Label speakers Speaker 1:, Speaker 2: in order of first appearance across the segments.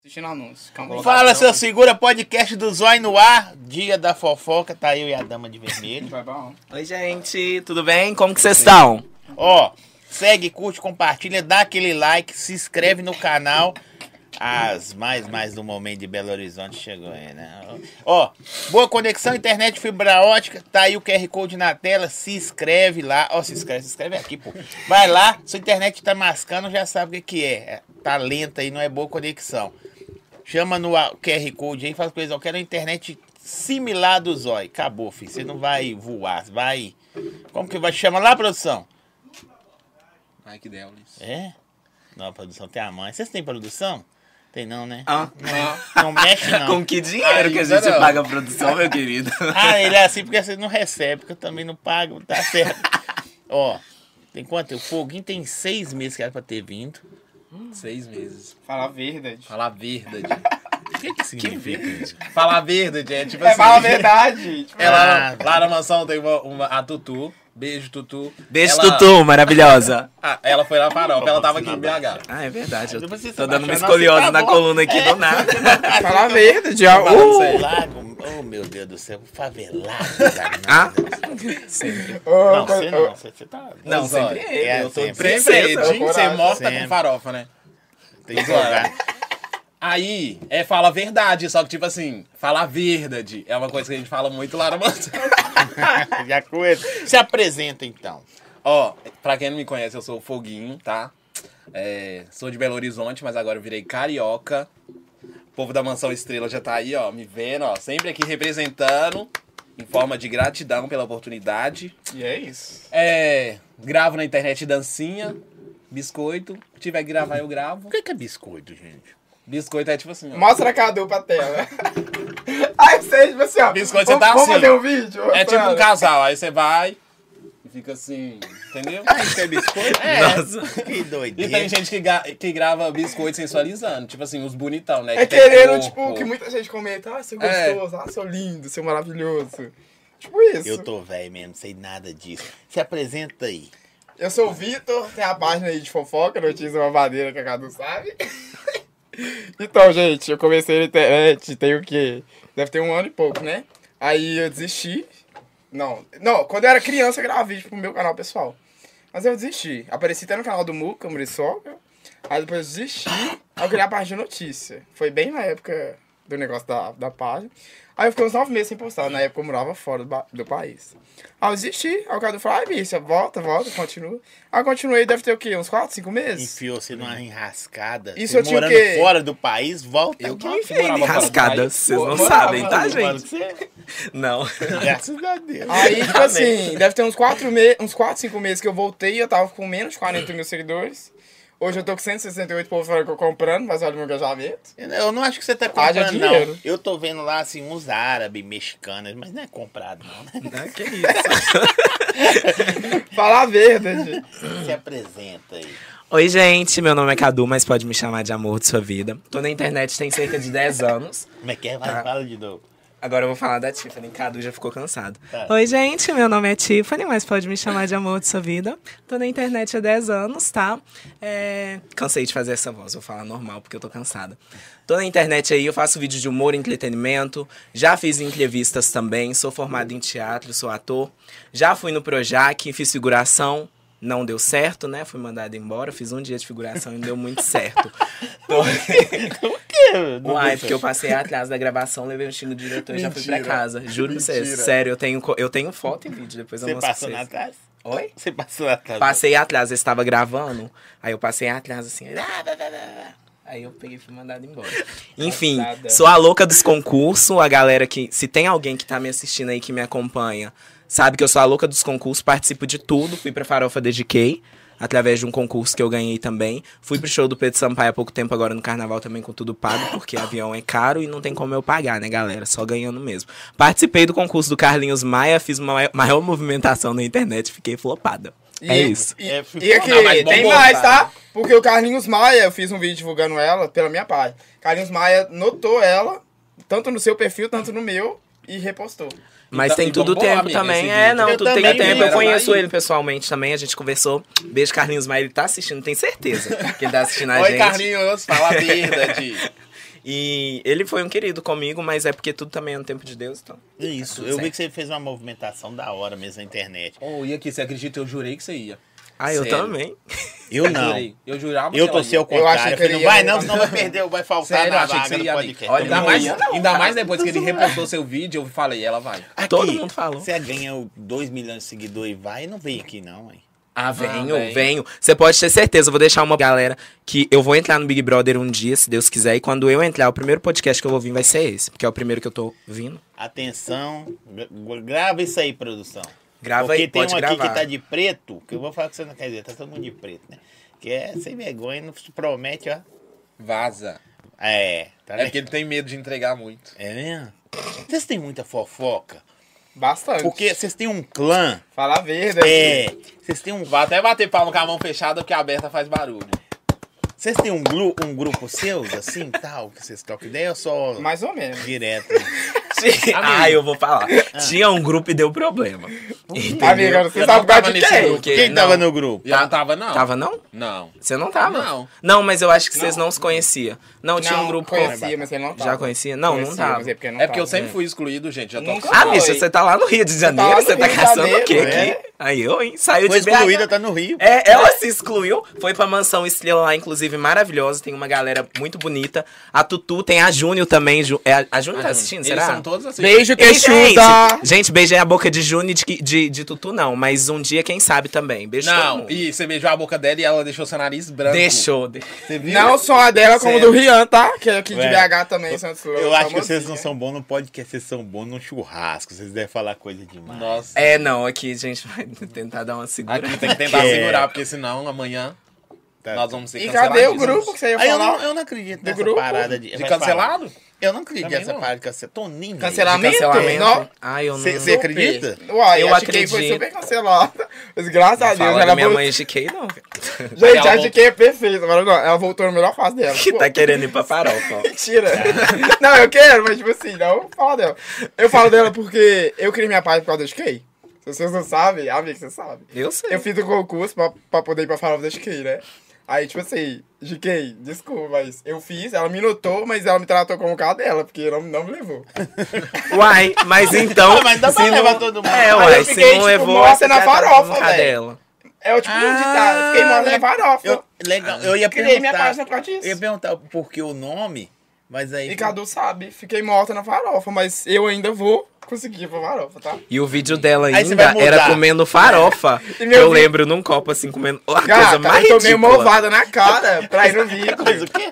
Speaker 1: Assistindo anúncio. Calma
Speaker 2: Fala, seu segura, podcast do Zói no ar, dia da fofoca, tá eu e a dama de vermelho.
Speaker 1: Vai bom.
Speaker 3: Oi, gente, tudo bem? Como que vocês estão?
Speaker 2: Ó, segue, curte, compartilha, dá aquele like, se inscreve no canal. As mais, mais do momento de Belo Horizonte chegou aí, né? Ó, boa conexão, internet, fibra ótica, tá aí o QR Code na tela, se inscreve lá. Ó, se inscreve, se inscreve aqui, pô. Vai lá, sua internet tá mascando, já sabe o que que é. Tá lenta aí, não é boa conexão. Chama no a- QR Code aí e fala pra eles, ó, eu quero a internet similar do Zói. Acabou, filho. Você não vai voar, vai. Como que vai chamar lá, produção?
Speaker 3: Ai, que delas.
Speaker 2: É? Não, a produção tem a mãe. Vocês têm produção? Tem não, né?
Speaker 3: Ah,
Speaker 2: Não mexe, não.
Speaker 3: com que dinheiro que a
Speaker 1: Ainda
Speaker 3: gente
Speaker 1: não.
Speaker 3: paga a produção, meu querido?
Speaker 2: Ah, ele é assim porque vocês não recebem, porque eu também não pago, tá certo. Ó, tem quanto? O Foguinho tem seis meses que era pra ter vindo.
Speaker 3: Seis meses.
Speaker 1: Fala a verdade.
Speaker 3: Falar verdade.
Speaker 2: O que que significa isso?
Speaker 3: Falar verdade é tipo
Speaker 4: assim.
Speaker 1: É, fala a verdade. Tipo,
Speaker 4: É, lá,
Speaker 2: Ah.
Speaker 4: lá na mansão tem uma, uma- a Tutu. Beijo, Tutu.
Speaker 3: Beijo,
Speaker 4: Ela-
Speaker 3: Tutu, maravilhosa.
Speaker 4: Ah, ela foi na farofa, ela tava aqui em BH.
Speaker 3: Ah, é verdade. Eu
Speaker 2: Depois você
Speaker 3: tô dando uma
Speaker 2: abaixa, não,
Speaker 3: escoliose
Speaker 2: você tá
Speaker 3: na
Speaker 2: bom.
Speaker 3: coluna aqui do nada.
Speaker 2: tá
Speaker 1: fala a verdade. ó.
Speaker 4: É
Speaker 2: Barão
Speaker 1: Uh!
Speaker 2: sem lago. Oh, meu Deus do céu. Favelado. danado.
Speaker 3: Ah?
Speaker 2: tá Não, você não. Você você tá...
Speaker 4: Não, sempre
Speaker 3: olha,
Speaker 4: é
Speaker 2: é
Speaker 4: eu. Eu tô
Speaker 2: sempre.
Speaker 4: sempre
Speaker 1: Sempre,
Speaker 4: Edinho,
Speaker 1: coragem.
Speaker 4: você morta
Speaker 2: Sempre.
Speaker 4: com farofa, né?
Speaker 2: Tem que jogar.
Speaker 4: Aí, é fala a verdade, só que tipo assim, falar verdade é uma coisa que a gente fala muito lá na mansão.
Speaker 2: Já coisa. Se apresenta, então.
Speaker 4: Ó, pra quem não me conhece, eu sou o Foguinho, tá? É, sou de Belo Horizonte, mas agora eu virei carioca. O povo da Mansão Estrela já tá aí, ó, me vendo, ó, sempre aqui representando, em forma de gratidão pela oportunidade.
Speaker 1: E é isso.
Speaker 4: É, gravo na internet dancinha, biscoito. Se tiver que gravar, eu gravo.
Speaker 2: O que que é biscoito, gente?
Speaker 4: Biscoito é tipo assim, ó.
Speaker 1: Mostra a Cadu pra tela. Aí você, tipo assim, ó.
Speaker 4: Biscoito, você
Speaker 1: vamos,
Speaker 4: tá
Speaker 1: vamos
Speaker 4: assim,
Speaker 1: fazer
Speaker 4: ó.
Speaker 1: um vídeo?
Speaker 4: É tipo um
Speaker 1: Fala.
Speaker 4: casal, aí você vai e fica assim, entendeu?
Speaker 2: Isso é biscoito?
Speaker 3: Nossa.
Speaker 2: É. Que
Speaker 4: E
Speaker 2: doideira.
Speaker 4: tem gente que, ga- que grava biscoito sensualizando, tipo assim, os bonitão, né?
Speaker 1: É
Speaker 4: tem
Speaker 1: querendo,
Speaker 4: corpo.
Speaker 1: tipo, que muita gente comenta. Ah, seu
Speaker 4: É.
Speaker 1: gostoso. Ah, seu lindo, seu maravilhoso. Tipo isso.
Speaker 2: Eu tô velho mesmo, não sei nada disso. Se apresenta aí.
Speaker 1: Eu sou o Vitor, tem a página aí de fofoca, notícia babadeira que a Cadu sabe. então, gente, eu comecei na internet, tem o quê? Deve ter um ano e pouco, né? Aí eu desisti. Não, não, quando eu era criança eu gravava vídeo pro meu canal pessoal. Mas eu desisti. Apareci até no canal do Muca, Muriçoca. Aí depois eu desisti, aí eu criei a página de notícia. Foi bem na época do negócio da, da página. Aí eu fiquei uns nove meses sem postar, na época eu morava fora do, ba- do país. Aí eu desisti, aí o cara falou, ai bicha, volta, volta, continua. Aí eu continuei, deve ter o quê? Uns quatro, cinco meses?
Speaker 2: Enfiou-se numa enrascada.
Speaker 1: Isso
Speaker 2: Você
Speaker 1: eu tinha o
Speaker 2: morando
Speaker 1: quê?
Speaker 2: fora do país, volta
Speaker 4: Eu
Speaker 2: aqui.
Speaker 4: que
Speaker 1: enfiei
Speaker 4: morava fora do
Speaker 3: Rascadas,
Speaker 4: país.
Speaker 3: vocês não
Speaker 1: Bora,
Speaker 3: sabem, tá,
Speaker 1: bora,
Speaker 2: Mano,
Speaker 3: gente?
Speaker 2: você-
Speaker 3: Não.
Speaker 2: Graças a Deus.
Speaker 1: Aí, tipo assim, deve ter uns 4, me uns 4 5 meses que eu voltei, eu tava com menos de 40 mil seguidores. Hoje eu tô com 168 povo falando que eu comprando, mas olha o meu engajamento.
Speaker 2: Eu não acho que você tá
Speaker 1: Haja
Speaker 2: comprando, não.
Speaker 1: dinheiro.
Speaker 2: Eu tô vendo lá, assim, uns árabes, mexicanos, mas não é comprado, não. né?
Speaker 3: que isso.
Speaker 1: Fala a verdade.
Speaker 2: Se apresenta aí.
Speaker 3: Oi, gente, meu nome é Cadu, mas pode me chamar de amor de sua vida. Tô na internet tem cerca de 10 anos.
Speaker 2: Como é que é? Vai, fala de novo.
Speaker 3: Agora eu vou falar da Tiffany. Cadu já ficou cansado.
Speaker 2: Tá.
Speaker 3: Oi, gente. Meu nome é Tiffany, mas pode me chamar de amor de sua vida. Tô na internet há 10 anos, tá? É, Cansei de fazer essa voz. Vou falar normal, porque eu tô cansada. Tô na internet aí, eu faço vídeo de humor e entretenimento. Já fiz entrevistas também. Sou formada em teatro, sou ator. Já fui no Projac, fiz figuração. Não deu certo, né? Fui mandada embora. Fiz um dia de figuração e não deu muito certo. Tô... Uai, porque eu passei atrás da gravação, levei um xingo do diretor e já fui pra
Speaker 1: Mentira.
Speaker 3: casa. Juro pra vocês.
Speaker 1: Mentira.
Speaker 3: Sério, eu tenho, co- eu tenho foto e vídeo, depois eu
Speaker 2: Você
Speaker 3: mostro pra
Speaker 2: passou
Speaker 3: vocês.
Speaker 2: na casa?
Speaker 3: Oi?
Speaker 2: Você passou na casa?
Speaker 3: Passei atrás, eu estava gravando, aí eu passei atrás assim. ah, blá, blá, blá, blá. Aí eu peguei e fui mandado embora. Enfim,
Speaker 1: Passada.
Speaker 3: sou a louca dos concursos, a galera que. Se tem alguém que tá me assistindo aí, que me acompanha, sabe que eu sou a louca dos concursos, participo de tudo. Fui pra Farofa Dediquei, através de um concurso que eu ganhei também. Fui pro show do Pedro Sampaio há pouco tempo, agora no carnaval também com tudo pago, porque avião é caro e não tem como eu pagar, né, galera? Só ganhando mesmo. Participei do concurso do Carlinhos Maia, fiz uma mai- maior movimentação na internet, fiquei flopada. é
Speaker 1: E-
Speaker 3: isso.
Speaker 1: E,
Speaker 2: É, ficou-
Speaker 1: e aqui,
Speaker 4: Não, mas
Speaker 1: tem
Speaker 4: bombou,
Speaker 1: mais,
Speaker 4: cara.
Speaker 1: tá? Porque o Carlinhos Maia, eu fiz um vídeo divulgando ela pela minha página. Carlinhos Maia notou ela, tanto no seu perfil, tanto no meu, e repostou.
Speaker 3: Mas
Speaker 4: Então,
Speaker 3: tem
Speaker 4: e
Speaker 3: tudo o
Speaker 4: bombou,
Speaker 3: tempo
Speaker 4: amiga,
Speaker 3: também.
Speaker 4: esse
Speaker 3: É,
Speaker 4: vídeo.
Speaker 3: não,
Speaker 2: Eu
Speaker 3: tudo
Speaker 2: também
Speaker 3: tem tempo.
Speaker 2: vi,
Speaker 3: Eu
Speaker 2: era
Speaker 3: conheço
Speaker 4: lá
Speaker 3: ele pessoalmente também, a gente conversou. Beijo, Carlinhos Maia, ele tá assistindo, tem certeza que ele tá assistindo a
Speaker 4: Oi,
Speaker 3: gente.
Speaker 4: Carlinhos, fala a verdade.
Speaker 3: E ele foi um querido comigo, mas é porque tudo também é no tempo de Deus, então.
Speaker 2: Isso, eu vi que você fez uma movimentação da hora mesmo na internet.
Speaker 4: Oh, e aqui, você acredita? Eu jurei que você ia.
Speaker 3: Ah, eu
Speaker 4: Sério?
Speaker 3: também.
Speaker 2: Eu não.
Speaker 4: Jurei. Eu jurava
Speaker 2: Eu
Speaker 4: que ela
Speaker 2: torci ao
Speaker 4: ia.
Speaker 1: Eu achei
Speaker 2: contrário. Eu
Speaker 1: que
Speaker 2: falei,
Speaker 1: ele
Speaker 2: não
Speaker 1: ia-
Speaker 2: vai não, senão vai perder, vai faltar
Speaker 4: Sério, eu
Speaker 2: tá na
Speaker 4: achei que
Speaker 2: vaga
Speaker 4: você
Speaker 2: do
Speaker 4: ia. amigo.
Speaker 2: podcast.
Speaker 4: Olha, ainda
Speaker 2: Não,
Speaker 4: mais,
Speaker 2: não.
Speaker 4: ainda mais depois que ele repostou seu vídeo, eu falei, ela vai.
Speaker 3: Todo
Speaker 2: Aqui,
Speaker 3: mundo falou.
Speaker 2: Você ganha 2 milhões de seguidores e vai, não vem aqui não, hein?
Speaker 3: Ah, venho,
Speaker 4: vem.
Speaker 3: venho. Você pode ter certeza, eu vou deixar uma galera que eu vou entrar no Big Brother um dia, se Deus quiser, e quando eu entrar, o primeiro podcast que eu vou vir vai ser esse, porque é o primeiro que eu tô vindo.
Speaker 2: Atenção, gra- grava isso aí, produção.
Speaker 3: Grava
Speaker 2: Porque
Speaker 3: aí,
Speaker 2: tem
Speaker 3: pode
Speaker 2: um aqui
Speaker 3: gravar.
Speaker 2: que tá de preto, que eu vou falar que você não quer dizer, tá todo mundo de preto, né? Que é sem vergonha, não se promete, ó.
Speaker 4: Vaza.
Speaker 2: É, tá
Speaker 4: É
Speaker 2: le-
Speaker 4: porque ele tem medo de entregar muito.
Speaker 2: É mesmo? Vocês têm muita fofoca?
Speaker 1: Bastante.
Speaker 2: Porque vocês têm um clã,
Speaker 1: Falar verde.
Speaker 2: é, vocês têm um
Speaker 4: Vai até bater palma com a mão fechada, porque a aberta faz barulho.
Speaker 2: Vocês têm um, glu, um grupo seus, assim, tal, que vocês trocam ideia ou só
Speaker 1: Mais ou menos.
Speaker 2: direto?
Speaker 3: ah, eu vou falar. Tinha um grupo e deu problema. Entendeu?
Speaker 1: Amiga, você
Speaker 4: Eu
Speaker 1: sabe
Speaker 4: não
Speaker 1: por causa de
Speaker 4: tava nesse
Speaker 1: quem?
Speaker 4: grupo.
Speaker 3: Porque
Speaker 2: Quem
Speaker 3: não-
Speaker 2: tava no grupo?
Speaker 4: E ela não tava, não.
Speaker 3: Tava não?
Speaker 4: Não.
Speaker 3: Você não tava?
Speaker 4: Não.
Speaker 3: Não, mas eu acho que vocês não se conhecia. Não, tinha um grupo.
Speaker 1: conhecia, mas ele não tava.
Speaker 3: Já conhecia? Não, não
Speaker 1: Conhecia,
Speaker 3: tava.
Speaker 1: mas é porque não
Speaker 4: É porque
Speaker 1: tava.
Speaker 4: eu sempre fui excluído, gente. Já tô
Speaker 1: Nunca-
Speaker 3: Ah,
Speaker 1: Oi.
Speaker 3: bicha, você tá lá no Rio de
Speaker 1: tá lá
Speaker 3: Janeiro,
Speaker 1: no
Speaker 3: você tá,
Speaker 1: Rio de
Speaker 3: caçando o
Speaker 1: Janeiro,
Speaker 3: quê
Speaker 1: é.
Speaker 3: aqui? Aí eu, hein? Saiu
Speaker 2: Foi
Speaker 3: de BH.
Speaker 2: excluída, tá no Rio.
Speaker 3: É, ela se excluiu, foi pra Mansão Estrela lá, inclusive maravilhosa. Tem uma galera muito bonita. A Tutu, tem a Júnior também. Ju- é, a- a Júnior tá assistindo,
Speaker 4: Ah, Eles
Speaker 3: será?
Speaker 4: são todos assim.
Speaker 1: Beijo,
Speaker 3: Ei, gente,
Speaker 1: queixuda!
Speaker 3: gente, beijei a boca de Júnior e de, que- de, de Tutu, não. Mas um dia, quem sabe também. Beijo todo
Speaker 4: Não,
Speaker 3: mundo.
Speaker 4: e você beijou a boca dela e ela deixou seu nariz branco.
Speaker 3: Deixou. de-
Speaker 1: Não só a dela, como
Speaker 3: Sério.
Speaker 1: do Rian, tá? Que é aqui de
Speaker 2: Ué,
Speaker 1: BH também, Santos Lou,
Speaker 2: Eu acho que
Speaker 1: famosinha.
Speaker 2: vocês não são bons no podcast, vocês são bons no churrasco. Vocês devem falar coisa demais.
Speaker 4: Nossa.
Speaker 3: É, não, aqui a gente vai tentar dar uma segura.
Speaker 4: Aqui tem que tentar
Speaker 2: É.
Speaker 4: segurar, porque senão amanhã
Speaker 2: Tá.
Speaker 4: nós vamos ser
Speaker 1: E
Speaker 4: cancelados.
Speaker 1: cadê o grupo que você ia
Speaker 2: Aí eu
Speaker 1: falar?
Speaker 2: não, eu não acredito nessa
Speaker 1: grupo?
Speaker 2: parada de.
Speaker 4: De
Speaker 2: vai
Speaker 4: cancelado?
Speaker 2: falar. Eu não acredito
Speaker 4: Também
Speaker 2: nessa
Speaker 4: não.
Speaker 2: parada de cancelar. Tô nem aí.
Speaker 1: Cancelamento?
Speaker 3: Cancelamento.
Speaker 1: Não.
Speaker 3: Ai, eu não.
Speaker 2: Cê- cê- Você acredita?
Speaker 1: Uai,
Speaker 3: Eu
Speaker 1: eu acho que foi
Speaker 3: acredito.
Speaker 1: super cancelada. Mas graças a Deus,
Speaker 3: Fala
Speaker 1: ela
Speaker 3: da minha
Speaker 1: voltou.
Speaker 3: mãe é de quem, não.
Speaker 1: Gente,
Speaker 4: Ela
Speaker 1: a GK é perfeita, mas não, ela voltou na melhor fase dela.
Speaker 3: Que
Speaker 1: Pô,
Speaker 3: tá querendo ir pra farofa. ó.
Speaker 1: Mentira. não, eu quero, mas tipo assim, não fala dela. Eu falo dela porque eu criei minha página por causa da GK. Se vocês não sabem, amigo, vocês sabem.
Speaker 3: Eu sei.
Speaker 1: Eu fiz um concurso pra, pra poder ir pra farofa da GK, né? Aí, tipo assim, GK, desculpa, mas eu fiz, ela me notou, mas ela me tratou como o cara dela, porque não, não me levou.
Speaker 3: Uai, mas então.
Speaker 2: Ah, mas dá pra
Speaker 3: se não-
Speaker 2: levar todo mundo.
Speaker 3: É,
Speaker 2: Aí
Speaker 3: uai,
Speaker 1: eu
Speaker 3: se
Speaker 1: fiquei,
Speaker 3: não
Speaker 1: tipo,
Speaker 3: levou.
Speaker 1: morta
Speaker 3: você
Speaker 1: na
Speaker 3: já tá
Speaker 1: farofa,
Speaker 3: com
Speaker 1: velho.
Speaker 3: cadela.
Speaker 1: É o tipo de
Speaker 2: Ah,
Speaker 1: ditado, fiquei morando na
Speaker 2: le-
Speaker 1: farofa.
Speaker 2: Eu, legal, eu ia
Speaker 1: criei minha
Speaker 2: perguntar.
Speaker 1: página por causa disso.
Speaker 2: Eu ia perguntar por que o nome, mas aí.
Speaker 1: E Cadu sabe, fiquei morta na farofa, mas eu ainda vou conseguir ir pra farofa, tá?
Speaker 3: E o vídeo dela
Speaker 2: Aí você vai
Speaker 3: ainda
Speaker 2: mudar.
Speaker 3: era comendo farofa. que
Speaker 1: E meu
Speaker 3: eu
Speaker 1: vi-
Speaker 3: lembro num copo assim, comendo. Ó, A
Speaker 1: Gata,
Speaker 3: coisa mais
Speaker 1: eu tomei uma
Speaker 3: ridícula.
Speaker 1: ovada assim, na cara pra ir no vídeo.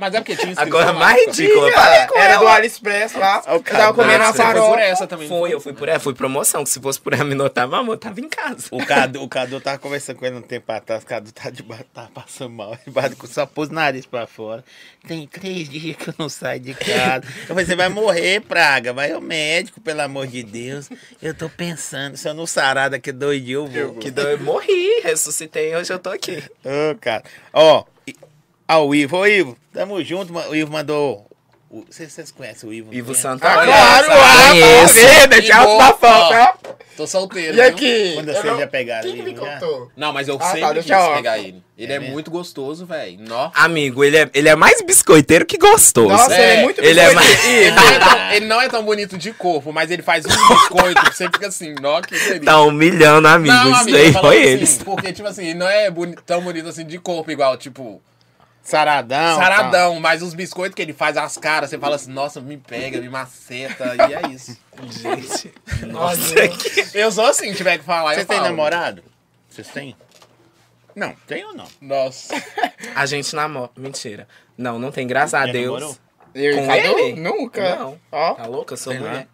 Speaker 4: Mas é porque tinha
Speaker 3: A
Speaker 4: inscrição
Speaker 3: coisa
Speaker 4: lá.
Speaker 3: mais ridícula. Eu falei
Speaker 1: Cara,
Speaker 3: com
Speaker 1: era
Speaker 3: ela.
Speaker 1: do AliExpress lá,
Speaker 2: Ó, o né?
Speaker 1: eu tava
Speaker 2: Cadu.
Speaker 1: comendo uma
Speaker 4: Você foi por
Speaker 1: farofa.
Speaker 4: essa também. não
Speaker 3: Foi, eu fui por ela. Fui promoção, que se fosse por ela me notar, mamãe, eu tava em casa.
Speaker 2: O Cadu, o Cadu tava conversando com ele um tempo atrás, o Cadu tá de ba- tá passando mal, de ba- só pôs o nariz pra fora. Tem três dias que eu não saio de casa. Eu falei, você vai morrer, Praga, vai ao médico, pelo amor de Deus. Eu tô pensando, se eu não sarar daqui dois dias eu vou.
Speaker 3: Que deu, eu morri, ressuscitei, hoje eu tô aqui.
Speaker 2: Ô, cara. Ó, e- ó, o Ivo, ô Ivo, tamo junto, ma- o Ivo mandou... o- Vocês vocês conhecem o Ivo? não é?
Speaker 3: Ivo
Speaker 2: conhece?
Speaker 3: Santos.
Speaker 1: Ah,
Speaker 3: olha
Speaker 1: claro,
Speaker 3: essa,
Speaker 1: ah,
Speaker 3: conheço.
Speaker 1: venda,
Speaker 4: Que
Speaker 1: tchau,
Speaker 4: bom.
Speaker 1: tá foto, tá?
Speaker 4: Tô solteiro.
Speaker 1: E
Speaker 4: viu?
Speaker 1: aqui?
Speaker 2: Quando
Speaker 1: eu
Speaker 2: vocês
Speaker 1: não-
Speaker 2: já pegaram
Speaker 1: Quem que me
Speaker 2: ele, já?
Speaker 1: contou?
Speaker 4: Não, mas eu
Speaker 1: tá,
Speaker 4: sempre quis
Speaker 1: deixa eu-
Speaker 4: pegar ele. Ele
Speaker 2: É
Speaker 4: é,
Speaker 2: mesmo?
Speaker 4: muito gostoso, velho. Nó.
Speaker 3: Amigo, ele é, ele é mais biscoiteiro que gostoso.
Speaker 1: Nossa,
Speaker 4: É,
Speaker 1: ele é muito
Speaker 3: ele é
Speaker 1: biscoito.
Speaker 3: mais-
Speaker 4: Ele não, é tão, ele não é tão bonito de corpo, mas ele faz um biscoito que você fica assim, nó, que delícia.
Speaker 3: Tá humilhando, amigo.
Speaker 4: não,
Speaker 3: Isso
Speaker 4: amigo,
Speaker 3: daí
Speaker 4: falando
Speaker 3: foi
Speaker 4: assim,
Speaker 3: eles.
Speaker 4: Porque, tipo assim, ele não é boni- tão bonito assim de corpo, igual, tipo,
Speaker 2: Saradão. tá.
Speaker 4: saradão, mas os biscoitos que ele faz, as caras, você fala assim, nossa, me pega, me maceta, e é isso.
Speaker 3: Gente,
Speaker 1: Nossa,
Speaker 3: nossa, que...
Speaker 4: Eu sou assim, tiver que falar,
Speaker 2: Vocês
Speaker 4: eu
Speaker 2: têm
Speaker 4: falo.
Speaker 2: namorado? Vocês têm? Não, tem ou não?
Speaker 4: Nossa.
Speaker 3: A gente namora. Mentira. Não, não tem, graças a
Speaker 2: Já
Speaker 3: Deus.
Speaker 2: namorou?
Speaker 1: Eu e
Speaker 3: Com
Speaker 1: Cadu?
Speaker 3: ele?
Speaker 1: Nunca.
Speaker 3: Não.
Speaker 1: Ó,
Speaker 3: Tá louca? Eu sou
Speaker 2: Sei lá.
Speaker 3: mulher.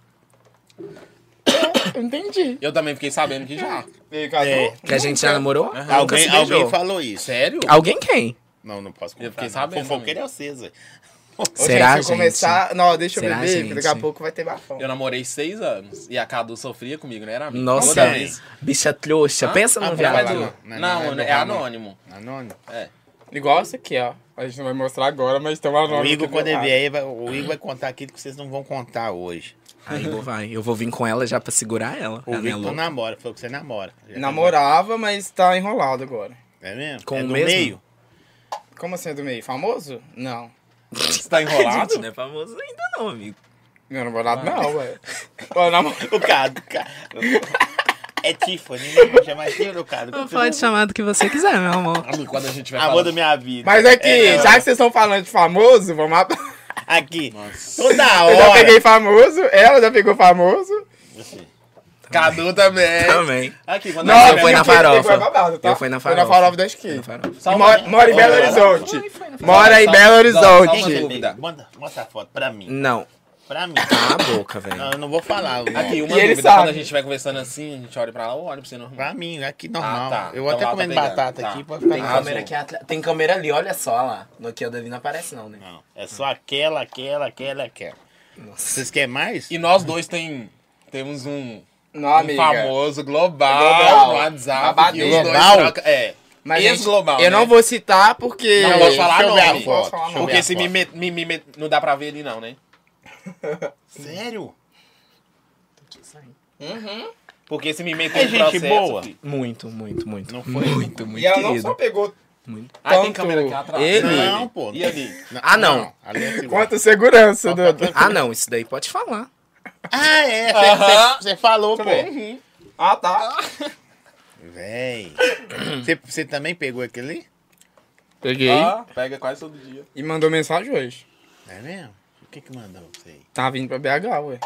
Speaker 1: eu entendi.
Speaker 4: Eu também fiquei sabendo que já.
Speaker 1: Eu e Cadu?
Speaker 2: É.
Speaker 3: Que a gente já namorou? Nunca se
Speaker 2: Alguém,
Speaker 3: beijou.
Speaker 2: alguém falou isso.
Speaker 4: Sério?
Speaker 3: Alguém quem?
Speaker 2: Não, não posso contar.
Speaker 4: Eu fiquei
Speaker 2: não.
Speaker 4: sabendo
Speaker 2: Fofoqueiro é o César.
Speaker 1: Ô,
Speaker 3: Será,
Speaker 1: gente? Se eu
Speaker 3: gente?
Speaker 1: começar... Não, deixa eu
Speaker 3: Será,
Speaker 1: beber, porque daqui a
Speaker 3: gente?
Speaker 1: pouco vai ter bafão.
Speaker 4: Eu namorei seis anos e a Cadu sofria comigo, não era amigo?
Speaker 3: Nossa,
Speaker 4: Toda
Speaker 2: Alguém.
Speaker 4: vez.
Speaker 3: bicha trouxa.
Speaker 4: Hã?
Speaker 3: Pensa
Speaker 4: Ah,
Speaker 3: num
Speaker 4: não, mas
Speaker 3: viado.
Speaker 4: o-
Speaker 2: não, não,
Speaker 4: Não,
Speaker 2: não, não,
Speaker 4: é
Speaker 2: não.
Speaker 4: anônimo.
Speaker 2: Anônimo.
Speaker 4: É.
Speaker 1: Igual esse aqui, ó. A gente não vai mostrar agora, mas estamos
Speaker 2: O
Speaker 1: anônimos.
Speaker 2: Igor,
Speaker 1: aqui do
Speaker 2: quando ele
Speaker 1: lado.
Speaker 2: vier, ele vai- o Igor vai contar aquilo que vocês não vão contar hoje.
Speaker 3: Aí eu vou, vai. Eu vou vir com ela já pra segurar ela.
Speaker 2: O
Speaker 3: ela não é
Speaker 2: Victor
Speaker 3: louca.
Speaker 2: namora, falou que você namora. Já
Speaker 1: Namorava, mas tá enrolado agora.
Speaker 2: É mesmo?
Speaker 3: Com
Speaker 2: é
Speaker 3: o
Speaker 2: do
Speaker 3: mesmo?
Speaker 2: meio?
Speaker 1: Como assim é do meio? Famoso? Não.
Speaker 4: Você tá
Speaker 3: A
Speaker 4: enrolado?
Speaker 3: gente não é famoso ainda não, amigo.
Speaker 1: Não, não vou
Speaker 3: Ah.
Speaker 1: nada não, velho. Ó, na moral.
Speaker 2: O cara, o cara. É Tiffany, né? Vou chamar Tiffany, o cara.
Speaker 3: Pode chamar do que você quiser, meu amor.
Speaker 4: Amigo, Quando a gente vai
Speaker 2: Amor
Speaker 4: falar...
Speaker 2: da minha vida.
Speaker 1: Mas aqui,
Speaker 2: É, não.
Speaker 1: já que vocês estão falando de famoso, vamos lá.
Speaker 2: Aqui. Toda
Speaker 1: Eu já
Speaker 2: hora.
Speaker 1: peguei famoso, ela já pegou famoso.
Speaker 2: Assim,
Speaker 4: Cadu também.
Speaker 3: Também.
Speaker 4: Aqui, quando
Speaker 1: Não,
Speaker 4: a
Speaker 3: eu
Speaker 4: gente
Speaker 3: fui na
Speaker 1: porque
Speaker 3: farofa.
Speaker 1: pegou é babado, tá?
Speaker 3: Eu fui na
Speaker 1: Foi na
Speaker 3: farofa.
Speaker 1: farofa da esquina.
Speaker 3: farofa.
Speaker 4: um
Speaker 1: E Mora, mora em Belo
Speaker 2: Olha lá.
Speaker 1: Horizonte.
Speaker 3: farofa.
Speaker 1: Mora em Belo
Speaker 4: Salva- salva-
Speaker 1: Horizonte.
Speaker 4: salva
Speaker 2: Quem
Speaker 4: tudo.
Speaker 2: pega? Manda, mostra a foto pra mim.
Speaker 3: Não.
Speaker 2: Pra mim.
Speaker 3: Cala a boca, velho.
Speaker 2: Não, eu não vou falar. o nome.
Speaker 4: Aqui, uma
Speaker 1: E ele
Speaker 4: dúvida.
Speaker 1: sabe.
Speaker 4: Quando a gente vai conversando assim, a gente olha pra lá, eu olho pra você normal.
Speaker 2: Pra mim, aqui normal.
Speaker 4: Ah, tá.
Speaker 2: Eu
Speaker 4: Então
Speaker 2: até
Speaker 4: lá tá
Speaker 2: comendo
Speaker 4: pegando.
Speaker 2: batata
Speaker 4: Tá.
Speaker 2: aqui pra ficar
Speaker 3: Tem
Speaker 4: Arrasou.
Speaker 3: câmera aqui atrás. Tem câmera ali, olha só lá. No que a Davi não aparece, não, né?
Speaker 2: Não, é só aquela, aquela, aquela, aquela.
Speaker 3: Nossa.
Speaker 2: Vocês querem mais?
Speaker 4: E nós dois tem, temos um,
Speaker 1: Não,
Speaker 4: um
Speaker 1: amiga.
Speaker 4: famoso global,
Speaker 1: Global.
Speaker 4: no WhatsApp.
Speaker 1: Babado.
Speaker 4: que os dois
Speaker 2: Global?
Speaker 4: trocam- É.
Speaker 1: Mas,
Speaker 4: Esse
Speaker 1: gente,
Speaker 4: global,
Speaker 1: eu
Speaker 4: né?
Speaker 1: não vou citar porque...
Speaker 4: Não posso falar
Speaker 2: Deixa eu ver a
Speaker 4: nome.
Speaker 2: foto,
Speaker 1: Não posso falar
Speaker 2: deixa eu ver
Speaker 4: Porque
Speaker 2: a
Speaker 4: se
Speaker 2: foto.
Speaker 4: me, met- me, me, met- não dá pra ver ali não, né?
Speaker 2: Sério?
Speaker 4: Porque se me meter
Speaker 2: É
Speaker 4: no
Speaker 2: gente
Speaker 4: processo...
Speaker 2: boa.
Speaker 4: filho.
Speaker 3: Muito, muito, muito.
Speaker 2: Não foi?
Speaker 3: muito, muito
Speaker 1: E ela não
Speaker 3: querido.
Speaker 1: só pegou
Speaker 3: Muito.
Speaker 4: Ah, tem
Speaker 1: Tanto
Speaker 4: câmera aqui atrás.
Speaker 3: ele-
Speaker 2: Não, pô.
Speaker 4: E ali?
Speaker 3: Ah, não.
Speaker 2: Ali é seguro.
Speaker 1: quanto segurança. Do...
Speaker 3: Ah, não, isso daí pode falar.
Speaker 2: Ah, é.
Speaker 4: Aham.
Speaker 2: Você falou, pô.
Speaker 1: Ah, tá.
Speaker 2: Véi. Você também pegou aquele?
Speaker 1: Peguei.
Speaker 4: Ah, pega quase todo dia.
Speaker 1: E mandou mensagem hoje.
Speaker 2: É mesmo? O que que mandou pra você aí?
Speaker 1: Tá vindo pra BH, ué.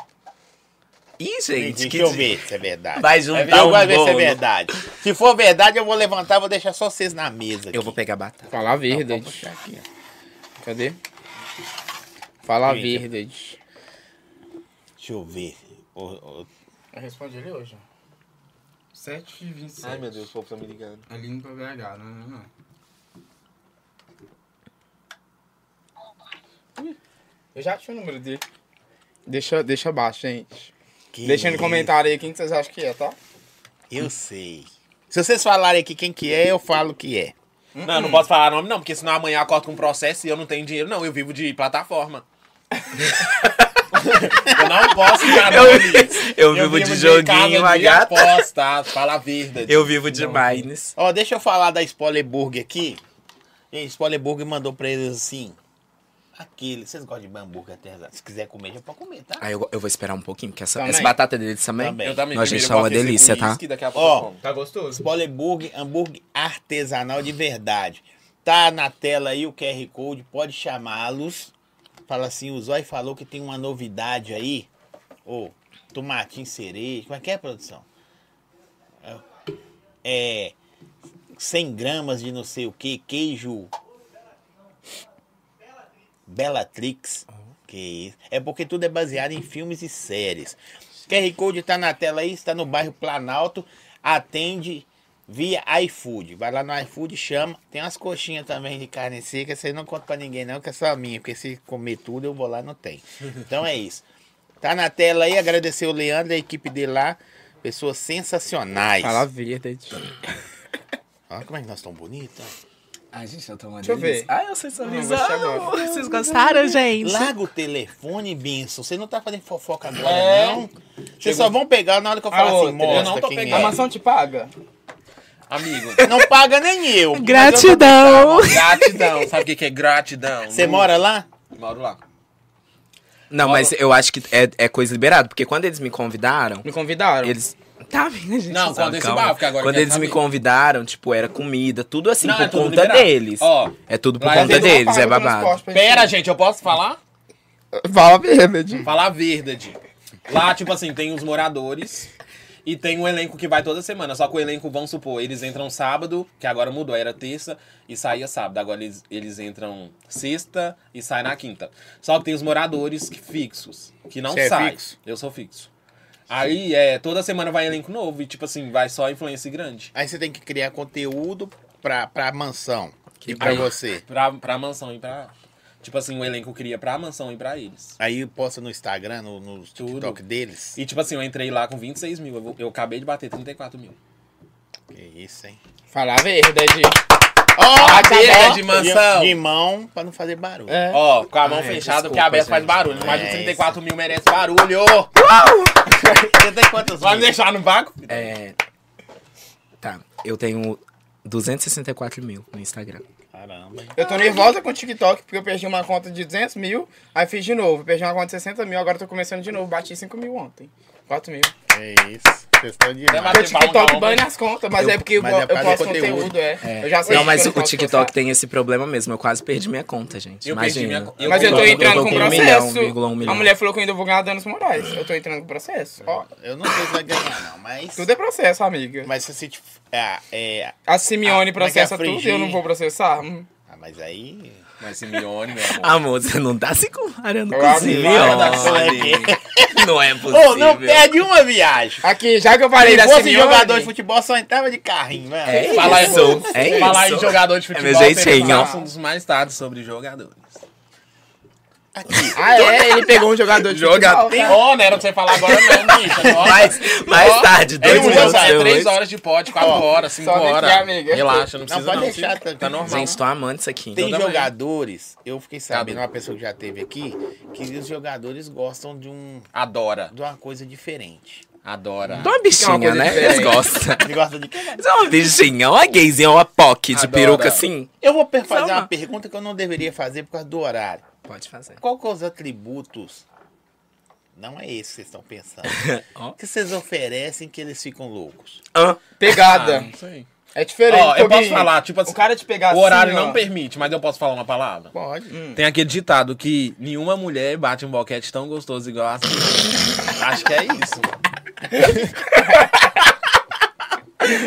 Speaker 3: Ih,
Speaker 2: Gente,
Speaker 3: gente,
Speaker 2: Deixa
Speaker 3: que
Speaker 2: eu ver se é verdade.
Speaker 3: Vai
Speaker 2: É
Speaker 3: juntar
Speaker 2: verdade, eu
Speaker 3: um
Speaker 2: gosto de ver se é
Speaker 3: bolo.
Speaker 2: verdade. Se for verdade, eu vou levantar e vou deixar só vocês na mesa.
Speaker 3: Eu vou
Speaker 2: aqui.
Speaker 3: pegar batata.
Speaker 1: Falar
Speaker 2: Vou
Speaker 1: verde.
Speaker 2: puxar aqui, ó.
Speaker 1: Cadê? Falar
Speaker 2: Eita.
Speaker 1: verde.
Speaker 2: Deixa eu ver. Ô, ô,
Speaker 1: Eu respondi ele hoje. 7h27.
Speaker 4: Ai, meu Deus, o povo tá me ligando.
Speaker 1: Ali indo pra BH, não, não, não. Eu já tinha o número dele. Deixa, deixa abaixo, gente.
Speaker 2: que
Speaker 1: Deixa no
Speaker 2: isso?
Speaker 1: comentário aí quem que vocês acham que é, tá?
Speaker 2: Eu sei. Se vocês falarem aqui quem que é, eu falo que é.
Speaker 4: Não, não posso falar nome não, porque senão amanhã eu acordo com um processo e eu não tenho dinheiro não, eu vivo de plataforma. eu Ah, não posso ficar
Speaker 3: Eu,
Speaker 4: nome.
Speaker 3: eu vivo de joguinho, a
Speaker 4: casa de
Speaker 3: gata.
Speaker 4: aposta, fala a verdade.
Speaker 3: Eu vivo de Mines.
Speaker 2: Ó, deixa eu falar da Spoiler Burger aqui. Gente, Spoiler Burger mandou pra eles assim. Aquele. Vocês gostam de hambúrguer artesanal? Se quiser comer, já pode comer, tá?
Speaker 3: Aí eu, eu vou esperar um pouquinho, porque essa,
Speaker 1: Também.
Speaker 3: essa batata é deles também.
Speaker 2: Também.
Speaker 4: Eu também.
Speaker 3: Nós, gente,
Speaker 4: primeiro eu
Speaker 3: tá uma
Speaker 4: gosto desse
Speaker 3: delícia, tá?
Speaker 4: uísque, daqui a pouco eu
Speaker 2: Ó,
Speaker 4: como.
Speaker 1: Tá gostoso?
Speaker 2: Spoiler Burger, hambúrguer artesanal de verdade. Tá na tela aí o QR Code, pode chamá-los. Fala assim, o Zói falou que tem uma novidade aí. Ô, tomatinho cereja, como é que é, produção? É, 100 gramas de não sei o que, queijo... Bellatrix. Que isso. É porque tudo é baseado em filmes e séries. QR Code tá na tela aí, está no bairro Planalto. Atende via iFood. Vai lá no iFood, chama. Tem umas coxinhas também de carne seca. Você não conta pra ninguém, não, que é só minha. Porque se comer tudo, eu vou lá não tem. Então é isso. Tá na tela aí, agradecer o Leandro e a equipe dele lá. Pessoas sensacionais.
Speaker 1: Falar verde.
Speaker 2: Olha como é que nós estamos bonitos.
Speaker 3: Ai, gente, eu tô uma
Speaker 1: Deixa eu
Speaker 3: delícia.
Speaker 1: ver.
Speaker 3: Ai, eu sei sorrisar.
Speaker 1: Ah, eu vou chegar.
Speaker 3: Vocês gostaram, gente?
Speaker 2: Larga o telefone, Benção. Você não tá fazendo fofoca agora,
Speaker 4: É.
Speaker 2: não? Vocês só vão pegar na hora que eu falar
Speaker 1: Ah,
Speaker 2: assim,
Speaker 1: outra, eu
Speaker 2: mostra
Speaker 4: não tô
Speaker 2: quem
Speaker 4: pegando.
Speaker 1: A
Speaker 2: é.
Speaker 1: maçã te paga?
Speaker 4: Amigo,
Speaker 2: Não paga nem eu.
Speaker 3: Gratidão.
Speaker 4: gratidão. Sabe o que que é gratidão?
Speaker 2: Você
Speaker 4: Não-
Speaker 2: mora lá?
Speaker 4: Moro lá.
Speaker 3: Não, mas eu acho que é, é coisa liberada, porque quando eles me convidaram,
Speaker 1: Me convidaram?
Speaker 3: eles. Tá vendo, a gente?
Speaker 4: Não,
Speaker 3: sabe,
Speaker 4: quando esse
Speaker 3: calma.
Speaker 4: bar, porque agora
Speaker 3: Quando
Speaker 4: quer
Speaker 3: eles me
Speaker 4: saber.
Speaker 3: convidaram, tipo, era comida, tudo assim,
Speaker 4: Não,
Speaker 3: por
Speaker 4: é tudo
Speaker 3: conta
Speaker 4: liberado.
Speaker 3: deles.
Speaker 4: Ó,
Speaker 3: é tudo por
Speaker 4: lá
Speaker 3: conta
Speaker 4: eles não
Speaker 3: deles, é
Speaker 1: Paga o
Speaker 3: babado.
Speaker 1: transporte pra gente.
Speaker 4: Pera, gente, eu posso falar?
Speaker 1: Fala verde.
Speaker 4: Falar a verdade. Lá, tipo assim, tem os moradores e tem um elenco que vai toda semana. Só que o elenco, vamos supor, eles entram sábado, que agora mudou, era terça, e saía sábado. Agora eles, eles entram sexta e saem na quinta. Só que tem os moradores que- fixos, que não
Speaker 2: Você é
Speaker 4: saem.
Speaker 2: fixo?
Speaker 4: Eu sou fixo. Aí, é, toda semana vai elenco novo e, tipo assim, vai só influência grande.
Speaker 2: Aí você tem que criar conteúdo pra, pra mansão.
Speaker 3: Que
Speaker 2: e pra
Speaker 3: bom.
Speaker 2: você.
Speaker 4: Pra, pra mansão e pra. Tipo assim, o elenco cria pra mansão e pra eles.
Speaker 2: Aí posta no Instagram, no, no TikTok deles.
Speaker 4: E, tipo assim, eu entrei lá com 26 mil. Eu, vou- eu acabei de bater 34 mil.
Speaker 2: Que isso, hein?
Speaker 1: Falar verde.
Speaker 2: Ó,
Speaker 4: Cadeira
Speaker 2: acabou.
Speaker 4: Ah, é de mansão.
Speaker 2: De, de mão pra não fazer barulho.
Speaker 1: É.
Speaker 4: Ó, com a mão
Speaker 3: Ah, é,
Speaker 4: fechada, porque
Speaker 3: desculpa,
Speaker 4: aberta faz
Speaker 3: gente.
Speaker 4: barulho. Mais de
Speaker 2: É
Speaker 4: 34 mil merece barulho.
Speaker 2: Você tem quantos
Speaker 4: Vai me
Speaker 2: mil?
Speaker 4: deixar no vácuo?
Speaker 3: É. Tá, eu tenho 264 mil no Instagram.
Speaker 2: Caramba. hein?
Speaker 1: Eu tô nervosa com o TikTok porque eu perdi uma conta de 200 mil, aí fiz de novo. Perdi uma conta de 60 mil, agora tô começando de novo. Bati 5 mil ontem. 4 mil.
Speaker 2: É isso. Vocês estão demais.
Speaker 1: Porque o
Speaker 4: Bate palma,
Speaker 1: TikTok
Speaker 4: não,
Speaker 1: bane as contas, mas
Speaker 3: Eu-
Speaker 1: é porque eu,
Speaker 2: mas é
Speaker 1: eu
Speaker 2: por causa do
Speaker 1: posto
Speaker 2: conteúdo.
Speaker 1: conteúdo, é. Eu já sei
Speaker 3: Não, mas
Speaker 1: que eu
Speaker 3: o
Speaker 1: posso
Speaker 3: TikTok
Speaker 1: postar.
Speaker 3: tem esse problema mesmo. Eu quase perdi minha conta, gente.
Speaker 4: Eu perdi
Speaker 3: Imagina.
Speaker 4: minha co- eu
Speaker 1: Mas eu tô
Speaker 4: concordo.
Speaker 1: entrando com
Speaker 3: um
Speaker 1: processo.
Speaker 3: Milhão, vírgula um milhão.
Speaker 1: A mulher falou que eu ainda vou ganhar danos morais. Eu tô entrando com processo. Ó,
Speaker 2: Eu não sei se vai ganhar, não, mas.
Speaker 1: tudo é processo, amiga.
Speaker 2: Mas se você. te- É, é...
Speaker 1: A Simeone
Speaker 2: Ah, como é que é
Speaker 1: processa tudo e
Speaker 2: frigir?
Speaker 1: eu não vou processar. Hum.
Speaker 2: Ah, mas aí.
Speaker 4: Mas Simeone, meu amor.
Speaker 3: Amor, você não tá se comparando
Speaker 1: Eu
Speaker 3: com o
Speaker 1: abri lá
Speaker 4: da
Speaker 3: Simeone. Não é possível.
Speaker 2: Ô, não perde uma viagem.
Speaker 1: Aqui, já que eu
Speaker 2: Se
Speaker 1: falei da
Speaker 2: fosse
Speaker 1: Simeone...
Speaker 2: jogador de futebol, só entrava de carrinho, né? velho.
Speaker 3: É
Speaker 4: Falar
Speaker 3: isso.
Speaker 4: em,
Speaker 3: é isso.
Speaker 4: falar em jogador
Speaker 3: É
Speaker 4: de futebol,
Speaker 3: meu jeitinho.
Speaker 4: Fernando Tasso, um dos mais tardos sobre jogadores.
Speaker 1: Ah, é? Ele pegou um jogador de futebol.
Speaker 4: Tem hora, era pra você falar agora, não, bicho. agora.
Speaker 3: Mais, mais
Speaker 4: Ó,
Speaker 3: tarde,
Speaker 4: É
Speaker 3: dois
Speaker 4: um
Speaker 3: minutos
Speaker 4: jogo, é três
Speaker 3: depois.
Speaker 4: horas de pote, quatro horas, cinco
Speaker 1: só vem aqui,
Speaker 4: horas.
Speaker 1: amiga.
Speaker 4: Relaxa, não precisa
Speaker 2: pode
Speaker 4: não.
Speaker 2: deixar,
Speaker 4: tá,
Speaker 2: tá-
Speaker 4: normal.
Speaker 3: Gente, tô amando isso aqui.
Speaker 2: Tem
Speaker 4: também.
Speaker 2: jogadores, eu
Speaker 3: Tá
Speaker 2: fiquei sabendo,
Speaker 4: Cadu.
Speaker 2: uma pessoa que já teve aqui, que os jogadores gostam de, um,
Speaker 4: Adora,
Speaker 2: de uma coisa diferente.
Speaker 4: adora.
Speaker 3: Tô uma bichinha,
Speaker 1: coisa
Speaker 3: né?
Speaker 1: diferente.
Speaker 3: Eles gostam.
Speaker 2: Ele gosta de quê? velho?
Speaker 3: Você é uma virginião, uma gayzinha, uma POC de
Speaker 4: Adora.
Speaker 3: peruca assim?
Speaker 2: Eu vou per- fazer
Speaker 3: Só
Speaker 2: uma
Speaker 3: uma.
Speaker 2: pergunta que eu não deveria fazer por causa do horário.
Speaker 3: Pode fazer.
Speaker 2: Qual que é os atributos? Não é esse que vocês estão pensando.
Speaker 3: Ó.
Speaker 2: que vocês oferecem que eles ficam loucos?
Speaker 3: Hã?
Speaker 4: Ah,
Speaker 1: Pegada.
Speaker 4: não sei.
Speaker 1: É diferente.
Speaker 4: Ó, eu posso
Speaker 1: Tobi.
Speaker 4: falar, tipo assim,
Speaker 1: O cara te pegar
Speaker 4: o horário
Speaker 1: assim,
Speaker 4: não Hum.
Speaker 1: ó.
Speaker 4: permite, mas eu posso falar uma palavra?
Speaker 2: Pode.
Speaker 4: Tem aquele ditado que nenhuma mulher bate um boquete tão gostoso igual a sua. Acho que é isso.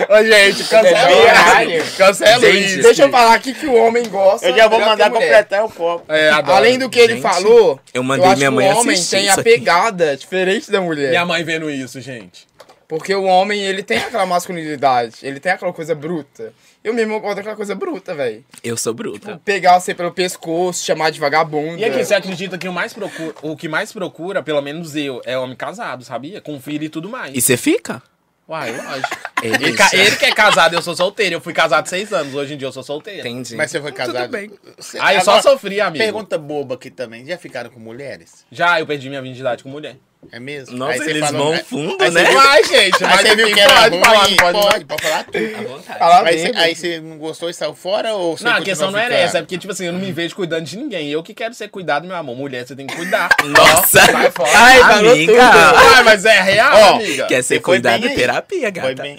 Speaker 2: Ô, gente,
Speaker 1: É horário.
Speaker 2: Cancela
Speaker 3: Gente,
Speaker 2: isso.
Speaker 1: Deixa eu falar aqui que o homem gosta.
Speaker 2: Eu já vou
Speaker 1: melhor
Speaker 2: mandar
Speaker 1: que a mulher.
Speaker 2: completar o copo.
Speaker 4: É, adoro.
Speaker 1: Além do que ele
Speaker 3: Gente,
Speaker 1: falou,
Speaker 3: eu mandei
Speaker 1: acho
Speaker 3: minha
Speaker 1: que
Speaker 3: mãe
Speaker 1: o homem
Speaker 3: assistir
Speaker 1: tem
Speaker 3: isso
Speaker 1: a
Speaker 3: aqui.
Speaker 1: pegada diferente da mulher.
Speaker 4: Minha mãe vendo isso, gente.
Speaker 1: Porque o homem, ele tem aquela masculinidade, ele tem aquela coisa bruta. Eu mesmo gosto daquela coisa bruta, velho.
Speaker 3: Eu sou bruta.
Speaker 1: Pegar você pelo pescoço, chamar de vagabundo.
Speaker 4: E aqui, você acredita que o, mais procura, o que mais procura, pelo menos eu, é homem casado, sabia? Com filho e tudo mais.
Speaker 3: E você fica?
Speaker 4: Uai, lógico.
Speaker 3: Ele
Speaker 4: Ele, ca-
Speaker 3: deixa.
Speaker 4: ele que é casado, eu sou solteiro. Eu fui casado seis anos, hoje em dia eu sou solteiro.
Speaker 3: Entendi.
Speaker 2: Mas você foi
Speaker 3: Então,
Speaker 2: casado?
Speaker 3: Tudo bem.
Speaker 2: Você-
Speaker 4: Ah, eu só
Speaker 2: Agora,
Speaker 4: sofri, amigo.
Speaker 2: Pergunta boba aqui também. Já ficaram com mulheres?
Speaker 4: Já eu perdi minha virgindade com mulher.
Speaker 2: É mesmo?
Speaker 3: Nossa,
Speaker 2: você
Speaker 3: eles
Speaker 2: falou-
Speaker 3: vão
Speaker 2: aí-
Speaker 3: fundo,
Speaker 2: aí você
Speaker 3: né?
Speaker 2: viu-
Speaker 4: Ai, gente,
Speaker 2: Aí você viu que era
Speaker 4: pode
Speaker 2: ruim,
Speaker 4: falar,
Speaker 2: pode,
Speaker 4: não pode,
Speaker 2: pode, falar tudo.
Speaker 3: À vontade.
Speaker 1: Falar
Speaker 2: Aí você,
Speaker 1: dentro.
Speaker 2: aí você não gostou e saiu fora ou você
Speaker 4: Não, a
Speaker 2: continuou
Speaker 4: questão não era
Speaker 2: ficando?
Speaker 4: essa, é porque, tipo assim, eu não me vejo cuidando de ninguém. Eu que quero ser cuidado, meu amor. Mulher, você tem que cuidar.
Speaker 3: Nossa!
Speaker 4: Sai fora.
Speaker 3: Ai,
Speaker 1: falou
Speaker 3: amiga!
Speaker 4: Ai, mas é real,
Speaker 2: Ó,
Speaker 4: amiga.
Speaker 3: Quer ser
Speaker 2: Você foi
Speaker 3: cuidado
Speaker 2: bem
Speaker 3: e
Speaker 2: aí.
Speaker 3: terapia, gata.
Speaker 2: Foi bem.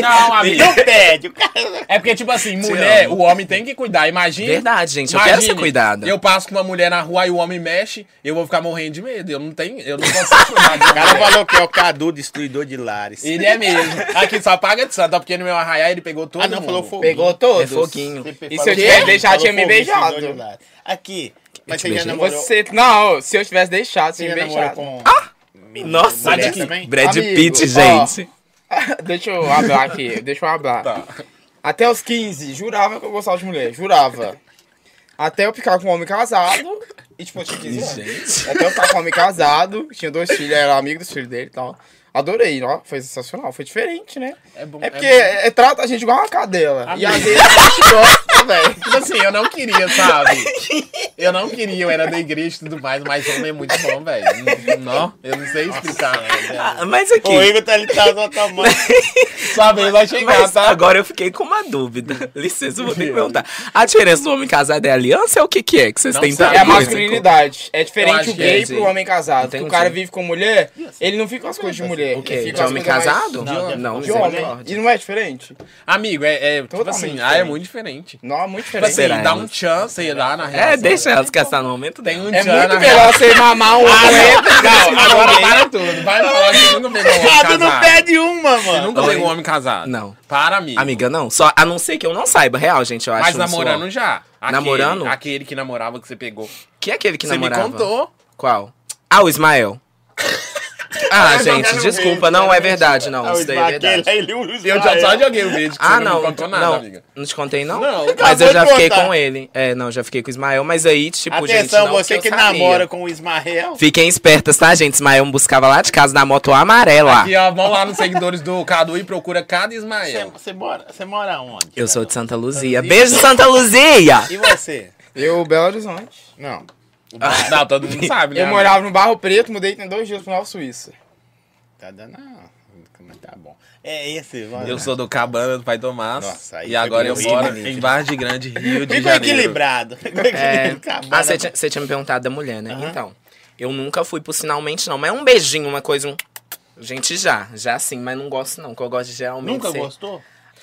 Speaker 4: Não, amiga.
Speaker 2: Não pede, o cara.
Speaker 4: É porque, tipo assim, mulher,
Speaker 3: amo.
Speaker 4: o homem tem que cuidar. Imagina.
Speaker 3: Verdade, gente, eu quero ser cuidada. É
Speaker 4: Eu passo com uma mulher na rua e o homem mexe, eu vou ficar morrendo de medo. Eu não tenho. Eu não consigo cuidar de
Speaker 2: O cara
Speaker 4: mulher.
Speaker 2: falou que é o Cadu, destruidor de lares.
Speaker 4: Ele é mesmo. Aqui só paga de santo, ó, porque no meu arraiá ele pegou todo.
Speaker 2: Ah, não,
Speaker 4: mundo.
Speaker 2: falou fogo.
Speaker 1: Pegou todos.
Speaker 3: É foguinho.
Speaker 1: E se eu tivesse deixado, tinha me beijado.
Speaker 2: Aqui. Mas
Speaker 3: te
Speaker 2: você já
Speaker 3: beijei?
Speaker 2: namorou...
Speaker 1: Você, não, se eu tivesse deixado,
Speaker 2: Você
Speaker 1: tinha
Speaker 2: já
Speaker 1: me
Speaker 2: namorou
Speaker 1: beijado.
Speaker 2: com... menino-
Speaker 3: Nossa,
Speaker 2: mulher
Speaker 4: aqui.
Speaker 2: também?
Speaker 3: Brad
Speaker 1: Amigo,
Speaker 3: Pitt,
Speaker 1: ó.
Speaker 3: gente.
Speaker 1: deixa eu hablar aqui, deixa eu hablar. Até os 15, jurava que eu gostava de mulher, jurava. Até eu ficar com um homem casado, e tipo, eu tinha 15 anos.
Speaker 3: Gente.
Speaker 1: Até eu ficar com um homem casado, tinha dois filhos, era amigo dos filhos dele e tal. Adorei, ó, foi sensacional, foi diferente, né?
Speaker 4: É bom.
Speaker 1: É porque
Speaker 4: bom.
Speaker 1: é, trata a gente igual uma cadela. E
Speaker 4: Amigo.
Speaker 1: às vezes a gente gosta, velho.
Speaker 4: Tipo assim, eu não queria, sabe? Eu não queria, eu era da igreja e tudo mais, mas homem é muito bom, velho. Não, eu não sei explicar. né?
Speaker 3: Ah, mas aqui.
Speaker 2: O Igor tá ali, tá no outro mão.
Speaker 4: Sua vez vai chegar,
Speaker 3: Mas
Speaker 4: tá?
Speaker 3: agora eu fiquei com uma dúvida. Licença, eu vou ter que perguntar. A diferença do homem casado é aliança ou o que, que é que vocês
Speaker 4: Não
Speaker 3: têm
Speaker 4: sei.
Speaker 1: É a
Speaker 4: Amigo.
Speaker 1: masculinidade. É
Speaker 4: Eu
Speaker 1: diferente
Speaker 4: acho
Speaker 1: o
Speaker 4: que
Speaker 1: gay
Speaker 3: é,
Speaker 1: pro
Speaker 3: sim.
Speaker 1: homem casado. Porque
Speaker 3: Entendi.
Speaker 1: o cara vive com mulher, ele não fica com as coisas de mulher.
Speaker 3: O
Speaker 1: ele
Speaker 3: quê?
Speaker 1: fica
Speaker 3: É, De
Speaker 1: com as
Speaker 3: homem
Speaker 1: coisas mais
Speaker 3: casado?
Speaker 2: Não,
Speaker 3: Não,
Speaker 1: De homem. E
Speaker 3: misericórdia.
Speaker 1: não é diferente?
Speaker 4: Amigo, é, é tipo
Speaker 1: Totalmente
Speaker 4: assim, ah, é
Speaker 1: diferente.
Speaker 4: muito diferente.
Speaker 1: Não, é muito
Speaker 4: Tipo
Speaker 1: diferente.
Speaker 4: assim,
Speaker 3: Será,
Speaker 4: dá
Speaker 3: hein?
Speaker 4: um chance, sei lá, na relação.
Speaker 3: É, deixa elas casar no momento
Speaker 4: Tem
Speaker 3: dela.
Speaker 4: um
Speaker 1: É
Speaker 4: tchan na
Speaker 1: muito melhor
Speaker 4: relação.
Speaker 1: você
Speaker 2: Ah,
Speaker 1: mamar um aguenta.
Speaker 4: Não, agora para tudo. Vai falar que nunca pegou um homem
Speaker 2: Cadu não
Speaker 4: casado.
Speaker 2: pede uma,
Speaker 4: Você
Speaker 2: mano.
Speaker 4: nunca pegou um homem casado.
Speaker 3: Não.
Speaker 4: Para, amigo.
Speaker 3: É, Amiga, não. Só, a não ser que eu não saiba, real, gente. Eu acho
Speaker 4: Mas
Speaker 3: um
Speaker 4: namorando
Speaker 3: suor.
Speaker 4: já. Aquele-
Speaker 3: Namorando?
Speaker 4: Aquele que namorava que você pegou.
Speaker 3: Que é aquele que
Speaker 4: Você me
Speaker 3: namorava?
Speaker 4: contou.
Speaker 3: Qual? Ah, o Ismael. Ah, gente,
Speaker 2: quero
Speaker 3: desculpa.
Speaker 2: ver,
Speaker 3: Não, é
Speaker 2: quero
Speaker 3: verdade, não.
Speaker 2: Ah, o
Speaker 3: Isso daí é
Speaker 2: Ismael,
Speaker 3: verdade.
Speaker 2: ele usa o
Speaker 4: Eu já,
Speaker 2: Ismael.
Speaker 4: só joguei o vídeo que
Speaker 3: Ah,
Speaker 4: você não,
Speaker 3: não.
Speaker 4: me contou nada,
Speaker 3: não,
Speaker 4: amiga.
Speaker 3: não te contei, não?
Speaker 4: Não.
Speaker 3: Mas
Speaker 2: Acabou
Speaker 3: eu já
Speaker 2: de
Speaker 3: fiquei
Speaker 2: contar.
Speaker 3: com ele. É, não, já fiquei com o Ismael. Mas aí, tipo, gente,
Speaker 2: Atenção,
Speaker 3: não,
Speaker 2: você
Speaker 3: eu
Speaker 2: que
Speaker 3: sabia.
Speaker 2: namora com o Ismael.
Speaker 3: Fiquem espertas, tá, gente? Ismael me buscava lá de casa na moto amarela.
Speaker 4: E ó, vão lá nos seguidores do Cadu e procura cada Ismael.
Speaker 2: Você mora, você mora onde?
Speaker 3: Eu sou de Santa Luzia. Beijo, Santa Luzia!
Speaker 2: E você?
Speaker 1: Eu, Belo Horizonte.
Speaker 2: Não.
Speaker 4: Não, todo mundo sabe, né?
Speaker 1: Eu morava no Barro Preto, mudei tem dois dias pro Nova Suíça.
Speaker 2: Tá dando. ah, Tá bom. É esse, vamos
Speaker 4: Eu
Speaker 2: lá.
Speaker 4: sou do Cabana do Pai Tomás.
Speaker 2: Nossa, aí
Speaker 4: e
Speaker 2: foi
Speaker 4: agora eu
Speaker 2: bonito,
Speaker 4: moro
Speaker 2: né,
Speaker 4: em
Speaker 2: gente?
Speaker 4: Bar de Grande, Rio de
Speaker 2: Ficou
Speaker 4: Janeiro.
Speaker 2: equilibrado. Ficou
Speaker 3: É,
Speaker 2: equilibrado.
Speaker 3: ah, você
Speaker 2: Cabana-
Speaker 3: tinha, você tinha me perguntado da mulher, né? Então, eu nunca fui pro Sinalmente, não. Mas é um beijinho, uma coisa, um... Gente, já. Já sim, mas não gosto não. Que eu gosto de geralmente
Speaker 2: né? Nunca
Speaker 3: ser-
Speaker 2: gostou?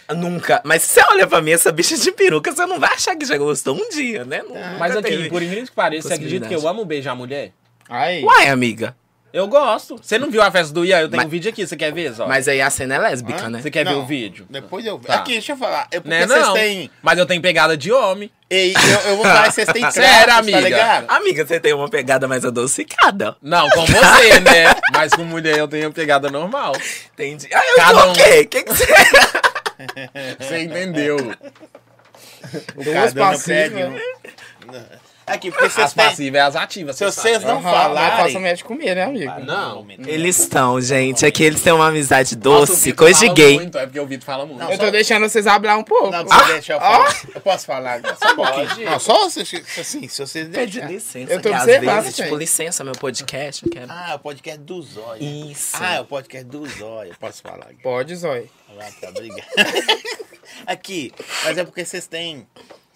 Speaker 3: Nunca. Mas se você olha pra mim, essa bicha de peruca, você não vai achar que já gostou um dia, né? Não,
Speaker 4: Ah, Mas
Speaker 3: nunca
Speaker 4: aqui,
Speaker 3: teve.
Speaker 4: por incrível que pareça, você acredita
Speaker 3: Possibilidade.
Speaker 4: que eu amo beijar mulher?
Speaker 1: Aí.
Speaker 3: Uai, amiga.
Speaker 4: Eu gosto. Você não viu a festa do Ian? Eu tenho
Speaker 3: Mas-
Speaker 4: um vídeo aqui, você quer ver, Zó?
Speaker 3: Mas aí a cena é lésbica,
Speaker 2: Hã?
Speaker 3: né?
Speaker 4: Você quer ver
Speaker 2: Não,
Speaker 4: o vídeo?
Speaker 2: Depois eu vejo.
Speaker 4: Tá.
Speaker 2: Aqui, deixa eu falar. É porque
Speaker 4: Né,
Speaker 2: vocês
Speaker 4: não.
Speaker 2: têm.
Speaker 4: Mas eu tenho pegada de homem.
Speaker 2: Ei, eu, eu vou falar que vocês têm traços,
Speaker 4: Sério, amiga?
Speaker 2: tá ligado?
Speaker 3: Amiga, você tem uma pegada mais adocicada.
Speaker 4: Não, com você, né? Mas com mulher eu tenho pegada normal.
Speaker 3: Entendi. Ah, eu
Speaker 4: Cada
Speaker 3: sou
Speaker 4: um.
Speaker 3: o quê? Que que você...
Speaker 4: Você entendeu?
Speaker 2: O
Speaker 1: Duas
Speaker 2: Cadu não
Speaker 1: passivas.
Speaker 2: pede um. Aqui, porque vocês
Speaker 4: As
Speaker 2: têm.
Speaker 4: passivas e as ativas.
Speaker 2: Se
Speaker 4: você sabe. né?
Speaker 2: vocês não
Speaker 1: Aham, Mas passa
Speaker 2: falarem.
Speaker 1: média de comer, né, amigo?
Speaker 4: Não.
Speaker 3: Eles estão, gente. Aqui eles têm uma amizade
Speaker 4: Nossa, o
Speaker 3: doce,
Speaker 4: Vitor
Speaker 3: coisa de
Speaker 4: fala
Speaker 3: gay.
Speaker 4: muito, é porque o Vitor fala muito.
Speaker 2: Não,
Speaker 1: Eu
Speaker 2: só-
Speaker 1: tô deixando vocês hablar um pouco.
Speaker 2: Não, precisa deixar eu falar. Eu posso falar agora, só um pouquinho.
Speaker 4: Pode.
Speaker 2: Não, só se, assim, se vocês
Speaker 3: Pede
Speaker 2: deixarem.
Speaker 3: licença,
Speaker 1: Eu tô
Speaker 3: que às
Speaker 1: observando,
Speaker 3: vezes,
Speaker 1: gente.
Speaker 3: tipo, licença, meu podcast, eu quero.
Speaker 2: Ah, é o podcast do Zóio.
Speaker 3: Isso.
Speaker 2: Ah, é o podcast do Zóio. Posso falar aqui.
Speaker 1: Pode, Zói.
Speaker 2: Lá, tá, obrigado. aqui, mas é porque vocês têm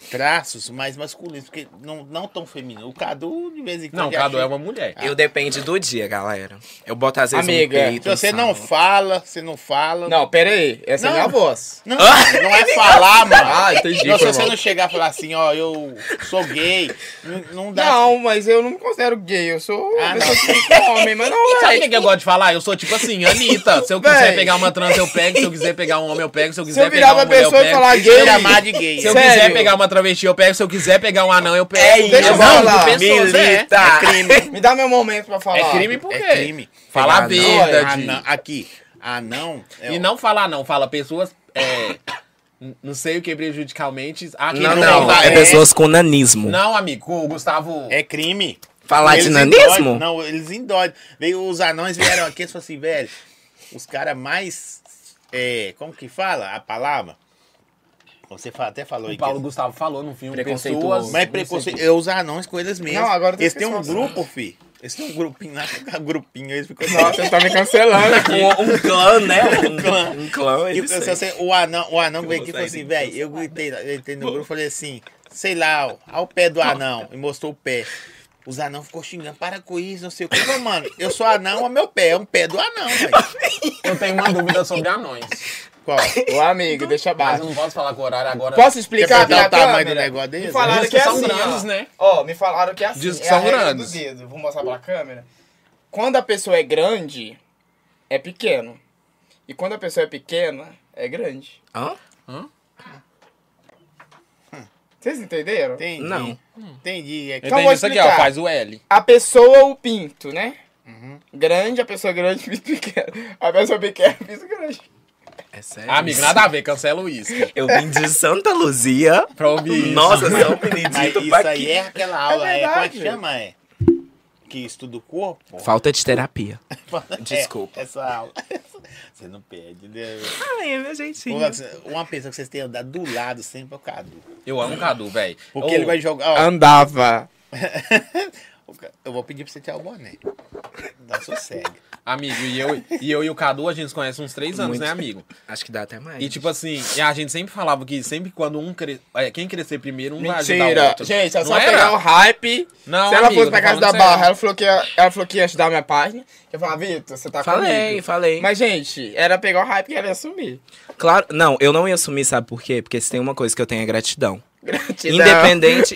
Speaker 2: traços mais masculinos, porque não, não tão femininos. O Cadu, de vez em quando.
Speaker 4: Não,
Speaker 2: já
Speaker 4: Cadu
Speaker 2: achei-
Speaker 4: é uma mulher.
Speaker 3: Eu depende do dia, galera. Eu boto às vezes
Speaker 1: Amiga,
Speaker 3: um peito,
Speaker 2: Se você
Speaker 3: um
Speaker 2: não
Speaker 3: sarro.
Speaker 2: fala, você não fala.
Speaker 1: Não, pera aí. Essa é
Speaker 2: Não.
Speaker 1: minha voz.
Speaker 2: Não, não é falar, mano.
Speaker 4: Ah, entendi,
Speaker 2: Não, se
Speaker 4: foi
Speaker 2: você
Speaker 4: mal.
Speaker 2: não chegar e falar assim, ó, eu sou gay, não, não dá.
Speaker 1: Não, mas eu não me considero gay. Eu sou uma
Speaker 2: Ah,
Speaker 1: pessoa que fica com homem, mas não,
Speaker 4: Sabe o
Speaker 1: velho.
Speaker 4: que que eu gosto de falar? Eu sou tipo assim, Anitta. Se eu quiser
Speaker 1: Véi.
Speaker 4: pegar uma trans, eu pego. Se eu quiser pegar um homem, eu pego. Se eu
Speaker 1: Se eu
Speaker 4: quiser
Speaker 1: virar
Speaker 4: pegar uma
Speaker 1: pra
Speaker 4: mulher, eu
Speaker 1: pessoa e
Speaker 4: pego.
Speaker 1: falar
Speaker 2: Tem que
Speaker 1: gay.
Speaker 2: chamar de gay.
Speaker 4: Se eu
Speaker 1: Sério?
Speaker 4: quiser pegar uma travesti, eu pego. Se eu quiser pegar um anão, eu pego.
Speaker 3: É isso.
Speaker 1: Deixa eu
Speaker 4: não,
Speaker 1: falar.
Speaker 4: de pessoas, é.
Speaker 3: Milita.
Speaker 2: É crime.
Speaker 1: Me dá meu momento pra falar.
Speaker 4: É crime por quê?
Speaker 2: É crime.
Speaker 4: Falar
Speaker 3: Pegar
Speaker 1: anão,
Speaker 4: verdade.
Speaker 2: Anão- é aqui, anão. é
Speaker 4: E
Speaker 2: o-
Speaker 4: não falar não, fala pessoas... é, n- não sei o que prejudicalmente... Ah, que
Speaker 2: não
Speaker 3: Não, não,
Speaker 2: dá,
Speaker 3: é,
Speaker 2: é.
Speaker 3: pessoas com nanismo.
Speaker 4: Não, amigo, o Gustavo...
Speaker 2: É crime.
Speaker 3: Falar
Speaker 2: Eles
Speaker 3: de
Speaker 2: endoidam.
Speaker 3: nanismo?
Speaker 2: Não, eles endoidam. Veio os anões vieram aqui e falaram assim, velho, os caras mais. é, como que fala a palavra? Você fala- até falou aí.
Speaker 4: O
Speaker 2: que-
Speaker 4: Paulo Gustavo falou no filme,
Speaker 3: Preconceituoso.
Speaker 1: assim,
Speaker 4: pessoas...
Speaker 1: é
Speaker 2: Mas preconceito. Eu os anões com eles mesmo.
Speaker 1: Não, agora eu tô
Speaker 2: Eles têm um
Speaker 1: esquecendo.
Speaker 2: grupo, fi. Eles têm um grupinho lá, um grupinho, eles ficam.
Speaker 1: Nossa, você tá me cancelando aqui.
Speaker 3: Um, um clã, né? Um clã. Um clã,
Speaker 2: E
Speaker 3: eles
Speaker 2: se
Speaker 3: sei.
Speaker 2: você- Tipo assim, o anão, o anão veio aqui e falou
Speaker 3: Eu vou
Speaker 2: assim,
Speaker 3: sair
Speaker 2: velho, eu gritei, lá, eu entrei no grupo e falei assim, sei lá, ó, ao pé do anão, e mostrou o pé. Os anão ficou xingando, para com isso, não sei o que. Eu falei, mano, eu sou anão, é meu pé, é um pé do anão, velho.
Speaker 4: Eu tenho uma dúvida sobre anões.
Speaker 2: Qual?
Speaker 1: Ô, amigo, deixa
Speaker 2: um
Speaker 4: Mas eu
Speaker 1: abaixo.
Speaker 4: não posso falar com o horário agora.
Speaker 1: Posso
Speaker 2: Quer
Speaker 1: explicar
Speaker 2: pegar
Speaker 1: pra
Speaker 2: o tamanho do
Speaker 1: câmera?
Speaker 2: negócio
Speaker 1: Me
Speaker 2: dele?
Speaker 1: falaram
Speaker 4: Diz
Speaker 1: que
Speaker 4: que
Speaker 1: é
Speaker 4: são
Speaker 1: assim,
Speaker 4: grandes,
Speaker 1: ó.
Speaker 4: né?
Speaker 1: Ó, me falaram que é assim.
Speaker 4: Diz que
Speaker 1: é
Speaker 4: são
Speaker 1: a regra
Speaker 4: grandes.
Speaker 1: do dedo. Vou mostrar pra câmera. Quando a pessoa é grande, é pequeno. E quando a pessoa é pequena, é grande.
Speaker 3: Hã?
Speaker 1: Vocês entenderam?
Speaker 2: Entendi.
Speaker 3: Não.
Speaker 2: Entendi. É que-
Speaker 1: Então
Speaker 4: Então
Speaker 1: vou
Speaker 4: isso aqui, ó,
Speaker 1: explicar.
Speaker 4: faz o L.
Speaker 1: A pessoa, o pinto, né?
Speaker 4: Uhum.
Speaker 1: Grande, a pessoa grande, pinto pequeno. A pessoa pequena, pinto grande.
Speaker 3: É sério?
Speaker 4: Amigo, nada a ver, cancela o uísque.
Speaker 3: Eu vim de Santa Luzia.
Speaker 4: Pra ouvir isso.
Speaker 3: Nossa, São
Speaker 2: Mas
Speaker 3: Benedito
Speaker 2: isso
Speaker 3: pra
Speaker 2: aí
Speaker 3: quê?
Speaker 2: é aquela aula, é, como é que
Speaker 1: verdade.
Speaker 2: chama, é? Que estuda o corpo?
Speaker 3: Falta de terapia.
Speaker 2: Desculpa.
Speaker 3: Desculpa.
Speaker 2: essa aula. Você não perde, né?
Speaker 3: Ai, é meu jeitinho.
Speaker 2: Uma, uma pessoa que vocês têm andado do lado sempre é o Cadu.
Speaker 4: Eu amo o Cadu, velho.
Speaker 2: Porque ele vai jogar.
Speaker 3: Ah.
Speaker 2: ó,
Speaker 1: Andava.
Speaker 2: o Ca- eu vou pedir pra você tirar o boné. Dá sossego.
Speaker 4: Amigo, e eu, e eu e o Cadu, a gente se conhece uns três anos,
Speaker 3: Muito.
Speaker 4: né, amigo?
Speaker 3: Acho que dá até mais.
Speaker 4: E tipo assim, e a gente sempre falava que sempre quando um cre... é, quem crescer primeiro, um vai ajudar o
Speaker 1: Mentira.
Speaker 4: outro.
Speaker 1: Gente, é só
Speaker 4: Não era?
Speaker 1: pegar o hype.
Speaker 4: Não,
Speaker 1: Se ela
Speaker 4: amigo,
Speaker 1: fosse pra
Speaker 4: tô
Speaker 1: casa
Speaker 4: falando
Speaker 1: da
Speaker 4: sério.
Speaker 1: Barra, ela falou, que ia, ela falou que ia ajudar a minha página. Eu falava, Vitor, você tá
Speaker 3: Falei,
Speaker 1: comigo.
Speaker 3: falei.
Speaker 1: Mas, gente, era pegar o hype que ela ia sumir.
Speaker 3: Claro, não, eu não ia assumir, sabe por quê? Porque se tem uma coisa que eu tenho é gratidão.
Speaker 1: Gratidão.
Speaker 3: Independente,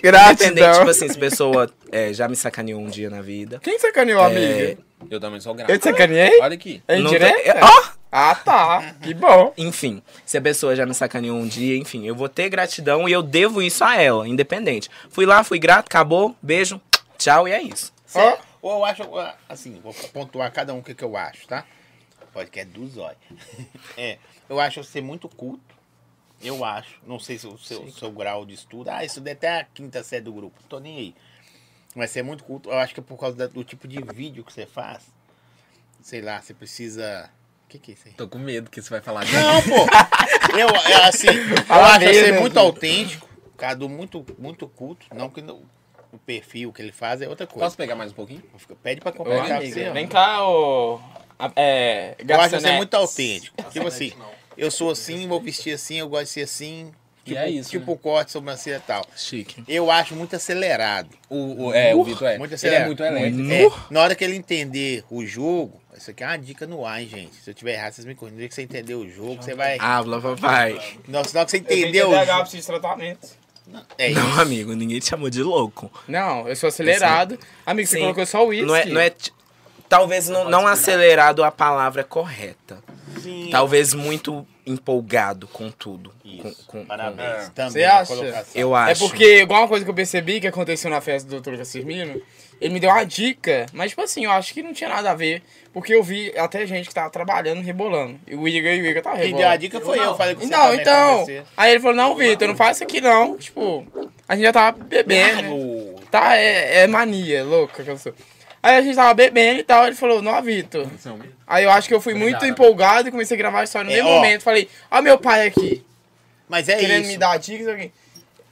Speaker 1: Gratidão.
Speaker 3: independente, tipo assim, se pessoa é, já me sacaneou um dia na vida.
Speaker 1: Quem sacaneou, amiga?
Speaker 4: Eu também sou grato.
Speaker 1: Eu te sacaneei?
Speaker 4: Olha aqui.
Speaker 1: É
Speaker 3: é, Não
Speaker 1: indireta?
Speaker 3: tem- Ó!
Speaker 1: Ah, tá. Que bom.
Speaker 3: Enfim, se a pessoa já me sacaneou um dia, enfim, eu vou ter gratidão e eu devo isso a ela, independente. Fui lá, fui grato, acabou, beijo, tchau e é isso.
Speaker 2: Cê-
Speaker 1: Ó.
Speaker 2: Ou eu acho, ah, assim, vou pontuar cada um o que, que eu acho, tá? Pode que é do zóio. É, eu acho você muito culto. Eu acho. Não sei se o seu, seu grau de estudo. Ah, estudei até a quinta série do grupo. Tô nem aí. Mas você é muito culto. Eu acho que é por causa da- do tipo de vídeo que você faz. Sei lá, você precisa. O que, que é isso aí?
Speaker 4: Tô com medo que você vai falar. disso.
Speaker 2: Não, pô. Eu, é assim, eu
Speaker 1: Fala
Speaker 2: acho
Speaker 1: mesmo,
Speaker 2: você
Speaker 1: né,
Speaker 2: muito
Speaker 1: Dudu?
Speaker 2: autêntico, Cadu muito, muito culto. Não que não- o perfil que ele faz é outra coisa.
Speaker 4: Posso pegar mais um pouquinho?
Speaker 2: Fica- Pede pra
Speaker 1: Ô,
Speaker 2: completar pra
Speaker 1: amiga,
Speaker 2: você. ó.
Speaker 1: vem cá, ô. a- É,
Speaker 2: Eu acho você
Speaker 1: garçonete.
Speaker 2: muito autêntico. Tipo assim,
Speaker 5: não.
Speaker 2: eu sou assim, vou vestir assim, eu gosto de ser assim.
Speaker 4: E
Speaker 2: Tipo,
Speaker 4: é isso,
Speaker 2: tipo corte, sobrancelha e tal.
Speaker 3: Chique.
Speaker 2: Eu acho muito acelerado.
Speaker 4: O, o- é,
Speaker 1: Uh,
Speaker 4: o Vitor é.
Speaker 2: muito
Speaker 4: ele é
Speaker 2: acelerado.
Speaker 4: muito elétrico.
Speaker 2: É, na hora que ele entender o jogo, isso aqui é uma dica no ar, hein, gente. Se eu tiver errado, vocês me corrigem. Na hora que você entender o jogo, você vai.
Speaker 3: Habla, papai.
Speaker 2: Nossa, na hora que você
Speaker 1: Eu tenho
Speaker 2: entender o
Speaker 1: TDAH, eu
Speaker 2: jogo.
Speaker 1: preciso de tratamento.
Speaker 2: É isso.
Speaker 3: Não, amigo, ninguém te chamou de louco.
Speaker 1: Não, eu sou acelerado. Amigo, você
Speaker 3: Sim.
Speaker 1: colocou só o uísque.
Speaker 3: Não é, não é t- talvez não, não acelerado a palavra correta.
Speaker 2: Sim.
Speaker 3: Talvez muito empolgado com tudo.
Speaker 2: Isso.
Speaker 3: Com- com-
Speaker 2: Parabéns.
Speaker 4: É.
Speaker 2: Também.
Speaker 1: Você
Speaker 2: né, assim. na
Speaker 1: acha?
Speaker 2: colocação.
Speaker 3: Eu
Speaker 1: É
Speaker 3: acho.
Speaker 1: porque, igual uma coisa que eu percebi que aconteceu na festa do Dr. Cassirmino, ele me deu uma dica, mas tipo assim, eu acho que não tinha nada a ver, porque eu vi até gente que tava trabalhando, rebolando. E o Igor e o Igor tava
Speaker 2: Quem deu a
Speaker 1: rebolando.
Speaker 2: dica foi eu. Falei com você. né,
Speaker 1: Não,
Speaker 2: também,
Speaker 1: então.
Speaker 2: pra você.
Speaker 1: Aí ele falou, não, Vitor, não faz isso aqui não. Tipo, a gente já tava bebendo. né?
Speaker 4: O-
Speaker 1: Tá, é, é mania, louca que eu sou. Aí a gente tava bebendo e tal, ele falou, não, Vitor. Aí eu acho que eu fui muito empolgado e comecei a gravar a história no
Speaker 2: É,
Speaker 1: mesmo
Speaker 2: ó.
Speaker 1: momento. Falei, ó meu pai aqui
Speaker 2: Mas é
Speaker 1: querendo
Speaker 2: isso.
Speaker 1: me dar dicas. alguém-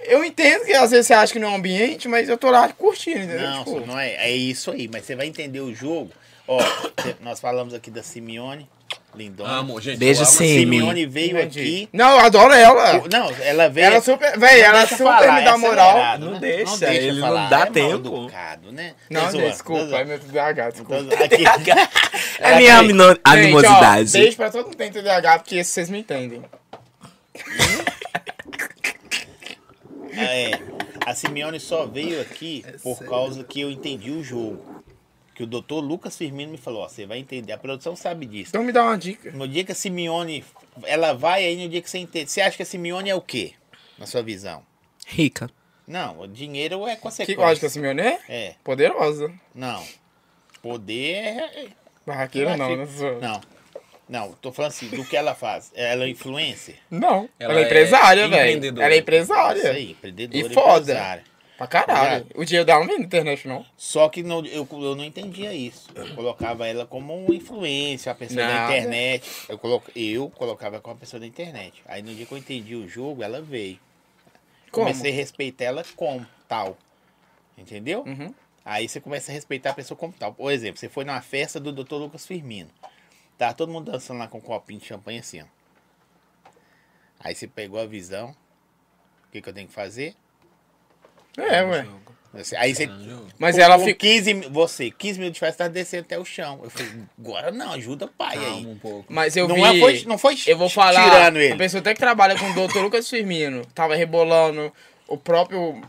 Speaker 1: Eu entendo que às vezes você acha que não é um ambiente, mas eu tô lá curtindo, entendeu?
Speaker 2: Não,
Speaker 1: Tipo,
Speaker 2: só não é, é isso aí, mas você vai entender o jogo. Ó, cê- nós falamos aqui da Simeone, lindona.
Speaker 4: Amo, gente.
Speaker 3: Beijo,
Speaker 4: eu amo.
Speaker 3: sim.
Speaker 2: Simeone veio
Speaker 1: entendi.
Speaker 2: aqui.
Speaker 1: Não, eu adoro ela.
Speaker 2: O- Não, ela veio.
Speaker 1: Ela super. Véi,
Speaker 2: Não
Speaker 1: ela
Speaker 2: deixa
Speaker 1: super
Speaker 2: falar,
Speaker 1: me
Speaker 2: é
Speaker 1: dá moral.
Speaker 2: acelerado,
Speaker 3: Não
Speaker 2: né?
Speaker 3: deixa, ele não
Speaker 2: falar,
Speaker 3: dá
Speaker 2: é mal
Speaker 3: tempo.
Speaker 2: Educado, né?
Speaker 1: Não,
Speaker 2: Tá zoando,
Speaker 1: desculpa,
Speaker 2: tá
Speaker 1: é meu TDAH, desculpa.
Speaker 2: zoando. Tá zoando. Aqui.
Speaker 3: É minha
Speaker 1: Aqui.
Speaker 3: amino-
Speaker 1: Gente, ó,
Speaker 3: animosidade.
Speaker 1: Beijo pra todo mundo que tá tem TDAH, porque esse vocês me entendem.
Speaker 2: É, a Simeone só veio aqui
Speaker 1: É
Speaker 2: por causa que eu entendi o jogo. Que o doutor Lucas Firmino me falou, ó, você vai entender. A produção sabe disso.
Speaker 1: Então me dá uma dica.
Speaker 2: No dia que a Simeone. Ela vai aí no dia que você entende. Você acha que a Simeone é o quê? Na sua visão?
Speaker 3: Rica.
Speaker 2: Não, o dinheiro é consequência.
Speaker 1: Que gosta da Simeone? é?
Speaker 2: É,
Speaker 1: Poderosa.
Speaker 2: não. Poder é. é-
Speaker 1: Barraqueira não, né?
Speaker 2: Não. Não, tô falando assim, do que ela faz? Ela é influencer?
Speaker 1: Não. Ela,
Speaker 4: Ela
Speaker 1: é empresária,
Speaker 4: é
Speaker 1: velho.
Speaker 4: empreendedora.
Speaker 1: Ela é
Speaker 2: Isso
Speaker 1: empresária.
Speaker 2: aí, empreendedora.
Speaker 1: E foda.
Speaker 2: empresária.
Speaker 1: Pra caralho. O dinheiro dela não vem na internet, não.
Speaker 2: Só que não- eu, eu não entendia isso. Eu colocava ela como uma influência, uma pessoa da
Speaker 1: Nada.
Speaker 2: internet. Eu, colo, eu colocava como uma pessoa da internet. Aí no dia que eu entendi o jogo, ela veio.
Speaker 1: Como?
Speaker 2: Comecei a respeitar ela como tal. Entendeu?
Speaker 1: Uhum.
Speaker 2: Aí você começa a respeitar a pessoa como tal. Por exemplo, você foi numa festa do Dr. Lucas Firmino. Tá todo mundo dançando lá com um copinho de champanhe assim, ó. Aí você pegou a visão. O que, que eu tenho que fazer?
Speaker 1: É, ué.
Speaker 2: Você- Aí você.
Speaker 1: Mas ela
Speaker 2: com
Speaker 1: ficou.
Speaker 2: 15, mi- você, 15 minutos de festa, tá descendo até o chão. Eu falei, agora não, ajuda o pai
Speaker 4: Calma
Speaker 2: aí.
Speaker 4: um pouco.
Speaker 1: Mas eu
Speaker 2: não,
Speaker 1: vi.
Speaker 2: é, foi, não foi
Speaker 1: Eu vou falar.
Speaker 2: tirando
Speaker 1: A
Speaker 2: ele.
Speaker 1: pessoa até que trabalha com o doutor Lucas Firmino. Tava rebolando o próprio.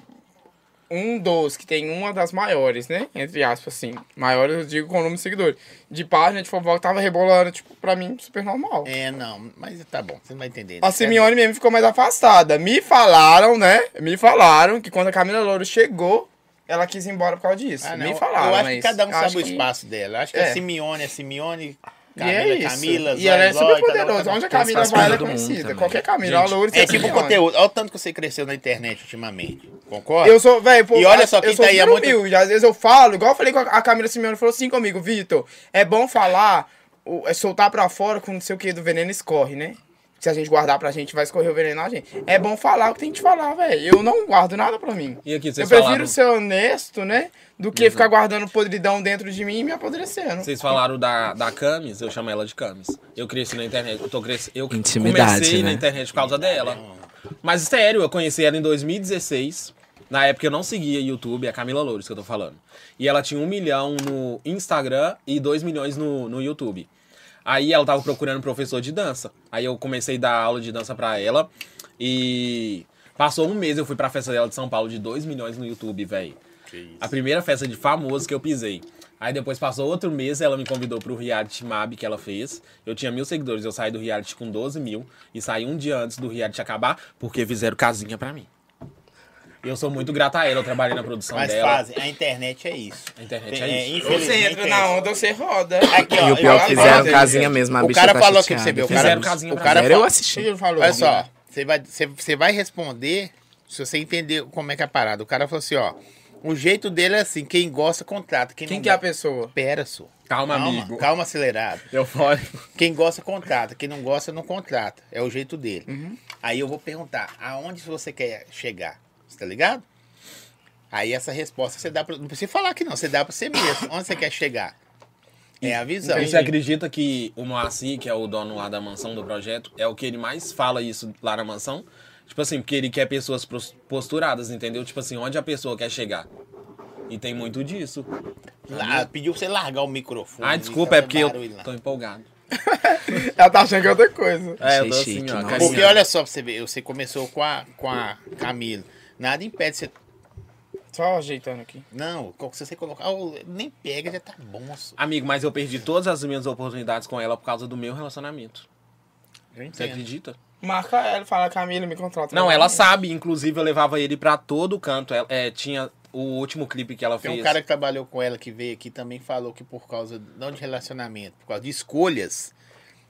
Speaker 1: Um dos, que tem uma das maiores, né? Entre aspas, assim. Maiores, eu digo com o número de seguidores. De página de fofoca, tava rebolando, tipo, pra mim, super normal.
Speaker 2: É, não, mas tá bom, você não vai entender.
Speaker 1: A Simeone mesmo ficou mais afastada. Me falaram, né? Me falaram que quando a Camila Louro chegou, ela quis ir embora por causa disso.
Speaker 2: Ah, não,
Speaker 1: Me falaram,
Speaker 2: Eu acho que
Speaker 1: mas
Speaker 2: cada um
Speaker 1: eu
Speaker 2: sabe
Speaker 1: acho
Speaker 2: o
Speaker 1: que-
Speaker 2: espaço dela. Eu acho que
Speaker 1: É.
Speaker 2: a Simeone, a Simeone,
Speaker 1: E
Speaker 2: Camila,
Speaker 1: é isso.
Speaker 2: Camila,
Speaker 1: e ela é
Speaker 2: Zói,
Speaker 1: super
Speaker 2: Zói, cada um uma-
Speaker 1: poderosa. Onde a
Speaker 3: tem
Speaker 1: Camila
Speaker 3: espaço
Speaker 1: vai,
Speaker 3: pra
Speaker 1: ela é
Speaker 3: todo mundo
Speaker 1: conhecida.
Speaker 3: também.
Speaker 1: Qualquer Camila, a Louro,
Speaker 2: um É tipo conteúdo. Olha o tanto que você cresceu na internet ultimamente. Concorda?
Speaker 1: Eu sou, velho, pô,
Speaker 2: E olha só, quem
Speaker 1: eu sou
Speaker 2: tá aí é
Speaker 1: super
Speaker 2: muito-
Speaker 1: humilde. Às vezes eu falo, igual eu falei com a Camila Simeone, falou assim comigo, Vitor, é bom falar, o- é soltar pra fora com não sei o que do veneno escorre, né? Se a gente guardar pra gente, vai escorrer o veneno na gente. É bom falar o que tem que falar, velho. Eu não guardo nada pra mim.
Speaker 4: E aqui,
Speaker 1: Eu
Speaker 4: vocês
Speaker 1: prefiro
Speaker 4: falaram,
Speaker 1: ser honesto, né? Do que ficar guardando podridão dentro de mim e me apodrecendo.
Speaker 4: vocês falaram da, da Camis, eu chamo ela de Camis. Eu cresci na internet, eu, tô cresci, eu
Speaker 3: Intimidade,
Speaker 4: comecei na
Speaker 3: né?
Speaker 4: internet por causa dela. Mas sério, eu conheci ela em 2016. Na época eu não seguia YouTube, é a Camila Loures que eu tô falando. E ela tinha um milhão no Instagram e dois milhões no, no YouTube. Aí ela tava procurando um professor de dança. Aí eu comecei a dar aula de dança pra ela. E passou um mês, eu fui pra festa dela de São Paulo de dois milhões no YouTube, velho. A primeira festa de famoso que eu pisei. Aí depois passou outro mês, ela me convidou pro reality MAB que ela fez. Eu tinha mil seguidores, eu saí do reality com 12 mil. E saí um dia antes do reality acabar, porque fizeram casinha pra mim. E eu sou muito grato a ela, eu trabalhei na produção
Speaker 2: Mas
Speaker 4: dela.
Speaker 2: fazem. A internet é isso.
Speaker 4: A internet é isso.
Speaker 2: infelizmente,
Speaker 1: Você entra
Speaker 2: é
Speaker 1: na
Speaker 2: isso.
Speaker 1: onda, você roda.
Speaker 2: Aqui, ó,
Speaker 3: E o pior, é
Speaker 2: eu-
Speaker 3: que fizeram
Speaker 1: eu-
Speaker 3: casinha mesmo. A
Speaker 2: O
Speaker 3: bicha
Speaker 2: cara
Speaker 3: tá
Speaker 2: falou aqui pra
Speaker 3: chateada.
Speaker 2: você ver. O
Speaker 4: Fizeram
Speaker 2: cara,
Speaker 4: casinha
Speaker 2: o
Speaker 4: pra
Speaker 2: cara
Speaker 4: mim.
Speaker 3: Sério, eu
Speaker 2: fala-
Speaker 1: O que
Speaker 3: assisti.
Speaker 1: ele falou? né?
Speaker 2: Olha só, você vai, você, você vai responder se você entender como é que é a parada. O cara falou assim, ó. O jeito dele é assim, quem gosta, contrata. Quem,
Speaker 1: Quem
Speaker 2: não
Speaker 1: que é a
Speaker 2: gosta,
Speaker 1: pessoa?
Speaker 2: Espera, só.
Speaker 4: Calma,
Speaker 2: Calma,
Speaker 4: amigo.
Speaker 2: calma acelerado.
Speaker 4: Eufórico.
Speaker 2: Quem gosta, contrata. Quem não gosta, não contrata. É o jeito dele.
Speaker 4: Uhum.
Speaker 2: Aí eu vou perguntar, aonde você quer chegar? Você tá ligado? Aí essa resposta você dá pra... Não precisa falar que não, você dá pra você mesmo. Onde você quer chegar? É a visão.
Speaker 4: E você acredita que o Moacir, que é o dono lá da mansão do projeto, é o que ele mais fala isso lá na mansão? Tipo assim, porque ele quer pessoas pros- posturadas, entendeu? Tipo assim, onde a pessoa quer chegar. E tem muito disso.
Speaker 2: Lá, pediu pra você largar o microfone.
Speaker 4: Ah, desculpa, é porque eu
Speaker 2: barulho lá.
Speaker 4: tô empolgado.
Speaker 1: Ela tá achando que é outra coisa.
Speaker 4: É, eu tô
Speaker 3: Achei
Speaker 4: assim,
Speaker 3: chique,
Speaker 4: ó.
Speaker 3: não.
Speaker 4: carinha.
Speaker 2: Porque olha só pra você ver, você começou com a, com a Camila. Nada impede você.
Speaker 1: Só ajeitando aqui.
Speaker 2: Não, se você colocar. oh, nem pega, já tá bom. só.
Speaker 4: Amigo, mas eu perdi todas as minhas oportunidades com ela por causa do meu relacionamento.
Speaker 2: Eu
Speaker 4: Você
Speaker 2: entendo.
Speaker 4: acredita?
Speaker 1: Marca ela, fala, Camila, me contrata.
Speaker 4: Não, ela sabe. Inclusive, eu levava ele pra todo canto. Ela- é, tinha o último clipe que ela
Speaker 2: Tem
Speaker 4: fez.
Speaker 2: um cara que trabalhou com ela que veio aqui também falou que por causa, não de relacionamento, por causa de escolhas,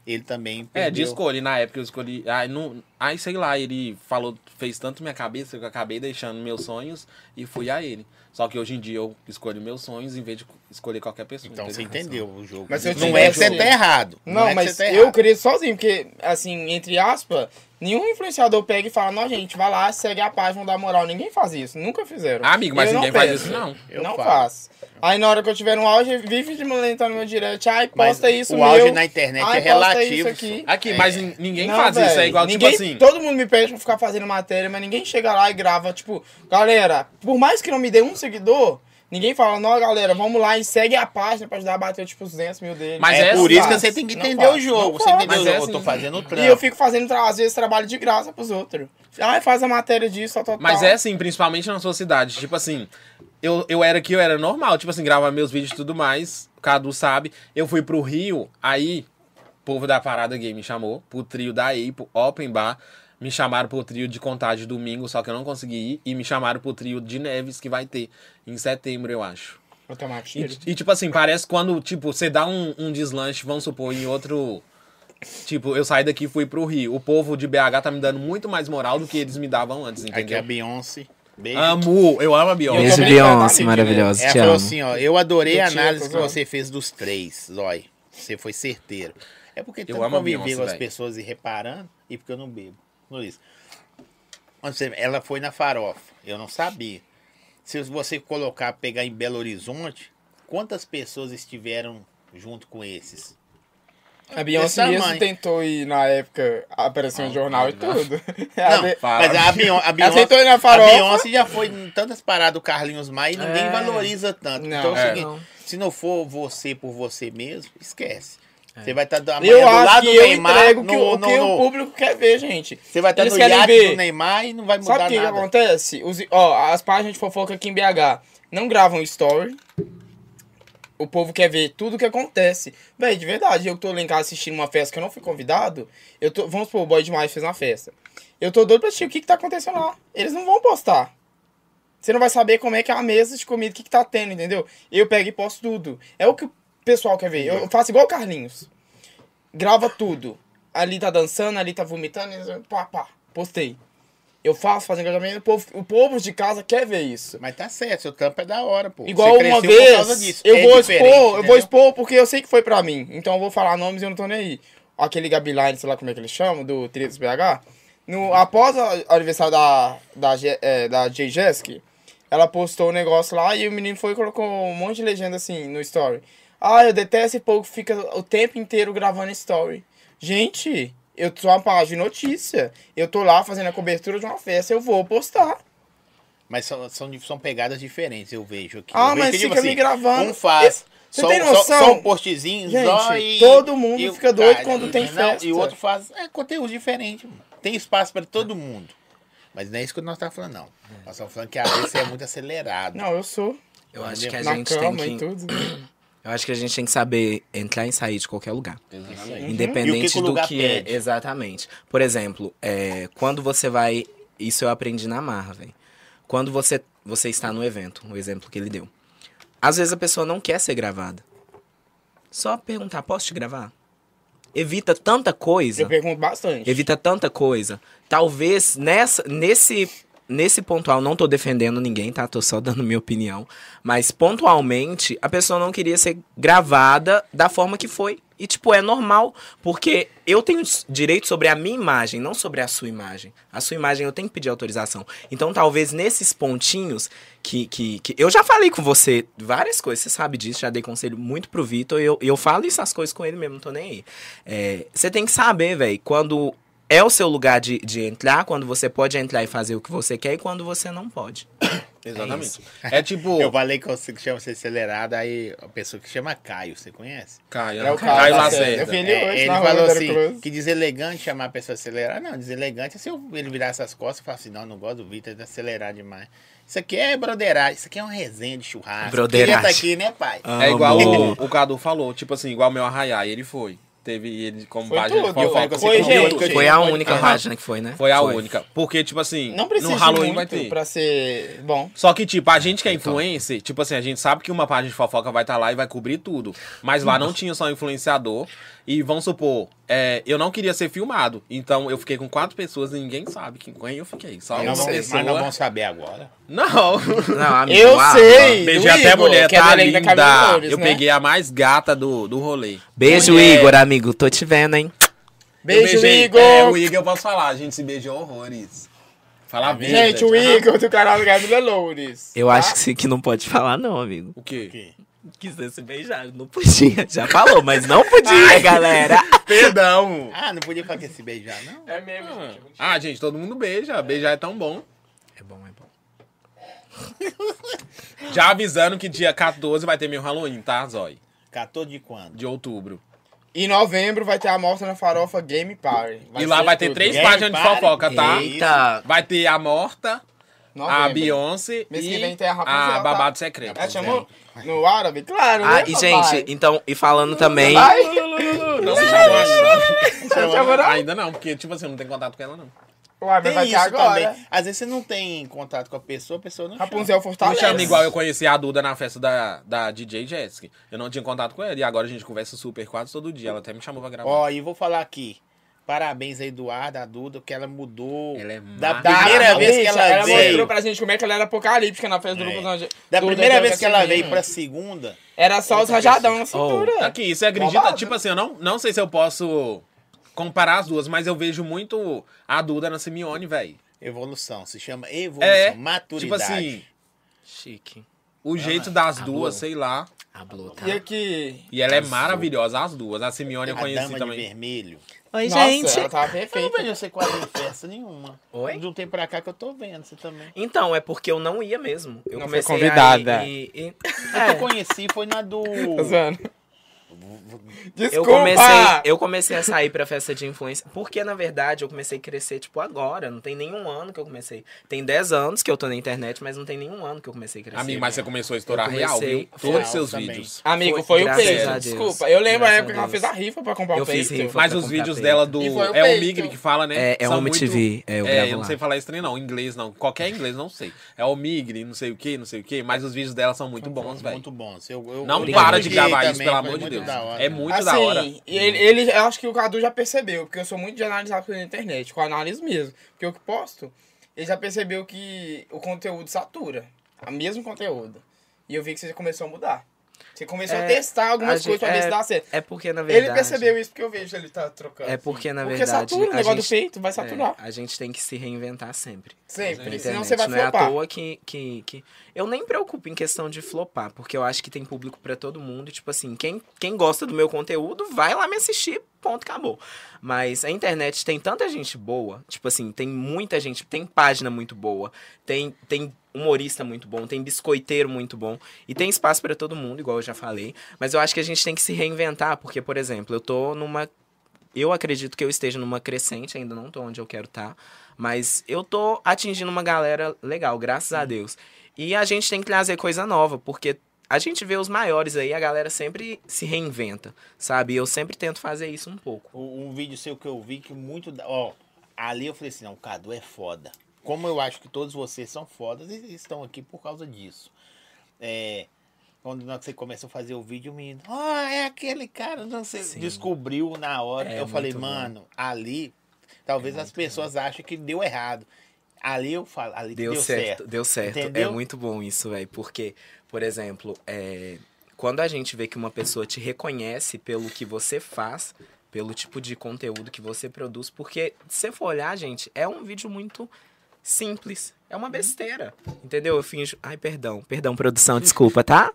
Speaker 2: ele também.
Speaker 4: É, de
Speaker 2: perdeu.
Speaker 4: escolha. E Na época eu escolhi. Ai, não, ai, sei lá, ele falou, fez tanto minha cabeça que eu acabei deixando meus sonhos e fui a ele. Só que hoje em dia eu escolho meus sonhos em vez de escolher qualquer pessoa.
Speaker 2: Então você entendeu o jogo.
Speaker 1: Mas se eu
Speaker 2: não
Speaker 1: tivesse-
Speaker 2: é que você tá errado.
Speaker 1: Não,
Speaker 2: é que
Speaker 1: mas
Speaker 2: você tá
Speaker 1: eu
Speaker 2: errado.
Speaker 1: queria sozinho, porque, assim, entre aspas, nenhum influenciador pega e fala, não, gente, vai lá, segue a página da moral. Ninguém faz isso, nunca fizeram.
Speaker 4: Ah, amigo, mas
Speaker 1: Eu não
Speaker 4: ninguém faz
Speaker 1: peço.
Speaker 4: isso, não.
Speaker 2: Eu
Speaker 1: não
Speaker 2: falo.
Speaker 1: faço. Aí na hora que eu tiver no auge, vive de me alentar no meu direct. Ai, posta é isso,
Speaker 2: o
Speaker 1: meu.
Speaker 2: auge na internet
Speaker 1: Ai,
Speaker 2: é
Speaker 1: posta
Speaker 2: relativo,
Speaker 1: Isso aqui.
Speaker 4: Aqui,
Speaker 2: É.
Speaker 4: mas nin- ninguém
Speaker 1: Não,
Speaker 4: faz isso. É
Speaker 1: véi,
Speaker 4: igual,
Speaker 1: ninguém,
Speaker 4: tipo assim.
Speaker 1: Todo mundo me pede pra ficar fazendo matéria, mas ninguém chega lá e grava. Tipo, galera, por mais que não me dê um seguidor, ninguém fala, não, galera, vamos lá e segue a página pra ajudar a bater, tipo, os 200 mil deles.
Speaker 4: Mas
Speaker 2: É,
Speaker 4: é
Speaker 2: por
Speaker 4: assim,
Speaker 2: isso que
Speaker 1: faz,
Speaker 2: você tem que
Speaker 1: não
Speaker 2: entender
Speaker 1: faz,
Speaker 2: o
Speaker 1: não
Speaker 2: jogo. Você
Speaker 1: faz.
Speaker 2: entendeu?
Speaker 4: Mas é
Speaker 2: Eu tô
Speaker 4: assim.
Speaker 2: fazendo o
Speaker 1: E eu
Speaker 2: trampo.
Speaker 1: fico fazendo, tra- às vezes, trabalho de graça pros outros. Ah, faz a matéria disso, tal, tal,
Speaker 4: Mas
Speaker 1: tal.
Speaker 4: é assim, principalmente na sua cidade. Tipo assim, eu, eu era aqui, eu era normal. Tipo assim, gravar meus vídeos e tudo mais. O Cadu sabe. Eu fui pro Rio, aí o povo da Parada Gay me chamou. Pro trio da Apo, Open Bar. Me chamaram pro trio de Contagem domingo, só que eu não consegui ir. E me chamaram pro trio de Neves, que vai ter em setembro, eu acho.
Speaker 1: Vou tomar tiro.
Speaker 4: E, e, tipo assim, parece quando, tipo, você dá um, um deslanche, vamos supor, em outro. Tipo, eu saí daqui e fui pro Rio. O povo de BH tá me dando muito mais moral do que eles me davam antes,
Speaker 2: Aqui é
Speaker 4: entendeu?
Speaker 2: a Beyoncé. Beijo.
Speaker 4: Amo, eu amo a Beyoncé.
Speaker 1: Eu
Speaker 3: Beijo,
Speaker 1: tô
Speaker 3: Beyoncé,
Speaker 1: brincando,
Speaker 3: maravilhosa.
Speaker 2: Ela
Speaker 3: Te
Speaker 2: falou
Speaker 3: amo.
Speaker 2: assim, ó, eu adorei a
Speaker 1: Eu te
Speaker 2: análise
Speaker 1: amo,
Speaker 2: que
Speaker 1: Zói.
Speaker 2: você fez dos três, Zói. Você foi certeiro. É porque tem que
Speaker 4: amo a
Speaker 2: conviver
Speaker 4: Beyoncé,
Speaker 2: com as
Speaker 4: velho.
Speaker 2: pessoas e reparando, e porque eu não bebo. Luiz, quando você- ela foi na farofa, eu não sabia. Se você colocar, pegar em Belo Horizonte, quantas pessoas estiveram junto com esses?
Speaker 1: A Beyoncé
Speaker 2: Desse
Speaker 1: mesmo
Speaker 2: tamanho.
Speaker 1: tentou ir na época, apareceu
Speaker 4: Ah,
Speaker 1: no jornal e tudo.
Speaker 2: Não,
Speaker 1: É, Be-
Speaker 2: mas a Beyon- a Beyoncé,
Speaker 1: Aceitou ir na
Speaker 2: a
Speaker 1: farofa.
Speaker 2: Beyoncé já foi em tantas paradas do Carlinhos Maia e ninguém
Speaker 3: É.
Speaker 2: valoriza tanto.
Speaker 1: Não,
Speaker 2: então é o
Speaker 4: é.
Speaker 2: seguinte,
Speaker 3: Não.
Speaker 2: se não for você por você mesmo, esquece. Você vai estar é do
Speaker 1: É. Eu acho
Speaker 2: lado
Speaker 1: que
Speaker 2: do
Speaker 1: eu
Speaker 2: Neymar,
Speaker 1: entrego
Speaker 2: no,
Speaker 1: que o- o
Speaker 2: no-
Speaker 1: que
Speaker 2: no-
Speaker 1: o público quer ver, gente.
Speaker 2: Você vai estar
Speaker 1: Eles
Speaker 2: no
Speaker 1: querem
Speaker 2: iate
Speaker 1: ver.
Speaker 2: do Neymar e não vai mudar
Speaker 1: Sabe o que, que
Speaker 2: nada.
Speaker 1: acontece? Os, ó, as páginas de fofoca aqui em BH não gravam story. O povo quer ver tudo o que acontece. Véi, de verdade, eu tô lá em casa assistindo uma festa que eu não fui convidado. Eu tô, vamos supor, o Boy Demais fez uma festa. Eu tô doido pra assistir o que, que tá acontecendo lá. Eles não vão postar. Você não vai saber como é que é a mesa de comida, o que, que tá tendo, entendeu? Eu pego e posto tudo. É o que o pessoal quer ver. Eu faço igual o Carlinhos. Grava tudo. Ali tá dançando, ali tá vomitando, e- pá, pá. Postei. Eu faço, faço engajamento, o povo, o povo de casa quer ver isso.
Speaker 2: Mas tá certo, seu tampo é da hora, pô.
Speaker 1: Igual
Speaker 2: Você
Speaker 1: uma
Speaker 2: cresceu por causa
Speaker 1: vez,
Speaker 2: disso.
Speaker 1: eu
Speaker 2: É
Speaker 1: vou
Speaker 2: diferente,
Speaker 1: expor, eu
Speaker 2: entendeu?
Speaker 1: vou expor porque eu sei que foi pra mim. Então eu vou falar nomes e eu não tô nem aí. Aquele Gabiline, sei lá como é que ele chama, do Tritos BH. No, após a- o aniversário da, da, Ge- é, da Jay Jesk, ela postou um negócio lá e o menino foi e colocou um monte de legenda assim no story. Ah, eu detesto esse povo que fica o tempo inteiro gravando story. Gente, eu sou uma página de notícia. Eu tô lá fazendo a cobertura de uma festa, eu vou postar.
Speaker 2: Mas são, são, são pegadas diferentes, eu vejo aqui.
Speaker 1: Ah,
Speaker 2: Eu vejo
Speaker 1: mas
Speaker 2: que, tipo
Speaker 1: fica me gravando.
Speaker 2: Um faz.
Speaker 1: Você
Speaker 2: só,
Speaker 1: tem
Speaker 2: só-
Speaker 1: noção?
Speaker 2: Só, um postezinho,
Speaker 1: Gente,
Speaker 2: só e-
Speaker 1: todo mundo
Speaker 2: e o-
Speaker 1: fica doido quando tem festa.
Speaker 2: E o outro faz. É conteúdo diferente. mano. Tem espaço pra todo mundo. Mas não é isso que nós estamos falando, não. Nós estamos falando que às vezes você é muito acelerado.
Speaker 1: Não, eu sou.
Speaker 3: Eu acho que a
Speaker 1: na
Speaker 3: gente
Speaker 1: cama
Speaker 3: tem
Speaker 1: e
Speaker 3: que...
Speaker 1: tudo.
Speaker 3: Eu acho que a gente tem que saber entrar e sair de qualquer lugar.
Speaker 2: Uhum. E o que
Speaker 3: Uhum. Independente
Speaker 2: que o
Speaker 3: do
Speaker 2: lugar
Speaker 3: que é.
Speaker 2: pede.
Speaker 3: Exatamente. Por exemplo, é, quando você vai. Isso eu aprendi na marra, velho. Quando você, você está no evento, o exemplo que ele deu. Às vezes a pessoa não quer ser gravada. Só perguntar, posso te gravar? Evita tanta coisa.
Speaker 1: Eu pergunto bastante.
Speaker 3: Evita tanta coisa. Talvez nessa, nesse nesse pontual, não tô defendendo ninguém, tá? Tô só dando minha opinião. Mas pontualmente, a pessoa não queria ser gravada da forma que foi. E, tipo, é normal, porque eu tenho s- direito sobre a minha imagem, não sobre a sua imagem. A sua imagem eu tenho que pedir autorização. Então, talvez nesses pontinhos que. que, que- eu já falei com você várias coisas, você sabe disso, já dei conselho muito pro Vitor. Eu, eu falo essas coisas com ele mesmo, não tô nem aí. É, você tem que saber, velho, quando é o seu lugar de, de entrar, quando você pode entrar e fazer o que você quer e quando você não pode.
Speaker 4: Exatamente. É, tipo.
Speaker 2: Eu falei que eu sei que chama se acelerado, aí a pessoa que chama Caio, você conhece?
Speaker 4: Caio,
Speaker 1: É o
Speaker 4: Caio,
Speaker 1: Caio Lacerda.
Speaker 4: né? Lacerda.
Speaker 1: Eu vi ele
Speaker 2: É,
Speaker 1: hoje
Speaker 2: ele
Speaker 1: na rua
Speaker 2: falou
Speaker 1: Antônio
Speaker 2: assim,
Speaker 1: Cruz.
Speaker 2: que deselegante chamar a pessoa acelerada. Não, deselegante é se eu- ele virar essas costas e falar assim, não, não gosto do Vitor, é acelerar demais. Isso aqui é broderagem, isso aqui é uma resenha de churrasco. Quem
Speaker 3: Broderagem.
Speaker 2: tá aqui, né, pai?
Speaker 3: Ah.
Speaker 4: É igual
Speaker 3: Amor.
Speaker 4: o, o Cadu falou, tipo assim, igual o meu arraiai, ele foi. Teve ele como
Speaker 1: Foi
Speaker 4: página de
Speaker 1: tudo.
Speaker 4: fofoca,
Speaker 1: Foi,
Speaker 4: você
Speaker 1: foi,
Speaker 4: conseguiu.
Speaker 1: gente.
Speaker 3: Foi a
Speaker 1: Pode-
Speaker 3: única
Speaker 4: Aham.
Speaker 3: página que foi, né?
Speaker 4: Foi a única. Porque, tipo assim,
Speaker 1: Não precisa
Speaker 4: no Halloween
Speaker 1: muito
Speaker 4: vai ter.
Speaker 1: pra ser bom.
Speaker 4: Só que, tipo, a gente que é influencer, tipo assim, a gente sabe que uma página de fofoca vai estar lá e vai cobrir tudo. Mas lá não tinha só influenciador. E vamos supor, é, eu não queria ser filmado. Então eu fiquei com quatro pessoas e ninguém sabe quem, quem eu fiquei. Só
Speaker 2: Mas
Speaker 4: uma
Speaker 2: não vamos-
Speaker 4: pessoa.
Speaker 2: mas não vamos saber agora.
Speaker 4: Não.
Speaker 3: Não, amigo,
Speaker 1: Eu
Speaker 3: ah,
Speaker 1: sei! do
Speaker 4: Beijei até a
Speaker 1: Igor,
Speaker 4: mulher,
Speaker 1: que é do
Speaker 4: tá
Speaker 1: elenco da
Speaker 4: linda.
Speaker 1: Caminho Loures,
Speaker 4: eu
Speaker 1: né?
Speaker 4: peguei a mais gata do, do rolê.
Speaker 3: Beijo,
Speaker 1: Mulher.
Speaker 3: Igor, amigo. Tô te vendo, hein?
Speaker 1: Beijo,
Speaker 4: Eu beijei-
Speaker 1: Igor!
Speaker 4: É, o Igor eu posso falar, a gente se beijou horrores. Fala a verdade.
Speaker 1: Gente, o Igor do canal do Gabriel Loures.
Speaker 3: Eu
Speaker 1: tá?
Speaker 3: acho que, se- que não pode falar, não, amigo.
Speaker 4: O quê?
Speaker 2: Que-
Speaker 3: Quiser se beijar, não podia. Já falou, mas não podia, galera.
Speaker 4: Perdão.
Speaker 2: Ah, não podia fazer esse beijar, não?
Speaker 1: É mesmo, gente.
Speaker 4: Ah, gente, todo mundo beija. Beijar é tão bom.
Speaker 3: É bom, é bom.
Speaker 4: Já avisando que dia 14 vai ter meu Halloween, tá, Zói?
Speaker 2: 14 de quando?
Speaker 4: De outubro.
Speaker 1: Em novembro vai ter a morta na farofa Game Party.
Speaker 4: e lá
Speaker 1: ser
Speaker 4: vai ter
Speaker 1: tudo. né?
Speaker 4: três
Speaker 2: Game
Speaker 4: páginas de
Speaker 2: Party.
Speaker 4: fofoca, tá?
Speaker 3: Eita.
Speaker 4: Vai ter a Morta, a
Speaker 1: Novembro.
Speaker 4: Beyoncé né?
Speaker 1: Mês que
Speaker 4: e
Speaker 1: vem tem a Rapunzel,
Speaker 4: a
Speaker 1: tá?
Speaker 4: Babado Secreto.
Speaker 1: Ela chamou no árabe? Claro,
Speaker 3: Ah,
Speaker 1: né,
Speaker 3: e
Speaker 1: papai?
Speaker 3: gente, então, e falando também.
Speaker 1: Vai?
Speaker 4: Não me chamou
Speaker 1: Não chamou, não?
Speaker 4: ainda. Ainda não, porque, tipo assim, eu não tenho contato com ela, não.
Speaker 1: Uai, mas
Speaker 2: Tem
Speaker 1: vai ter
Speaker 2: isso
Speaker 1: agora. né?
Speaker 2: também. Às vezes você não tem contato com a pessoa, a pessoa não
Speaker 1: Rapunzel
Speaker 4: Me chama
Speaker 1: Fortaleza.
Speaker 4: igual eu conheci a Duda na festa da, da DJ Jessica. Eu não tinha contato com ela. E agora a gente conversa super quase todo dia. Ela até me chamou pra gravar.
Speaker 2: Ó, e vou falar aqui. Parabéns a Eduarda, a Duda, que ela mudou.
Speaker 4: Ela é
Speaker 2: da
Speaker 4: maravilhosa.
Speaker 2: primeira
Speaker 1: Tá,
Speaker 2: vez que
Speaker 1: bicha,
Speaker 2: ela,
Speaker 1: mostrou
Speaker 2: veio.
Speaker 1: pra gente como é que ela era apocalíptica na festa do
Speaker 2: É.
Speaker 1: Lucas Ange-
Speaker 2: Da
Speaker 1: do-
Speaker 2: primeira
Speaker 1: da-
Speaker 2: vez
Speaker 1: da-
Speaker 2: que ela
Speaker 1: da-
Speaker 2: veio pra segunda.
Speaker 1: Era só os rajadão na
Speaker 4: Tá
Speaker 1: cintura.
Speaker 4: Aqui, você acredita?
Speaker 1: Babado.
Speaker 4: Tipo assim, eu não, não sei se eu posso comparar as duas, mas eu vejo muito a Duda na Simeone, velho.
Speaker 2: Evolução. Se chama evolução.
Speaker 4: É, tipo
Speaker 2: maturidade. É
Speaker 4: assim,
Speaker 3: Chique.
Speaker 4: o jeito das
Speaker 3: a
Speaker 4: duas,
Speaker 3: Duda.
Speaker 4: sei lá.
Speaker 3: A Blue, tá?
Speaker 1: E aqui.
Speaker 4: E ela é maravilhosa, as duas. A Simeone eu
Speaker 2: a
Speaker 4: conheci
Speaker 2: dama de
Speaker 4: também.
Speaker 2: vermelho.
Speaker 3: Oi,
Speaker 1: Nossa,
Speaker 3: gente.
Speaker 1: ela tava
Speaker 2: Eu não
Speaker 1: perfeita.
Speaker 2: vejo você quase em festa nenhuma.
Speaker 3: Oi?
Speaker 2: De um tempo pra cá que eu tô vendo você também.
Speaker 3: Então, é porque eu não ia mesmo. Eu
Speaker 1: Não foi
Speaker 3: comecei a ir-
Speaker 1: convidada.
Speaker 3: e- e-
Speaker 2: Eu
Speaker 3: É.
Speaker 2: te conheci foi na do.
Speaker 1: Tô zoando. Desculpa!
Speaker 3: Eu comecei, eu comecei a sair pra festa de influência. Porque, na verdade, eu comecei a crescer, tipo, agora. Não tem nenhum ano que eu comecei. Tem 10 anos que eu tô na internet, mas não tem nenhum ano que eu comecei a crescer. né?
Speaker 4: Amigo, mas você começou a estourar
Speaker 3: Eu
Speaker 4: real,
Speaker 3: comecei
Speaker 4: viu?
Speaker 3: real
Speaker 4: Todos os seus
Speaker 2: também.
Speaker 4: vídeos.
Speaker 1: Amigo,
Speaker 3: Foi,
Speaker 1: foi, o
Speaker 3: graças a
Speaker 1: peso.
Speaker 3: Deus.
Speaker 1: Desculpa. Eu lembro
Speaker 3: Graças
Speaker 1: a época
Speaker 3: a
Speaker 1: que ela
Speaker 3: Deus.
Speaker 1: fez a rifa pra comprar
Speaker 3: Eu
Speaker 1: o
Speaker 3: fiz
Speaker 1: peito.
Speaker 3: rifa.
Speaker 4: Mas
Speaker 3: pra
Speaker 4: os
Speaker 3: comprar
Speaker 4: vídeos
Speaker 3: peito.
Speaker 4: dela do.
Speaker 1: E foi o
Speaker 4: É o
Speaker 1: peito.
Speaker 4: Migre que fala, né?
Speaker 3: É, é
Speaker 4: São
Speaker 3: Home TV, é, eu gravo
Speaker 4: não
Speaker 3: lá.
Speaker 4: sei falar esse trem, não. Inglês, não. Qualquer inglês, não sei. É o Migre, não sei o que, não sei o que. Mas os vídeos dela são muito bons, velho.
Speaker 2: Muito bons. Eu, eu,
Speaker 4: Não
Speaker 2: eu
Speaker 4: para de
Speaker 2: elogiei
Speaker 4: gravar isso,
Speaker 2: também,
Speaker 4: pelo
Speaker 2: foi
Speaker 4: amor de
Speaker 2: muito
Speaker 4: Deus.
Speaker 2: da hora.
Speaker 4: É muito
Speaker 1: assim,
Speaker 4: da hora.
Speaker 1: Ele, ele, eu acho que o Cadu já percebeu, porque eu sou muito de analisar coisa na internet, que eu analiso mesmo. Porque eu que posto, ele já percebeu que o conteúdo satura. O mesmo conteúdo. E eu vi que você já começou a mudar. Você começou
Speaker 3: É,
Speaker 1: a testar algumas
Speaker 3: a
Speaker 1: coisas pra
Speaker 3: gente-
Speaker 1: ver se dá certo.
Speaker 3: É porque, na verdade.
Speaker 1: Ele percebeu isso porque eu vejo ele tá trocando.
Speaker 3: É porque, na
Speaker 1: Porque
Speaker 3: verdade.
Speaker 1: satura, o
Speaker 3: a
Speaker 1: negócio do
Speaker 3: gente-
Speaker 1: peito vai saturar.
Speaker 3: é, a gente tem que se reinventar sempre.
Speaker 1: Sempre,
Speaker 3: Na
Speaker 1: senão
Speaker 3: internet,
Speaker 1: você vai
Speaker 3: não é à
Speaker 1: flopar.
Speaker 3: toa que, que, que. Eu nem me preocupo em questão de flopar, porque eu acho que tem público pra todo mundo. e, Tipo assim, quem, quem gosta do meu conteúdo, vai lá me assistir, ponto, acabou. Mas a internet tem tanta gente boa, tipo assim, tem muita gente, tem página muito boa, tem, tem humorista muito bom, tem biscoiteiro muito bom. E tem espaço pra todo mundo, igual eu já falei. Mas eu acho que a gente tem que se reinventar, porque, por exemplo, eu tô numa. Eu acredito que eu esteja numa crescente, ainda não tô onde eu quero estar. Mas eu tô atingindo uma galera legal, graças a Deus. E a gente tem que trazer coisa nova, porque a gente vê os maiores aí, a galera sempre se reinventa, sabe? E eu sempre tento fazer isso um pouco.
Speaker 2: Um, um vídeo seu que eu vi que muito. da- Ó, ali eu falei assim: não, o Cadu é foda. Como eu acho que todos vocês são fodas e estão aqui por causa disso. É. Quando na hora que você começou a fazer o vídeo, o menino. Ah, é aquele cara, não sei.
Speaker 3: Sim.
Speaker 2: Descobriu na hora.
Speaker 3: É,
Speaker 2: eu falei,
Speaker 3: muito bom. É
Speaker 2: mano, ali. Talvez as pessoas achem que deu errado. ali eu falo, ali que
Speaker 3: Deu, certo, deu certo.
Speaker 2: Entendeu?
Speaker 3: É muito bom isso, velho. Porque, por exemplo, é, quando a gente vê que uma pessoa te reconhece pelo que você faz, pelo tipo de conteúdo que você produz, porque se você for olhar, gente, é um vídeo muito simples. É uma besteira, entendeu? Eu finjo. Ai, perdão, perdão, produção, desculpa, tá?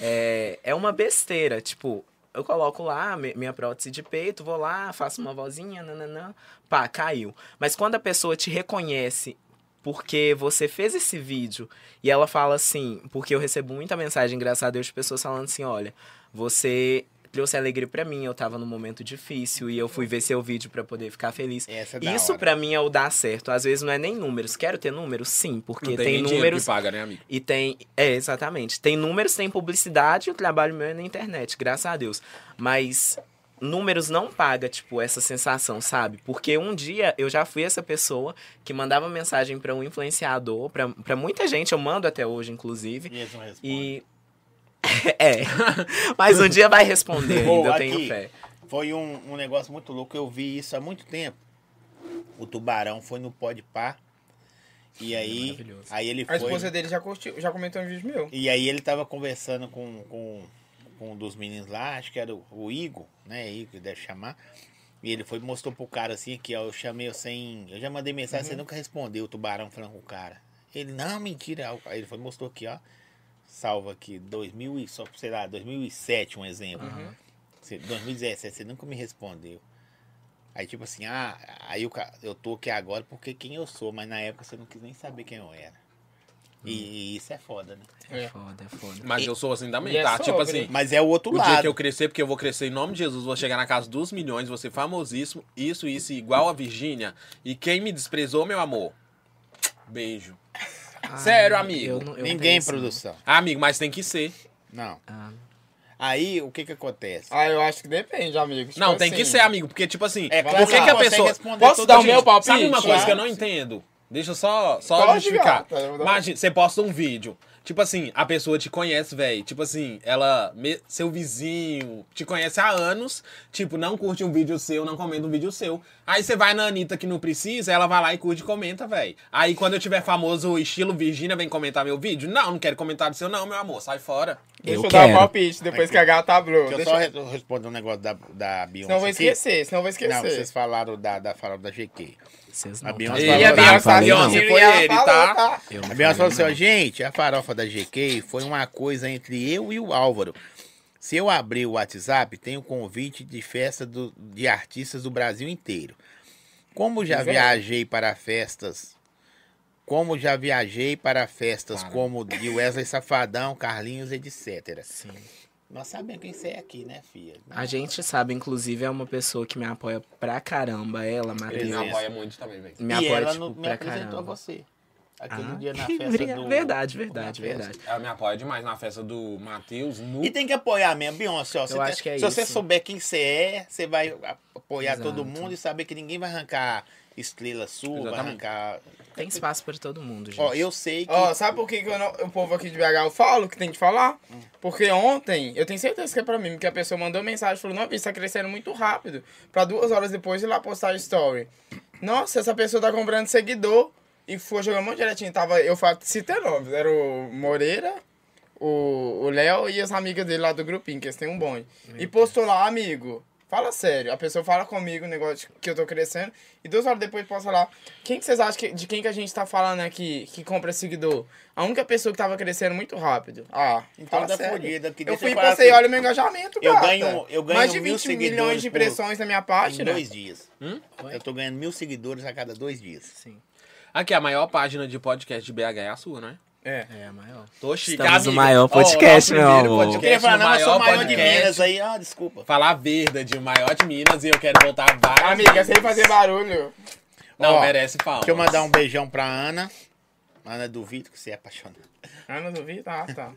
Speaker 3: É, é uma besteira, tipo. Eu coloco lá mi- minha prótese de peito, vou lá, faço uma vozinha, nananã, pá, caiu. Mas quando a pessoa te reconhece porque você fez esse vídeo e ela fala assim, porque eu recebo muita mensagem engraçada a Deus de pessoas falando assim, olha, você trouxe alegria pra mim, eu tava num momento difícil e eu fui ver seu vídeo pra poder ficar feliz.
Speaker 2: Essa é da
Speaker 3: Isso
Speaker 2: hora.
Speaker 3: pra mim é o dar certo. Às vezes não é nem números. Quero ter números? Sim, porque
Speaker 4: Não
Speaker 3: tem,
Speaker 4: nem dinheiro
Speaker 3: números
Speaker 4: que paga, né, amigo?
Speaker 3: e tem. É, exatamente. Tem números, tem publicidade, o trabalho meu é na internet, graças a Deus. Mas números não paga, tipo, essa sensação, sabe? Porque um dia eu já fui essa pessoa que mandava mensagem pra um influenciador, pra pra muita gente, eu mando até hoje, inclusive.
Speaker 2: E eles não respondem.
Speaker 3: E. é. Mas um dia vai responder, ainda
Speaker 2: Boa,
Speaker 3: eu tenho
Speaker 2: aqui.
Speaker 3: fé.
Speaker 2: Foi um, um negócio muito louco, eu vi isso há muito tempo. O Tubarão foi no Podpah e aí,
Speaker 3: Maravilhoso.
Speaker 2: aí ele
Speaker 1: A
Speaker 2: foi... né?
Speaker 1: esposa dele já, curtiu, já comentou um vídeo meu.
Speaker 2: E aí ele tava conversando com, com, com um dos meninos lá, acho que era o, o Igor, né? Igor, deve chamar. E ele foi e mostrou pro cara assim, que ó, eu chamei eu sem. Eu já mandei mensagem, você nunca respondeu, o tubarão falando com o cara. Ele, não, mentira. Aí ele foi e mostrou aqui, ó. Salva aqui, 2000 e, só, sei lá, 2007, um exemplo. Você- 2017, você nunca me respondeu. Aí tipo assim, ah, aí o ca- eu tô aqui agora porque quem eu sou, mas na época você não quis nem saber quem eu era. E, e isso é foda, né?
Speaker 3: É
Speaker 1: É.
Speaker 3: foda, é foda.
Speaker 4: Mas eu sou assim também,
Speaker 1: E é
Speaker 4: tá? tipo
Speaker 1: sobre.
Speaker 4: assim,
Speaker 2: Mas é o outro
Speaker 4: o
Speaker 2: lado.
Speaker 4: dia que eu crescer, porque eu vou crescer em nome de Jesus, vou chegar na casa dos milhões, vou ser famosíssimo, isso, isso, igual a Virgínia. E quem me desprezou, meu amor? Beijo.
Speaker 3: Ai,
Speaker 4: Sério, amigo.
Speaker 3: Ah, eu não- eu não tenho
Speaker 2: Ninguém
Speaker 3: isso, não.
Speaker 2: produção.
Speaker 4: Ah, amigo, mas tem que ser.
Speaker 2: Não.
Speaker 3: Ah.
Speaker 2: Aí o que que acontece?
Speaker 1: Ah, eu acho que depende, amigo. Tipo
Speaker 4: Não, tem
Speaker 1: assim,
Speaker 4: que ser, amigo, porque, tipo assim,
Speaker 2: É claro
Speaker 4: por que,
Speaker 1: que
Speaker 4: que a
Speaker 2: você
Speaker 4: pessoa.
Speaker 2: responder
Speaker 4: Posso
Speaker 2: tudo,
Speaker 4: dar o
Speaker 2: gente.
Speaker 4: meu palpite? Sabe
Speaker 1: Sabe
Speaker 4: uma
Speaker 1: uma
Speaker 4: coisa
Speaker 1: Claro.
Speaker 4: que
Speaker 1: que
Speaker 4: eu
Speaker 1: eu
Speaker 4: não entendo? Deixa eu só, só
Speaker 1: Pode,
Speaker 4: justificar.
Speaker 1: gata, eu vou dar-
Speaker 4: Imagina, você posta um vídeo. Tipo assim, a pessoa te conhece, velho. Tipo assim, ela, me- seu vizinho, te conhece há anos. Tipo, não curte um vídeo seu, não comenta um vídeo seu. Aí você vai na Anitta que não precisa, ela vai lá e curte e comenta, velho. Aí quando eu tiver famoso estilo Virgínia, vem comentar meu vídeo. Não, não quero comentar do seu, não, meu amor, sai fora.
Speaker 1: Deixa
Speaker 3: Eu
Speaker 1: eu, dar
Speaker 3: quero.
Speaker 1: um palpite depois que a gata abriu.
Speaker 2: Deixa eu
Speaker 1: Deixa
Speaker 2: só
Speaker 1: eu-
Speaker 2: re- responder um negócio da, da Beyoncé.
Speaker 1: Senão eu vou
Speaker 2: aqui.
Speaker 1: esquecer, senão eu vou
Speaker 2: Não,
Speaker 1: esquecer.
Speaker 2: vocês falaram da, da fala da GQ.
Speaker 3: Vocês
Speaker 2: A
Speaker 3: não.
Speaker 2: Beyoncé
Speaker 3: tá?
Speaker 4: é
Speaker 2: falou-
Speaker 3: Eu não
Speaker 2: Beyoncé-
Speaker 3: falei,
Speaker 1: E
Speaker 3: não.
Speaker 4: Beyoncé- foi
Speaker 1: ela
Speaker 4: ele,
Speaker 1: falou,
Speaker 4: tá?
Speaker 3: Eu não
Speaker 2: A Beyoncé falou
Speaker 3: falei,
Speaker 2: assim,
Speaker 3: não.
Speaker 2: ó, gente, a farofa da GQ foi uma coisa entre eu e o Álvaro. Se eu abrir o WhatsApp, tem um convite de festa do- de artistas do Brasil inteiro. Como já
Speaker 1: Isso aí.
Speaker 2: viajei para festas, como já viajei para festas como de Wesley Safadão, Carlinhos, etc.
Speaker 3: Sim.
Speaker 2: Nós sabemos quem você é aqui, né, filha?
Speaker 3: A gente sabe, inclusive, é uma pessoa que me apoia pra caramba, ela,
Speaker 4: Ele
Speaker 2: Beleza.
Speaker 4: não
Speaker 3: Matheus.
Speaker 4: apoia muito também, velho.
Speaker 3: Me
Speaker 2: e
Speaker 3: apoia,
Speaker 2: ela
Speaker 3: tipo,
Speaker 2: não me
Speaker 3: pra
Speaker 2: apresentou
Speaker 3: caramba.
Speaker 2: a você. Aquele
Speaker 3: Ah,
Speaker 2: dia na
Speaker 3: que
Speaker 2: festa
Speaker 3: bri-
Speaker 2: do...
Speaker 3: Verdade, verdade,
Speaker 2: na festa.
Speaker 3: verdade.
Speaker 4: Ela me apoia demais na festa do Matheus no.
Speaker 2: E tem que apoiar mesmo, Beyoncé. Ó, se tem-
Speaker 3: acho que é
Speaker 2: se você
Speaker 3: isso.
Speaker 2: souber quem você é, você vai a- apoiar
Speaker 3: Exato.
Speaker 2: todo mundo e saber que ninguém vai arrancar estrela sua, vai
Speaker 4: Exatamente.
Speaker 2: arrancar.
Speaker 3: Tem espaço pra todo mundo, gente.
Speaker 2: Ó, eu sei que.
Speaker 1: Ó, sabe por que, que eu não- o povo aqui de BH eu falo que tem que falar? Porque ontem, eu tenho certeza que é pra mim, porque a pessoa mandou mensagem falou, não, isso tá crescendo muito rápido. Pra duas horas depois ir lá postar story. Nossa, essa pessoa tá comprando seguidor. E foi jogando um monte de direitinho. Tava, eu falo, citei nomes, era o Moreira, o o Léo e as amigas dele lá do grupinho, que eles têm um bonde. E postou lá, amigo, fala sério. A pessoa fala comigo o negócio que eu tô crescendo. E duas horas depois posta lá, quem que vocês acham que, de quem que a gente tá falando aqui que compra seguidor? A única pessoa que tava crescendo muito rápido. Ah,
Speaker 2: Então
Speaker 1: fala
Speaker 2: tá
Speaker 1: sério.
Speaker 2: fodida, que
Speaker 1: Eu
Speaker 2: deixa
Speaker 1: fui
Speaker 2: eu
Speaker 1: e
Speaker 2: falar
Speaker 1: postei,
Speaker 2: assim,
Speaker 1: olha o meu engajamento,
Speaker 2: eu
Speaker 1: gata.
Speaker 2: ganho- eu ganho
Speaker 1: Mais de
Speaker 2: mil
Speaker 1: 20
Speaker 2: seguidores
Speaker 1: milhões de
Speaker 2: por-
Speaker 1: impressões na minha
Speaker 2: Em
Speaker 1: página.
Speaker 2: dois dias.
Speaker 3: Hum?
Speaker 2: Eu tô ganhando mil seguidores a cada dois dias.
Speaker 3: Sim.
Speaker 4: Aqui, a maior página de podcast de BH é a sua, não é?
Speaker 1: É.
Speaker 3: É, maior.
Speaker 4: Tô chique,
Speaker 3: Estamos no
Speaker 4: amiga.
Speaker 3: maior
Speaker 4: Ó,
Speaker 3: podcast,
Speaker 4: o nosso
Speaker 3: meu
Speaker 4: primeiro
Speaker 3: amor.
Speaker 2: Eu
Speaker 4: podcast
Speaker 2: queria falar,
Speaker 4: no
Speaker 2: não, eu sou maior de
Speaker 4: podcast.
Speaker 2: Minas aí. Ah, desculpa.
Speaker 4: Falar verda de maior de Minas e eu quero voltar várias
Speaker 1: Amiga,
Speaker 4: vezes.
Speaker 1: sem fazer barulho.
Speaker 4: Não,
Speaker 2: Ó,
Speaker 4: merece palma.
Speaker 2: Deixa eu mandar um beijão pra Ana. Ana, duvido que você é apaixonada.
Speaker 1: Ah, não duvido? Ah, tá.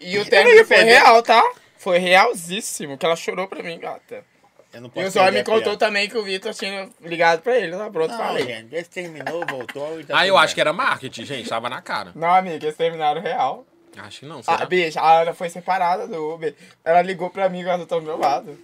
Speaker 1: E o término foi
Speaker 2: perder.
Speaker 1: real, tá? Foi realzíssimo, que ela chorou pra mim, gata.
Speaker 2: Eu não posso
Speaker 1: E o Zóio
Speaker 2: perder
Speaker 1: me
Speaker 2: a
Speaker 1: contou
Speaker 2: piada.
Speaker 1: também que o Vitor tinha ligado pra ele, tá pronto,
Speaker 2: Não,
Speaker 1: falei.
Speaker 2: gente, esse terminou, voltou. e tá
Speaker 4: Ah, eu
Speaker 2: tudo
Speaker 4: acho que
Speaker 2: bem.
Speaker 4: era marketing, gente. Tava na cara.
Speaker 1: Não, amiga, eles terminaram real.
Speaker 4: Acho que não, será?
Speaker 1: Ah, bicho, a Ana foi separada do Uber. Ela ligou pra mim, ela tá do meu lado.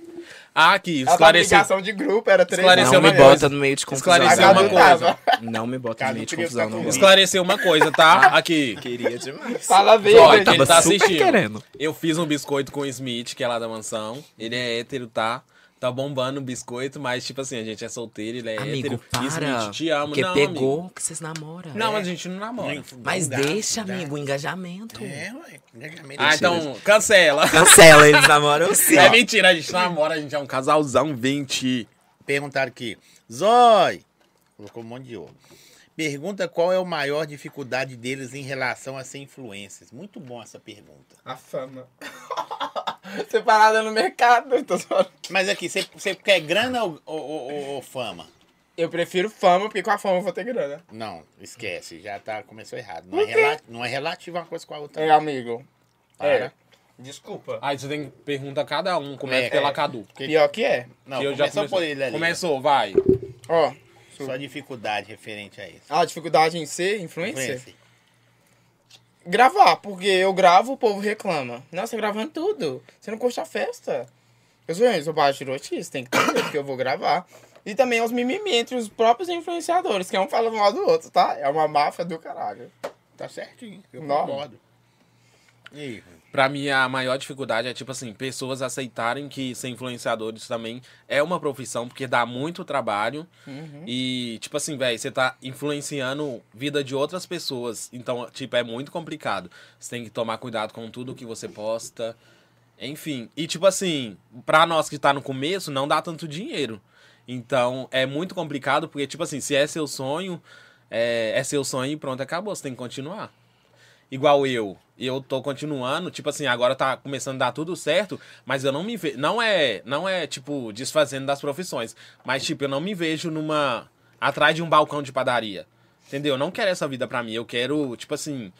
Speaker 4: Ah, aqui,
Speaker 1: A
Speaker 4: esclareceu.
Speaker 1: obrigação de grupo era três
Speaker 4: Esclareceu
Speaker 3: Não me
Speaker 4: uma
Speaker 1: mulheres.
Speaker 4: coisa.
Speaker 3: bota no meio de confusão.
Speaker 4: Esclareceu
Speaker 3: não.
Speaker 1: uma coisa.
Speaker 3: Não me bota no
Speaker 1: Cadu
Speaker 3: meio de
Speaker 1: queria
Speaker 3: confusão.
Speaker 1: ficar
Speaker 3: Não.
Speaker 1: com ele.
Speaker 4: Esclareceu uma coisa,
Speaker 3: Ah.
Speaker 4: tá? Aqui.
Speaker 3: Queria demais.
Speaker 1: Fala a
Speaker 4: Ó,
Speaker 1: verdade.
Speaker 4: quem
Speaker 3: tava
Speaker 4: tá
Speaker 3: super
Speaker 4: assistindo.
Speaker 3: querendo.
Speaker 4: Eu fiz um biscoito com o Smith, que é lá da mansão. Ele é hétero, tá? Tá bombando o biscoito, mas tipo assim, a gente é solteiro, ele é hétero.
Speaker 3: Amigo,
Speaker 4: E
Speaker 3: para.
Speaker 4: Smith, te amo.
Speaker 3: Porque
Speaker 4: não,
Speaker 3: pegou É.
Speaker 4: amigo.
Speaker 3: que vocês namoram.
Speaker 4: Não, mas a gente não namora.
Speaker 3: Mas
Speaker 2: Dá,
Speaker 3: deixa,
Speaker 2: dá.
Speaker 3: amigo, o engajamento.
Speaker 2: É, ué. engajamento.
Speaker 4: Ah, então cancela.
Speaker 3: Cancela, eles namoram sim.
Speaker 4: É mentira, a gente namora, a gente é um casalzão 20.
Speaker 2: Perguntaram aqui. Zói! Colocou um monte de ovo. Pergunta qual é a maior dificuldade deles em relação a ser influencers. Muito bom essa pergunta.
Speaker 1: A fama. Separada no mercado. Tô zoando.
Speaker 2: Mas aqui, você- você quer grana ou, ou- ou- ou fama?
Speaker 1: Eu prefiro fama, porque com a fama eu vou ter grana.
Speaker 2: Não, esquece, já tá, começou errado. Não é, rela, não é relativo uma coisa com a outra.
Speaker 1: É, amigo.
Speaker 2: Para.
Speaker 1: É. Desculpa.
Speaker 4: Aí você tem que perguntar a cada um, começa
Speaker 2: É.
Speaker 4: pela Cadu.
Speaker 1: Pior que é.
Speaker 2: Não,
Speaker 4: Que
Speaker 2: começou por ele ali.
Speaker 4: Começou, vai.
Speaker 1: Ó,
Speaker 2: Sua dificuldade referente a isso.
Speaker 1: a dificuldade em ser influencer?
Speaker 2: Influencer.
Speaker 1: Gravar, porque eu gravo, o povo reclama. Nossa, tá gravando tudo. Você não curte a festa. Eu sou eu, sou baixo tirotista, tem que entender porque eu vou gravar. E também os mimimi entre os próprios influenciadores, que é um falando mal do outro, tá? É uma máfia do caralho.
Speaker 2: Tá certinho, eu
Speaker 1: Não.
Speaker 2: concordo. E aí, Rui?
Speaker 4: Pra mim, a maior dificuldade é, tipo assim, pessoas aceitarem que ser influenciadores também é uma profissão, porque dá muito trabalho. E, tipo assim, velho, você tá influenciando vida de outras pessoas. Então, tipo, é muito complicado. Você tem que tomar cuidado com tudo que você posta. Enfim. E, tipo assim, pra nós que tá no começo, não dá tanto dinheiro. Então, é muito complicado, porque, tipo assim, se é seu sonho, é, é seu sonho e pronto, acabou. Você tem que continuar igual eu. Eu tô continuando, tipo assim, agora tá começando a dar tudo certo, mas eu não me vejo. Não é, não é, tipo, desfazendo das profissões. Mas, tipo, eu não me vejo numa. atrás de um balcão de padaria. Entendeu? Eu não quero essa vida pra mim. Eu quero, tipo assim.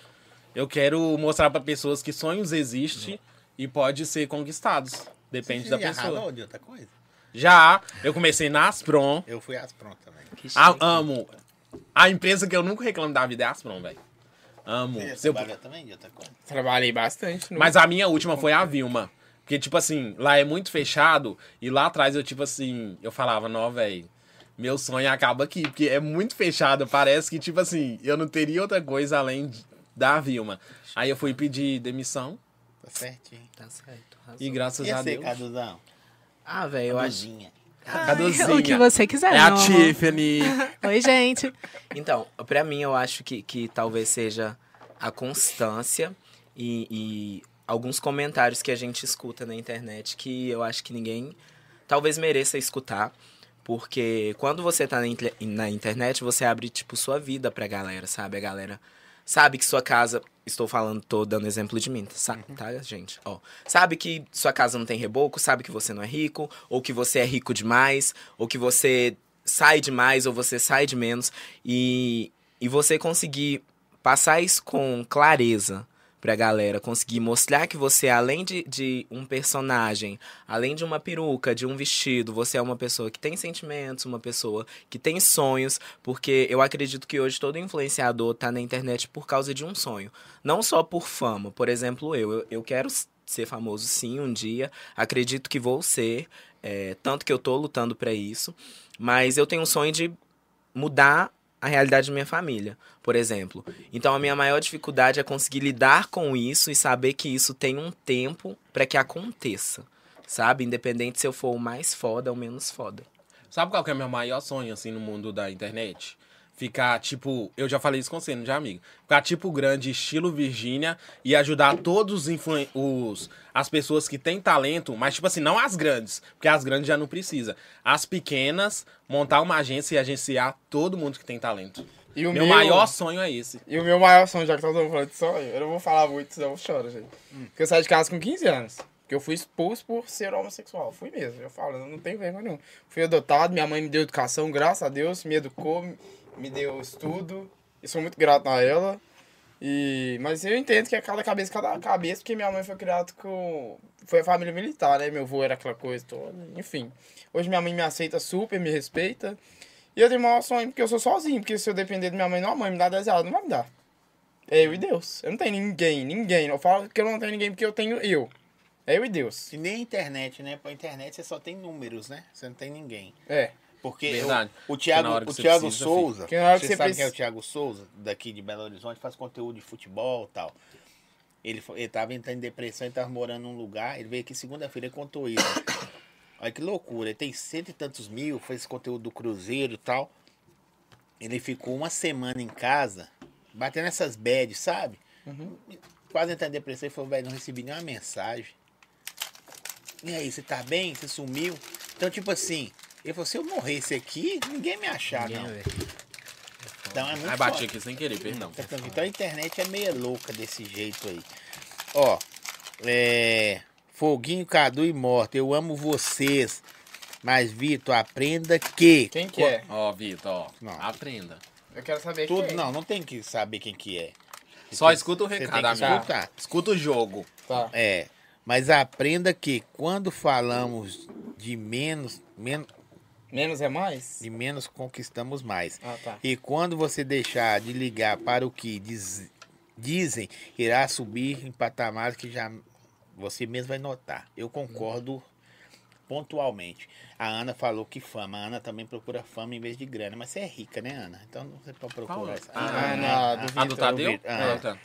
Speaker 4: Eu quero mostrar pra pessoas que sonhos existem e pode ser conquistados. Depende
Speaker 2: Você
Speaker 4: da
Speaker 2: já
Speaker 4: pessoa.
Speaker 2: ralou de outra coisa?
Speaker 4: Já, eu comecei na Aspron.
Speaker 2: Eu fui às prontas também.
Speaker 4: A- Ah, amo. A empresa que eu nunca reclamo da vida é a Aspron, velho. Amo.
Speaker 2: Você
Speaker 4: Se eu-
Speaker 2: trabalhou também de outra coisa?
Speaker 1: Trabalhei bastante. No...
Speaker 4: Mas a minha última foi a Vilma. Porque, tipo assim, lá é muito fechado. E lá atrás eu, tipo assim, eu falava, não, velho, meu sonho acaba aqui. Porque é muito fechado. Parece que, tipo assim, eu não teria outra coisa além de- da Vilma. Aí eu fui pedir demissão.
Speaker 2: Tá certinho.
Speaker 3: Tá certo.
Speaker 4: E graças
Speaker 2: E
Speaker 4: a
Speaker 2: você,
Speaker 4: Deus.
Speaker 2: Caduzão?
Speaker 3: Ah, velho, eu acho. é
Speaker 2: Caduzinha.
Speaker 4: Caduzinha.
Speaker 5: O que você quiser,
Speaker 4: É a
Speaker 5: meu amor.
Speaker 4: Tiffany.
Speaker 5: Oi, gente.
Speaker 3: Então, pra mim, eu acho que, que talvez seja a constância e, e alguns comentários que a gente escuta na internet que eu acho que ninguém talvez mereça escutar. Porque quando você tá na, intle- na internet, você abre, tipo, sua vida pra galera, sabe? A galera sabe que sua casa. Estou falando, tô dando exemplo de mim, tá, Sa-
Speaker 5: Uhum.
Speaker 3: tá, gente? Ó, sabe que sua casa não tem reboco, sabe que você não é rico, ou que você é rico demais, ou que você sai de mais ou você sai de menos e, e você conseguir passar isso com clareza pra galera, conseguir mostrar que você, além de, de um personagem, além de uma peruca, de um vestido, você é uma pessoa que tem sentimentos, uma pessoa que tem sonhos, porque eu acredito que hoje todo influenciador tá na internet por causa de um sonho. Não só por fama, por exemplo, eu. Eu, eu quero s- ser famoso sim um dia, acredito que vou ser, é, tanto que eu tô lutando pra isso, mas eu tenho um sonho de mudar a realidade da minha família, por exemplo. Então a minha maior dificuldade é conseguir lidar com isso e saber que isso tem um tempo pra que aconteça, sabe? Independente se eu for o mais foda ou menos foda.
Speaker 4: Sabe qual que é o meu maior sonho, assim, no mundo da internet? Ficar, tipo, eu já falei isso com você, não já, amigo? Ficar, tipo, grande, estilo Virgínia, e ajudar todos os, influen- os as pessoas que têm talento, mas, tipo assim, não as grandes, porque as grandes já não precisa. As pequenas, montar uma agência e agenciar todo mundo que tem talento.
Speaker 1: E o
Speaker 4: meu maior sonho é esse.
Speaker 1: E o meu maior sonho, já que todo mundo falando de sonho, eu não vou falar muito, senão eu choro, gente. Porque eu saí de casa com 15 anos. Porque eu fui expulso por ser homossexual. Fui mesmo, eu falo, eu não tenho vergonha nenhuma. Fui adotado, minha mãe me deu educação, graças a Deus, me educou, me deu estudo. E sou muito grato a ela. E... Mas eu entendo que é cada cabeça, cada cabeça, porque minha mãe foi criada com. Foi a família militar, né? Meu avô era aquela coisa toda. Enfim. Hoje minha mãe me aceita super, me respeita. E eu tenho o maior sonho porque eu sou sozinho, porque se eu depender da minha mãe, não, a mãe me dá 10 reais, não vai me dar. É eu e Deus. Eu não tenho ninguém, ninguém. Eu falo que eu não tenho ninguém porque eu tenho eu. Eu e Deus.
Speaker 2: E nem a internet, né? Pra internet você só tem números, né? Você não tem ninguém.
Speaker 1: É.
Speaker 2: Porque
Speaker 4: Verdade.
Speaker 2: eu- o
Speaker 4: Que na
Speaker 2: Thiago,
Speaker 4: hora que
Speaker 2: o
Speaker 4: você
Speaker 2: Thiago
Speaker 4: precisa,
Speaker 2: Souza,
Speaker 1: Que na hora que
Speaker 2: você,
Speaker 1: você
Speaker 2: sabe
Speaker 1: precisa.
Speaker 2: quem é o Thiago Souza, daqui de Belo Horizonte, faz conteúdo de futebol e tal. Ele, fo- ele tava entrando em depressão, ele tava morando num lugar, ele veio aqui segunda-feira e contou isso. Olha que loucura, ele tem cento e tantos mil, fez conteúdo do Cruzeiro e tal. Ele ficou uma semana em casa, batendo essas bads, sabe? Quase entrando em depressão, ele falou, velho, não recebi nenhuma mensagem. E aí, você tá bem? Você sumiu? Então, tipo assim, ele falou, se eu morresse aqui, ninguém me achar,
Speaker 3: Ninguém
Speaker 2: não.
Speaker 3: vê.
Speaker 2: Então é muito
Speaker 4: Ai, bati
Speaker 2: foda.
Speaker 4: aqui sem querer, perdão.
Speaker 2: Tá tranquilo. Então a internet é meia louca desse jeito aí. Ó, é. Foguinho, Cadu e Morta, eu amo vocês. Mas, Vitor, aprenda que.
Speaker 1: Quem que é?
Speaker 4: Ó, Vitor, ó,
Speaker 2: Não.
Speaker 4: aprenda.
Speaker 1: Eu quero saber
Speaker 2: Tudo,
Speaker 1: quem. é.
Speaker 2: não, não tem que saber quem que é. Você
Speaker 4: Só
Speaker 2: tem-
Speaker 4: escuta o
Speaker 2: você
Speaker 4: recado,
Speaker 2: tem que
Speaker 4: amigo.
Speaker 2: escutar.
Speaker 4: Escuta o jogo.
Speaker 1: Tá.
Speaker 2: É, mas aprenda que quando falamos de menos, men-
Speaker 1: Menos é mais?
Speaker 2: de menos conquistamos mais.
Speaker 1: Ah, tá.
Speaker 2: E quando você deixar de ligar para o que diz- dizem, irá subir em patamares que já você mesmo vai notar. Eu concordo pontualmente. A Ana falou que fama. A Ana também procura fama em vez de grana. Mas você é rica, né, Ana? Então não você pode
Speaker 4: Qual é?
Speaker 2: procurar essa.
Speaker 4: Ah,
Speaker 2: Ana,
Speaker 1: Ana,
Speaker 2: Ana,
Speaker 1: do
Speaker 2: Ana.
Speaker 4: Ah, do Tadeu?
Speaker 2: Vitor, ah,
Speaker 4: Ah, tá.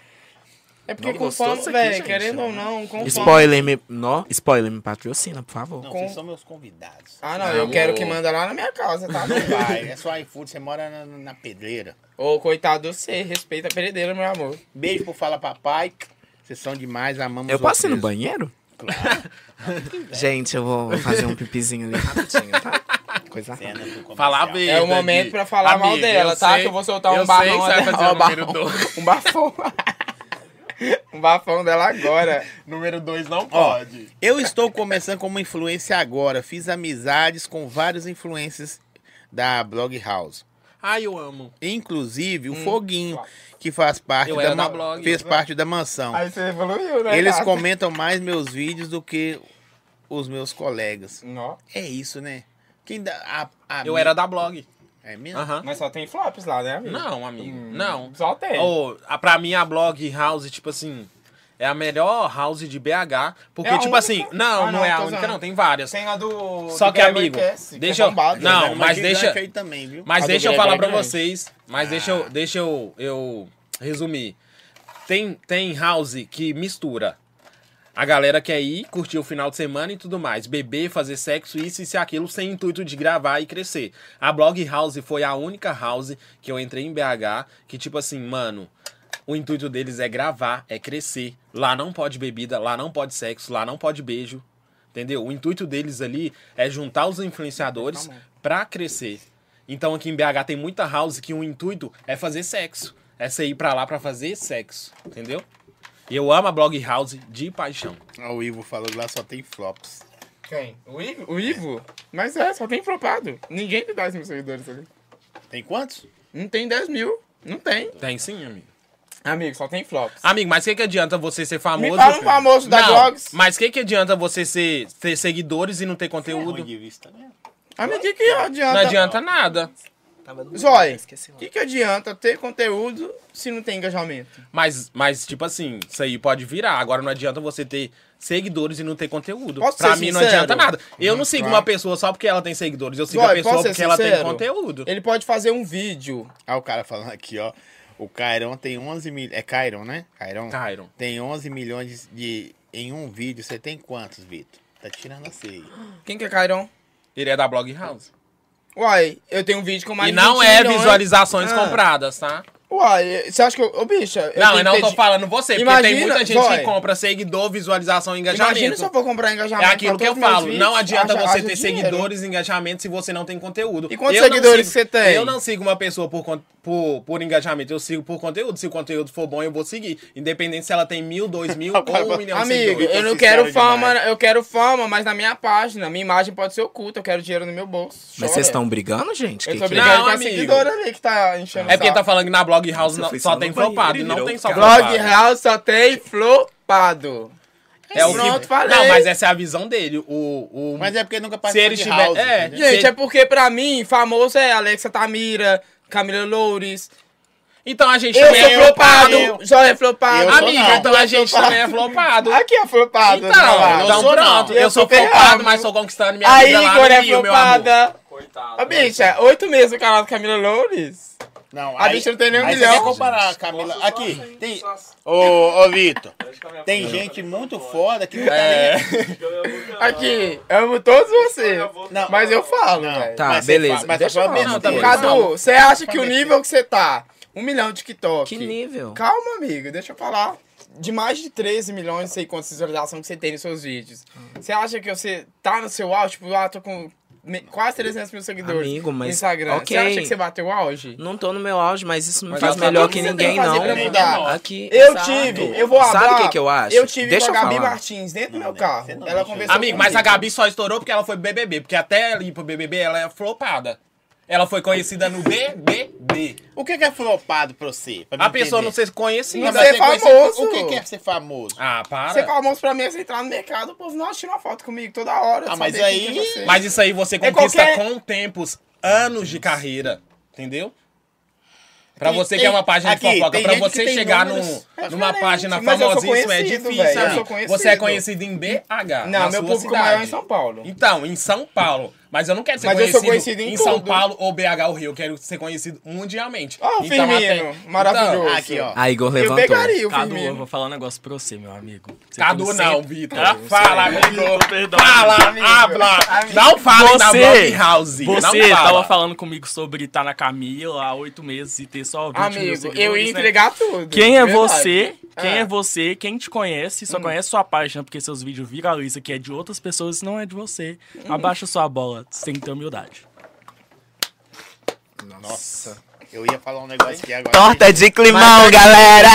Speaker 1: É porque
Speaker 3: Não
Speaker 1: com
Speaker 3: gostou
Speaker 1: fama,
Speaker 3: disso aqui,
Speaker 1: velho,
Speaker 3: gente?
Speaker 1: querendo ou não, com fama.
Speaker 3: Spoiler me. Nó, spoiler me patrocina, por favor.
Speaker 2: Não,
Speaker 1: Com-
Speaker 2: vocês são meus convidados.
Speaker 1: Ah, não,
Speaker 4: Ah,
Speaker 1: eu
Speaker 4: amor.
Speaker 1: quero que manda lá na minha casa, tá? Não vai.
Speaker 2: Vai, é só iFood, você mora na, na pedreira.
Speaker 1: Ô, coitado de você, respeita a peredeira, meu amor.
Speaker 2: Beijo pro Fala Papai. Vocês são demais, amamos
Speaker 3: Eu posso ir no
Speaker 2: vocês.
Speaker 3: banheiro?
Speaker 2: Claro.
Speaker 3: Gente, eu vou fazer um pipizinho ali rapidinho, tá? Coisa rápida.
Speaker 2: Cena do
Speaker 4: Falar
Speaker 2: comercial.
Speaker 4: bem.
Speaker 1: É o momento pra falar mal dela, tá? Que eu vou soltar um
Speaker 4: eu
Speaker 1: barrão
Speaker 4: sei que você vai
Speaker 1: dela.
Speaker 4: fazer
Speaker 1: Ó,
Speaker 4: o número
Speaker 1: barrão.
Speaker 4: 2.
Speaker 1: Um bafão. um bafão dela agora.
Speaker 4: Número 2 não
Speaker 2: Ó,
Speaker 4: pode.
Speaker 2: eu estou começando como influência agora. Fiz amizades com vários influencers da Blog House.
Speaker 4: Ai, eu amo.
Speaker 2: Inclusive
Speaker 1: Hum.
Speaker 2: o Foguinho, que faz parte
Speaker 4: Eu
Speaker 2: da,
Speaker 4: era
Speaker 2: ma-
Speaker 4: da Blog.
Speaker 2: fez parte da mansão.
Speaker 1: Aí você evoluiu, né?
Speaker 2: Eles
Speaker 1: gata?
Speaker 2: comentam mais meus vídeos do que os meus colegas.
Speaker 1: Nó.
Speaker 2: É isso, né? Quem dá, a- a-
Speaker 4: Eu era da blog.
Speaker 2: É mesmo?
Speaker 4: Aham.
Speaker 1: Mas só tem flops lá, né, amigo?
Speaker 4: Não, amigo.
Speaker 1: Hum,
Speaker 4: Não.
Speaker 1: Só tem.
Speaker 4: Ô, a- pra mim, a blog house, tipo assim, é a melhor house de BH. Porque,
Speaker 1: É a
Speaker 4: tipo
Speaker 1: única?
Speaker 4: assim, não,
Speaker 1: Ah,
Speaker 4: não,
Speaker 1: não,
Speaker 4: é a
Speaker 1: tô
Speaker 4: única,
Speaker 1: zoando.
Speaker 4: não, tem várias.
Speaker 1: Sem a do.
Speaker 4: Só
Speaker 1: do
Speaker 4: que,
Speaker 1: Gregory
Speaker 4: amigo,
Speaker 1: Cass, que é
Speaker 4: deixa eu-
Speaker 1: bombado,
Speaker 4: não,
Speaker 1: né?
Speaker 2: Tem uma
Speaker 4: mas
Speaker 2: gigante
Speaker 4: deixa-
Speaker 2: aí também, viu?
Speaker 4: Mas
Speaker 1: A do
Speaker 4: deixa eu
Speaker 1: Greg
Speaker 4: falar
Speaker 1: é
Speaker 4: pra
Speaker 1: grande. Ah.
Speaker 4: vocês. Mas deixa eu, deixa eu, eu resumir. Tem, tem house que mistura a galera quer ir, curtir o final de semana e tudo mais. Beber, fazer sexo, isso e aquilo, sem intuito de gravar e crescer. A Blog House foi a única house que eu entrei em BH que, tipo assim, mano, o intuito deles é gravar, é crescer. Lá não pode bebida, lá não pode sexo, lá não pode beijo. Entendeu? O intuito deles ali é juntar os influenciadores pra crescer. Então aqui em BH tem muita house que o intuito é fazer sexo. É você ir pra lá pra fazer sexo. Entendeu? E eu amo a Blog House de paixão.
Speaker 2: Ah, O Ivo falou que lá só tem flops.
Speaker 1: Quem? O Ivo? O Ivo? Mas é, só tem flopado. Ninguém tem 10 mil seguidores ali.
Speaker 2: Tem quantos?
Speaker 1: Não tem 10 mil. Não tem.
Speaker 4: Tem sim, amigo.
Speaker 1: Amigo, só tem flops.
Speaker 4: Amigo, mas o que, que adianta você ser famoso?
Speaker 1: Me fala um famoso da
Speaker 4: não,
Speaker 1: Blogs.
Speaker 4: Mas o que, que adianta você ser, ter seguidores e não ter
Speaker 2: Ruim
Speaker 4: conteúdo?
Speaker 2: de vista né? mesmo.
Speaker 1: Amigo, que adianta?
Speaker 4: Não adianta nada.
Speaker 3: Tava doido,
Speaker 1: Zói,
Speaker 3: esqueci
Speaker 1: o
Speaker 3: lá.
Speaker 1: que, que adianta ter conteúdo se não tem engajamento?
Speaker 4: Mas, mas, tipo assim, isso aí pode virar. Agora não adianta você ter seguidores e não ter conteúdo.
Speaker 1: Posso
Speaker 4: pra
Speaker 1: ser
Speaker 4: mim não
Speaker 1: sincero?
Speaker 4: adianta nada. Eu não sigo
Speaker 1: claro.
Speaker 4: uma pessoa só porque ela tem seguidores. Eu sigo a
Speaker 1: Zói,
Speaker 4: pessoa
Speaker 1: posso ser
Speaker 4: porque ela tem
Speaker 1: sincero?
Speaker 4: conteúdo.
Speaker 1: Ele pode fazer um vídeo.
Speaker 2: Ah, o cara falando aqui, ó. O Cairon tem 11 milhões. É Cairon, né? Cairon.
Speaker 4: Cairon.
Speaker 2: Tem 11 milhões de... em um vídeo. Você tem quantos, Vitor? Tá tirando a ceia.
Speaker 1: Quem que é Cairon?
Speaker 4: Ele é da Blog House.
Speaker 1: Uai, eu tenho um vídeo com mais
Speaker 4: e
Speaker 1: de
Speaker 4: não
Speaker 1: 20
Speaker 4: é
Speaker 1: milhões.
Speaker 4: visualizações
Speaker 1: Ah.
Speaker 4: compradas, tá?
Speaker 1: Uai, você acha que eu. Ô, bicha. eu
Speaker 4: não,
Speaker 1: tenho
Speaker 4: eu não
Speaker 1: que
Speaker 4: tô
Speaker 1: ter-
Speaker 4: falando você, porque tem
Speaker 1: Imagina,
Speaker 4: muita gente
Speaker 1: Zói.
Speaker 4: que compra seguidor, visualização e engajamento.
Speaker 1: Imagina se eu for comprar engajamento.
Speaker 4: É aquilo
Speaker 1: pra
Speaker 4: que eu
Speaker 1: todos meus
Speaker 4: falo.
Speaker 1: tá vídeos.
Speaker 4: Não adianta
Speaker 1: Haja-
Speaker 4: você
Speaker 1: haja
Speaker 4: ter
Speaker 1: dinheiro.
Speaker 4: seguidores e engajamento se você não tem conteúdo.
Speaker 1: E quantos
Speaker 4: Eu não
Speaker 1: seguidores
Speaker 4: sigo-
Speaker 1: que você tem?
Speaker 4: Eu não sigo uma pessoa por, con- por, por engajamento, eu sigo por conteúdo. Se o conteúdo for bom, eu vou seguir. Independente se ela tem mil, dois mil ou um milhão de
Speaker 1: Amigo,
Speaker 4: seguidores.
Speaker 1: eu não
Speaker 2: Sincero
Speaker 1: quero
Speaker 2: demais.
Speaker 1: fama, eu quero fama, mas na minha página, minha imagem pode ser oculta, eu quero dinheiro no meu bolso.
Speaker 3: Mas
Speaker 1: Chora.
Speaker 3: vocês estão brigando, gente?
Speaker 1: Eu
Speaker 3: Que
Speaker 1: tô
Speaker 3: que-
Speaker 4: brigando.
Speaker 1: brigando
Speaker 4: Não,
Speaker 1: com a
Speaker 4: amigo.
Speaker 1: seguidora ali que tá enchendo
Speaker 4: É porque
Speaker 1: o
Speaker 4: ele tá
Speaker 1: saco.
Speaker 4: falando que na Blog House
Speaker 3: Você
Speaker 4: não-
Speaker 3: foi
Speaker 4: só
Speaker 3: só
Speaker 4: tem
Speaker 3: no banheiro
Speaker 4: flopado.
Speaker 3: e
Speaker 4: Não
Speaker 3: virou
Speaker 4: tem
Speaker 3: o
Speaker 4: só
Speaker 3: cara.
Speaker 4: flopado.
Speaker 1: Blog House só tem flopado.
Speaker 4: É o que...
Speaker 1: Pronto, falei.
Speaker 4: Não, mas essa é a visão dele. O, o...
Speaker 2: Mas é porque nunca
Speaker 4: se
Speaker 2: participou
Speaker 4: ele
Speaker 2: de
Speaker 4: tiver...
Speaker 2: house.
Speaker 4: é,
Speaker 2: né?
Speaker 1: Gente,
Speaker 4: se-
Speaker 1: é porque pra mim, famoso é Alexa Tamira, Camila Loures,
Speaker 4: Então a gente
Speaker 1: Eu
Speaker 4: também
Speaker 1: sou
Speaker 4: é
Speaker 1: flopado!
Speaker 4: eu-
Speaker 1: Só é flopado!
Speaker 2: Eu sou
Speaker 4: Amigo,
Speaker 2: não.
Speaker 4: então a gente também é flopado.
Speaker 1: Aqui é flopado!
Speaker 4: Então,
Speaker 1: tá lá.
Speaker 2: eu
Speaker 4: então
Speaker 2: sou
Speaker 4: pronto.
Speaker 2: não.
Speaker 4: Eu,
Speaker 1: Eu
Speaker 4: sou
Speaker 1: sou ferrado.
Speaker 4: flopado, mas sou conquistando minha
Speaker 1: Aí,
Speaker 4: vida lá
Speaker 1: Igor
Speaker 4: no
Speaker 1: é
Speaker 4: Rio, meu amor.
Speaker 1: flopada!
Speaker 5: Coitado.
Speaker 1: A bicha, oito meses do canal do Camila Loures.
Speaker 2: Não,
Speaker 1: A bicha não tem nem um
Speaker 2: aí
Speaker 1: milhão.
Speaker 2: Você quer comparar, Camila. Aqui, tem... Ô, um ô Vitor, tem gente muito foda que não tá
Speaker 4: É.
Speaker 2: nem...
Speaker 1: Aqui, amo todos vocês.
Speaker 2: Não.
Speaker 1: Mas eu falo,
Speaker 2: Não.
Speaker 1: velho.
Speaker 3: Tá,
Speaker 2: Mas você
Speaker 3: beleza.
Speaker 2: fa- mas
Speaker 3: Deixa
Speaker 2: tá
Speaker 3: eu falar
Speaker 2: falando
Speaker 3: uma
Speaker 2: mesmo, tá
Speaker 3: coisa.
Speaker 2: bom.
Speaker 1: Cadu, você acha que o
Speaker 2: Aconteceu.
Speaker 1: nível que você tá? Um milhão de TikTok.
Speaker 3: Que nível?
Speaker 1: Calma, amigo, deixa eu falar. De mais de 13 milhões, não sei quantas visualizações que você tem nos seus vídeos. Você acha que você tá no seu auge? Tipo, ah, tô com me- quase 300 mil seguidores
Speaker 3: Amigo, mas-
Speaker 1: no Instagram.
Speaker 3: ok.
Speaker 1: Você acha que você bateu o auge?
Speaker 3: Não tô no meu auge, mas isso não
Speaker 4: Mas
Speaker 3: faz
Speaker 4: já tá
Speaker 3: melhor
Speaker 1: tudo
Speaker 3: que
Speaker 1: que você
Speaker 3: ninguém,
Speaker 1: tem que fazer pra
Speaker 3: não.
Speaker 1: mudar.
Speaker 3: Aqui,
Speaker 1: Eu
Speaker 3: exato.
Speaker 1: tive, eu vou abrir.
Speaker 3: Sabe o que, que eu acho?
Speaker 1: Eu tive
Speaker 3: Deixa
Speaker 1: com a
Speaker 3: eu
Speaker 1: Gabi
Speaker 3: falar.
Speaker 1: Martins dentro do
Speaker 2: Não,
Speaker 1: meu
Speaker 2: né?
Speaker 1: carro.
Speaker 2: Você não
Speaker 1: Ela
Speaker 2: deixa.
Speaker 1: conversou
Speaker 4: Amigo, mas a
Speaker 1: comigo.
Speaker 4: Gabi só estourou porque ela foi BBB, porque até ela ir pro BBB ela é flopada. Ela foi conhecida no BBB.
Speaker 2: O que que é flopado pra você? Pra
Speaker 4: A
Speaker 2: mim
Speaker 4: pessoa
Speaker 2: entender.
Speaker 4: não ser conhecida.
Speaker 1: Não, ser
Speaker 2: conhece-
Speaker 1: famoso.
Speaker 2: O que que é ser famoso?
Speaker 4: Ah, para.
Speaker 1: Você famoso pra mim é você entrar no mercado, o povo não tira uma foto comigo toda hora.
Speaker 2: Ah,
Speaker 1: saber
Speaker 2: mas
Speaker 1: quem
Speaker 2: aí-
Speaker 1: que é você.
Speaker 4: Mas isso aí você
Speaker 1: É
Speaker 4: conquista
Speaker 1: qualquer-
Speaker 4: com tempos, anos de carreira, entendeu? Pra
Speaker 2: Tem-
Speaker 4: você que
Speaker 2: tem-
Speaker 4: é uma página
Speaker 2: aqui,
Speaker 4: de fofoca,
Speaker 2: tem
Speaker 4: pra
Speaker 2: gente que
Speaker 4: você
Speaker 2: tem
Speaker 4: chegar num-
Speaker 2: números-
Speaker 1: É
Speaker 4: numa
Speaker 1: diferente,
Speaker 4: página
Speaker 1: mas eu sou
Speaker 4: famosíssima é
Speaker 1: conhecido,
Speaker 4: difícil.
Speaker 1: velho, eu
Speaker 4: amigo.
Speaker 1: sou conhecido.
Speaker 4: você é conhecido em BH.
Speaker 1: Não,
Speaker 4: na
Speaker 1: meu
Speaker 4: sua
Speaker 1: público
Speaker 4: cidade.
Speaker 1: maior é em São Paulo.
Speaker 4: Então, em São Paulo. Mas eu não quero ser
Speaker 1: Mas eu
Speaker 4: conhecido,
Speaker 1: sou conhecido
Speaker 4: em,
Speaker 1: em
Speaker 4: São
Speaker 1: tudo.
Speaker 4: Paulo ou BH ou Rio. Eu quero ser conhecido mundialmente.
Speaker 1: Ó, o
Speaker 4: Então, até-
Speaker 1: Firmino, maravilhoso.
Speaker 4: Então,
Speaker 2: aqui, ó.
Speaker 3: Ah, Igor
Speaker 1: Eu
Speaker 3: levantou.
Speaker 1: pegaria o
Speaker 5: Cadu, eu
Speaker 1: Firmino.
Speaker 5: vou falar um negócio pra você, meu amigo. Você
Speaker 4: Cadu
Speaker 5: tem
Speaker 4: não,
Speaker 5: cento-
Speaker 4: Vitor.
Speaker 5: Ah,
Speaker 4: fala,
Speaker 5: Vitor,
Speaker 4: amigo.
Speaker 5: perdão.
Speaker 4: Fala,
Speaker 1: Amigo.
Speaker 4: habla.
Speaker 1: Amigo.
Speaker 4: Não fala da
Speaker 5: Você-
Speaker 4: Bloghouse. não
Speaker 5: Você
Speaker 4: fala.
Speaker 5: tava falando comigo sobre estar na Camila há oito meses e ter só 20 mil
Speaker 1: Amigo,
Speaker 5: seguidores,
Speaker 1: eu ia
Speaker 3: é
Speaker 5: né?
Speaker 1: entregar tudo.
Speaker 5: Quem é
Speaker 1: verdade. Hum.
Speaker 5: você? Quem
Speaker 1: Ah.
Speaker 5: é você? Quem te conhece? Só conhece sua página porque seus vídeos viralizam que é de outras pessoas e não é de você.
Speaker 1: Hum.
Speaker 5: Abaixa sua bola, você tem que ter humildade.
Speaker 2: Nossa. Eu ia falar um negócio aqui agora.
Speaker 3: Torta de climão, galera!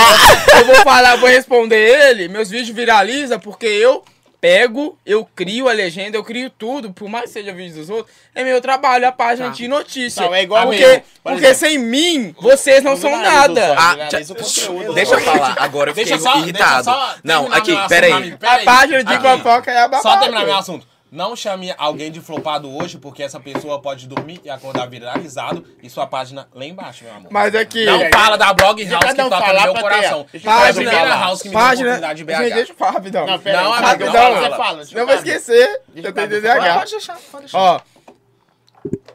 Speaker 1: Eu vou falar, vou responder ele. Meus vídeos viralizam porque eu pego, eu crio a legenda, eu crio tudo, por mais que seja vídeo dos outros, é meu trabalho, a página de notícia.
Speaker 2: Não, é igual
Speaker 1: porque,
Speaker 2: mesmo. Por
Speaker 1: porque
Speaker 2: exemplo,
Speaker 1: sem mim, vocês não são
Speaker 2: viraliza o
Speaker 1: nada.
Speaker 2: site.
Speaker 3: Ah,
Speaker 2: Viraliza
Speaker 3: tch-
Speaker 2: o conteúdo.
Speaker 3: Deixa eu falar, agora eu fiquei
Speaker 4: Deixa só,
Speaker 3: irritado.
Speaker 4: deixa só
Speaker 3: não,
Speaker 4: terminar
Speaker 3: aqui,
Speaker 4: meu assunto,
Speaker 3: peraí.
Speaker 4: amigo,
Speaker 1: A
Speaker 4: peraí.
Speaker 1: página de
Speaker 4: Aqui.
Speaker 1: fofoca é babado.
Speaker 4: Só terminar meu assunto. Não chame alguém de flopado hoje, porque essa pessoa pode dormir e acordar viralizado e sua página lá embaixo, meu amor.
Speaker 1: Mas aqui... é
Speaker 4: não fala da blog house que
Speaker 2: cada um
Speaker 4: toca no
Speaker 2: falar
Speaker 4: meu
Speaker 2: pra
Speaker 4: coração.
Speaker 2: ter- deixa eu
Speaker 4: Foi a
Speaker 1: um falar
Speaker 4: primeira
Speaker 2: pra
Speaker 4: house que me deu a
Speaker 1: página...
Speaker 4: oportunidade de
Speaker 1: Gente,
Speaker 4: BH.
Speaker 1: deixa eu falar, rapidão.
Speaker 2: Não, pera
Speaker 4: Não,
Speaker 2: aí,
Speaker 4: amigo,
Speaker 2: rapidão,
Speaker 1: não,
Speaker 2: você
Speaker 4: não.
Speaker 2: fala. deixa eu
Speaker 1: um- Não vou
Speaker 2: falar.
Speaker 1: esquecer, eu
Speaker 2: Deixa
Speaker 1: tenho
Speaker 2: eu
Speaker 1: DDH.
Speaker 2: falar.
Speaker 1: Ó.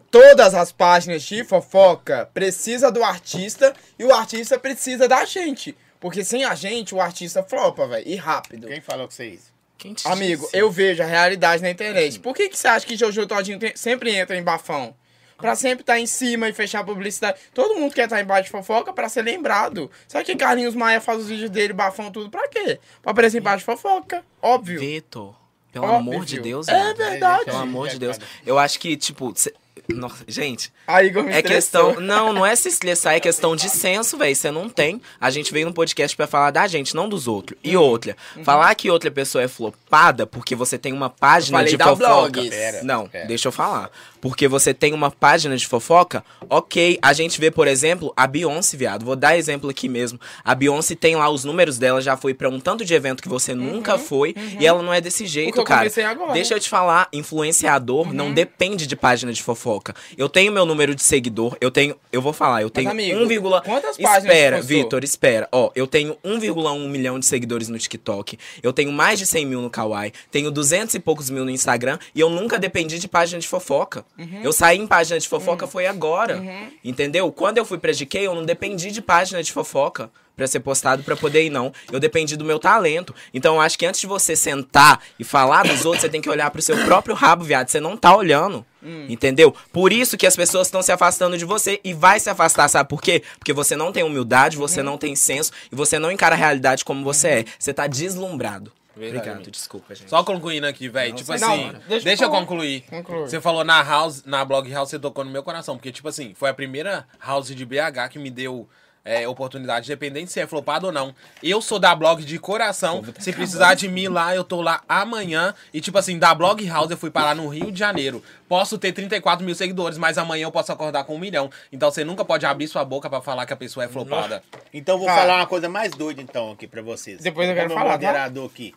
Speaker 1: Todas as páginas de fofoca precisa do artista e o artista precisa da gente. Porque sem a gente, o artista flopa, velho. E rápido.
Speaker 2: Quem falou é com vocês?
Speaker 3: Quem te
Speaker 1: Amigo,
Speaker 3: disse?
Speaker 1: eu vejo a realidade na internet. Por que, que você acha que Jojo Todinho tem- sempre entra em bafão? Pra sempre estar em cima e fechar a publicidade. Todo mundo quer estar embaixo de fofoca pra ser lembrado. Sabe que Carlinhos Maia faz os vídeos dele, bafão, tudo pra quê? Pra aparecer embaixo de fofoca. Óbvio.
Speaker 3: Vitor, pelo
Speaker 1: Óbvio.
Speaker 3: amor de Deus,
Speaker 1: É
Speaker 3: mano.
Speaker 1: verdade.
Speaker 3: Pelo amor de Deus. Eu acho que, tipo. cê- Nossa, gente,
Speaker 1: Aí, Igor me
Speaker 3: é
Speaker 1: estressou.
Speaker 3: questão. Não, não é se estressar, é questão de senso, velho. Você não tem. A gente veio no podcast pra falar da gente, não dos outros.
Speaker 1: Uhum.
Speaker 3: E outra, falar que outra pessoa é flopada porque você tem uma página
Speaker 1: falei
Speaker 3: de
Speaker 1: da
Speaker 3: fofoca.
Speaker 1: Blogs. Pera,
Speaker 3: não,
Speaker 2: pera.
Speaker 3: deixa eu falar. Porque você tem uma página de fofoca, ok. A gente vê, por exemplo, a Beyoncé, viado. Vou dar exemplo aqui mesmo. A Beyoncé tem lá os números dela, já foi pra um tanto de evento que você
Speaker 1: Uhum.
Speaker 3: nunca foi. E ela não é desse jeito,
Speaker 1: eu
Speaker 3: cara.
Speaker 1: comecei agora. Uhum.
Speaker 3: Deixa eu te falar, influenciador não depende de página de fofoca. Eu tenho meu número de seguidor, eu tenho, eu vou falar, eu tenho
Speaker 1: amigo,
Speaker 3: 1, vírgula-
Speaker 1: quantas páginas
Speaker 3: Espera,
Speaker 1: você postou?
Speaker 3: Vitor, espera. Ó, eu tenho 1,1 milhão de seguidores no TikTok, eu tenho mais de 100 mil no Kawaii, tenho 200 e poucos mil no Instagram e eu nunca dependi de página de fofoca.
Speaker 1: Uhum.
Speaker 3: Eu saí em página de fofoca foi agora. Entendeu? Quando eu fui pra GK, eu não dependi de página de fofoca. Pra ser postado, pra poder ir, não. Eu dependi do meu talento. Então, eu acho que antes de você sentar e falar dos outros, você tem que olhar pro seu próprio rabo, viado. Você não tá olhando.
Speaker 1: Hum.
Speaker 3: Entendeu? Por isso que as pessoas estão se afastando de você e vai se afastar, sabe por quê? Porque você não tem humildade, você
Speaker 1: Uhum.
Speaker 3: não tem senso e você não encara a realidade como você é. Você tá deslumbrado.
Speaker 4: Verdade,
Speaker 3: Obrigado,
Speaker 4: amigo.
Speaker 3: desculpa, gente.
Speaker 4: Só concluindo aqui, velho. Tipo
Speaker 1: não,
Speaker 4: assim,
Speaker 1: deixa eu
Speaker 4: deixa, eu
Speaker 1: falar.
Speaker 4: concluir.
Speaker 1: Conclui.
Speaker 4: Você falou na house, na blog house, você tocou no meu coração. Porque, tipo assim, foi a primeira house de BH que me deu é, oportunidade, dependente se é flopado ou não. Eu sou da blog de coração. Se precisar de mim lá, eu tô lá amanhã. E, tipo assim, da blog house eu fui parar no Rio de Janeiro. Posso ter 34 mil seguidores, mas amanhã eu posso acordar com um milhão. Então você nunca pode abrir sua boca pra falar que a pessoa é flopada.
Speaker 2: Então eu vou
Speaker 1: Cara.
Speaker 2: falar uma coisa mais doida então aqui pra vocês.
Speaker 1: Depois eu quero
Speaker 2: Como
Speaker 1: falar, tá?
Speaker 2: moderador aqui.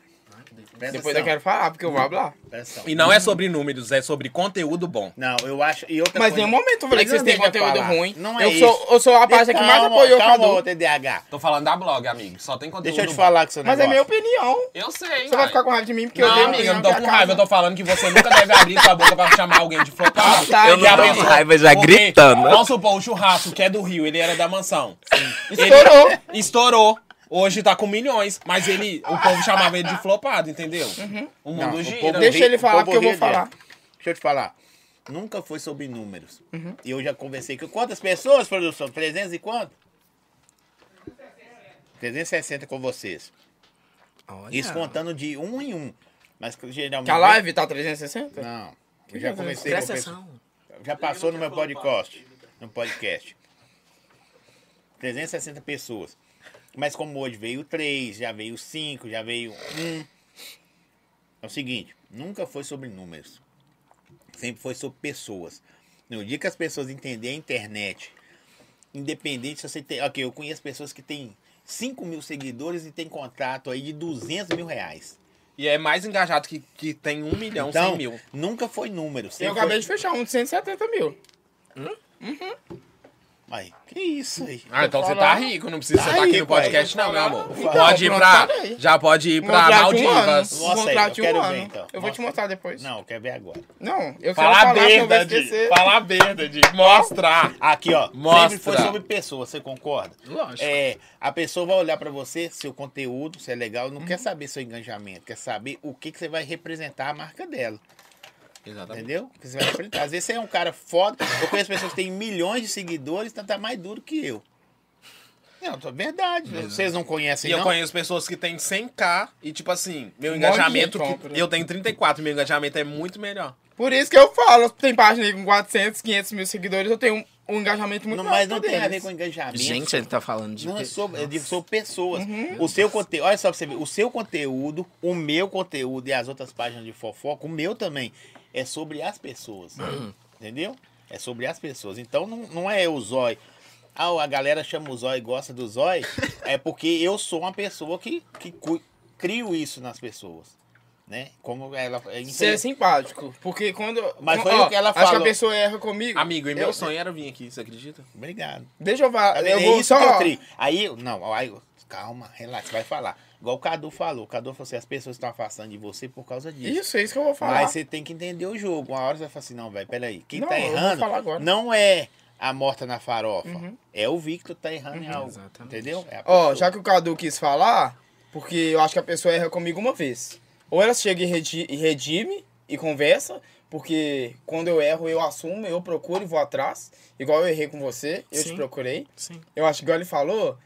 Speaker 2: Presta
Speaker 1: Depois eu
Speaker 2: atenção,
Speaker 1: quero falar, porque eu vou falar.
Speaker 2: presta atenção.
Speaker 4: E não é sobre números, é sobre conteúdo bom.
Speaker 2: Não, eu acho. E outra
Speaker 1: Mas em
Speaker 2: coisa,
Speaker 1: nenhum momento eu falei que
Speaker 2: Mas
Speaker 1: vocês têm
Speaker 2: não deixa
Speaker 1: conteúdo
Speaker 2: falar.
Speaker 1: ruim.
Speaker 2: Não é
Speaker 1: eu
Speaker 2: isso.
Speaker 1: sou, eu sou a página que mais apoiou o
Speaker 2: calma, ô
Speaker 1: Cadu.
Speaker 2: TDAH.
Speaker 4: Tô falando da blog, amigo. Só tem conteúdo
Speaker 2: Deixa eu te
Speaker 4: bom.
Speaker 2: falar com seu
Speaker 1: Mas é
Speaker 2: negócio.
Speaker 1: minha opinião.
Speaker 4: Eu sei,
Speaker 1: Você vai ficar com raiva de mim porque
Speaker 4: não,
Speaker 1: eu dei
Speaker 4: amiga, eu
Speaker 1: opinião
Speaker 4: não tô
Speaker 1: pra
Speaker 4: com
Speaker 1: casa.
Speaker 4: raiva. Eu tô falando que você nunca deve abrir sua boca pra chamar alguém de flopado.
Speaker 1: Tá,
Speaker 4: porque
Speaker 1: eu não
Speaker 4: a
Speaker 1: tô com
Speaker 4: pessoa-
Speaker 3: raiva já
Speaker 4: porque,
Speaker 3: gritando.
Speaker 4: Vamos supor, o churrasco, que é do Rio, ele era da mansão.
Speaker 1: Estourou.
Speaker 4: Ele estourou. Hoje tá com milhões, mas ele, o povo chamava ele de flopado, entendeu? O
Speaker 2: Não,
Speaker 4: mundo
Speaker 2: o
Speaker 4: gira.
Speaker 2: povo
Speaker 1: Uhum. Deixa
Speaker 2: ri-
Speaker 1: ele
Speaker 2: o
Speaker 1: falar,
Speaker 2: povo
Speaker 1: porque eu vou
Speaker 2: ri dele.
Speaker 1: falar.
Speaker 2: Deixa eu te falar. Nunca foi sobre números.
Speaker 1: Uhum.
Speaker 2: E eu já conversei com quantas pessoas, produção? 300 e quanto? 360 com vocês.
Speaker 3: Olha.
Speaker 2: Isso contando de um em um. Mas que geralmente.
Speaker 1: Que a live é tá 360?
Speaker 2: Não. Eu já comecei
Speaker 3: Presta
Speaker 2: com pessoas.
Speaker 3: atenção.
Speaker 2: Já passou no meu podcast. No podcast. 360 pessoas. Mas como hoje veio três, já veio cinco, já veio um. É o seguinte, nunca foi sobre números. Sempre foi sobre pessoas. No dia que as pessoas entenderem a internet, independente se você tem. Ok, eu conheço pessoas que têm 5 mil seguidores e tem contrato aí de 200 mil reais.
Speaker 4: E é mais engajado que, que tem um milhão, cem
Speaker 2: Então,
Speaker 4: mil.
Speaker 2: nunca foi número.
Speaker 1: Eu
Speaker 2: sempre
Speaker 1: acabei
Speaker 2: foi-
Speaker 1: de fechar um de 170 mil.
Speaker 2: Ai, que isso aí?
Speaker 4: Ah, então
Speaker 1: tô
Speaker 4: você tá
Speaker 1: falando.
Speaker 4: rico, não precisa
Speaker 2: Tá
Speaker 4: estar aqui
Speaker 2: rico,
Speaker 4: no podcast,
Speaker 1: aí,
Speaker 4: não, meu amor.
Speaker 1: Então,
Speaker 4: pode ir
Speaker 1: pronto,
Speaker 4: pra.
Speaker 1: tá aí.
Speaker 4: Já pode ir
Speaker 1: Um
Speaker 4: pra
Speaker 1: contrato de um ano.
Speaker 4: Maldivas.
Speaker 1: Um
Speaker 2: Nossa,
Speaker 1: contrato
Speaker 2: eu
Speaker 1: de
Speaker 2: quero
Speaker 1: um
Speaker 2: ver,
Speaker 1: ano.
Speaker 2: então.
Speaker 1: Eu vou te
Speaker 2: Mostra.
Speaker 1: mostrar depois.
Speaker 2: Não, eu quero ver agora.
Speaker 1: Não, eu
Speaker 4: Fala a
Speaker 1: falar, senão eu vou
Speaker 4: verdade.
Speaker 1: esquecer.
Speaker 4: Fala a verdade. Mostra.
Speaker 2: Aqui, ó.
Speaker 4: Mostra.
Speaker 2: Sempre foi sobre pessoa, você concorda?
Speaker 5: Lógico.
Speaker 2: É, a pessoa vai olhar pra você, seu conteúdo, se é legal, não quer saber seu engajamento, quer saber o que, que você vai representar a marca dela.
Speaker 4: Exatamente.
Speaker 2: Entendeu? O que você vai representar. Às vezes você é um cara foda. Eu conheço pessoas que têm milhões de seguidores, então tá mais duro que eu. Não, é verdade. né? Vocês não
Speaker 4: E
Speaker 2: conhecem,
Speaker 4: eu
Speaker 2: não?
Speaker 4: conheço pessoas que têm 100k e, tipo assim, meu
Speaker 1: Morre de
Speaker 4: engajamento.
Speaker 1: compra.
Speaker 4: que- eu tenho 34, meu engajamento é muito melhor.
Speaker 1: Por isso que eu falo, tem página aí com 400, 500 mil seguidores, eu tenho um, um engajamento muito
Speaker 2: Não,
Speaker 1: maior
Speaker 2: mas
Speaker 1: que
Speaker 2: não
Speaker 1: o
Speaker 2: tem a ver
Speaker 1: deles.
Speaker 2: com engajamento.
Speaker 3: Gente, ele tá falando de.
Speaker 2: Não, é
Speaker 3: pe-
Speaker 2: sobre, eu digo sobre pessoas. O seu conteúdo, olha só pra você ver, o seu conteúdo, o meu conteúdo e as outras páginas de fofoca, o meu também, é sobre as pessoas. Entendeu? É sobre as pessoas. Então não, não é o zói. Ah, a galera chama o zói e gosta do zói, é porque eu sou uma pessoa que, que cu- crio isso nas pessoas. Né? Como ela. é
Speaker 1: Ser simpático, porque quando...
Speaker 2: Mas
Speaker 1: ó,
Speaker 2: foi o que ela
Speaker 1: Acho que
Speaker 2: falou.
Speaker 1: a pessoa erra comigo.
Speaker 4: Amigo, e meu
Speaker 2: Eu-
Speaker 4: sonho era vir aqui, você acredita?
Speaker 2: Obrigado.
Speaker 1: Deixa eu falar,
Speaker 2: É
Speaker 1: eu vou
Speaker 2: isso
Speaker 1: só...
Speaker 2: que eu tri. Aí, eu- não, aí, eu- calma, relaxa, vai falar. Igual o Cadu falou. O Cadu falou assim, as pessoas estão afastando de você por causa disso.
Speaker 1: Isso, é isso que eu vou falar.
Speaker 2: Mas você tem que entender o jogo. Uma hora você vai falar assim, não, velho, peraí. Quem
Speaker 1: Não,
Speaker 2: tá
Speaker 1: eu vou
Speaker 2: errando
Speaker 1: falar agora. Uhum.
Speaker 2: não é a morta na farofa. É o Victor que tá errando em algo.
Speaker 3: Exatamente.
Speaker 2: Entendeu? É a
Speaker 1: Ó,
Speaker 2: pessoa.
Speaker 1: já que o Cadu quis falar, porque eu acho que a pessoa erra comigo uma vez. Ou ela chega e, redi- e redime e conversa, porque quando eu erro, eu assumo, eu procuro e vou atrás. Igual eu errei com você, eu te
Speaker 5: Sim.
Speaker 1: procurei.
Speaker 5: Sim.
Speaker 1: Eu acho que igual ele falou,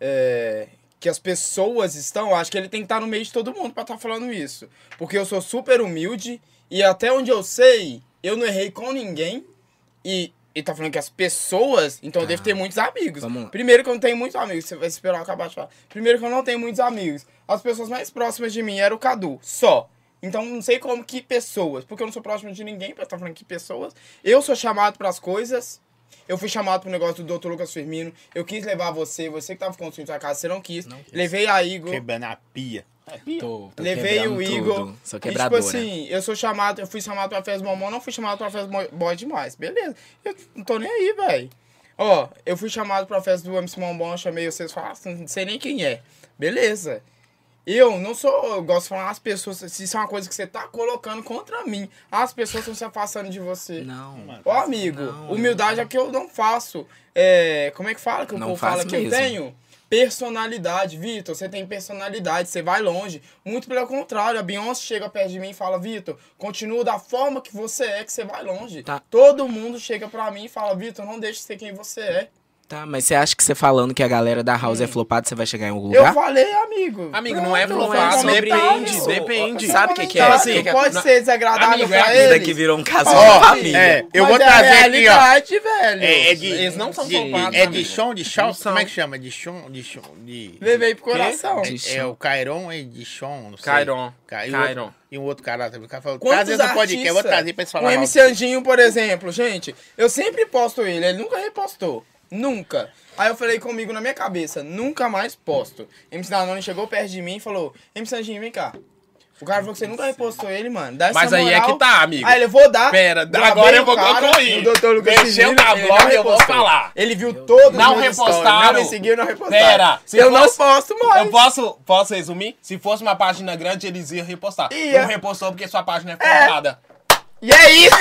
Speaker 1: é, que as pessoas estão. eu Acho que ele tem que estar no meio de todo mundo pra estar falando isso. Porque eu sou super humilde e até onde eu sei, eu não errei com ninguém. E ele tá falando que as pessoas. Então eu devo ter muitos amigos.
Speaker 3: Tá. Vamos lá.
Speaker 1: Primeiro que eu não tenho muitos amigos. Você vai esperar eu acabar de falar. Primeiro que eu não tenho muitos amigos. As pessoas mais próximas de mim eram o Cadu, só. Então não sei como que pessoas. Porque eu não sou próximo de ninguém pra estar falando que pessoas. Eu sou chamado pras coisas. Eu fui chamado pro negócio do Dr. Lucas Firmino. Eu quis levar você, você que tava construindo sua casa, você não quis. Levei a Igor.
Speaker 2: Quebrando a pia.
Speaker 1: É
Speaker 2: É
Speaker 3: Tô- tô
Speaker 1: Levei
Speaker 3: quebrando
Speaker 1: o Igor.
Speaker 3: tudo. Sou
Speaker 1: e, tipo
Speaker 3: quebradora.
Speaker 1: assim, eu sou chamado, eu fui chamado pra festa momão, não fui chamado pra festa mo- boy demais. Beleza. Eu não tô nem aí, velho. Ó, eu fui chamado pra festa do MC Mombom, eu chamei vocês, falaram, "Ah, não sei nem quem é. Beleza. Eu não sou, eu gosto de falar as pessoas, se isso é uma coisa que você tá colocando contra mim, as pessoas estão se afastando de você.
Speaker 3: Não.
Speaker 1: Ó, amigo,
Speaker 3: Não,
Speaker 1: humildade é que eu não faço. É, como é que fala que o
Speaker 3: Não
Speaker 1: povo
Speaker 3: faz
Speaker 1: fala que eu
Speaker 3: mesmo.
Speaker 1: tenho? Personalidade, Vitor, você tem personalidade, você vai longe. Muito pelo contrário, a Beyoncé chega perto de mim e fala: Vitor, continua da forma que você é, que você vai longe.
Speaker 3: Tá.
Speaker 1: Todo mundo chega pra mim e fala: Vitor, não deixe de ser quem você é.
Speaker 3: Tá, mas você acha que você falando que a galera da House é
Speaker 6: Hum.
Speaker 3: flopada, você vai chegar em algum
Speaker 1: Eu
Speaker 3: lugar?
Speaker 1: falei, amigo.
Speaker 4: Amigo, não é
Speaker 1: Pronto,
Speaker 4: flopado,
Speaker 1: é um
Speaker 3: sobre
Speaker 4: depende,
Speaker 1: comentário.
Speaker 4: depende.
Speaker 3: Sabe o que, que é?
Speaker 1: Comentário,
Speaker 4: Assim,
Speaker 3: Que que é-
Speaker 1: pode ser desagradável
Speaker 4: Amigo, é a
Speaker 1: pra
Speaker 4: vida
Speaker 1: ele.
Speaker 3: Vida que virou um casal
Speaker 2: Ó,
Speaker 3: de família.
Speaker 2: é, eu
Speaker 1: Mas
Speaker 2: vou
Speaker 1: é a
Speaker 2: trazer aqui, ó.
Speaker 1: realidade, velho.
Speaker 2: É, é de,
Speaker 4: Eles não são
Speaker 2: de,
Speaker 4: flopados,
Speaker 2: É de
Speaker 4: amigo.
Speaker 2: chão, de chão?
Speaker 4: Não são.
Speaker 2: Como é que chama? De chão, de chão, de...
Speaker 1: Levei pro coração.
Speaker 3: De
Speaker 2: É, é
Speaker 3: chão.
Speaker 2: o Cairon e de chão, não sei.
Speaker 4: Cairon.
Speaker 2: Ca- e o
Speaker 4: Cairon.
Speaker 2: outro- E um outro cara lá também. O cara falou,
Speaker 1: Quantos
Speaker 2: traz esse podcast, eu vou
Speaker 1: artistas?
Speaker 2: trazer pra eles falar
Speaker 1: O
Speaker 2: mal.
Speaker 1: MC Um Anjinho, por exemplo, gente, eu sempre posto ele, ele nunca repostou. Nunca. Aí eu falei comigo na minha cabeça, nunca mais posto. MC Danone chegou perto de mim e falou, MC Anjinho, vem cá. O cara falou que você nunca repostou ele, mano. Dá
Speaker 4: Mas
Speaker 1: essa
Speaker 4: aí é
Speaker 1: moral.
Speaker 4: que tá, amigo.
Speaker 1: Aí eu vou dar.
Speaker 4: Pera,
Speaker 1: Gravei
Speaker 4: agora eu
Speaker 1: o
Speaker 4: vou
Speaker 1: cara,
Speaker 4: concluir.
Speaker 1: O doutor Lucas
Speaker 4: Mexeu
Speaker 1: Silva,
Speaker 4: na
Speaker 1: ele
Speaker 4: blog,
Speaker 1: não
Speaker 4: eu vou
Speaker 1: repostou.
Speaker 4: falar.
Speaker 1: Ele viu todos
Speaker 4: Não
Speaker 1: meus stories,
Speaker 4: repostaram.
Speaker 1: Não me seguiu, não repostaram.
Speaker 4: Pera, se
Speaker 1: eu
Speaker 4: fosse-
Speaker 1: não posto mais.
Speaker 4: Eu posso, posso resumir? Se fosse uma página grande, eles iam repostar.
Speaker 1: Ia.
Speaker 4: Não repostou porque sua página é focada.
Speaker 1: E é isso.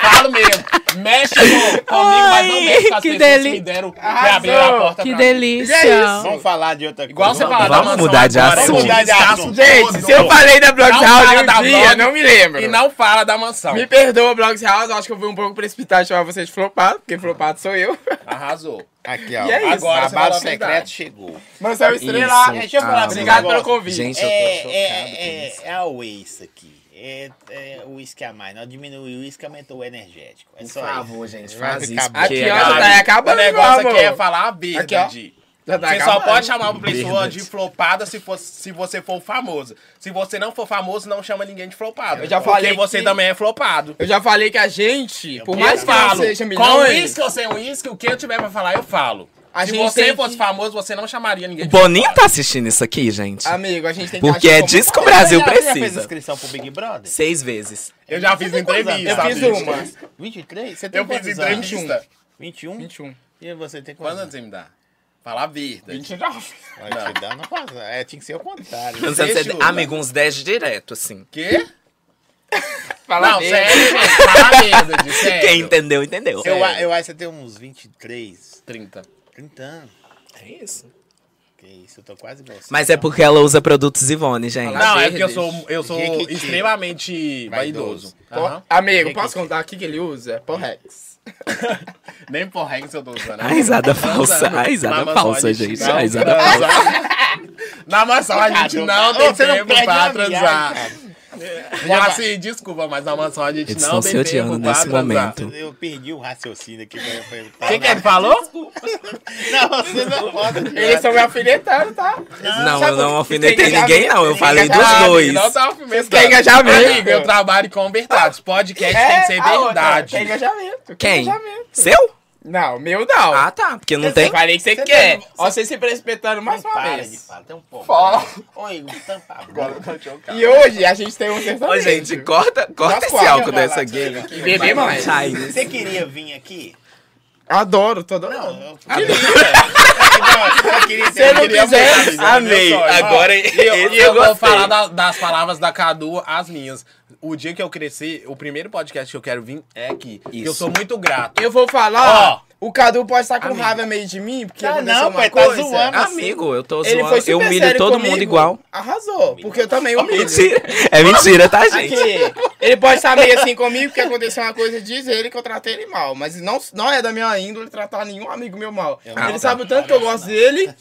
Speaker 4: Falo mesmo. Mexe com- comigo, mas não
Speaker 6: Ai,
Speaker 4: mexe com as
Speaker 6: que
Speaker 4: pessoas
Speaker 6: deli-
Speaker 4: que me deram, que
Speaker 1: Arrasou.
Speaker 4: abriram a porta
Speaker 6: Que
Speaker 4: pra mim.
Speaker 6: delícia.
Speaker 2: Vamos falar de outra coisa.
Speaker 4: Igual você falar da
Speaker 3: Vamos
Speaker 4: mansão
Speaker 3: mudar de
Speaker 4: agora,
Speaker 3: assunto.
Speaker 4: Vamos mudar de assunto.
Speaker 1: Gente, se eu falei da Blog
Speaker 4: Não
Speaker 1: House
Speaker 4: fala
Speaker 1: um
Speaker 4: da
Speaker 1: dia,
Speaker 4: blog
Speaker 1: não me lembro.
Speaker 4: E não fala da mansão.
Speaker 1: Me perdoa, Blogs House. eu Acho que eu fui um pouco precipitado de chamar vocês de flopado, porque flopado sou eu.
Speaker 4: Arrasou.
Speaker 2: Aqui, ó.
Speaker 1: E é isso.
Speaker 2: Agora,
Speaker 4: Você falou
Speaker 2: babado
Speaker 4: a
Speaker 2: secreto
Speaker 4: verdade.
Speaker 2: chegou.
Speaker 1: Mansão Estrela.
Speaker 2: Isso. Deixa eu falar pra você um
Speaker 1: Obrigado pelo
Speaker 2: negócio.
Speaker 1: convite.
Speaker 2: É,
Speaker 3: Gente, eu tô chocado com
Speaker 2: é,
Speaker 3: isso.
Speaker 2: é, é a Waze aqui. É, é o uísque a mais. Nós diminuiu o uísque, aumentou o energético. É
Speaker 3: Por
Speaker 2: só
Speaker 3: favor, gente, faz
Speaker 2: Vai
Speaker 3: isso.
Speaker 2: acabar.
Speaker 3: Porque
Speaker 1: aqui, ó,
Speaker 3: a
Speaker 1: já
Speaker 3: galera-
Speaker 1: tá
Speaker 4: O
Speaker 1: acabando,
Speaker 4: negócio
Speaker 1: meu
Speaker 4: aqui é
Speaker 1: amor.
Speaker 4: falar a
Speaker 1: Aqui, ó.
Speaker 4: verdade.
Speaker 1: Já tá
Speaker 4: Você só
Speaker 1: acabando.
Speaker 4: pode chamar uma pessoa
Speaker 3: Verdade.
Speaker 4: de flopada se, for, se você for flopada. Se você não for famoso, não chama ninguém de flopado.
Speaker 1: Eu já
Speaker 4: porque
Speaker 1: falei
Speaker 4: você
Speaker 1: que-
Speaker 4: também é flopado.
Speaker 1: Eu já falei que a gente, por
Speaker 4: Eu
Speaker 1: mais que não
Speaker 4: falo,
Speaker 1: seja
Speaker 4: com
Speaker 1: milhões...
Speaker 4: uísque ou sem uísque, o que eu tiver pra falar, eu falo.
Speaker 1: A
Speaker 4: se
Speaker 1: gente
Speaker 4: você
Speaker 1: tem
Speaker 4: fosse
Speaker 1: que-
Speaker 4: famoso, você não chamaria ninguém de
Speaker 3: Boninho tá assistindo isso aqui, gente?
Speaker 1: Amigo, a gente tem que
Speaker 3: Porque
Speaker 1: achar
Speaker 3: é
Speaker 1: como-
Speaker 3: disso que o
Speaker 2: Você
Speaker 3: Brasil
Speaker 2: já- você já fez
Speaker 3: precisa.
Speaker 2: inscrição pro Big Brother?
Speaker 3: Seis vezes.
Speaker 4: Eu já fiz
Speaker 2: Você tem quantos anos?
Speaker 4: entrevista.
Speaker 1: Eu fiz
Speaker 4: bicho.
Speaker 1: uma.
Speaker 2: 23? Você tem
Speaker 4: Eu fiz
Speaker 2: quantos anos?
Speaker 4: entrevista.
Speaker 2: 21?
Speaker 1: 21.
Speaker 2: E você tem quantos
Speaker 4: Quantos anos
Speaker 2: anos?
Speaker 4: você me dá? Falar a verdade.
Speaker 1: 29.
Speaker 2: Vai te dar, não faz. É, tinha que ser o contrário.
Speaker 3: Não sei se é-
Speaker 4: Fechou,
Speaker 3: Amigo, uns dez direto, assim.
Speaker 4: Quê?
Speaker 1: Fala
Speaker 4: Não,
Speaker 1: dele.
Speaker 4: sério, gente. Fala a verdade, sério.
Speaker 3: Quem entendeu, entendeu. É,
Speaker 2: Eu,
Speaker 4: Sério.
Speaker 2: eu acho que você tem uns 23,
Speaker 4: 30.
Speaker 2: 30 anos.
Speaker 3: É isso.
Speaker 2: Que isso, eu tô quase igual você.
Speaker 3: Mas é porque ela usa produtos Ivone, gente.
Speaker 4: Não,
Speaker 1: verdes.
Speaker 4: é porque eu sou, eu sou
Speaker 2: Jequiti.
Speaker 4: extremamente vaidoso.
Speaker 1: Pô,
Speaker 4: Aham.
Speaker 1: Amigo, posso contar aqui que ele usa? Porrex.
Speaker 4: Nem é por regra eu tô usando.
Speaker 3: A risada
Speaker 4: Tô usando.
Speaker 3: falsa, a risada
Speaker 4: né? Na mansão
Speaker 3: falsa,
Speaker 4: a gente
Speaker 3: gente,
Speaker 4: não
Speaker 3: a risada
Speaker 4: transa. Na mansão a gente
Speaker 2: Ô,
Speaker 4: não
Speaker 2: você
Speaker 4: tem
Speaker 2: não
Speaker 4: tempo
Speaker 2: perde
Speaker 4: pra
Speaker 2: uma
Speaker 4: transar.
Speaker 2: viagem,
Speaker 4: Já assim, desculpa, mas na mansão a gente
Speaker 3: Eles
Speaker 4: não
Speaker 3: estão
Speaker 4: tem
Speaker 3: se odiando
Speaker 4: tempo pra
Speaker 3: nesse
Speaker 4: transar.
Speaker 3: momento.
Speaker 2: Eu perdi o raciocínio aqui. um
Speaker 4: O que, que ele falou?
Speaker 2: Não, você não pode.
Speaker 1: Eles estão me alfinetando, tá?
Speaker 3: Não,
Speaker 1: Sabe
Speaker 3: eu não
Speaker 1: o que-
Speaker 3: alfinetei
Speaker 1: quem já-
Speaker 3: ninguém, não. Eu
Speaker 1: quem
Speaker 3: falei
Speaker 1: já-
Speaker 3: dos
Speaker 1: Ah, amigo,
Speaker 3: dois.
Speaker 4: Não tá alfinetando.
Speaker 1: Vocês querem engajamento?
Speaker 4: Amigo, eu trabalho com verdades. Podcast
Speaker 1: É,
Speaker 4: tem que ser
Speaker 1: a outra,
Speaker 4: verdade.
Speaker 1: Tem engajamento.
Speaker 3: Quem?
Speaker 1: Tem engajamento.
Speaker 3: Seu?
Speaker 1: Não, meu não.
Speaker 3: Ah, tá. Porque não
Speaker 1: Eu
Speaker 3: tem.
Speaker 1: falei que você,
Speaker 2: Você
Speaker 1: quer.
Speaker 2: tem-
Speaker 1: Ó, você se precipitando mais uma
Speaker 2: Para de
Speaker 1: vez.
Speaker 2: falar, tem um pouco.
Speaker 1: Fala.
Speaker 2: Ô, Igor, tampa a boca.
Speaker 1: E hoje a gente tem um
Speaker 3: Ô,
Speaker 1: sertanejo.
Speaker 3: gente, corta, corta
Speaker 1: Nossa,
Speaker 3: esse
Speaker 1: qual que
Speaker 3: álcool
Speaker 2: eu ia
Speaker 3: dessa
Speaker 2: falar?
Speaker 3: game aqui.
Speaker 1: Beber mais.
Speaker 3: Sai.
Speaker 2: Você queria vir aqui?
Speaker 1: Adoro, tô adorando.
Speaker 2: Não, eu queria. Não, eu queria
Speaker 1: Ah, Se eu não
Speaker 2: queria
Speaker 1: quiser,
Speaker 2: voltar, mas eu
Speaker 3: Amei.
Speaker 2: só-
Speaker 3: Agora
Speaker 4: E eu,
Speaker 3: esse
Speaker 4: e eu vou
Speaker 3: gostei.
Speaker 4: falar da- das palavras da Cadu, as minhas. O dia que eu crescer, o primeiro podcast que eu quero vir é aqui. E Eu sou muito grato.
Speaker 1: Eu vou falar,
Speaker 4: Ó.
Speaker 1: o Cadu pode estar com raiva meio de mim, porque
Speaker 2: Ah,
Speaker 1: aconteceu
Speaker 2: não,
Speaker 1: uma
Speaker 2: pai, tá
Speaker 1: coisa.
Speaker 2: zoando.
Speaker 3: Amigo, eu tô
Speaker 1: Ele foi
Speaker 3: zoando.
Speaker 1: super
Speaker 3: Eu humilho
Speaker 1: sério
Speaker 3: todo
Speaker 1: comigo. Tá
Speaker 3: mundo igual.
Speaker 1: Arrasou, porque eu também humilho.
Speaker 3: Mentira. É mentira, tá, gente?
Speaker 1: Aqui, ele pode estar meio assim comigo, porque aconteceu uma coisa, diz ele que eu tratei ele mal. Mas não, não é da minha índole tratar nenhum amigo meu mal. ele sabe o tanto que eu gosto dele,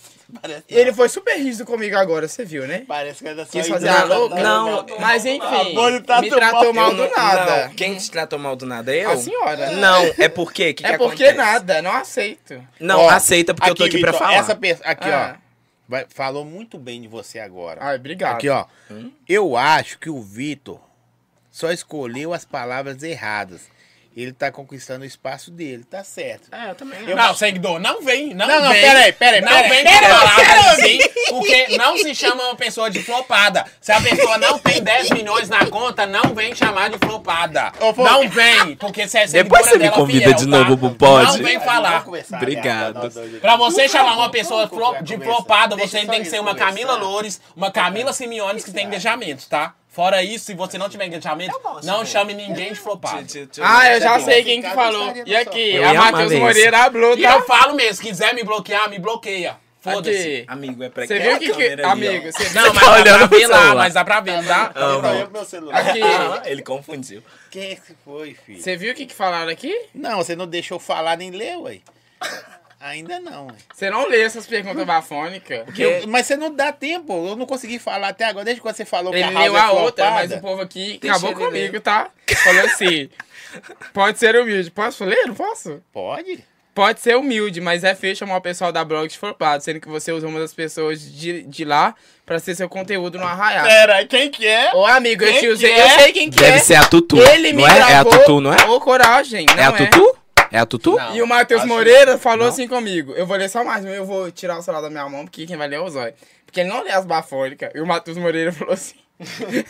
Speaker 2: Parece,
Speaker 1: e ele foi super rígido comigo agora, você viu, né?
Speaker 2: parece que era só
Speaker 1: Quis
Speaker 2: Igor.
Speaker 1: fazer a louca?
Speaker 3: Não.
Speaker 1: Mas enfim,
Speaker 2: Bolho tá
Speaker 1: me
Speaker 2: do mal.
Speaker 1: tratou mal do
Speaker 3: Eu não-
Speaker 1: nada.
Speaker 3: não, Quem te tratou mal do nada? Eu?
Speaker 1: A senhora.
Speaker 3: Não, é porque. Que
Speaker 1: é
Speaker 3: que
Speaker 1: porque
Speaker 3: acontece?
Speaker 1: nada, não aceito.
Speaker 3: Não,
Speaker 2: Ó,
Speaker 3: aceita porque eu tô aqui pra
Speaker 2: Vitor,
Speaker 3: falar.
Speaker 2: Essa pessoa, aqui,
Speaker 1: Ah.
Speaker 2: ó. vai- falou muito bem de você agora.
Speaker 1: Ai, obrigado.
Speaker 2: Aqui, ó.
Speaker 3: Hum?
Speaker 2: Eu acho que o Vitor só escolheu as palavras erradas. Ele tá conquistando o espaço dele, tá certo.
Speaker 1: É, eu também.
Speaker 4: Não, seguidor, não vem, não,
Speaker 2: Não, não,
Speaker 4: vem.
Speaker 2: peraí, peraí,
Speaker 4: Não
Speaker 2: peraí.
Speaker 4: vem
Speaker 2: Peraí,
Speaker 4: com palavras
Speaker 2: peraí.
Speaker 4: assim, porque não se chama uma pessoa de flopada. Se a pessoa não tem 10 milhões na conta, não vem chamar de flopada.
Speaker 2: Ô, Fo-
Speaker 4: Não vem, porque você é seguidora
Speaker 3: Depois você me
Speaker 4: dela
Speaker 3: convida
Speaker 4: fiel,
Speaker 3: de
Speaker 4: tá?
Speaker 3: novo pro pod.
Speaker 4: Não vem falar.
Speaker 2: Vamos conversar,
Speaker 3: Obrigado.
Speaker 2: né? Nós dois aqui.
Speaker 4: Pra você chamar uma
Speaker 2: vamos
Speaker 4: pessoa
Speaker 2: conversar,
Speaker 4: flo- de
Speaker 2: conversar.
Speaker 4: flopada,
Speaker 2: Deixa
Speaker 4: você
Speaker 2: só
Speaker 4: tem que ser
Speaker 2: eles
Speaker 4: uma Camila
Speaker 2: conversar.
Speaker 4: Loures, uma Camila Simeones que tem engajamento, tá? Fora isso, se você não tiver engajamento, não chame ninguém de flopada.
Speaker 1: Ah, eu já
Speaker 2: Você
Speaker 1: sei
Speaker 2: bom.
Speaker 1: quem que
Speaker 2: Ricardo
Speaker 1: falou.
Speaker 2: estaria
Speaker 1: E
Speaker 2: na
Speaker 1: aqui,
Speaker 3: Eu
Speaker 1: a
Speaker 3: ia amar
Speaker 1: Matheus
Speaker 3: ver isso.
Speaker 1: Moreira hablou,
Speaker 4: E
Speaker 1: tá?
Speaker 4: eu falo mesmo, se quiser me bloquear, me bloqueia. Foda-se.
Speaker 1: Aqui.
Speaker 3: Amigo, é pra
Speaker 1: Você viu o que que... Amigo, você...
Speaker 4: Não,
Speaker 3: tá
Speaker 4: mas dá pra
Speaker 3: olhando pro
Speaker 4: ver lá,
Speaker 3: celular.
Speaker 4: mas dá pra ver, tá?
Speaker 2: Tá
Speaker 3: Amo. Ah,
Speaker 2: olhando meu celular.
Speaker 1: Aqui.
Speaker 3: ele confundiu.
Speaker 2: Quem é que foi, filho?
Speaker 1: Você viu o que que falaram aqui?
Speaker 2: Não, você não deixou falar nem ler, ué. Ainda não. ué.
Speaker 1: Você não lê essas perguntas bafônicas.
Speaker 2: Eu- mas você não dá tempo. Eu não consegui falar até agora. Desde quando você falou que
Speaker 1: Ele
Speaker 2: a House
Speaker 1: leu
Speaker 2: é
Speaker 1: a outra,
Speaker 2: flopada.
Speaker 1: mas um o povo aqui
Speaker 3: Deixa
Speaker 1: acabou
Speaker 3: ele ler.
Speaker 1: comigo, tá? Falou assim, pode ser humilde. Posso ler? Não posso?
Speaker 2: Pode?
Speaker 1: Pode ser humilde, mas é feio chamar o pessoal da blog de flopado, sendo que você usa uma das pessoas de, de lá pra ser seu conteúdo no arraial.
Speaker 2: Pera, quem que é?
Speaker 1: Ô, amigo, eu
Speaker 2: Quem
Speaker 1: te
Speaker 2: que
Speaker 1: usei.
Speaker 2: é?
Speaker 1: Eu sei quem que
Speaker 3: Deve
Speaker 1: é.
Speaker 3: ser a Tutu.
Speaker 1: Ele me
Speaker 3: não é? É a
Speaker 1: gravou.
Speaker 3: Tutu, não é?
Speaker 1: Ô, coragem. Não
Speaker 3: é a Tutu? É a Tutu?
Speaker 4: Não.
Speaker 1: E o Matheus
Speaker 2: Acho-
Speaker 1: Moreira falou assim comigo. Eu vou ler só mais um, eu vou tirar o celular da minha mão, porque quem vai ler é o Zóio. Porque ele não lê as bafônicas. E o Matheus Moreira falou assim.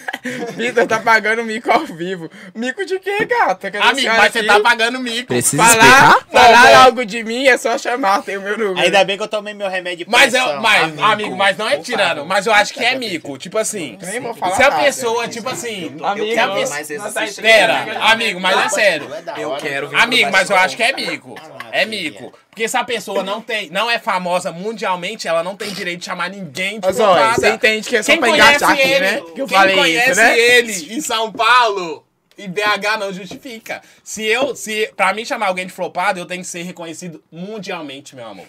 Speaker 1: Vitor tá pagando mico ao vivo. Mico de quê, gata? Cadê a
Speaker 4: Amigo,
Speaker 1: senhora
Speaker 4: mas você
Speaker 1: aqui?
Speaker 4: tá pagando mico.
Speaker 3: Precisa
Speaker 1: Falar,
Speaker 3: explicar?
Speaker 1: falar
Speaker 4: Bom, bom.
Speaker 1: algo de mim é só chamar, tem o meu número.
Speaker 2: Ainda bem que eu tomei meu remédio de
Speaker 4: Mas,
Speaker 2: pressão.
Speaker 4: é, mas amigo,
Speaker 1: ah,
Speaker 4: mas não é
Speaker 2: Por
Speaker 4: tirando.
Speaker 2: favor.
Speaker 4: Mas eu acho que é mico. Tipo assim,
Speaker 1: Nem vou falar
Speaker 4: se a
Speaker 1: nada.
Speaker 4: pessoa, tipo assim...
Speaker 5: Amigo,
Speaker 4: se a pessoa-
Speaker 3: mas esse assiste-
Speaker 4: Pera, amigo, mas é sério.
Speaker 2: É da
Speaker 3: Eu
Speaker 2: hora.
Speaker 3: quero ver
Speaker 4: Amigo,
Speaker 3: tudo
Speaker 4: mas eu
Speaker 3: mais
Speaker 4: acho que é mico. É mico. Porque se a pessoa não tem, não é famosa mundialmente, ela não tem direito de chamar ninguém de
Speaker 1: Mas, olha,
Speaker 4: flopado.
Speaker 1: você entende que é só
Speaker 4: Quem
Speaker 1: pra
Speaker 4: conhece
Speaker 1: engatar aqui,
Speaker 4: ele,
Speaker 1: né? Que eu
Speaker 4: quem
Speaker 1: falei
Speaker 4: conhece
Speaker 1: isso, né?
Speaker 4: ele em São Paulo e BH não justifica. Se eu, se pra mim chamar alguém de flopado, eu tenho que ser reconhecido mundialmente, meu amor.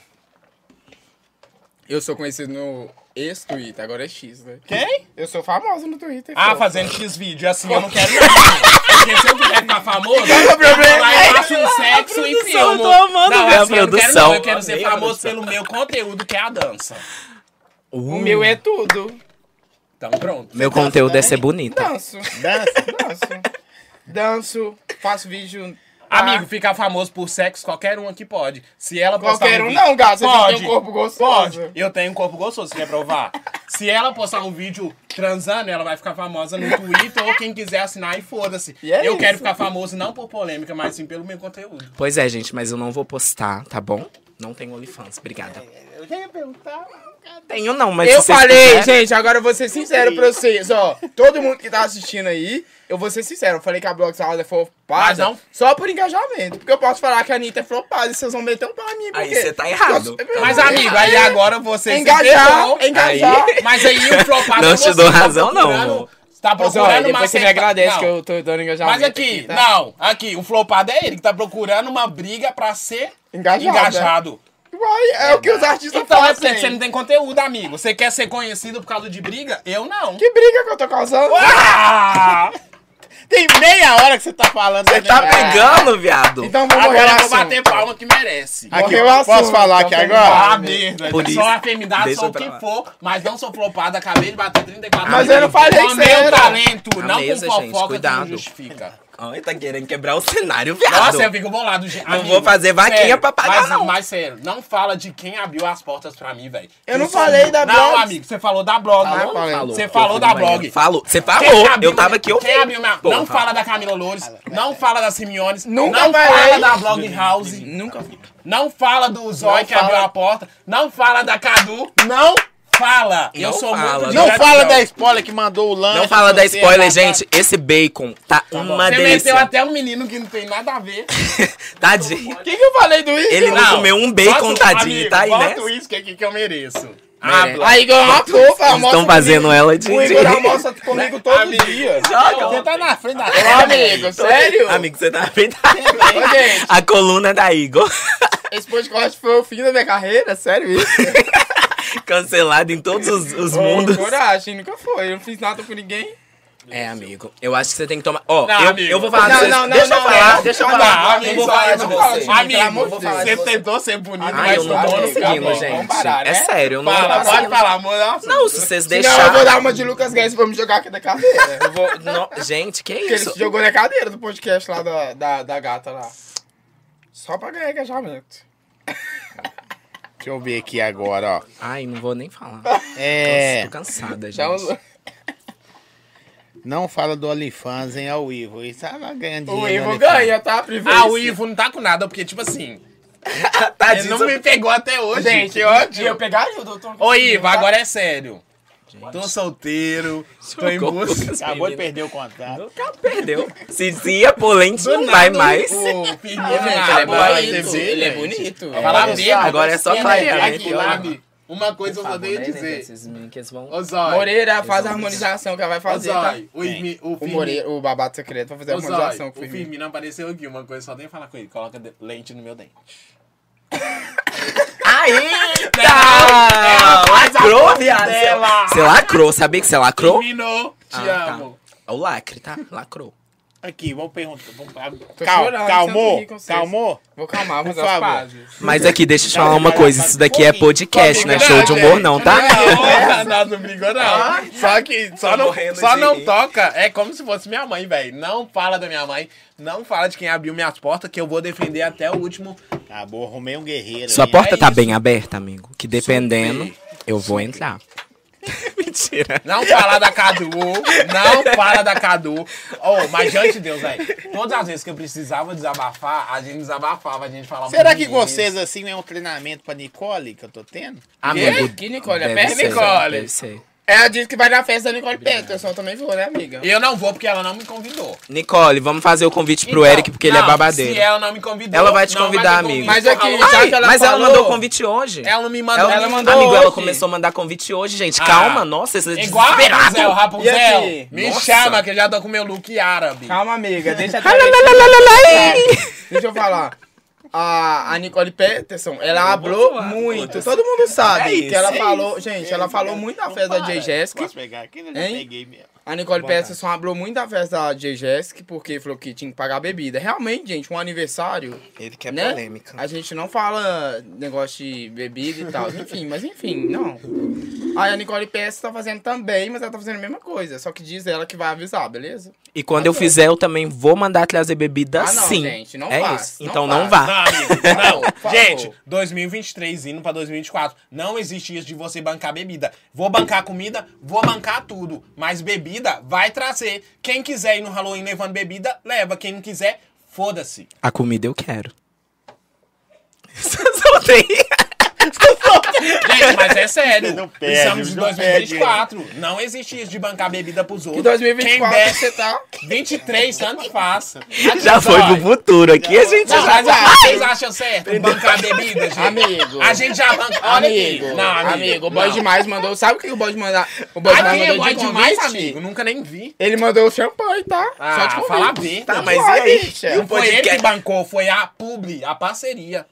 Speaker 1: Eu sou conhecido no ex-Twitter, agora é X, né?
Speaker 4: Quem?
Speaker 1: Eu sou famoso no Twitter.
Speaker 4: Ah,
Speaker 1: pô.
Speaker 4: fazendo X vídeo, assim, eu não quero não. Porque se eu quiser ficar famoso,
Speaker 1: é o problema?
Speaker 4: eu vou lá e faço um sexo e
Speaker 5: É, produção,
Speaker 4: filmo.
Speaker 5: tô amando
Speaker 4: não,
Speaker 5: ver a
Speaker 4: assim, eu não quero
Speaker 5: produção.
Speaker 4: não, eu quero ser
Speaker 5: Amei a
Speaker 4: famoso pelo meu conteúdo, que é a dança.
Speaker 1: O meu é tudo.
Speaker 4: Então pronto.
Speaker 1: Tá.
Speaker 3: Meu conteúdo é ser bonita.
Speaker 1: Danço. Danço. Danço. Faço vídeo.
Speaker 4: Amigo, ficar famoso por sexo, qualquer um aqui pode. Se ela postar
Speaker 1: Qualquer um
Speaker 4: vídeo-
Speaker 1: não, gato. Você
Speaker 4: Pode.
Speaker 1: tem um corpo gostoso.
Speaker 4: Pode. Eu tenho um corpo gostoso, você quer provar? Se ela postar um vídeo transando, ela vai ficar famosa no Twitter ou quem quiser assinar e foda-se.
Speaker 1: E é
Speaker 4: eu
Speaker 1: isso.
Speaker 4: quero ficar famoso não por polêmica, mas sim pelo meu conteúdo.
Speaker 3: Pois é, gente, mas eu não vou postar, tá bom? Não tenho OnlyFans, obrigada.
Speaker 4: É.
Speaker 2: Eu já ia perguntar.
Speaker 3: Tenho não, mas
Speaker 1: Eu
Speaker 3: se vocês
Speaker 1: falei,
Speaker 3: quiserem-
Speaker 1: gente, agora eu vou ser sincero pra vocês, ó. Todo mundo que tá assistindo aí, eu vou ser sincero. Eu falei que a Block Salada é
Speaker 4: Mas
Speaker 1: flopada
Speaker 4: não.
Speaker 1: só por engajamento. Porque eu posso falar que a Anitta é flopada e vocês vão meter um pau em mim.
Speaker 3: Aí
Speaker 1: porque- é
Speaker 3: você tá errado.
Speaker 1: Eu-
Speaker 4: Mas, amigo, aí agora você se
Speaker 1: Engajar,
Speaker 4: ferrou.
Speaker 1: engajar.
Speaker 4: Mas aí o flopado
Speaker 3: Não
Speaker 4: é
Speaker 3: te
Speaker 4: você,
Speaker 3: dou
Speaker 4: tá
Speaker 3: razão, não,
Speaker 4: procurando-
Speaker 3: amor.
Speaker 4: Tá
Speaker 1: Mas, olha,
Speaker 4: procurando uma
Speaker 1: depois você me
Speaker 4: certa-
Speaker 1: agradece
Speaker 4: Não.
Speaker 1: que eu tô dando engajamento.
Speaker 4: Mas aqui,
Speaker 1: tá?
Speaker 4: não, aqui, o flopado é ele que tá procurando uma briga pra ser
Speaker 1: Engajado, é.
Speaker 4: engajado.
Speaker 1: Vai, é o que os artistas
Speaker 4: Então é
Speaker 2: assim,
Speaker 1: fazem.
Speaker 4: porque você não tem conteúdo, amigo. Você quer ser conhecido por causa de briga? Eu não.
Speaker 1: Que briga que eu tô causando?
Speaker 4: Ah!
Speaker 2: Tem meia hora que você tá falando.
Speaker 3: Você tá
Speaker 4: É.
Speaker 3: pegando, viado.
Speaker 1: Então vamos
Speaker 4: Agora
Speaker 1: morrer
Speaker 4: eu vou
Speaker 1: o assunto.
Speaker 4: bater palma que merece.
Speaker 2: assim. Aqui,
Speaker 1: Morreu o
Speaker 2: posso
Speaker 1: assunto,
Speaker 2: falar aqui
Speaker 1: então vamos
Speaker 2: agora?
Speaker 1: lá,
Speaker 4: Ah,
Speaker 1: né?
Speaker 4: merda.
Speaker 3: Por isso,
Speaker 4: Sou a feminidade,
Speaker 3: deixa
Speaker 4: sou o
Speaker 3: pra
Speaker 4: que
Speaker 3: lá.
Speaker 4: for, mas não sou flopada. Acabei de bater 34
Speaker 1: Mas
Speaker 4: anos.
Speaker 1: eu não falei
Speaker 4: Com
Speaker 1: que você
Speaker 4: meu
Speaker 1: era.
Speaker 4: é um talento,
Speaker 3: Na
Speaker 4: não
Speaker 3: mesa,
Speaker 4: com
Speaker 3: gente,
Speaker 4: fofoca
Speaker 3: cuidado.
Speaker 4: que não justifica.
Speaker 3: Ai, tá querendo quebrar o cenário, viado.
Speaker 4: Nossa, é eu fico bolado. gente.
Speaker 3: Não
Speaker 4: Amigo,
Speaker 3: vou fazer vaquinha
Speaker 4: sério,
Speaker 3: pra pagar,
Speaker 4: mas,
Speaker 3: não.
Speaker 4: Mas sério, não fala de quem abriu as portas pra mim, velho.
Speaker 1: Eu não
Speaker 4: Isso-
Speaker 1: falei da
Speaker 4: Não,
Speaker 1: Blogs.
Speaker 4: amigo, você falou da blog.
Speaker 1: Falou,
Speaker 4: não?
Speaker 1: falei.
Speaker 4: Você falou da blog.
Speaker 3: Falou. Você
Speaker 4: Quem
Speaker 3: falou.
Speaker 4: abriu-
Speaker 3: Eu tava aqui
Speaker 4: quem abriu
Speaker 3: ouvindo.
Speaker 4: minha-
Speaker 3: Porra.
Speaker 4: Não fala da Camila Loures, não fala da Simeones,
Speaker 1: Nunca
Speaker 4: não fala
Speaker 1: falei.
Speaker 4: da Blog House,
Speaker 1: Nunca vi.
Speaker 4: não fala do Zói que
Speaker 1: fala.
Speaker 4: abriu a porta, não fala da Cadu, não fala. Eu
Speaker 3: Não
Speaker 4: sou
Speaker 3: fala.
Speaker 4: muito de
Speaker 3: Não
Speaker 2: Não
Speaker 4: gratidão.
Speaker 2: fala da spoiler que mandou o lanche.
Speaker 3: Não fala da
Speaker 2: sei,
Speaker 3: spoiler,
Speaker 2: mas tá-
Speaker 3: gente. Esse bacon tá uma
Speaker 4: Você meteu
Speaker 3: delícia.
Speaker 4: até um menino que não tem nada a ver.
Speaker 3: Tadinho.
Speaker 1: O que, que eu falei do isso?
Speaker 3: Ele não,
Speaker 4: Não,
Speaker 3: comeu um bacon,
Speaker 4: bota-
Speaker 3: tadinho.
Speaker 4: amigo,
Speaker 3: Tá aí,
Speaker 4: bota
Speaker 3: né? Ah,
Speaker 4: o uísque aqui que eu mereço.
Speaker 3: Merece.
Speaker 1: Aí ganhou uma fofa,
Speaker 3: Eles estão fazendo ela de...
Speaker 1: O
Speaker 3: de-
Speaker 1: Igor almoça comigo todo dia.
Speaker 4: Você tá na frente da
Speaker 1: Ô, amigo, sério?
Speaker 3: Amigo, você tá vendo?
Speaker 1: Ô, gente,
Speaker 3: A coluna é da Igor.
Speaker 1: esse podcast foi o fim da minha carreira? Sério isso?
Speaker 3: Cancelado em todos os, os
Speaker 1: Ô,
Speaker 3: mundos.
Speaker 1: Coragem, nunca foi. Eu não fiz nada com ninguém.
Speaker 3: É, amigo. Eu acho que você tem que tomar... Ó,
Speaker 4: Não,
Speaker 3: eu,
Speaker 4: amigo.
Speaker 3: eu vou falar...
Speaker 1: Não,
Speaker 3: vocês-
Speaker 1: não, não,
Speaker 3: deixa eu
Speaker 1: não,
Speaker 3: falar.
Speaker 1: não,
Speaker 3: deixa eu
Speaker 1: não,
Speaker 3: falar.
Speaker 1: não,
Speaker 3: eu
Speaker 1: amigo,
Speaker 3: vou falar de
Speaker 1: eu vou falar de
Speaker 3: você.
Speaker 1: mim, pelo
Speaker 4: Amigo,
Speaker 1: amor de Deus.
Speaker 4: você tentou ser bonito,
Speaker 1: Ai,
Speaker 3: Ai,
Speaker 4: mas
Speaker 3: eu não tô
Speaker 4: tomou no cu,
Speaker 3: conseguindo,
Speaker 4: amor.
Speaker 3: gente.
Speaker 4: Vamos parar,
Speaker 3: é
Speaker 4: né?
Speaker 3: sério, eu não tô
Speaker 4: Fala, pode
Speaker 3: conseguindo.
Speaker 4: falar, amor. Nossa,
Speaker 3: Não, se vocês
Speaker 1: Não, eu
Speaker 3: deixarem...
Speaker 1: vou dar uma de Lucas Guedes pra me jogar aqui da cadeira.
Speaker 3: Eu vou- não, gente, que
Speaker 1: Porque ele
Speaker 3: isso?
Speaker 1: se jogou na cadeira do podcast lá da, da, da gata lá. Só pra ganhar engajamento.
Speaker 2: Deixa eu ver aqui agora, ó.
Speaker 3: Ai, não vou nem falar.
Speaker 2: É.
Speaker 3: Tô cansada,
Speaker 1: Já
Speaker 3: gente.
Speaker 1: usou.
Speaker 2: Não fala do OnlyFans, hein, ao Ivo. Isso tá ganhando
Speaker 1: O
Speaker 2: dinheiro.
Speaker 1: Ivo
Speaker 2: no
Speaker 1: ganha, tá? Privilégio.
Speaker 4: Ah, o Ivo não tá com nada, porque, tipo assim, ele
Speaker 3: Tadinho,
Speaker 4: não me pegou até hoje.
Speaker 1: Gente, eu ódio. Eu pegaria o doutor.
Speaker 4: Ô, Ivo, agora é sério. Tô solteiro, tô em
Speaker 3: Socorro.
Speaker 4: busca.
Speaker 2: OnlyFans. Acabou de perder o contrato.
Speaker 3: Nunca perdeu. Se, se a polente não vai mais.
Speaker 4: O Firmino
Speaker 1: ele é
Speaker 4: Lama,
Speaker 1: bonito,
Speaker 4: TV,
Speaker 1: ele é
Speaker 4: gente.
Speaker 1: bonito.
Speaker 4: Vai falar
Speaker 2: É,
Speaker 4: mesmo,
Speaker 3: agora é só
Speaker 4: Aqui,
Speaker 3: clareamento,
Speaker 4: aqui,
Speaker 3: olha.
Speaker 4: Labi, Uma coisa eu só tenho a dizer. Ô, Zói,
Speaker 1: Moreira faz a harmonização que ela vai
Speaker 4: ô,
Speaker 1: fazer, tá?
Speaker 4: Zói, o Ismi- o
Speaker 1: O
Speaker 4: Firmino-
Speaker 1: Moreira, o babado secreto vai fazer a
Speaker 4: Ô, Zói,
Speaker 1: harmonização com
Speaker 4: o Firmino apareceu aqui, uma coisa só tem que falar com ele. Coloca de- lente no meu dente.
Speaker 3: Eita! Lacrou, viado.
Speaker 4: Dela.
Speaker 3: Você lacrou, sabia que você lacrou?
Speaker 4: Firmino, te
Speaker 3: Ah, tá.
Speaker 4: amo.
Speaker 3: É o lacre, tá? Lacrou.
Speaker 2: Aqui, vamos perguntar. Vamos...
Speaker 1: Tô
Speaker 2: Cal-
Speaker 1: chorando,
Speaker 2: calmou?
Speaker 1: senta aqui com vocês.
Speaker 2: Calmou?
Speaker 1: Vou calmar, vou
Speaker 2: Por
Speaker 1: fazer as
Speaker 2: favor.
Speaker 1: pazes.
Speaker 3: Mas aqui, deixa eu te falar uma coisa. Isso daqui é podcast, não é show de humor, não, tá?
Speaker 4: é Não, não, é não brigou, não. Só que só
Speaker 3: Tô
Speaker 4: não,
Speaker 3: morrendo
Speaker 4: só
Speaker 3: de
Speaker 4: não
Speaker 3: rir.
Speaker 4: toca. É como se fosse minha mãe, velho. Não fala da minha mãe. Não fala de quem abriu minhas portas, que eu vou defender até o último.
Speaker 2: Acabou, arrumei um guerreiro.
Speaker 3: Sua
Speaker 2: hein?
Speaker 3: porta
Speaker 4: é
Speaker 3: tá
Speaker 4: isso.
Speaker 3: bem aberta, amigo. Que dependendo, eu vou entrar. Mentira.
Speaker 4: Não fala da Cadu, não fala da Cadu. Oh, mas diante de Deus, velho, todas as vezes que eu precisava desabafar, a gente desabafava, a gente falava
Speaker 2: Será que
Speaker 4: muito
Speaker 2: vocês, assim, não é um treinamento pra Nicole que eu tô tendo?
Speaker 1: Amigo, que Nicole? É perto,
Speaker 3: ser,
Speaker 1: Nicole.
Speaker 3: deve ser.
Speaker 1: Ela disse que vai na festa da Nicole Peterson, também vou, né, amiga?
Speaker 4: E eu não vou porque ela não me convidou.
Speaker 3: Nicole, vamos fazer o convite pro
Speaker 4: Então,
Speaker 3: Eric, porque ele é
Speaker 4: não,
Speaker 3: babadeiro.
Speaker 4: Se ela não me convidou.
Speaker 3: Ela vai te
Speaker 4: não
Speaker 3: convidar,
Speaker 4: ter
Speaker 3: amigo.
Speaker 1: Mas
Speaker 4: convite.
Speaker 1: aqui,
Speaker 4: Porra,
Speaker 1: já que ela
Speaker 3: Mas ela
Speaker 1: falou,
Speaker 3: mandou convite hoje.
Speaker 4: Ela não me um mandou. Ela,
Speaker 1: me
Speaker 4: mandou.
Speaker 3: Amigo, ela
Speaker 1: hoje.
Speaker 3: começou a mandar convite hoje, gente.
Speaker 4: Ah.
Speaker 3: Calma, nossa, vocês
Speaker 4: Igual a Rapunzel, Rapunzel.
Speaker 1: E aqui?
Speaker 4: Me
Speaker 1: Nossa.
Speaker 4: chama que eu já tô com meu look árabe.
Speaker 1: Calma, amiga, deixa até ver se- Deixa eu falar. A, a Nicole Peterson, ela abriu muito. Todo mundo sabe que ela falou. Gente, ela falou muito na festa da J. Jessica.
Speaker 2: Posso pegar aqui? Eu já
Speaker 1: Hein?
Speaker 2: peguei mesmo.
Speaker 1: A Nicole Peterson abriu muito na festa da J. Jessica porque falou que tinha que pagar bebida. Realmente, gente, um aniversário.
Speaker 3: Ele
Speaker 4: É
Speaker 3: quer
Speaker 1: né? A gente não fala negócio de bebida e tal. Enfim, mas enfim, não. Aí a Nicole Peterson tá fazendo também, mas ela tá fazendo a mesma coisa. Só que diz ela que vai avisar, beleza?
Speaker 3: E quando eu fizer, eu também vou mandar trazer bebida
Speaker 1: Ah, não,
Speaker 3: sim.
Speaker 1: gente, não
Speaker 3: é
Speaker 1: faz,
Speaker 3: isso.
Speaker 1: não
Speaker 3: então não
Speaker 1: faz.
Speaker 3: vá.
Speaker 4: Não, amigo, não.
Speaker 1: Por favor.
Speaker 4: Gente, 2023 indo pra 2024. Não existe isso de você bancar bebida. Vou bancar comida, vou bancar tudo. Mas bebida vai trazer. Quem quiser ir no Halloween levando bebida, leva. Quem não quiser, foda-se.
Speaker 3: A comida eu quero. Soltei.
Speaker 4: Gente, mas é sério.
Speaker 2: Você não perde,
Speaker 4: Estamos em
Speaker 2: não perde.
Speaker 4: 2024. Não existe isso de bancar bebida pros
Speaker 1: Em
Speaker 4: outros.
Speaker 1: 2024
Speaker 4: Quem
Speaker 1: você
Speaker 4: desce,
Speaker 1: tá.
Speaker 4: 23, tanto faz. Aqui,
Speaker 3: Já foi
Speaker 4: olha.
Speaker 3: pro futuro aqui, a gente
Speaker 4: Não,
Speaker 3: já...
Speaker 4: mas ah, vocês acham certo bancar bebida, gente?
Speaker 1: Amigo.
Speaker 4: A gente já banca. Olha
Speaker 1: Amigo,
Speaker 4: aqui.
Speaker 1: não, amigo, o Boy
Speaker 4: não.
Speaker 1: Demais mandou. Sabe o que o Boy Demais mandou? O Boy Demais
Speaker 4: Aqui é
Speaker 1: mandou de
Speaker 4: mais
Speaker 1: convite?
Speaker 4: demais, amigo. Nunca nem vi.
Speaker 1: Ele mandou o champanhe, tá?
Speaker 4: Ah,
Speaker 1: de convite.
Speaker 4: fala a verdade.
Speaker 1: Tá,
Speaker 3: Mas
Speaker 1: mas
Speaker 3: e
Speaker 1: e
Speaker 3: aí?
Speaker 1: Bicha.
Speaker 3: E o-
Speaker 4: Não foi ele
Speaker 3: podcast-
Speaker 4: que bancou, foi a publi, a parceria.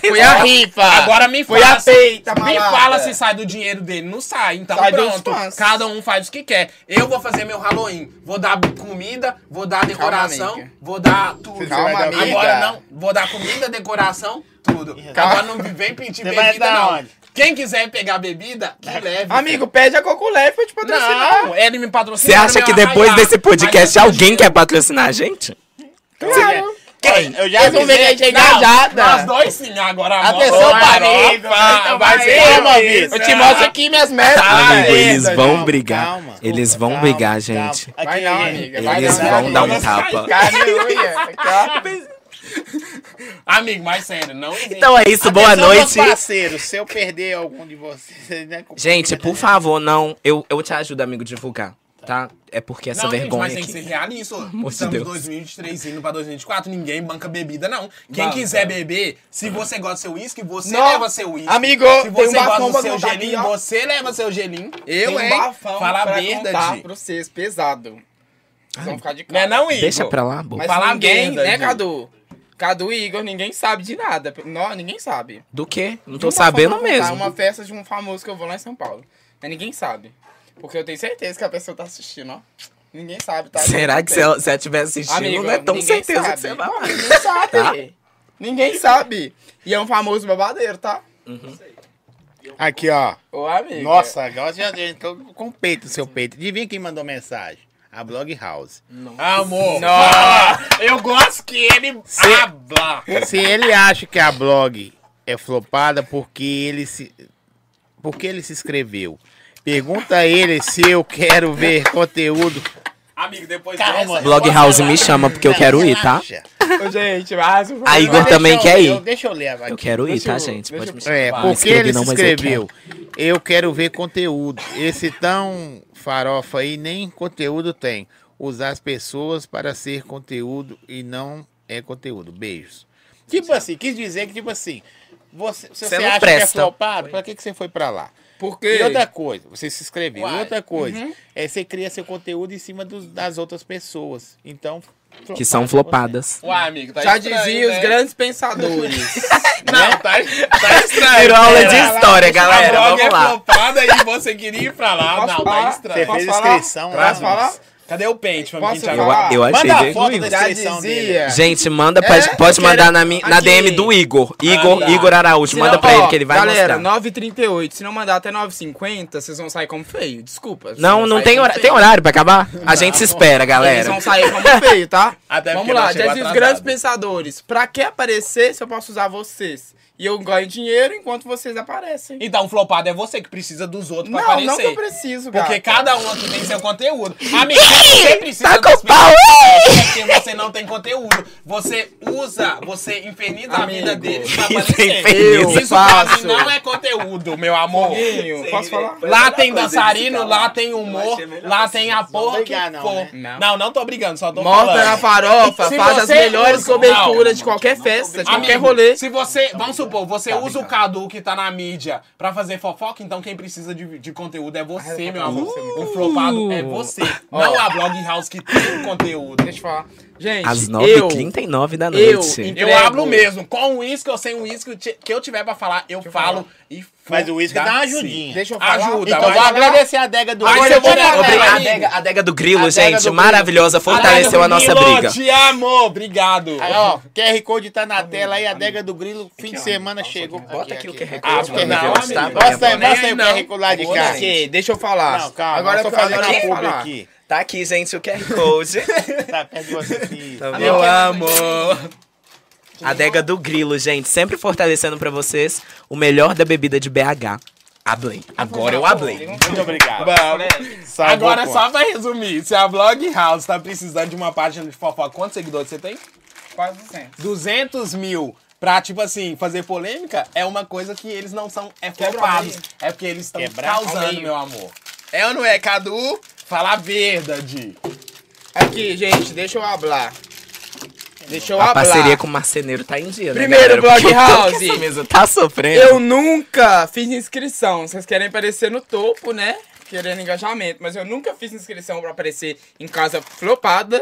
Speaker 1: Foi a rifa.
Speaker 4: Agora me
Speaker 1: Ah, Foi
Speaker 4: fala.
Speaker 1: a
Speaker 4: se-
Speaker 1: peita,
Speaker 4: Me
Speaker 1: malada.
Speaker 4: fala se sai do dinheiro dele. Não sai. Então
Speaker 1: Sai dos
Speaker 4: pronto.
Speaker 1: fãs.
Speaker 4: Cada um faz o que quer. Eu vou fazer meu Halloween. Vou dar comida, vou dar decoração,
Speaker 1: amiga.
Speaker 4: vou dar tudo.
Speaker 1: Calma,
Speaker 4: Agora
Speaker 1: amiga.
Speaker 4: Agora não. Vou dar comida, decoração, tudo. Agora não vem pedir
Speaker 2: Você vai
Speaker 4: bebida,
Speaker 2: dar
Speaker 4: não.
Speaker 2: onde?
Speaker 4: Quem quiser pegar bebida, que leve.
Speaker 1: Amigo, pede a Coco Leve pra te patrocinar.
Speaker 4: Não, ele me
Speaker 3: Você
Speaker 4: patrocinou.
Speaker 3: acha que depois desse podcast alguém quer patrocinar a gente?
Speaker 1: Claro.
Speaker 2: Quem? Eu já
Speaker 1: Vocês vão ver que a
Speaker 2: avisei.
Speaker 1: gente é
Speaker 4: Nós
Speaker 1: engajada.
Speaker 4: dois sim, agora a
Speaker 2: Atenção,
Speaker 4: moto vai
Speaker 2: Barriga,
Speaker 4: rolar,
Speaker 2: então
Speaker 4: vai
Speaker 2: vai
Speaker 4: ser É.
Speaker 2: eu,
Speaker 4: uma
Speaker 2: amigo.
Speaker 4: vez.
Speaker 1: Eu te mostro aqui minhas metas.
Speaker 3: Amigo,
Speaker 1: Ah,
Speaker 3: eles
Speaker 1: merda,
Speaker 3: vão
Speaker 1: não.
Speaker 3: brigar.
Speaker 2: Calma.
Speaker 3: eles vão
Speaker 2: Calma,
Speaker 3: brigar,
Speaker 2: calma.
Speaker 3: gente.
Speaker 2: Aqui,
Speaker 1: Vai não, amiga. vai
Speaker 3: Eles
Speaker 1: não,
Speaker 3: vão
Speaker 1: amiga.
Speaker 3: dar um
Speaker 1: Nossa,
Speaker 3: tapa.
Speaker 1: Caramba, cara.
Speaker 4: Amigo, mas sério, não existe.
Speaker 3: Então é isso, boa
Speaker 2: Atenção, meus
Speaker 3: noite.
Speaker 2: parceiros, se eu perder algum de vocês, né?
Speaker 3: Gente, por favor, não. Eu, eu te ajudo, amigo, divulgar, tá? É porque essa
Speaker 4: não, gente,
Speaker 3: vergonha
Speaker 4: mas tem que ser
Speaker 3: aqui.
Speaker 4: realista.
Speaker 3: de
Speaker 4: Estamos
Speaker 3: Deus.
Speaker 4: 2023 indo pra 2024, ninguém banca bebida, não. Quem quiser beber, se você gosta do seu uísque, você
Speaker 1: Não.
Speaker 4: leva seu uísque.
Speaker 1: Amigo,
Speaker 4: se
Speaker 1: tem
Speaker 4: você
Speaker 1: um bafão
Speaker 4: gosta do
Speaker 1: pra
Speaker 4: seu
Speaker 1: contar aqui,
Speaker 4: gelinho,
Speaker 1: ó.
Speaker 4: você leva seu gelinho.
Speaker 1: Eu,
Speaker 4: Tem um
Speaker 1: hein?
Speaker 4: bafão Fala a
Speaker 1: pra contar
Speaker 4: verdade.
Speaker 1: pra vocês, pesado. Vocês vão ficar de
Speaker 4: Não é
Speaker 1: cara.
Speaker 4: não, Igor?
Speaker 3: Deixa pra lá, boa.
Speaker 1: Mas
Speaker 4: Fala a
Speaker 1: ninguém,
Speaker 4: merda,
Speaker 1: né,
Speaker 4: Igor.
Speaker 1: Cadu? Cadu e Igor, ninguém sabe de nada. Não, ninguém sabe.
Speaker 3: Do quê? Não
Speaker 1: Uma
Speaker 3: tô sabendo
Speaker 1: forma pra contar,
Speaker 3: mesmo.
Speaker 1: uma festa de um famoso que eu vou lá em São Paulo. Mas ninguém sabe. Porque eu tenho certeza que a pessoa tá assistindo, ó. Ninguém sabe, tá?
Speaker 3: Será que se ela, se ela tiver assistindo,
Speaker 1: Amigo,
Speaker 3: não é tão
Speaker 1: ninguém
Speaker 3: certeza
Speaker 1: sabe.
Speaker 3: que você vai. Tá?
Speaker 1: Não, Ninguém sabe. ninguém sabe. E é um famoso babadeiro, tá?
Speaker 2: Aqui, ó.
Speaker 1: Ô, amigo.
Speaker 2: Nossa, agora já entrou com o peito, do seu peito. Adivinha quem mandou mensagem? A Blog House.
Speaker 4: Amor, fala. eu gosto que ele abra.
Speaker 2: Se ele acha que a blog é flopada porque ele se. Porque ele se inscreveu. Pergunta a ele se eu quero ver conteúdo.
Speaker 4: Amigo, depois
Speaker 2: Calma.
Speaker 4: dessa,
Speaker 3: Blog House me chama porque eu quero ir, tá?
Speaker 2: Relaxa.
Speaker 1: Ô, gente, um mas... o-
Speaker 3: A Igor
Speaker 2: Deixa
Speaker 3: também
Speaker 2: eu-
Speaker 3: quer
Speaker 2: eu-
Speaker 3: ir.
Speaker 2: Deixa eu ler aqui.
Speaker 3: Eu quero ir,
Speaker 1: Deixa
Speaker 3: tá,
Speaker 1: eu-
Speaker 3: gente?
Speaker 1: deixa
Speaker 3: Pode
Speaker 1: eu-
Speaker 3: me chamar.
Speaker 2: É,
Speaker 3: Não
Speaker 2: porque
Speaker 3: escrevi
Speaker 2: ele
Speaker 3: não,
Speaker 2: se
Speaker 3: mas eu
Speaker 2: inscreveu. Eu quero ver conteúdo. Esse tão farofa aí nem conteúdo tem. Usar as pessoas para ser conteúdo e não é conteúdo. Beijos. Tipo assim, quis dizer que, tipo assim, você, se
Speaker 3: Você
Speaker 2: você
Speaker 3: não
Speaker 2: acha que é
Speaker 3: presta.
Speaker 2: flopado, pra que, que você foi pra lá?
Speaker 1: Porque...
Speaker 2: E outra coisa, você se inscreveu. E
Speaker 4: Uai.
Speaker 2: outra coisa,
Speaker 3: Uhum.
Speaker 2: é você cria seu conteúdo em cima dos- das outras pessoas. Então.
Speaker 3: Que são
Speaker 2: flopado
Speaker 3: flopadas.
Speaker 4: Uai, amigo, tá
Speaker 1: Já
Speaker 4: estranho,
Speaker 1: dizia os
Speaker 4: né?
Speaker 1: grandes pensadores.
Speaker 4: Não, tá, tá estranho.
Speaker 3: Virou aula de
Speaker 1: é,
Speaker 4: Pera.
Speaker 3: história, galera.
Speaker 4: a blog
Speaker 3: Vamos
Speaker 4: é
Speaker 3: lá.
Speaker 4: flopada e você queria ir pra
Speaker 3: Ah,
Speaker 4: lá.
Speaker 1: Posso
Speaker 4: não, tá
Speaker 1: falar?
Speaker 2: Você
Speaker 4: estranho.
Speaker 1: Posso
Speaker 2: fez
Speaker 1: falar?
Speaker 2: inscrição lá.
Speaker 1: Posso
Speaker 2: né?
Speaker 1: falar?
Speaker 4: Cadê o pente pra mim
Speaker 1: Posso
Speaker 4: pintar
Speaker 1: falar?
Speaker 4: agora?
Speaker 1: Ah,
Speaker 3: Eu achei
Speaker 2: Manda a foto
Speaker 3: vergonhoso.
Speaker 2: da
Speaker 1: Já
Speaker 2: descrição dele.
Speaker 1: dizia.
Speaker 3: Gente, manda, pra-
Speaker 1: É,
Speaker 3: pode
Speaker 1: eu
Speaker 3: mandar
Speaker 1: quero-
Speaker 3: na, mi- na
Speaker 1: aqui.
Speaker 3: DM do Igor. Igor,
Speaker 4: tá.
Speaker 3: Igor Araújo,
Speaker 1: Se
Speaker 3: manda
Speaker 1: não-
Speaker 3: pra
Speaker 1: ó,
Speaker 3: ele que ele vai
Speaker 1: galera,
Speaker 3: mostrar.
Speaker 1: 9h38. Se não mandar até 9h50, vocês vão sair como feio. Desculpa. vocês
Speaker 3: Não,
Speaker 1: vão
Speaker 3: não
Speaker 1: sair
Speaker 3: tem
Speaker 1: como
Speaker 3: horário.
Speaker 1: feio.
Speaker 3: Tem horário pra acabar? A gente se espera,
Speaker 1: Eles
Speaker 3: galera.
Speaker 1: vão sair como feio, tá?
Speaker 4: Até porque
Speaker 1: Vamos lá,
Speaker 4: nós
Speaker 1: já
Speaker 4: chegou
Speaker 1: diz os
Speaker 4: atrasado.
Speaker 1: grandes pensadores. Pra que aparecer se eu posso usar vocês? e eu ganho dinheiro enquanto vocês aparecem.
Speaker 4: Então, flopado é você que precisa dos outros pra
Speaker 1: não,
Speaker 4: aparecer.
Speaker 1: não que eu preciso, cara.
Speaker 4: Porque cada um aqui tem seu conteúdo. Amigo, você precisa
Speaker 3: Tá
Speaker 4: das
Speaker 3: com pau,
Speaker 4: pessoas porque você não tem conteúdo. Você usa, você inferniza
Speaker 1: Amigo,
Speaker 4: a vida deles pra
Speaker 3: isso é
Speaker 4: aparecer.
Speaker 3: inferniza.
Speaker 4: Isso pra mim
Speaker 1: Faço.
Speaker 4: não é conteúdo, meu amor.
Speaker 1: Foguinho, posso falar?
Speaker 4: Lá tem
Speaker 2: coisa
Speaker 4: dançarino,
Speaker 2: desse cara.
Speaker 4: lá tem humor, lá tem a porra que
Speaker 2: brigar, não,
Speaker 4: for.
Speaker 2: né?
Speaker 1: Não.
Speaker 4: Não, não tô brigando, só tô
Speaker 1: Mostra na
Speaker 4: falando.
Speaker 1: farofa,
Speaker 4: Se
Speaker 1: faz as
Speaker 4: você
Speaker 1: melhores
Speaker 4: usa-
Speaker 1: coberturas
Speaker 4: Não,
Speaker 1: de qualquer festa, de
Speaker 4: Amigo,
Speaker 1: qualquer rolê.
Speaker 4: Se você, vamos supor, você usa o Cadu que tá na mídia pra fazer fofoca, então quem precisa de, de conteúdo é você, meu amor. O flopado é você. Não a blog house que tem o conteúdo.
Speaker 1: Deixa eu falar. Gente,
Speaker 3: Às
Speaker 1: eu...
Speaker 3: 9h39 da
Speaker 1: eu-
Speaker 3: noite.
Speaker 4: Eu
Speaker 1: Entrego.
Speaker 4: abro mesmo, com um uísque ou sem uísque, o ti- que eu tiver pra falar, eu falo e
Speaker 2: Mas o uísque dá uma
Speaker 4: foda-se.
Speaker 2: ajudinha.
Speaker 1: Deixa eu falar.
Speaker 4: Ajuda,
Speaker 2: Então
Speaker 4: vai
Speaker 2: vou
Speaker 4: lá.
Speaker 2: agradecer a adega do
Speaker 4: Aí
Speaker 2: Olho.
Speaker 4: você vai-
Speaker 2: Olha,
Speaker 4: Obrigado,
Speaker 3: A
Speaker 4: amigo.
Speaker 3: adega, a adega do Grilo,
Speaker 2: Adega
Speaker 3: gente,
Speaker 2: do Grilo.
Speaker 3: maravilhosa, fortaleceu Tá, é a nossa
Speaker 4: Danilo,
Speaker 3: briga.
Speaker 4: te amo, obrigado.
Speaker 2: Aí, ó, QR Code tá na tela aí, adega do Grilo, fim de semana chegou.
Speaker 3: Bota aqui o QR
Speaker 2: Ah,
Speaker 3: Code,
Speaker 2: o
Speaker 4: não,
Speaker 2: QR
Speaker 4: amigo.
Speaker 2: Code, tá?
Speaker 4: Não,
Speaker 2: Mostra aí,
Speaker 1: nem
Speaker 2: mostra aí o
Speaker 1: não.
Speaker 2: QR Code lá de cá.
Speaker 1: Foda-se, deixa eu falar.
Speaker 2: Não, calma,
Speaker 1: agora
Speaker 2: eu tô fazendo
Speaker 1: agora
Speaker 2: a
Speaker 1: eu vou
Speaker 2: pública
Speaker 1: falar.
Speaker 2: aqui.
Speaker 3: Tá aqui, gente, o QR Code.
Speaker 2: Tá perto de você aqui.
Speaker 3: Tá
Speaker 1: Eu
Speaker 3: bom?
Speaker 1: amo.
Speaker 3: Adega do Grilo, gente, sempre fortalecendo pra vocês o melhor da bebida de BH. Ablei. Agora eu ablei.
Speaker 2: Muito obrigado. Salvou
Speaker 4: Agora,
Speaker 2: a
Speaker 4: só pra resumir, se a Blog House tá precisando de uma página de fofoca, quantos seguidores você tem?
Speaker 1: Quase 200.
Speaker 4: 200 mil pra, tipo assim, fazer polêmica é uma coisa que eles não são é flopados. É porque eles estão
Speaker 2: Quebrar ao
Speaker 4: causando,
Speaker 2: meio.
Speaker 4: meu amor. É ou não é, Cadu? Fala a verdade.
Speaker 1: Aqui, gente, deixa eu hablar. Deixa eu
Speaker 3: A
Speaker 1: hablar.
Speaker 3: parceria com o marceneiro tá em dia, né,
Speaker 1: Primeiro,
Speaker 3: galera? Porque
Speaker 1: Bloghouse.
Speaker 3: Essa mesa tá sofrendo.
Speaker 1: Eu nunca fiz inscrição. Vocês querem aparecer no topo, né? Querendo engajamento. Mas eu nunca fiz inscrição pra aparecer em casa flopada.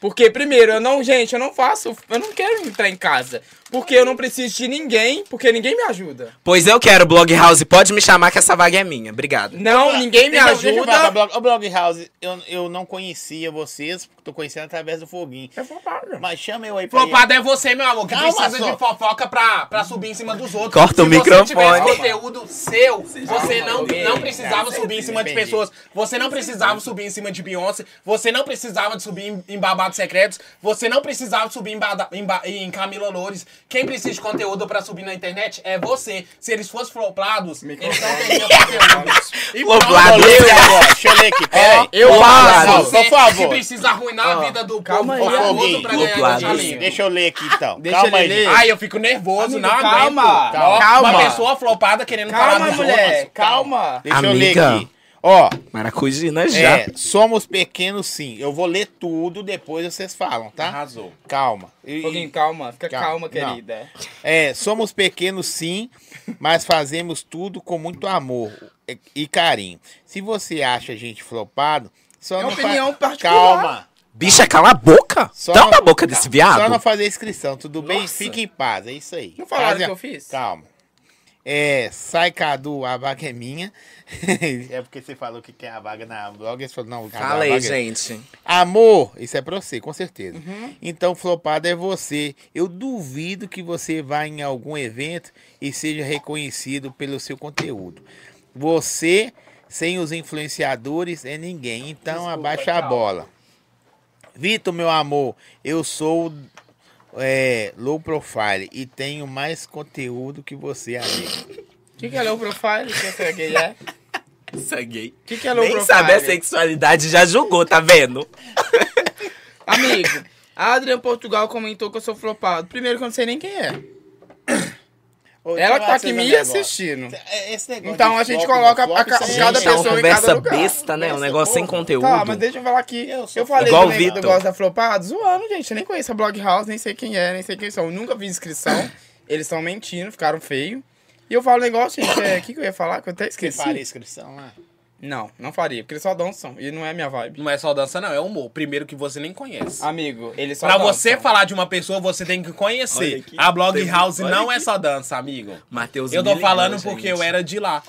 Speaker 1: Porque, primeiro, eu não, gente, eu não faço, eu não quero entrar em casa. Porque eu não preciso de ninguém, porque ninguém me ajuda.
Speaker 3: Pois eu quero, Bloghouse, pode me chamar que essa vaga é minha. Obrigado.
Speaker 1: Não, ninguém me
Speaker 2: Então, Deixa eu- deixa eu falar tá da
Speaker 1: ajuda.
Speaker 2: Blog- Ô, Blog House, eu, eu não conhecia vocês, tô conhecendo através do Foguinho.
Speaker 1: É flopada.
Speaker 2: Mas chama eu aí pra ir.
Speaker 4: Flopado é você, meu amor, que
Speaker 2: Calma
Speaker 4: precisa
Speaker 2: só.
Speaker 4: de fofoca pra, pra subir em cima dos outros.
Speaker 3: Corta o
Speaker 4: Se
Speaker 3: microfone.
Speaker 4: Se você tivesse conteúdo seu, você não,
Speaker 2: Entendi.
Speaker 4: não precisava
Speaker 2: Entendi.
Speaker 4: subir em cima de
Speaker 2: Entendi.
Speaker 4: pessoas. Você não precisava subir em cima de Beyoncé. Você não precisava de subir em, em Babados Secretos. Você não precisava subir em, Bada- em Ba- em Camila Loures. Quem precisa de conteúdo pra subir na internet é você. Se eles fossem flopados, eles não teriam conteúdo. E
Speaker 3: Floplado.
Speaker 2: Vou ler agora, Deixa eu ler aqui, peraí.
Speaker 1: Eu
Speaker 2: Não,
Speaker 1: falo.
Speaker 2: por
Speaker 4: que
Speaker 2: favor. Ah,
Speaker 4: precisa arruinar a vida do
Speaker 1: calma
Speaker 4: povo
Speaker 1: aí.
Speaker 4: famoso pra ganhar
Speaker 3: Floplado.
Speaker 4: engajamento.
Speaker 2: Deixa eu ler aqui então.
Speaker 1: Deixa
Speaker 2: Calma aí.
Speaker 1: ele ler.
Speaker 2: gente.
Speaker 4: Ai, eu fico nervoso,
Speaker 1: Amigo,
Speaker 4: não
Speaker 1: calma,
Speaker 4: aguento. Ó,
Speaker 1: calma.
Speaker 4: Uma pessoa flopada querendo falar
Speaker 1: Calma,
Speaker 4: dos
Speaker 1: mulher,
Speaker 4: outros.
Speaker 1: calma.
Speaker 2: Deixa eu
Speaker 3: Amiga.
Speaker 2: ler aqui. Ó,
Speaker 3: Maracujina né, já.
Speaker 2: é, somos pequenos sim. Eu vou ler tudo, depois vocês falam, tá?
Speaker 4: Arrasou.
Speaker 2: Calma. E-
Speaker 1: Foguinho, Um calma, fica
Speaker 2: Calma,
Speaker 1: calma,
Speaker 2: não.
Speaker 1: querida.
Speaker 2: É, somos pequenos sim, mas fazemos tudo com muito amor e- e carinho. Se você acha a gente flopado, só
Speaker 1: É
Speaker 2: não
Speaker 1: opinião
Speaker 2: fa-
Speaker 1: particular.
Speaker 2: Calma.
Speaker 3: Bicha, cala é a boca.
Speaker 2: Só
Speaker 3: Tampa
Speaker 2: não-
Speaker 3: a boca desse
Speaker 2: Só não
Speaker 3: viado.
Speaker 2: fazer inscrição, tudo bem?
Speaker 1: Nossa.
Speaker 2: Fique em paz, é isso aí.
Speaker 1: Não falaram
Speaker 2: Fazer-
Speaker 1: que eu fiz?
Speaker 2: Calma. É, sai Cadu, a vaga é minha. é porque você falou que quer a vaga na blog, eles falaram, não, Cadu,
Speaker 3: Fala
Speaker 2: a
Speaker 3: aí,
Speaker 2: vaga é-
Speaker 3: gente.
Speaker 2: Amor, isso é pra você, com certeza. Então, flopado é você. Eu duvido que você vá em algum evento e seja reconhecido pelo seu conteúdo. Você, sem os influenciadores, é ninguém. Então, abaixa a bola. Vitor, meu amor, eu sou é, low profile e tenho mais conteúdo que você, amigo.
Speaker 1: O que, que é low profile? O que essa gay é?
Speaker 3: Isso é gay.
Speaker 1: O que, que é low
Speaker 3: Nem
Speaker 1: profile?
Speaker 3: saber a sexualidade já julgou, tá vendo?
Speaker 1: Amigo, a Adrian Portugal comentou que eu sou flopado. Primeiro que eu não sei nem quem é.
Speaker 2: Ô, deixa
Speaker 1: Ela
Speaker 2: eu
Speaker 1: que
Speaker 2: falar
Speaker 1: tá
Speaker 2: com
Speaker 1: aqui
Speaker 2: vocês um
Speaker 1: me
Speaker 2: negócio.
Speaker 1: assistindo.
Speaker 2: É, esse negócio
Speaker 1: Então,
Speaker 2: de
Speaker 1: a gente
Speaker 2: flop,
Speaker 1: coloca
Speaker 2: não flop,
Speaker 1: a ca-
Speaker 2: isso aí
Speaker 1: cada
Speaker 2: é-
Speaker 3: Gente, é
Speaker 1: pessoa
Speaker 3: uma
Speaker 1: em cada
Speaker 3: conversa
Speaker 1: lugar.
Speaker 3: besta, né? Um
Speaker 2: Essa
Speaker 3: negócio sem
Speaker 2: porra.
Speaker 3: conteúdo.
Speaker 1: Tá, mas deixa eu falar aqui.
Speaker 2: Eu
Speaker 1: Eu,
Speaker 2: sou
Speaker 1: falei
Speaker 3: Igual
Speaker 1: do
Speaker 3: o
Speaker 1: negócio
Speaker 3: Vitor.
Speaker 1: do negócio da flopada, zoando, gente. Eu nem conheço a Blog House, nem sei quem é, nem sei quem são. Nunca fiz inscrição. Eles estão mentindo, ficaram feio. E eu falo o negócio, gente, é, o que, que eu ia falar? Que eu até esqueci.
Speaker 2: Prepara a inscrição lá.
Speaker 1: Não, não faria, porque eles só dançam. E não é minha vibe.
Speaker 4: Não é só dança, não. É humor. Primeiro que você nem conhece.
Speaker 1: Amigo, eles Ah, só
Speaker 4: Pra
Speaker 1: dançam.
Speaker 4: você falar de uma pessoa, você tem que
Speaker 3: Olha
Speaker 4: conhecer.
Speaker 3: aqui.
Speaker 4: A Blog
Speaker 3: Tem-
Speaker 4: House
Speaker 3: olha
Speaker 4: não
Speaker 3: aqui.
Speaker 4: é só dança, amigo.
Speaker 3: Matheus
Speaker 4: Eu tô
Speaker 3: me ligou,
Speaker 4: falando
Speaker 3: gente.
Speaker 4: porque eu era de lá.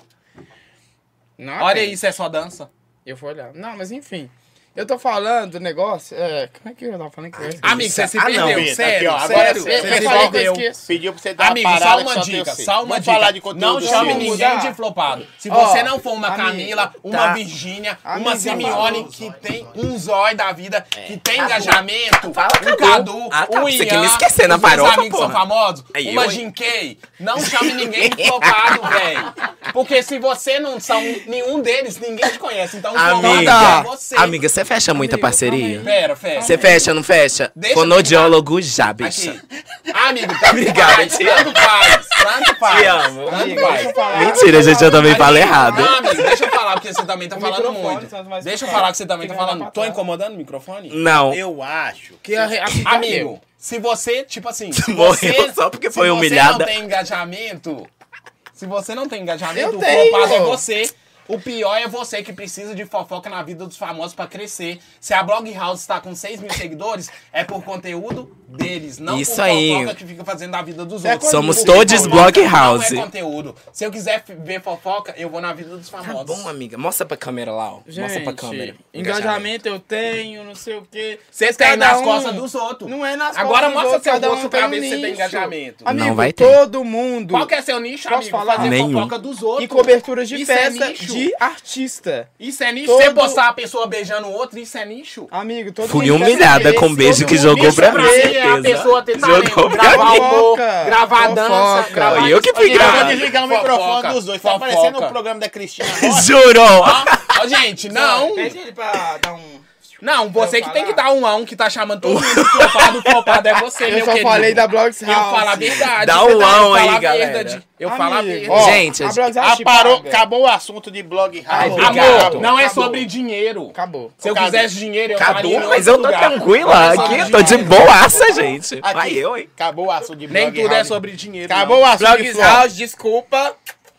Speaker 1: Não,
Speaker 4: Olha
Speaker 1: Ah, tem.
Speaker 4: isso, é só dança.
Speaker 1: Eu vou olhar. Não, mas enfim. Eu tô falando do negócio. É, como é que eu tava falando que eu esqueci?
Speaker 4: Amigo, você se
Speaker 3: Ah, não,
Speaker 4: perdeu.
Speaker 2: Vitor,
Speaker 4: sério,
Speaker 2: aqui, ó,
Speaker 4: sério.
Speaker 2: agora
Speaker 4: Ah, você
Speaker 2: sim.
Speaker 1: Eu falei
Speaker 4: se
Speaker 1: que eu
Speaker 4: perdeu.
Speaker 1: esqueci.
Speaker 2: Pediu pra você dar
Speaker 4: Amigo,
Speaker 2: uma parada
Speaker 4: só
Speaker 2: que
Speaker 4: uma
Speaker 2: tem
Speaker 4: dica,
Speaker 2: você.
Speaker 4: só uma
Speaker 2: Vamos
Speaker 4: dica.
Speaker 2: falar de conteúdo
Speaker 4: Não
Speaker 2: seu.
Speaker 4: chame
Speaker 1: Vamos
Speaker 4: ninguém
Speaker 1: mudar.
Speaker 4: de flopado. Se
Speaker 1: Ó,
Speaker 4: você não for uma
Speaker 1: amiga,
Speaker 4: Camila, uma
Speaker 3: tá.
Speaker 4: Virgínia,
Speaker 1: Amiga,
Speaker 4: uma Simeone
Speaker 1: falou.
Speaker 4: que tem um zói da vida, que tem engajamento,
Speaker 3: É. Fala,
Speaker 4: um
Speaker 3: Cadu.
Speaker 4: Cadu,
Speaker 3: Ah, tá,
Speaker 4: um
Speaker 3: você quer me
Speaker 4: Ian,
Speaker 3: esquecer na
Speaker 4: os meus
Speaker 3: farofa,
Speaker 4: amigos são
Speaker 3: porra.
Speaker 4: famosos,
Speaker 3: Aí,
Speaker 4: uma
Speaker 3: eu, hein?
Speaker 4: Jinkei. Não chame ninguém de flopado, velho. Porque se você não são nenhum deles, ninguém te conhece. Então, o flopado é
Speaker 3: Amiga,
Speaker 4: você.
Speaker 3: amiga, você fecha muita parceria?
Speaker 4: Pera, Fé.
Speaker 3: Você é fecha, não fecha?
Speaker 4: né? Deixa
Speaker 3: Fonodiólogo já,
Speaker 4: Aqui.
Speaker 3: bicha.
Speaker 4: Amigo, tá
Speaker 3: Obrigado,
Speaker 4: Obrigado,
Speaker 3: te
Speaker 4: tanto faz, tanto faz.
Speaker 3: Te amo,
Speaker 4: Tanto
Speaker 1: Deixa eu
Speaker 4: faz.
Speaker 1: falar.
Speaker 3: Mentira, gente, eu também falo errado.
Speaker 4: Não, amigo, deixa eu falar, porque você também tá falando
Speaker 1: microfone,
Speaker 4: muito.
Speaker 1: senão você vai
Speaker 4: Deixa eu
Speaker 1: escutar.
Speaker 4: falar que você também tá
Speaker 1: Fica lá
Speaker 4: falando.
Speaker 1: pra
Speaker 4: Tô
Speaker 1: trás.
Speaker 4: incomodando o microfone?
Speaker 1: Hum.
Speaker 3: Não.
Speaker 2: Eu acho.
Speaker 4: é
Speaker 1: Que a, a, a,
Speaker 4: Amigo, se você, tipo assim. se
Speaker 3: Morreu
Speaker 4: você-
Speaker 3: só porque foi
Speaker 4: Se
Speaker 3: humilhada.
Speaker 4: você não tem engajamento. Se você não tem engajamento,
Speaker 1: Eu
Speaker 4: o
Speaker 1: tenho.
Speaker 4: flopado é você. O pior é você que precisa de fofoca na vida dos famosos pra crescer. Se a Blog House está com 6 mil seguidores, é por conteúdo deles, não
Speaker 3: Isso
Speaker 4: por
Speaker 3: aí.
Speaker 4: fofoca que fica fazendo da vida dos
Speaker 1: É
Speaker 4: outros.
Speaker 1: Somos
Speaker 4: Porque
Speaker 3: todos
Speaker 4: fofoca
Speaker 3: Blog House.
Speaker 4: Não é conteúdo. Se eu quiser f- ver fofoca, eu vou na vida dos famosos.
Speaker 3: Tá bom, amiga. Mostra pra câmera lá, ó. Mostra pra câmera.
Speaker 1: Engajamento eu tenho, não sei o quê.
Speaker 4: Vocês caem
Speaker 1: Cada
Speaker 4: nas
Speaker 1: um-
Speaker 4: costas dos outros.
Speaker 1: Não é nas
Speaker 4: Agora
Speaker 1: costas dos
Speaker 4: mostra
Speaker 1: outros,
Speaker 4: seu
Speaker 1: cada
Speaker 4: rosto pra
Speaker 1: tem um
Speaker 4: ver se você tem
Speaker 1: nicho.
Speaker 4: engajamento.
Speaker 1: Amigo,
Speaker 3: Não vai ter.
Speaker 1: todo mundo.
Speaker 4: Qual que é seu nicho,
Speaker 1: Posso
Speaker 4: amigo?
Speaker 1: falar?
Speaker 4: Fazer
Speaker 3: Nenhum.
Speaker 4: fofoca dos outros.
Speaker 1: E coberturas de
Speaker 4: Isso é
Speaker 1: festa
Speaker 4: nicho.
Speaker 1: de artista.
Speaker 4: Isso é nicho?
Speaker 1: Todo-
Speaker 4: Você postar a pessoa beijando o outro, isso é nicho?
Speaker 1: Amigo, todo
Speaker 3: Fui
Speaker 1: mundo quer
Speaker 3: humilhada
Speaker 1: saber
Speaker 3: com o
Speaker 1: esse,
Speaker 3: beijo
Speaker 1: todo
Speaker 3: que
Speaker 1: mundo
Speaker 3: jogou
Speaker 1: quer
Speaker 4: Nicho
Speaker 3: pra
Speaker 1: saber.
Speaker 3: mim.
Speaker 4: mim é a
Speaker 3: certeza.
Speaker 4: pessoa ter
Speaker 3: Jogou
Speaker 4: talento,
Speaker 3: pra
Speaker 1: mim.
Speaker 4: gravar o humor,
Speaker 1: Fofoca.
Speaker 4: gravar a dança,
Speaker 1: Fofoca.
Speaker 4: gravar
Speaker 3: Eu que fui
Speaker 4: Gente,
Speaker 3: gravar.
Speaker 4: eu vou
Speaker 2: Desligar o
Speaker 4: Fofoca.
Speaker 2: é microfone dos dois. Tá
Speaker 4: Fofoca.
Speaker 2: parecendo o programa da Cristina Rocha.
Speaker 3: Jurou!
Speaker 4: Ó, gente, não.
Speaker 1: Pede ele pra dar um...
Speaker 4: Não, você
Speaker 1: Pra
Speaker 4: que
Speaker 1: eu
Speaker 4: tem que
Speaker 1: falar?
Speaker 4: dar um a um que tá chamando todo mundo de flopado. Flopado é você,
Speaker 1: Eu
Speaker 4: meu
Speaker 1: só
Speaker 4: querido.
Speaker 1: falei da Blogs
Speaker 4: Eu
Speaker 1: House.
Speaker 4: falo a verdade.
Speaker 3: Dá um a
Speaker 4: verdade,
Speaker 3: um
Speaker 4: eu falo
Speaker 3: aí,
Speaker 4: a
Speaker 3: galera.
Speaker 4: verdade, Eu falo a
Speaker 1: Amigo,
Speaker 4: verdade.
Speaker 1: ó,
Speaker 3: Gente,
Speaker 1: a Blogs House
Speaker 2: Ah,
Speaker 1: te
Speaker 2: parou,
Speaker 1: paga.
Speaker 2: acabou o assunto de blog house.
Speaker 1: Acabou.
Speaker 4: Amor, não é
Speaker 1: Acabou.
Speaker 4: sobre dinheiro.
Speaker 1: Acabou.
Speaker 4: Se eu
Speaker 2: Cadu.
Speaker 4: quisesse dinheiro, eu faria
Speaker 3: Cadu,
Speaker 4: em outro
Speaker 3: mas eu tô
Speaker 4: lugar.
Speaker 3: tranquila
Speaker 4: Não é sobre
Speaker 3: aqui, tô de
Speaker 4: dinheiro.
Speaker 3: boaça, gente. Vai
Speaker 2: Aqui.
Speaker 3: eu, hein?
Speaker 2: Acabou o assunto de blog
Speaker 4: Nem tudo é
Speaker 2: house.
Speaker 4: sobre dinheiro.
Speaker 2: Acabou o
Speaker 4: não.
Speaker 2: assunto de
Speaker 1: Blogs
Speaker 2: flop.
Speaker 1: House, desculpa.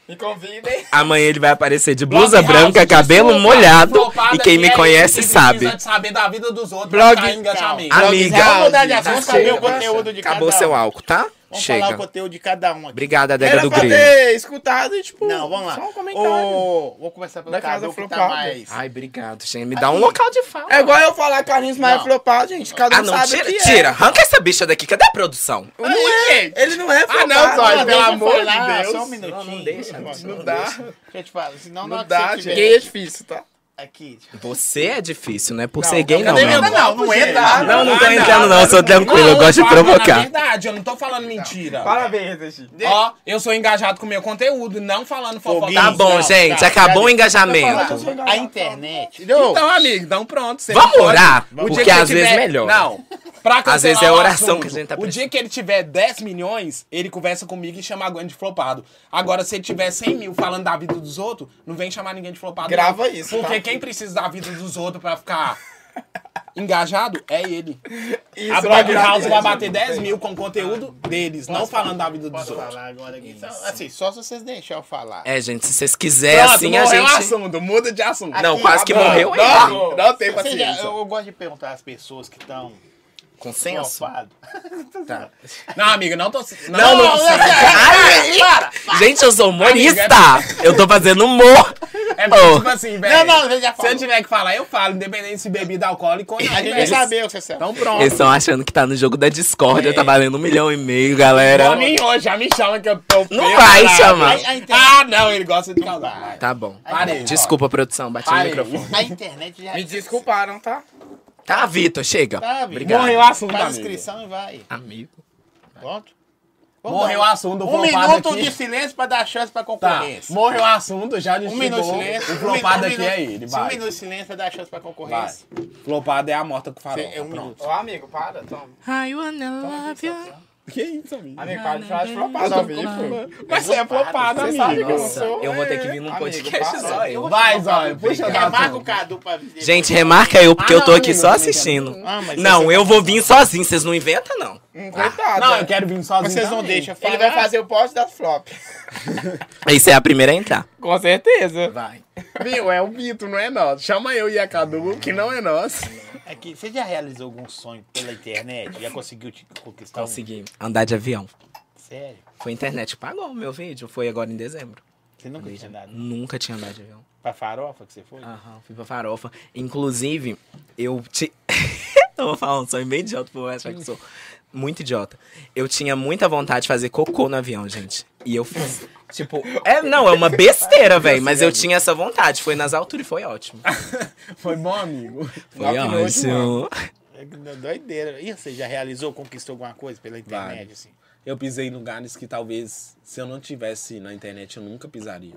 Speaker 1: Me convidem.
Speaker 3: Amanhã ele vai aparecer de
Speaker 4: Blog
Speaker 3: blusa
Speaker 4: House,
Speaker 3: branca,
Speaker 4: desculpa,
Speaker 3: cabelo molhado.
Speaker 4: flopada
Speaker 3: E quem
Speaker 4: é
Speaker 3: me
Speaker 4: esse
Speaker 3: conhece
Speaker 4: que
Speaker 3: sabe. Ah,
Speaker 4: precisa de saber da vida dos outros.
Speaker 1: Blogs-
Speaker 4: pra ficar em engajamento.
Speaker 1: Blogs
Speaker 3: Amiga.
Speaker 1: House,
Speaker 2: Vamos mudar de assunto,
Speaker 1: desculpa.
Speaker 2: saber o conteúdo de
Speaker 3: Acabou
Speaker 2: cada um.
Speaker 3: seu álcool, tá?
Speaker 2: Vamos falar o
Speaker 3: Chega.
Speaker 2: conteúdo de cada um aqui.
Speaker 3: Obrigada, adega
Speaker 1: Era
Speaker 3: do
Speaker 1: pra
Speaker 3: Grilo.
Speaker 1: ter escutado e, tipo,
Speaker 2: Não, vamos lá.
Speaker 1: só um comentário.
Speaker 2: Ô, vou começar pelo
Speaker 1: Da casa
Speaker 2: Cadu, que tá
Speaker 1: flopada.
Speaker 2: mais...
Speaker 3: Ai, obrigado, gente. Me dá um local de fala.
Speaker 1: É igual eu falar Carlinhos Maia é
Speaker 2: Não.
Speaker 1: flopado, gente. Cada um
Speaker 3: Ah, não,
Speaker 1: sabe o
Speaker 3: tira,
Speaker 1: que
Speaker 3: tira.
Speaker 1: é.
Speaker 3: Arranca essa bicha daqui. Cadê a produção?
Speaker 1: Não é. Ele não é flopado.
Speaker 2: não, Zóio,
Speaker 1: Não,
Speaker 2: pelo
Speaker 1: deixa eu
Speaker 2: amor de
Speaker 1: falar,
Speaker 2: Deus.
Speaker 1: Só um
Speaker 2: Não,
Speaker 1: minutinho.
Speaker 2: não
Speaker 3: deixa,
Speaker 1: Não dá.
Speaker 2: Deixa eu te falar, senão
Speaker 1: Não
Speaker 2: não
Speaker 1: dá, gente. Gay é
Speaker 2: tiver
Speaker 1: difícil, tá?
Speaker 2: aqui.
Speaker 3: Você é difícil, né? Por ser gay, não.
Speaker 1: cadê
Speaker 4: é
Speaker 3: meu
Speaker 1: meu
Speaker 3: amor.
Speaker 1: copo, gente?
Speaker 3: Não, não tô
Speaker 4: Ah,
Speaker 3: entrando, não. Eu sou tranquilo, eu gosto de
Speaker 4: fala na
Speaker 3: provocar.
Speaker 4: verdade, eu não tô falando mentira.
Speaker 1: Parabéns, Regi.
Speaker 4: Ó, eu sou engajado com o meu conteúdo, não falando fofoca.
Speaker 2: Foguinho.
Speaker 3: Tá bom,
Speaker 2: Não,
Speaker 3: gente.
Speaker 2: tá,
Speaker 3: acabou o
Speaker 2: cadê?
Speaker 3: engajamento.
Speaker 2: A internet...
Speaker 4: Então, amigo, então pronto. você
Speaker 3: Vamos né?
Speaker 4: não pode-
Speaker 3: orar,
Speaker 4: O dia
Speaker 3: porque
Speaker 4: que você
Speaker 3: às vezes
Speaker 4: tiver-
Speaker 3: melhora.
Speaker 4: Não. Pra cancelar
Speaker 3: vezes é a
Speaker 4: o
Speaker 3: oração
Speaker 4: assunto,
Speaker 3: que a gente tá
Speaker 4: O dia que ele tiver 10 milhões, ele conversa comigo e chama a Gwen de flopado. Agora, se ele tiver 100 mil falando da vida dos outros, não vem chamar ninguém de flopado.
Speaker 1: Grava
Speaker 4: não.
Speaker 1: isso,
Speaker 4: Porque
Speaker 1: tá?
Speaker 4: quem precisa da vida dos outros pra ficar engajado é ele.
Speaker 1: Isso,
Speaker 4: a
Speaker 1: vai
Speaker 4: Blog
Speaker 1: virar
Speaker 4: House vai
Speaker 1: mesmo.
Speaker 4: bater 10 mil com conteúdo deles, não falando da vida dos
Speaker 2: Posso
Speaker 4: outros.
Speaker 2: falar agora aqui? Então, assim, só se vocês deixarem eu falar.
Speaker 3: É, gente, se vocês quiserem, assim a
Speaker 4: morreu o
Speaker 3: gente.
Speaker 4: assunto, muda de assunto.
Speaker 3: Não, quase que
Speaker 4: Não,
Speaker 3: morreu aí.
Speaker 4: Não, não tem
Speaker 2: Você já-
Speaker 4: paciência.
Speaker 2: eu, eu gosto de perguntar às pessoas que estão
Speaker 3: Consenso?
Speaker 2: flopadas.
Speaker 3: Tá.
Speaker 4: Não, amiga, não tô.
Speaker 3: Não, não. Ai, Gente, eu sou humorista. Eu tô fazendo humor.
Speaker 4: É
Speaker 3: Ô.
Speaker 4: porque, tipo assim, velho.
Speaker 2: não, você já
Speaker 4: Se eu
Speaker 2: falou.
Speaker 4: tiver que falar, eu falo, independente se bebida alcoólica ou não.
Speaker 2: A gente
Speaker 4: velho.
Speaker 2: vai saber o que você é. sabe.
Speaker 4: Então pronto.
Speaker 3: Eles estão achando que tá no jogo da discórdia, tá valendo um milhão e meio, galera.
Speaker 4: Pra mim hoje, já me chama que eu tô.
Speaker 3: Não
Speaker 4: feio,
Speaker 3: vai
Speaker 4: caralho.
Speaker 3: chamar.
Speaker 2: A, a internet,
Speaker 4: Ah, não, ele gosta de causar.
Speaker 3: Tá bom.
Speaker 4: Parei.
Speaker 3: Desculpa, produção, bati no
Speaker 4: Parei.
Speaker 3: microfone.
Speaker 2: a internet já...
Speaker 1: Me desculparam, tá?
Speaker 3: Tá, Vitor, chega.
Speaker 2: Sabe?
Speaker 3: Obrigado.
Speaker 4: Morreu o assunto,
Speaker 2: Faz
Speaker 4: amigo.
Speaker 2: inscrição e vai.
Speaker 3: Amigo.
Speaker 2: Pronto?
Speaker 4: Morreu o assunto, eu
Speaker 2: Um
Speaker 4: vou
Speaker 2: minuto
Speaker 4: aqui.
Speaker 2: de silêncio pra dar chance pra
Speaker 4: Tá,
Speaker 2: concorrência.
Speaker 4: morreu o assunto, já
Speaker 2: Um
Speaker 4: desligou.
Speaker 2: minuto de silêncio.
Speaker 4: O
Speaker 2: um
Speaker 4: flopado
Speaker 2: minu- um
Speaker 4: aqui
Speaker 2: minuto-
Speaker 4: é ele,
Speaker 2: Um
Speaker 4: vai.
Speaker 2: minuto de silêncio pra dar chance pra
Speaker 4: Vai.
Speaker 2: concorrência.
Speaker 4: Flopado é a morta com farofa.
Speaker 2: É um
Speaker 4: pronto.
Speaker 2: minuto.
Speaker 1: Ô, amigo, para, toma.
Speaker 5: I wanna love you.
Speaker 4: Que isso, amigo?
Speaker 2: Ah,
Speaker 1: Amigo, para de falar de flopado
Speaker 2: Só
Speaker 1: ao vivo.
Speaker 4: Mas você é flopado,
Speaker 1: Você sabe que eu não
Speaker 4: amigo.
Speaker 3: Nossa,
Speaker 1: sou.
Speaker 3: eu vou ter que vir num
Speaker 1: Amigo,
Speaker 3: podcast
Speaker 1: passa.
Speaker 3: só eu.
Speaker 4: Vai, Zóio, puxa da
Speaker 2: Remarca o Cadu pra vir.
Speaker 3: Gente, remarca eu, porque
Speaker 4: Ah,
Speaker 3: eu tô
Speaker 4: não,
Speaker 3: aqui
Speaker 4: amigo,
Speaker 3: só
Speaker 4: não tem
Speaker 3: assistindo.
Speaker 2: Ah, mas
Speaker 3: Não,
Speaker 2: você-
Speaker 3: eu vou vir sozinho, vocês não inventam, não.
Speaker 1: Hum, Coitado.
Speaker 4: Não, eu quero vir sozinho.
Speaker 2: Vocês não
Speaker 4: também.
Speaker 2: deixam falar.
Speaker 1: Ele vai fazer o post das flop.
Speaker 3: Isso é a primeira a entrar.
Speaker 1: Com certeza.
Speaker 3: Vai.
Speaker 4: Viu? É o Vitor, não é nós. Chama eu e a Cadu, que não é nós.
Speaker 2: É que você já realizou algum sonho pela internet? Já conseguiu te conquistar? um-
Speaker 3: Consegui É andar de avião.
Speaker 2: Sério?
Speaker 3: Foi a internet que pagou o meu vídeo, foi agora em dezembro.
Speaker 2: Você nunca tinha andado?
Speaker 3: Nunca tinha andado de avião.
Speaker 2: Pra farofa que você foi?
Speaker 4: Ah.
Speaker 3: Aham, fui pra farofa. Inclusive, eu te. eu vou falar um sonho bem idiota, pra eu achar que sou. Muito idiota. Eu tinha muita vontade de fazer cocô no avião, gente. E eu fiz. tipo, é, não, é uma besteira, velho. Mas eu tinha essa vontade. Foi nas alturas e foi ótimo.
Speaker 4: Foi bom, amigo.
Speaker 3: Foi
Speaker 1: Não, que nojo, mano.
Speaker 3: ótimo.
Speaker 2: É que não- Doideira. E você já realizou, conquistou alguma coisa pela internet,
Speaker 4: Vários.
Speaker 2: assim?
Speaker 4: Eu pisei em lugares que talvez, se eu não tivesse na internet, eu nunca pisaria.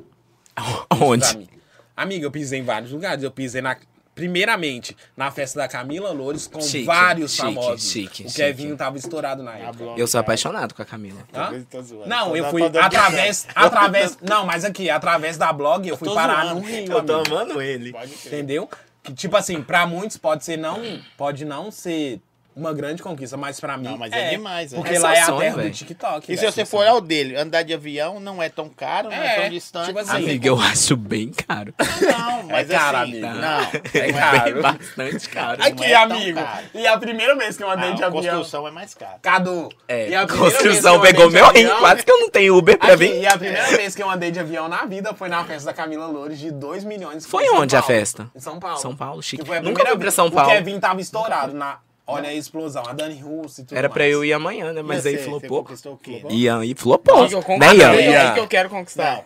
Speaker 4: Pra
Speaker 3: Onde?
Speaker 4: mim. Amiga, eu pisei em vários lugares. Eu pisei na. Primeiramente, na festa da Camila Loures com
Speaker 3: Chique,
Speaker 4: vários
Speaker 3: chique,
Speaker 4: famosos.
Speaker 3: chique,
Speaker 4: o
Speaker 3: chique.
Speaker 4: Kevinho tava estourado na época.
Speaker 2: Ablão,
Speaker 3: Eu sou
Speaker 2: cara.
Speaker 3: apaixonado com a Camila.
Speaker 4: Hã?
Speaker 2: Eu tô zoando.
Speaker 4: Não,
Speaker 2: Tô
Speaker 4: eu
Speaker 2: dando-
Speaker 4: fui
Speaker 2: tô dando-
Speaker 4: através, através, não, mas aqui, através da blog, eu fui
Speaker 2: tô
Speaker 4: parar
Speaker 2: zoando.
Speaker 4: no Rio, amigo,
Speaker 3: amando ele.
Speaker 2: Pode crer.
Speaker 4: entendeu? Que, tipo assim, pra muitos pode ser não, pode não ser uma grande conquista, mas pra mim
Speaker 2: Não, mas é demais, velho.
Speaker 4: Porque
Speaker 3: É
Speaker 4: lá é a
Speaker 3: sonho,
Speaker 4: terra
Speaker 3: velho.
Speaker 4: do TikTok.
Speaker 2: E se
Speaker 4: velho.
Speaker 2: você for ao dele, andar de avião não é tão caro, não é
Speaker 4: É,
Speaker 2: tão distante.
Speaker 4: tipo assim,
Speaker 3: Amiga, eu acho bem caro.
Speaker 2: Não, mas
Speaker 4: É caro,
Speaker 2: assim,
Speaker 4: amigo.
Speaker 2: Não,
Speaker 4: É
Speaker 2: não
Speaker 4: caro.
Speaker 3: Bastante caro.
Speaker 4: Aqui,
Speaker 2: é tão
Speaker 4: amigo.
Speaker 2: caro.
Speaker 4: E a primeira vez que eu andei de
Speaker 2: A
Speaker 4: avião.
Speaker 2: construção é mais cara.
Speaker 4: Cadu.
Speaker 3: É,
Speaker 4: e a
Speaker 3: a
Speaker 4: primeira vez que
Speaker 3: construção
Speaker 4: eu andei
Speaker 3: pegou
Speaker 4: de
Speaker 3: meu rim.
Speaker 4: avião-
Speaker 3: Quase que eu não tenho Uber pra
Speaker 4: Aqui,
Speaker 3: vir.
Speaker 4: E a primeira vez que eu andei de avião na vida foi na festa da Camila Loures de 2 milhões.
Speaker 3: Foi
Speaker 4: em São
Speaker 3: onde a
Speaker 4: Paulo.
Speaker 3: festa?
Speaker 4: Em São Paulo.
Speaker 3: São Paulo, chique.
Speaker 4: Que foi a
Speaker 3: Nunca
Speaker 4: primeira
Speaker 3: fui pra
Speaker 4: vez.
Speaker 3: São Paulo.
Speaker 4: O Kevin tava estourado na... Olha a explosão, a Dani Russo e tudo
Speaker 3: Era
Speaker 4: mais.
Speaker 3: pra eu ir amanhã, né? Mas
Speaker 2: E
Speaker 3: aí
Speaker 2: você,
Speaker 3: falou
Speaker 2: você
Speaker 3: pouco.
Speaker 2: Conquistou o quê?
Speaker 3: Ian, e flopou.
Speaker 1: O que eu
Speaker 3: Né,
Speaker 1: conquistei,
Speaker 3: Ian?
Speaker 1: o que eu quero conquistar.
Speaker 2: Não.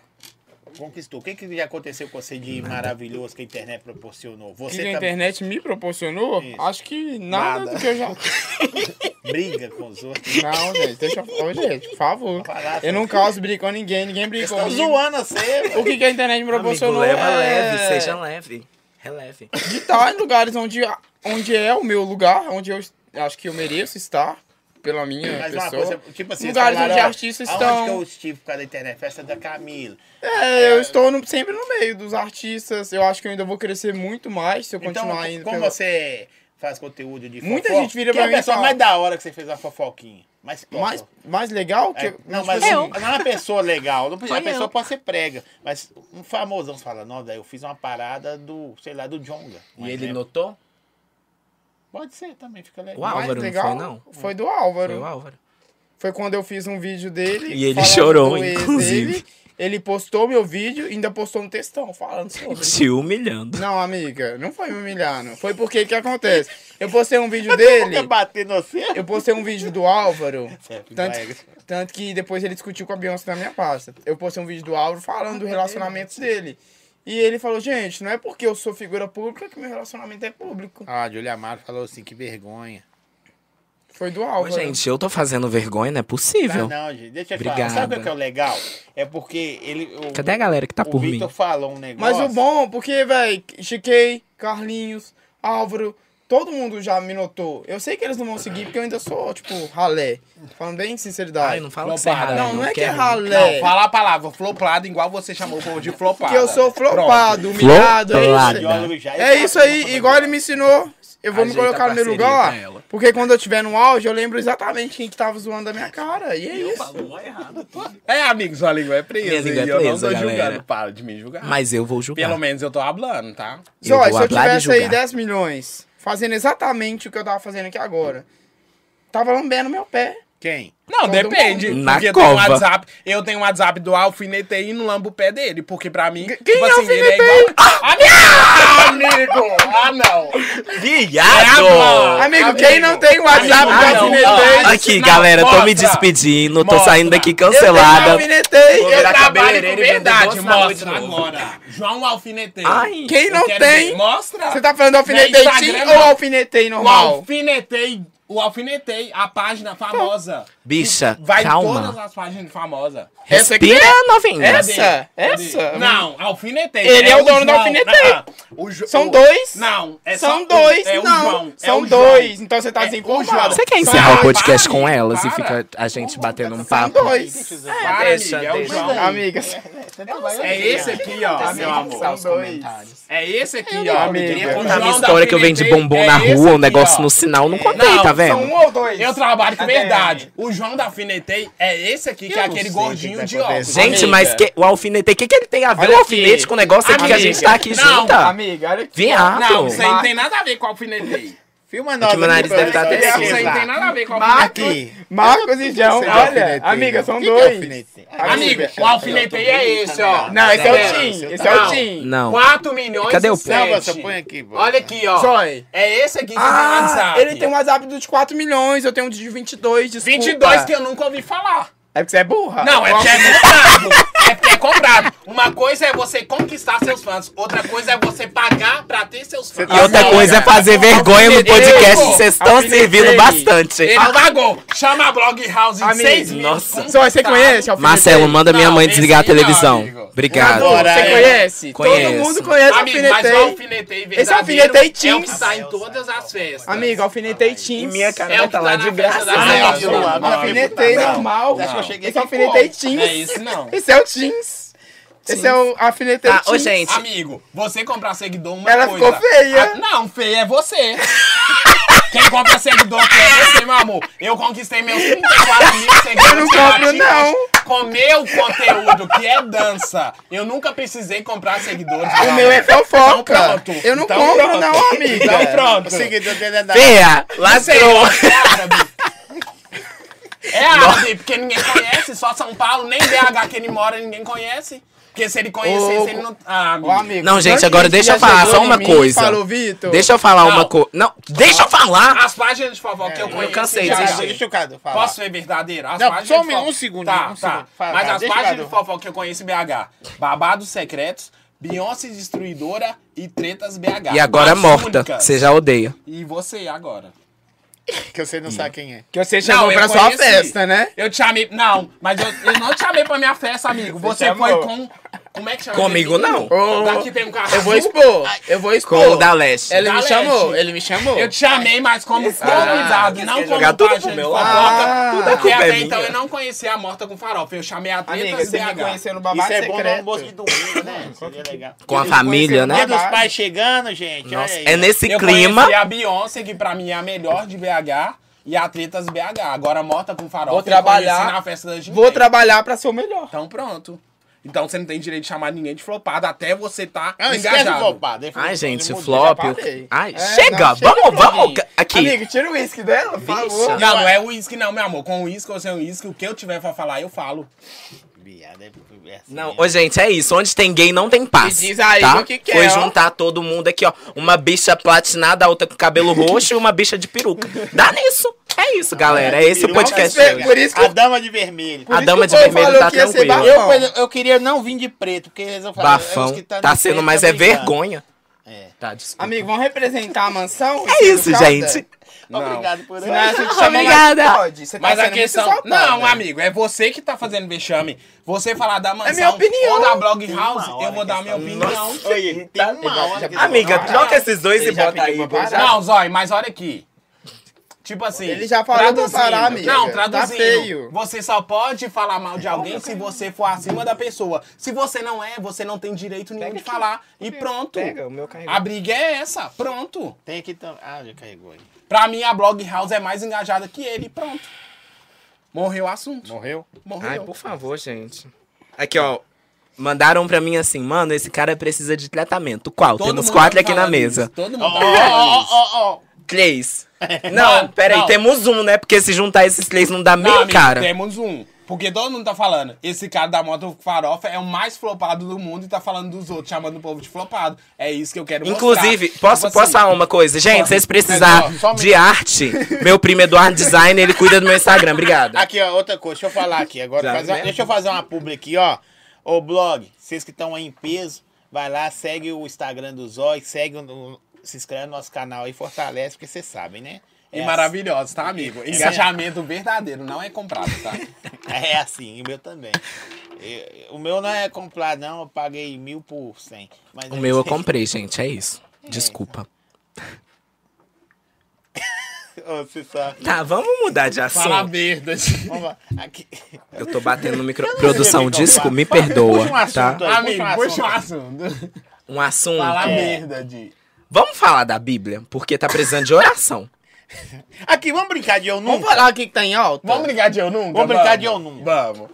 Speaker 2: Conquistou. O que, que já aconteceu com você de maravilhoso que a internet proporcionou?
Speaker 1: O que
Speaker 2: Você
Speaker 1: a
Speaker 2: também
Speaker 1: internet me proporcionou,
Speaker 2: Isso.
Speaker 1: acho que nada,
Speaker 2: Nada.
Speaker 1: do que eu já.
Speaker 2: briga com os outros.
Speaker 1: Não, gente, deixa eu. Ô, gente, por favor.
Speaker 2: Falar,
Speaker 1: Eu não causo briga com ninguém, ninguém briga
Speaker 2: Estão
Speaker 1: comigo.
Speaker 2: Tá zoando você,
Speaker 1: O
Speaker 2: mano.
Speaker 1: que, que a internet me
Speaker 3: Amigo,
Speaker 1: proporcionou
Speaker 3: leva
Speaker 1: é...
Speaker 3: leve, seja leve. Releve.
Speaker 1: De estar em lugares onde, onde é o meu lugar, onde eu acho que eu mereço estar, pela minha
Speaker 2: Mas uma
Speaker 1: pessoa.
Speaker 2: coisa, tipo assim,
Speaker 1: lugares
Speaker 2: falaram,
Speaker 1: onde
Speaker 2: ó,
Speaker 1: artistas
Speaker 2: Aonde
Speaker 1: estão.
Speaker 2: que eu estive por causa da internet? Festa da Camila.
Speaker 1: É, eu estou no- sempre no meio dos artistas. Eu acho que eu ainda vou crescer muito mais se eu
Speaker 2: Então,
Speaker 1: continuar indo.
Speaker 2: como
Speaker 1: pela-
Speaker 2: você faz conteúdo de fofoca?
Speaker 1: Muita gente vira
Speaker 2: Quem
Speaker 1: pra
Speaker 2: é
Speaker 1: mim
Speaker 2: a
Speaker 1: e
Speaker 2: pessoa
Speaker 1: fala-
Speaker 2: mais da hora que você fez uma fofoquinha? Mais
Speaker 1: Mais,
Speaker 2: fofa?
Speaker 1: mais legal que.
Speaker 2: É, não,
Speaker 1: tipo
Speaker 2: mas
Speaker 1: assim,
Speaker 2: não é uma pessoa legal. Não precisa, a
Speaker 3: Foi eu.
Speaker 2: pessoa pode ser prega. Mas um famosão você fala, não, daí eu fiz uma parada do, sei lá, do Jonga. Um
Speaker 3: E ele
Speaker 2: exemplo.
Speaker 3: notou?
Speaker 2: Pode ser também, fica legal.
Speaker 3: O
Speaker 1: mais
Speaker 3: Álvaro não
Speaker 1: legal
Speaker 3: foi, não?
Speaker 1: Foi do Álvaro.
Speaker 3: Foi
Speaker 1: Foi,
Speaker 3: o Álvaro.
Speaker 1: quando eu fiz um vídeo dele.
Speaker 3: E ele
Speaker 1: falando
Speaker 3: chorou,
Speaker 1: do ex
Speaker 3: inclusive.
Speaker 1: dele. Ele postou meu vídeo e ainda postou um textão falando sobre.
Speaker 3: Te humilhando.
Speaker 1: Não, amiga, não foi me humilhando. Foi porque que acontece? Eu postei um vídeo dele.
Speaker 2: Nunca bater no você.
Speaker 1: Eu postei um vídeo do Álvaro.
Speaker 2: Sempre
Speaker 1: Tanto,
Speaker 2: assim. vai.
Speaker 1: tanto que depois ele discutiu com a Beyoncé na minha pasta. Eu postei um vídeo do Álvaro falando
Speaker 3: Ah,
Speaker 1: do relacionamento dele. E ele falou, gente, não é porque eu sou figura pública que meu relacionamento é público.
Speaker 2: Ah, Júlio Amaro falou assim, que vergonha.
Speaker 1: Foi do
Speaker 3: Ô,
Speaker 1: Álvaro.
Speaker 3: gente, eu tô fazendo vergonha, não é
Speaker 2: Ah,
Speaker 3: possível.
Speaker 2: não, gente, deixa eu te
Speaker 3: Obrigada.
Speaker 2: falar. Sabe o que é o legal? É porque ele... O,
Speaker 3: Cadê a galera que tá
Speaker 2: o
Speaker 3: por mim?
Speaker 2: Victor falou um negócio.
Speaker 1: Mas o bom, porque, velho, Chiquei, Carlinhos, Álvaro, todo mundo já me notou. Eu sei que eles não vão seguir porque eu ainda sou, tipo, ralé. Falando bem de sinceridade.
Speaker 3: Ai, não fala
Speaker 4: Não,
Speaker 3: que você é né?
Speaker 4: para,
Speaker 3: ralé,
Speaker 1: não, não é que é
Speaker 3: quero.
Speaker 1: ralé.
Speaker 4: Não, fala a palavra, floplado, igual você chamou o povo de flopado.
Speaker 1: que eu sou flopado, humilhado, é isso.
Speaker 3: Floplado.
Speaker 2: Biólogo já
Speaker 1: É isso aí, igual ele me ensinou. Eu vou me
Speaker 3: Ajeita
Speaker 4: tá
Speaker 1: colocar no meu
Speaker 3: a parceria
Speaker 1: lugar,
Speaker 3: pra
Speaker 1: ó,
Speaker 3: ela.
Speaker 1: porque quando eu tiver no auge, eu lembro exatamente quem que tava zoando a minha cara. E é isso.
Speaker 4: É, amigo, sua língua é
Speaker 3: Minha
Speaker 4: presa.
Speaker 3: língua
Speaker 4: e
Speaker 3: é
Speaker 4: eu
Speaker 3: presa,
Speaker 4: não tô
Speaker 3: galera.
Speaker 4: julgando, para de me julgar.
Speaker 3: Mas eu vou julgar.
Speaker 4: Pelo menos eu tô hablando, tá?
Speaker 3: Eu
Speaker 1: Zói,
Speaker 3: vou
Speaker 1: se eu
Speaker 3: hablar e
Speaker 1: tivesse aí
Speaker 3: julgar.
Speaker 1: 10 milhões, fazendo exatamente o que eu tava fazendo aqui agora, tava lambendo meu pé.
Speaker 2: Quem?
Speaker 4: Não,
Speaker 1: Todo
Speaker 4: depende.
Speaker 3: mundo. Na
Speaker 4: porque tem um
Speaker 3: cova.
Speaker 4: WhatsApp. Eu tenho um WhatsApp do alfinetei e não lambo o pé dele. Porque pra mim. tipo assim,
Speaker 1: Quem é
Speaker 4: ele
Speaker 1: alfinetei?
Speaker 4: igual- Ah, Amigo! Ah, não!
Speaker 3: Viado! Ah,
Speaker 1: Amigo,
Speaker 4: amigo.
Speaker 1: quem não tem WhatsApp
Speaker 4: Amigo,
Speaker 1: da
Speaker 4: não,
Speaker 1: alfinetei?
Speaker 4: não.
Speaker 3: Aqui,
Speaker 4: Não,
Speaker 3: galera, tô me
Speaker 4: mostra.
Speaker 3: despedindo. Tô
Speaker 4: Mostra.
Speaker 3: saindo daqui
Speaker 1: Eu tenho
Speaker 3: cancelada.
Speaker 1: alfinetei.
Speaker 3: virar
Speaker 4: Eu trabalho com
Speaker 3: cabeleireiro e vender
Speaker 4: verdade.
Speaker 3: doce na noite
Speaker 4: Mostra
Speaker 3: de novo.
Speaker 4: agora. João Alfinetei.
Speaker 3: Ai,
Speaker 1: Quem
Speaker 4: Eu
Speaker 1: não
Speaker 4: quero ver.
Speaker 1: tem?
Speaker 4: Mostra!
Speaker 1: Você tá falando alfinetei
Speaker 4: Instagram,
Speaker 1: sim
Speaker 4: não.
Speaker 1: ou alfinetei
Speaker 4: O
Speaker 1: normal?
Speaker 4: alfinetei. O alfinetei, a página famosa.
Speaker 3: Bicha,
Speaker 4: Vai em todas
Speaker 3: calma.
Speaker 4: as páginas famosas.
Speaker 1: Essa aqui
Speaker 3: Respira,
Speaker 4: é.
Speaker 3: novinha.
Speaker 1: Essa? Essa?
Speaker 4: Não, alfinetei.
Speaker 1: Ele é o dono da
Speaker 4: João.
Speaker 1: Alfinetei.
Speaker 4: Não, o Jo-
Speaker 1: São
Speaker 4: o-
Speaker 1: dois?
Speaker 4: Não, é
Speaker 1: São
Speaker 4: só-
Speaker 1: dois,
Speaker 4: é o João,
Speaker 1: não.
Speaker 4: é
Speaker 1: São
Speaker 4: o João.
Speaker 1: dois. Então você tá
Speaker 4: É o João.
Speaker 1: desinformado.
Speaker 3: Você quer
Speaker 4: Só-
Speaker 3: encerrar o podcast
Speaker 4: Para,
Speaker 3: com elas e
Speaker 4: para.
Speaker 3: fica a gente batendo um
Speaker 1: São
Speaker 3: papo?
Speaker 1: dois.
Speaker 4: Para,
Speaker 3: Deixa,
Speaker 4: amiga, é o
Speaker 3: deixa.
Speaker 4: João.
Speaker 1: Amigas.
Speaker 4: É esse aqui, ó, meu amor.
Speaker 1: São dois.
Speaker 4: É esse aqui,
Speaker 1: não
Speaker 4: ó.
Speaker 1: amiga.
Speaker 4: O João
Speaker 3: Tá
Speaker 4: da
Speaker 3: minha história que eu vendi
Speaker 4: Alfinetei
Speaker 3: bombom
Speaker 4: é
Speaker 3: na
Speaker 4: esse
Speaker 3: rua, um
Speaker 4: aqui,
Speaker 3: negócio
Speaker 4: ó.
Speaker 3: no sinal, não contei,
Speaker 4: Não,
Speaker 3: tá
Speaker 1: São um
Speaker 3: vendo?
Speaker 1: ou dois?
Speaker 4: Eu trabalho com
Speaker 1: ADM.
Speaker 4: verdade. O João da Alfinetei é esse aqui, que é aquele
Speaker 2: sei o que
Speaker 4: gordinho
Speaker 2: tá
Speaker 4: de óculos.
Speaker 2: acontecendo.
Speaker 3: Gente,
Speaker 1: Amiga.
Speaker 3: mas que- o alfinete, o que, que ele tem a ver
Speaker 1: Olha
Speaker 3: o alfinete
Speaker 1: aqui.
Speaker 3: com o negócio aqui que a gente
Speaker 4: Amiga.
Speaker 3: tá aqui
Speaker 4: Não,
Speaker 3: junta?
Speaker 1: Amiga, olha aqui.
Speaker 3: Viado.
Speaker 4: Não, isso aí não
Speaker 1: Mas-
Speaker 4: tem nada a ver com Alfinetei.
Speaker 2: Filma nós.
Speaker 3: que meu nariz deve tá até
Speaker 2: Olha
Speaker 3: assim,
Speaker 2: aqui,
Speaker 3: exato.
Speaker 2: Zá.
Speaker 4: nada a ver com
Speaker 2: É, Aqui.
Speaker 1: Marcos e João,
Speaker 2: Você é
Speaker 1: olha,
Speaker 2: alfineteiro.
Speaker 1: amiga, são
Speaker 2: Que que é
Speaker 1: dois.
Speaker 2: alfinete?
Speaker 4: Amigo, o alfinetei é esse, ó.
Speaker 1: Não, esse é
Speaker 4: Tá
Speaker 1: o
Speaker 4: vendo?
Speaker 1: Tim, esse é o
Speaker 4: Não.
Speaker 1: Tim.
Speaker 3: Não.
Speaker 4: 4 milhões
Speaker 3: Cadê
Speaker 4: e
Speaker 3: o
Speaker 4: sete.
Speaker 2: Não, você põe aqui. pô.
Speaker 4: Olha aqui, ó.
Speaker 1: Joy.
Speaker 4: É esse aqui que tem
Speaker 1: Ah,
Speaker 4: WhatsApp.
Speaker 1: ele tem um WhatsApp do de 4 milhões, eu tenho um de 22, desculpa.
Speaker 4: 22 que eu nunca ouvi falar.
Speaker 1: É porque você é
Speaker 2: Ah,
Speaker 1: burra.
Speaker 4: Não, é porque é comprado. É porque é comprado. Uma coisa é você conquistar seus fãs, outra coisa é você pagar pra ter seus fãs.
Speaker 2: tá
Speaker 3: E outra
Speaker 2: Não,
Speaker 3: coisa é
Speaker 2: cara.
Speaker 3: fazer vergonha no podcast.
Speaker 4: pô.
Speaker 3: Vocês estão
Speaker 1: Alfinetei.
Speaker 3: servindo bastante.
Speaker 4: Ele é pagou. Chama a Blog House em
Speaker 1: Amigo,
Speaker 4: seis meses.
Speaker 3: nossa.
Speaker 1: Só
Speaker 4: Tá.
Speaker 1: você conhece o alfinete?
Speaker 3: Marcelo, manda minha
Speaker 4: Não,
Speaker 3: mãe
Speaker 4: esse
Speaker 3: desligar a
Speaker 4: aí não,
Speaker 3: televisão.
Speaker 4: amigo.
Speaker 3: Obrigado.
Speaker 2: Adoro.
Speaker 1: Você
Speaker 2: É.
Speaker 1: conhece?
Speaker 3: Conheço.
Speaker 1: Todo mundo conhece
Speaker 4: Amigo, mas o
Speaker 1: alfinetei.
Speaker 4: alfinetei verdadeiro
Speaker 1: Esse alfinetei
Speaker 4: é o
Speaker 1: Teams.
Speaker 4: que tá em todas as festas.
Speaker 1: Amigo, alfinetei Teams.
Speaker 3: E minha cara
Speaker 4: É
Speaker 3: vai
Speaker 4: o que
Speaker 3: tá lá
Speaker 4: tá
Speaker 3: de
Speaker 4: na
Speaker 3: graça.
Speaker 4: festa da
Speaker 2: Ah,
Speaker 4: Nelson.
Speaker 2: eu amo.
Speaker 4: Não,
Speaker 1: Alfinetei
Speaker 2: Não,
Speaker 1: normal.
Speaker 2: Acho que eu cheguei
Speaker 1: Esse é o
Speaker 2: aqui,
Speaker 1: alfinetei
Speaker 2: pô.
Speaker 1: Teams.
Speaker 4: Não é isso, não.
Speaker 1: Esse é o Teams. Esse é o alfinetei
Speaker 3: Tá, ô,
Speaker 1: Teams.
Speaker 3: gente.
Speaker 4: Amigo, você comprar seguidor é uma
Speaker 1: Ela
Speaker 4: coisa.
Speaker 1: ficou feia.
Speaker 4: Ah, não, feia é você. Quem compra seguidor feio é você, meu amor. Eu conquistei meus 34 mil seguidores.
Speaker 1: Eu não compro,
Speaker 4: ativos
Speaker 1: não.
Speaker 4: Com meu conteúdo, que é dança. Eu nunca precisei comprar seguidores.
Speaker 1: O meu é
Speaker 4: Então
Speaker 1: fofoca.
Speaker 4: pronto.
Speaker 1: Eu não
Speaker 4: Então
Speaker 1: compro,
Speaker 4: pronto.
Speaker 1: não, amiga.
Speaker 4: Então pronto.
Speaker 2: O seguidor dele é da.
Speaker 3: Feia, lascou.
Speaker 4: É árabe. É árabe, porque ninguém conhece, só São Paulo, nem BH que ele mora, ninguém conhece. Porque se ele conhecesse,
Speaker 1: Ô,
Speaker 4: ele não. Ah,
Speaker 1: Ô, amigo,
Speaker 3: Não, gente,
Speaker 1: tanto
Speaker 3: agora
Speaker 1: que
Speaker 3: deixa
Speaker 1: já
Speaker 3: eu falar
Speaker 1: chegou
Speaker 3: só
Speaker 1: em
Speaker 3: uma
Speaker 1: mim,
Speaker 3: coisa.
Speaker 1: Falou, Vitor.
Speaker 3: Deixa eu falar uma
Speaker 4: Não.
Speaker 3: coisa. Não, deixa eu falar.
Speaker 4: As páginas de
Speaker 1: É,
Speaker 4: fofoca que eu conheço.
Speaker 3: cansei
Speaker 4: já-
Speaker 3: disso.
Speaker 2: Deixa o Cadu falar.
Speaker 4: Posso ser verdadeiro? As
Speaker 2: Não,
Speaker 4: páginas
Speaker 2: só um
Speaker 4: de
Speaker 2: minuto,
Speaker 4: fofo-
Speaker 2: um segundo,
Speaker 4: Tá,
Speaker 2: um
Speaker 4: tá.
Speaker 2: segundo. Fala,
Speaker 4: Mas
Speaker 2: fala,
Speaker 4: as
Speaker 2: deixa
Speaker 4: páginas
Speaker 2: eu
Speaker 4: de fofoca que eu conheço em BH. Babados Secretos, Beyoncé Destruidora e Tretas BH.
Speaker 3: E agora é
Speaker 4: As
Speaker 3: morta.
Speaker 4: únicas.
Speaker 3: Você já odeia.
Speaker 4: E você agora?
Speaker 2: Que você não sabe quem é.
Speaker 1: Que você chamou pra sua
Speaker 4: conheci.
Speaker 1: festa, né?
Speaker 4: Eu te chamei. Não, mas eu, eu não te chamei pra minha festa, amigo. Você,
Speaker 1: chamou.
Speaker 4: foi com. Como é que chama?
Speaker 3: Comigo,
Speaker 4: aquele
Speaker 3: não.
Speaker 4: menino? Daqui tem um carro.
Speaker 1: Eu vou
Speaker 4: azul.
Speaker 1: expor. Eu vou expor.
Speaker 3: Com o da Leste.
Speaker 1: Ele me
Speaker 4: Da
Speaker 1: chamou,
Speaker 4: Leste.
Speaker 1: ele me chamou.
Speaker 4: Eu te chamei, mas como convidado, não como
Speaker 3: jogar tudo
Speaker 4: página
Speaker 3: pro
Speaker 4: de
Speaker 3: meu
Speaker 4: fofoca.
Speaker 1: lado. Ah,
Speaker 4: tudo aqui
Speaker 3: culpa é
Speaker 4: até
Speaker 3: minha.
Speaker 4: então eu não conhecia a morta com farofa. Eu chamei a
Speaker 1: Amiga,
Speaker 4: Tretas
Speaker 1: você me
Speaker 4: BH.
Speaker 1: conheceu no
Speaker 2: Isso
Speaker 1: babado
Speaker 2: é bom no
Speaker 1: secreto.
Speaker 2: almoço de domingo, né? Seria legal.
Speaker 3: Com a
Speaker 1: Ele conheceu
Speaker 3: família,
Speaker 1: o
Speaker 2: Dia
Speaker 3: né?
Speaker 2: dos
Speaker 1: babado.
Speaker 2: pais chegando, gente.
Speaker 3: Nossa,
Speaker 2: olha aí,
Speaker 3: é
Speaker 2: ó.
Speaker 3: nesse
Speaker 4: Eu
Speaker 3: clima.
Speaker 4: conheci a Beyoncé, que pra mim é a melhor de BH, e a Tretas BH. Agora morta com farofa.
Speaker 1: Vou
Speaker 4: eu conheci
Speaker 1: trabalhar.
Speaker 4: na festa da gente.
Speaker 1: Vou trabalhar pra ser o melhor.
Speaker 4: Então pronto. Então você não tem direito de chamar ninguém de flopado até você tá
Speaker 2: Não, esquece o
Speaker 4: engajado.
Speaker 2: flopado. hein?
Speaker 3: Ai, gente,
Speaker 2: Mudou,
Speaker 3: flop.
Speaker 1: já parei.
Speaker 3: Ai,
Speaker 1: É,
Speaker 3: chega.
Speaker 1: não, chega,
Speaker 3: vamos, vamos.
Speaker 1: Claudinho.
Speaker 3: Aqui.
Speaker 1: Amigo, tira o uísque dela, por favor.
Speaker 4: Não, não é uísque não, meu amor. Com uísque ou sem uísque, o que eu tiver pra falar, eu falo.
Speaker 2: Viado, é assim,
Speaker 3: Não,
Speaker 2: né?
Speaker 3: ô gente, é isso. Onde tem gay não tem paz.
Speaker 1: E diz aí
Speaker 3: tá?
Speaker 1: o que que é,
Speaker 3: Foi
Speaker 1: ó.
Speaker 3: juntar todo mundo aqui, ó. Uma bicha platinada, a outra com cabelo roxo e uma bicha de peruca. Dá nisso. É isso, galera. É esse o
Speaker 2: Peruca
Speaker 3: podcast.
Speaker 1: Ah, é
Speaker 3: de hoje.
Speaker 1: Por isso que
Speaker 2: A
Speaker 1: eu-
Speaker 2: dama de vermelho.
Speaker 3: A
Speaker 1: isso que
Speaker 3: dama de
Speaker 1: o povo
Speaker 3: vermelho
Speaker 1: falou
Speaker 3: tá
Speaker 1: que ia ser
Speaker 3: tranquila.
Speaker 1: bafão.
Speaker 2: Eu, por exemplo, eu queria não vir de preto, porque eles vão falar. é os
Speaker 3: Bafão.
Speaker 2: que
Speaker 3: Tá,
Speaker 2: no
Speaker 3: sendo,
Speaker 2: preto,
Speaker 3: mas
Speaker 2: tá
Speaker 3: é
Speaker 2: brigando.
Speaker 3: vergonha.
Speaker 2: É.
Speaker 3: Tá, desculpa.
Speaker 1: Amigo, vamos representar a mansão?
Speaker 3: É isso, gente.
Speaker 2: Obrigado por
Speaker 1: Senão a
Speaker 2: isso.
Speaker 1: gente chama
Speaker 3: Obrigada.
Speaker 1: mais que pode. Você tá
Speaker 4: Mas a
Speaker 1: sendo muito
Speaker 4: questão.
Speaker 1: exaltada.
Speaker 4: Não, amigo, é você que tá fazendo vexame. Você falar da mansão
Speaker 1: É minha opinião.
Speaker 4: ou da blog house,
Speaker 2: Uma hora
Speaker 4: eu vou dar a minha opinião.
Speaker 2: Oi, tem uma hora que-
Speaker 3: Amiga, troca esses dois e
Speaker 1: Ele já
Speaker 3: bota aí.
Speaker 1: pediu pra parar.
Speaker 4: Não, Zói, mas olha aqui. Tipo assim.
Speaker 1: Ele já falou pra parar, amiga.
Speaker 4: Não,
Speaker 1: Tá
Speaker 4: traduzindo.
Speaker 1: feio.
Speaker 4: Você só pode falar mal de alguém
Speaker 3: assim?
Speaker 4: se você for acima da pessoa. Se você não é, você não tem direito nenhum de falar. E pronto.
Speaker 3: Pega o meu carregador.
Speaker 4: A briga é essa. Pronto.
Speaker 2: Tem aqui também. Ah, já carregou aí.
Speaker 4: Pra mim, a blog house é mais engajada que ele. Pronto. Morreu o assunto.
Speaker 2: Morreu?
Speaker 4: Morreu.
Speaker 3: Ai, por favor, gente. Aqui, ó. Mandaram pra mim assim, mano, esse cara precisa de tratamento. Qual?
Speaker 4: Todo
Speaker 3: Temos
Speaker 4: mundo
Speaker 3: quatro
Speaker 4: tá
Speaker 3: aqui na
Speaker 4: falando
Speaker 3: mesa.
Speaker 4: isso. Todo
Speaker 2: Ó,
Speaker 4: mundo tá falando
Speaker 2: ó,
Speaker 4: isso.
Speaker 2: ó, ó.
Speaker 3: Três. Não,
Speaker 4: Não,
Speaker 3: peraí,
Speaker 4: não.
Speaker 3: temos um, né? Porque se juntar esses três não dá meio,
Speaker 4: Não, amigo,
Speaker 3: cara.
Speaker 4: temos um. Porque todo mundo tá falando. Esse cara da moto farofa é o mais flopado do mundo e tá falando dos outros, chamando o povo de flopado. É isso que eu quero mostrar.
Speaker 3: Inclusive, posso,
Speaker 4: Tipo
Speaker 3: posso
Speaker 4: assim,
Speaker 3: falar uma coisa? Gente, se vocês precisar
Speaker 2: Mas, ó, só um
Speaker 3: de arte, meu primo Eduardo Design, ele cuida do meu Instagram. Obrigada.
Speaker 2: Aqui, ó, outra coisa. Deixa eu falar aqui agora.
Speaker 3: Tá. Já
Speaker 2: Fazer-
Speaker 3: vendo?
Speaker 2: deixa eu fazer uma publi aqui, ó. Ô, blog, vocês que estão aí em peso, vai lá, segue o Instagram do Zói, segue o- o- se inscreve no nosso canal aí, fortalece, porque vocês sabem, né?
Speaker 4: E
Speaker 2: É
Speaker 4: maravilhoso, tá, amigo? Engajamento verdadeiro, não é comprado, tá?
Speaker 2: assim- É assim, o meu também. Eu- o meu não é comprado, não. Eu paguei mil por cem. mas-
Speaker 3: O meu eu comprei, gente, é isso. Desculpa.
Speaker 2: Ô, Você sabe.
Speaker 3: Tá, vamos mudar de
Speaker 4: Fala a
Speaker 3: assunto.
Speaker 4: verdade.
Speaker 2: Vamos lá. Aqui.
Speaker 3: Eu tô batendo no micro. Produção,
Speaker 2: Puxa um
Speaker 3: disco, me
Speaker 2: assunto
Speaker 3: perdoa,
Speaker 2: aí,
Speaker 3: tá?
Speaker 2: puxa um
Speaker 4: Amigo, puxa um
Speaker 2: assunto.
Speaker 4: assunto.
Speaker 3: Um assunto.
Speaker 4: Fala a
Speaker 2: É.
Speaker 4: verdade.
Speaker 3: Vamos falar da Bíblia, porque tá precisando de oração.
Speaker 2: Aqui, vamos brincar de eu nunca.
Speaker 1: Vamos falar o que que tá em alta?
Speaker 4: Vamos brincar de eu nunca?
Speaker 2: Vamos brincar de eu nunca.
Speaker 4: Vamos.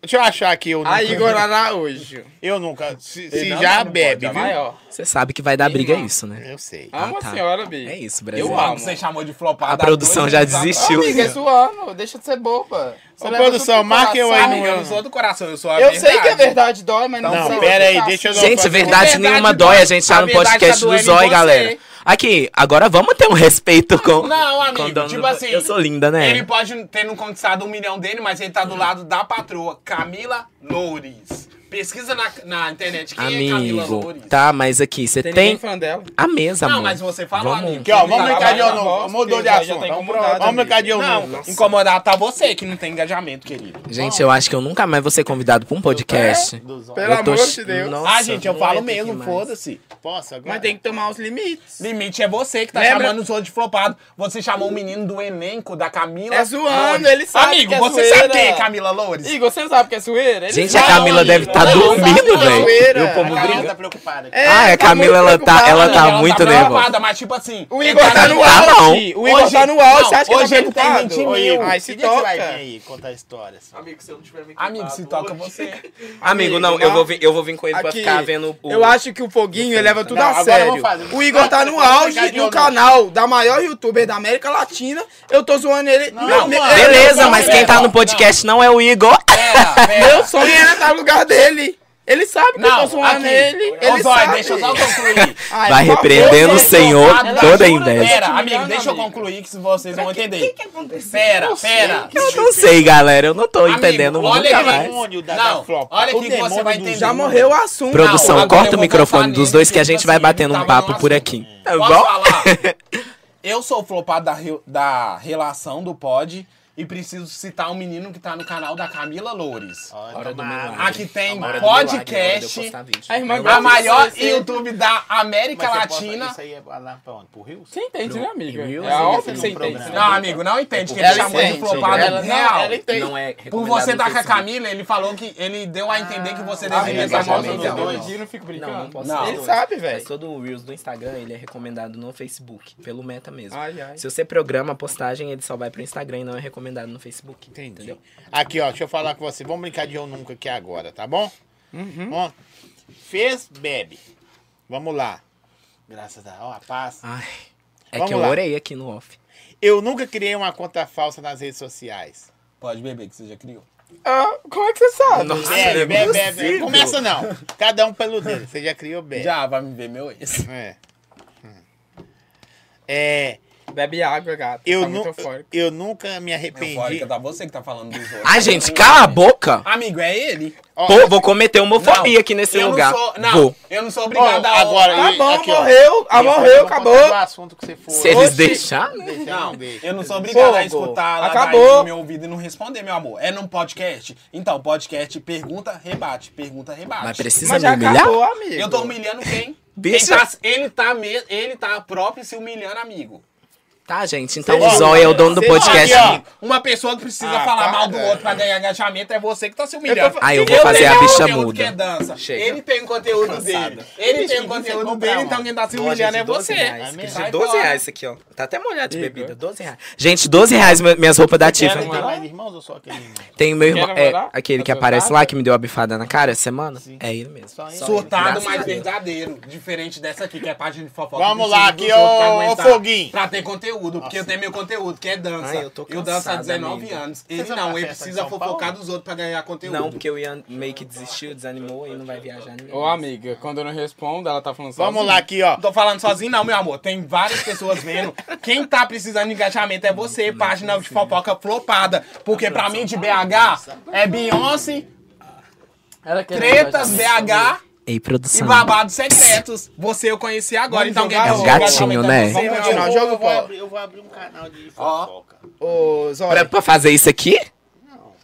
Speaker 2: Deixa eu achar aqui. Eu nunca.
Speaker 1: A Igor Araújo.
Speaker 2: Eu nunca. Se, se
Speaker 4: Ele não,
Speaker 2: já
Speaker 4: não
Speaker 2: bebe,
Speaker 1: tá
Speaker 4: pode,
Speaker 2: viu?
Speaker 1: Maior.
Speaker 3: Você sabe que vai dar briga
Speaker 1: Irmão.
Speaker 3: isso, né?
Speaker 2: Eu sei.
Speaker 1: Amo
Speaker 3: Ah, tá.
Speaker 1: a senhora, Bi.
Speaker 3: É isso, Brasil.
Speaker 1: Eu
Speaker 4: Como
Speaker 1: amo.
Speaker 4: você chamou de flopada.
Speaker 3: A produção já desistiu.
Speaker 1: Ô, amiga, é suando. Deixa de ser boba. Você
Speaker 2: Ô,
Speaker 1: leva
Speaker 2: produção,
Speaker 1: tudo pro
Speaker 2: marca eu aí
Speaker 1: coração.
Speaker 2: no-
Speaker 4: Amiga, eu não sou do coração, eu sou a
Speaker 1: Eu
Speaker 4: verdade.
Speaker 1: sei que a verdade dói, mas não,
Speaker 2: Não,
Speaker 1: sei tá.
Speaker 2: pera aí,
Speaker 1: explicar.
Speaker 2: deixa eu dar-
Speaker 3: Gente,
Speaker 2: faço-
Speaker 3: verdade,
Speaker 1: Verdade
Speaker 3: nenhuma
Speaker 1: dói.
Speaker 3: dói. A gente tá
Speaker 1: A
Speaker 3: no
Speaker 1: verdade
Speaker 3: podcast
Speaker 1: tá
Speaker 3: do
Speaker 1: doendo em
Speaker 3: Zói,
Speaker 1: você.
Speaker 3: galera. Aqui, agora vamos ter um respeito com.
Speaker 4: Não, amigo,
Speaker 3: com o dono
Speaker 4: tipo
Speaker 3: do-
Speaker 4: assim,
Speaker 3: Eu sou linda, né?
Speaker 4: Ele pode ter não conquistado um milhão dele, mas ele tá do lado da patroa, Camila Loures. Pesquisa na, na internet quem é Camila
Speaker 3: Amigo,
Speaker 4: Loures.
Speaker 3: tá, mas aqui, você tem,
Speaker 1: ninguém falando dela.
Speaker 3: a mesa,
Speaker 4: Não,
Speaker 3: amor.
Speaker 4: mas você falou,
Speaker 3: Vamos.
Speaker 4: amigo.
Speaker 2: Aqui, ó, vamos
Speaker 4: Tá
Speaker 2: brincar de
Speaker 4: lá,
Speaker 2: ou não.
Speaker 1: bosta,
Speaker 2: Mudou de
Speaker 1: já- já tá
Speaker 2: assunto. Vamos
Speaker 1: incomodado,
Speaker 2: vamos brincar de ou
Speaker 4: Não,
Speaker 2: não.
Speaker 4: incomodado tá você que não tem engajamento, querido.
Speaker 3: Gente, eu acho que eu nunca mais vou ser convidado pra um podcast.
Speaker 1: Pelo
Speaker 3: Eu tô
Speaker 1: amor
Speaker 3: ch-
Speaker 1: de Deus.
Speaker 3: Nossa,
Speaker 4: Ah, gente, eu
Speaker 3: não
Speaker 4: falo
Speaker 3: vai ter que
Speaker 4: mesmo,
Speaker 3: mais.
Speaker 4: foda-se.
Speaker 2: Posso agora?
Speaker 1: Mas tem que tomar os limites.
Speaker 4: Limite é você que tá
Speaker 1: Lembra-
Speaker 4: chamando os outros de flopado. Você chamou o menino do elenco da Camila.
Speaker 1: É zoando,
Speaker 4: Loures.
Speaker 1: ele sabe
Speaker 4: Amigo,
Speaker 1: que é
Speaker 4: você
Speaker 1: zoeira.
Speaker 4: sabe quem é Camila Loures?
Speaker 1: Igor, você não sabe o que é sueira? Ele
Speaker 3: Gente,
Speaker 1: sabe,
Speaker 3: a Camila
Speaker 1: amigo.
Speaker 3: deve estar
Speaker 1: Não, sabe que
Speaker 3: dormindo,
Speaker 1: é
Speaker 3: velho.
Speaker 1: zoeira.
Speaker 3: E o povo
Speaker 4: A Camila
Speaker 3: briga.
Speaker 4: tá preocupada.
Speaker 3: Ah, é, a Camila,
Speaker 1: muito
Speaker 3: ela tá, ela
Speaker 1: preocupada.
Speaker 3: tá
Speaker 4: Ela
Speaker 3: muito
Speaker 4: tá
Speaker 3: nervosa.
Speaker 4: preocupada, mas tipo assim...
Speaker 1: O
Speaker 4: ele
Speaker 1: Igor tá no
Speaker 3: Tá
Speaker 1: auge.
Speaker 3: não.
Speaker 1: O Igor
Speaker 4: Hoje-
Speaker 1: tá no auge.
Speaker 4: não,
Speaker 1: Você acha que
Speaker 4: hoje ele
Speaker 1: ele
Speaker 4: tem
Speaker 1: tá
Speaker 4: 20
Speaker 1: preocupado?
Speaker 4: mil.
Speaker 1: Ô, Igor, Mas se
Speaker 2: Que dia que você vai vir
Speaker 1: toca.
Speaker 2: aí contar histórias.
Speaker 6: Amigo, se eu não tiver me
Speaker 4: Amigo, se
Speaker 6: queimado
Speaker 4: toca
Speaker 6: hoje-
Speaker 4: você. tá?
Speaker 3: Amigo, não, eu vou vir, eu vou vir com ele pra
Speaker 1: Aqui,
Speaker 3: ficar vendo o.
Speaker 1: Eu acho que o Foguinho ele leva tudo
Speaker 2: Não,
Speaker 1: a
Speaker 2: agora
Speaker 1: sério.
Speaker 2: vamos fazer.
Speaker 1: O Igor tá no
Speaker 2: Vamos brincar
Speaker 1: auge
Speaker 2: de
Speaker 1: do
Speaker 2: homem.
Speaker 1: canal da maior youtuber da América Latina. Eu tô zoando ele. Meu-
Speaker 2: mano.
Speaker 1: meu-
Speaker 3: Beleza,
Speaker 1: meu-
Speaker 3: mas quem tá no podcast não é o Igor.
Speaker 4: Pera,
Speaker 1: Meu
Speaker 4: pera.
Speaker 1: sonho era estar no lugar dele. Ele sabe que eu tô
Speaker 4: Não,
Speaker 1: zoando
Speaker 4: aqui.
Speaker 1: ele.
Speaker 4: Ô,
Speaker 1: Ele
Speaker 4: Zói,
Speaker 1: sabe.
Speaker 4: deixa eu só concluir.
Speaker 1: Ai,
Speaker 3: Vai
Speaker 1: por
Speaker 3: repreendendo o
Speaker 1: favor,
Speaker 3: Senhor
Speaker 4: Ela
Speaker 3: toda a
Speaker 4: jura-
Speaker 3: inveja.
Speaker 4: Pera, amigo, deixa eu
Speaker 1: Amigo.
Speaker 4: concluir que vocês vão entender. Pera, pera.
Speaker 3: Eu não sei, galera. Eu não tô
Speaker 4: Amigo,
Speaker 3: entendendo
Speaker 4: olha
Speaker 3: nunca
Speaker 4: aqui.
Speaker 3: mais.
Speaker 2: demônio da- da
Speaker 4: Não,
Speaker 2: flopa.
Speaker 4: olha
Speaker 2: O
Speaker 4: aqui que você
Speaker 2: demônio
Speaker 4: vai
Speaker 2: do
Speaker 4: entender.
Speaker 1: Já morreu o assunto.
Speaker 3: Produção,
Speaker 4: Não, agora eu
Speaker 3: corta o
Speaker 4: vou
Speaker 3: microfone
Speaker 4: voltar
Speaker 3: dos
Speaker 4: nele,
Speaker 3: dois que a
Speaker 4: porque,
Speaker 3: gente
Speaker 4: tipo
Speaker 3: vai
Speaker 4: assim,
Speaker 3: batendo
Speaker 4: ele
Speaker 3: um
Speaker 4: tava no
Speaker 3: papo por aqui.
Speaker 4: assunto.
Speaker 3: Tá
Speaker 4: Posso
Speaker 3: bom?
Speaker 4: falar? Eu sou o flopado da, re- da relação do pod e preciso citar um menino que tá no canal da Camila Loures.
Speaker 2: Hora
Speaker 3: do milagre.
Speaker 4: Aqui tem
Speaker 3: Hora do milagre, hora de eu
Speaker 4: podcast,
Speaker 3: postar vídeo.
Speaker 1: A irmã
Speaker 4: a maior
Speaker 1: Você-
Speaker 4: YouTube da América Latina.
Speaker 2: Isso aí é lá pra onde? Pro Rio?
Speaker 1: Você entende, né, amiga?
Speaker 3: Pro-
Speaker 1: É óbvio que
Speaker 2: Pro-
Speaker 1: você entende.
Speaker 2: programa.
Speaker 1: né?
Speaker 4: Não, amigo, não
Speaker 3: É
Speaker 4: entende né? que ele
Speaker 1: Ela
Speaker 4: chamou de
Speaker 1: entende,
Speaker 4: flopado
Speaker 1: ela-
Speaker 4: real.
Speaker 1: não, ela entende.
Speaker 3: Não é
Speaker 4: Por
Speaker 3: recomendado
Speaker 4: você
Speaker 3: no
Speaker 4: tá estar com a
Speaker 3: Facebook.
Speaker 4: Camila, ele falou que ele deu a entender que você
Speaker 1: Ah,
Speaker 4: deveria
Speaker 1: amiga,
Speaker 4: estar
Speaker 1: tá bom,
Speaker 3: Amiga,
Speaker 4: mal
Speaker 3: não,
Speaker 1: amiga,
Speaker 3: não, não.
Speaker 1: doidinho, não fico brincando.
Speaker 3: Não, não posso
Speaker 4: Não.
Speaker 3: ser
Speaker 1: Ele
Speaker 3: dois.
Speaker 1: sabe, velho.
Speaker 3: Mas todo o Reels do Instagram, ele é recomendado no Facebook, pelo meta mesmo.
Speaker 1: Ai, ai.
Speaker 3: Se você programa a postagem, ele só vai pro Instagram e não é recomendado no Facebook.
Speaker 2: Entendi.
Speaker 3: Entendeu?
Speaker 2: Aqui, ó, deixa eu falar com você. Vamos brincar de eu nunca aqui agora, tá bom? Ó, fez, bebe. Vamos lá. Graças a ó, a paz.
Speaker 3: Ai. É
Speaker 2: Vamos
Speaker 3: que eu
Speaker 2: lá.
Speaker 3: orei aqui no off.
Speaker 2: Eu nunca criei uma conta falsa nas redes sociais.
Speaker 4: Pode beber, que você já criou.
Speaker 1: Ah, como é que você sabe?
Speaker 3: Nossa,
Speaker 2: Bebe,
Speaker 3: não é
Speaker 2: bebe, bebe.
Speaker 3: possível.
Speaker 2: Começa não. Cada um pelo dele. Você já criou, bebe.
Speaker 4: Já, vai me ver meu ex.
Speaker 2: É. Hum. É,
Speaker 1: Bebe água, gato.
Speaker 2: eu,
Speaker 1: tá
Speaker 2: nu
Speaker 1: muito eufórico.
Speaker 2: eu nunca me arrependi.
Speaker 4: Eufórica, tá você que tá falando dos outros.
Speaker 3: Ai, gente, cala a boca!
Speaker 4: Amigo, é ele?
Speaker 2: Ó,
Speaker 3: Pô, vou cometer homofobia
Speaker 4: Não,
Speaker 3: aqui nesse
Speaker 4: eu não
Speaker 3: lugar.
Speaker 4: sou- não,
Speaker 3: Vou.
Speaker 4: eu não sou obrigado
Speaker 2: Ó,
Speaker 4: a...
Speaker 2: agora-
Speaker 1: Tá
Speaker 2: e-
Speaker 1: bom,
Speaker 2: aqui, ó.
Speaker 1: morreu. Ah, morreu, acabou.
Speaker 2: O assunto que você for.
Speaker 3: Se eles
Speaker 1: Oxi.
Speaker 3: deixarem. né?
Speaker 4: Não,
Speaker 2: deixa.
Speaker 4: eu não sou obrigado a
Speaker 1: Fogo.
Speaker 4: escutar lá
Speaker 1: Acabou.
Speaker 4: no meu ouvido e não responder, meu amor. É num podcast? Então, podcast, pergunta, rebate, pergunta, rebate.
Speaker 3: Mas precisa
Speaker 1: Mas
Speaker 3: me
Speaker 1: já
Speaker 3: humilhar?
Speaker 1: acabou, amigo.
Speaker 4: Eu tô humilhando quem?
Speaker 3: Bicha.
Speaker 4: Quem tá- ele, tá me- ele tá próprio se humilhando, amigo.
Speaker 3: Tá, gente, então
Speaker 2: Ó,
Speaker 3: o Zóia é o dono do
Speaker 1: sei lá,
Speaker 3: podcast.
Speaker 2: aqui, ó.
Speaker 4: Amigo, Uma pessoa que precisa
Speaker 1: Ah,
Speaker 4: falar
Speaker 1: para.
Speaker 4: mal do outro pra ganhar engajamento é você que tá se humilhando.
Speaker 1: Eu tô-
Speaker 3: Aí Ah, eu vou fazer
Speaker 4: tenho
Speaker 3: a
Speaker 4: um
Speaker 3: bicha
Speaker 4: conteúdo
Speaker 3: muda.
Speaker 4: Que é dança.
Speaker 3: Chega.
Speaker 4: Ele tem o conteúdo dele. Ele tem o
Speaker 2: tem
Speaker 4: conteúdo
Speaker 2: que
Speaker 4: dele,
Speaker 2: comprar,
Speaker 4: então
Speaker 2: mano.
Speaker 4: quem tá se
Speaker 3: Ó,
Speaker 4: humilhando
Speaker 3: gente,
Speaker 4: é
Speaker 3: 12
Speaker 4: você.
Speaker 3: reais.
Speaker 4: Vai
Speaker 3: Gente,
Speaker 4: embora.
Speaker 3: 12 Tá reais isso aqui, ó. Tá até molhado de bebida. 12 reais. Gente, 12 reais mi- minhas roupas da
Speaker 2: Quero
Speaker 3: Tiffany.
Speaker 2: ter mais irmãos ou só aquele irmão?
Speaker 3: Tem o meu irmão.
Speaker 1: Quer
Speaker 3: É,
Speaker 1: namorar?
Speaker 3: aquele que
Speaker 1: Tá
Speaker 3: aparece
Speaker 1: soltado?
Speaker 3: lá, que me deu a bifada na cara essa semana. É ele mesmo.
Speaker 2: Só ele.
Speaker 4: Surtado,
Speaker 3: Graças a
Speaker 4: mas
Speaker 3: Deus.
Speaker 4: verdadeiro. Diferente dessa aqui, que é página de fofoca.
Speaker 2: Vamos
Speaker 4: Precisa
Speaker 2: lá,
Speaker 4: dos
Speaker 2: aqui,
Speaker 4: outros pra
Speaker 2: ô, ô,
Speaker 4: aguentar,
Speaker 2: Foguinho.
Speaker 4: Pra ter conteúdo, porque eu tenho meu conteúdo, que é dança.
Speaker 3: Ai, eu tô
Speaker 4: danço há
Speaker 3: cansado,
Speaker 4: 19
Speaker 3: amigo.
Speaker 4: anos.
Speaker 2: Vocês
Speaker 4: Ele
Speaker 2: vão
Speaker 4: não,
Speaker 2: pra
Speaker 4: ele
Speaker 2: festa em
Speaker 4: precisa
Speaker 2: São
Speaker 4: fofocar
Speaker 2: Paulo?
Speaker 4: dos outros pra ganhar conteúdo.
Speaker 3: Não, porque o Ian meio que desistiu, desanimou e não vai viajar nem.
Speaker 1: Ô, amiga, quando eu não respondo, ela tá falando sozinha.
Speaker 2: Vamos lá aqui, ó.
Speaker 4: Não tô falando sozinho, não, meu amor. Tem várias pessoas vendo. Quem tá precisando de engajamento é você, página de fofoca flopada. Porque pra mim, de BH, é Beyoncé,
Speaker 1: Ela quer
Speaker 4: tretas BH
Speaker 3: Ei,
Speaker 4: e
Speaker 3: produção.
Speaker 4: babados secretos. Você eu conheci
Speaker 1: Vamos
Speaker 4: agora, então quem
Speaker 1: jogar
Speaker 4: quer
Speaker 1: É um
Speaker 4: se engajar
Speaker 3: gatinho,
Speaker 4: aumentando
Speaker 3: né?
Speaker 4: você,
Speaker 1: Vamos
Speaker 4: meu
Speaker 1: continuar.
Speaker 4: amor.
Speaker 1: Não,
Speaker 2: Eu
Speaker 1: joga
Speaker 2: vou
Speaker 1: o pau.
Speaker 2: abrir- eu vou abrir um canal de
Speaker 4: Ó.
Speaker 2: fofoca.
Speaker 1: Ô, Zóia,
Speaker 3: Pra, pra fazer isso aqui?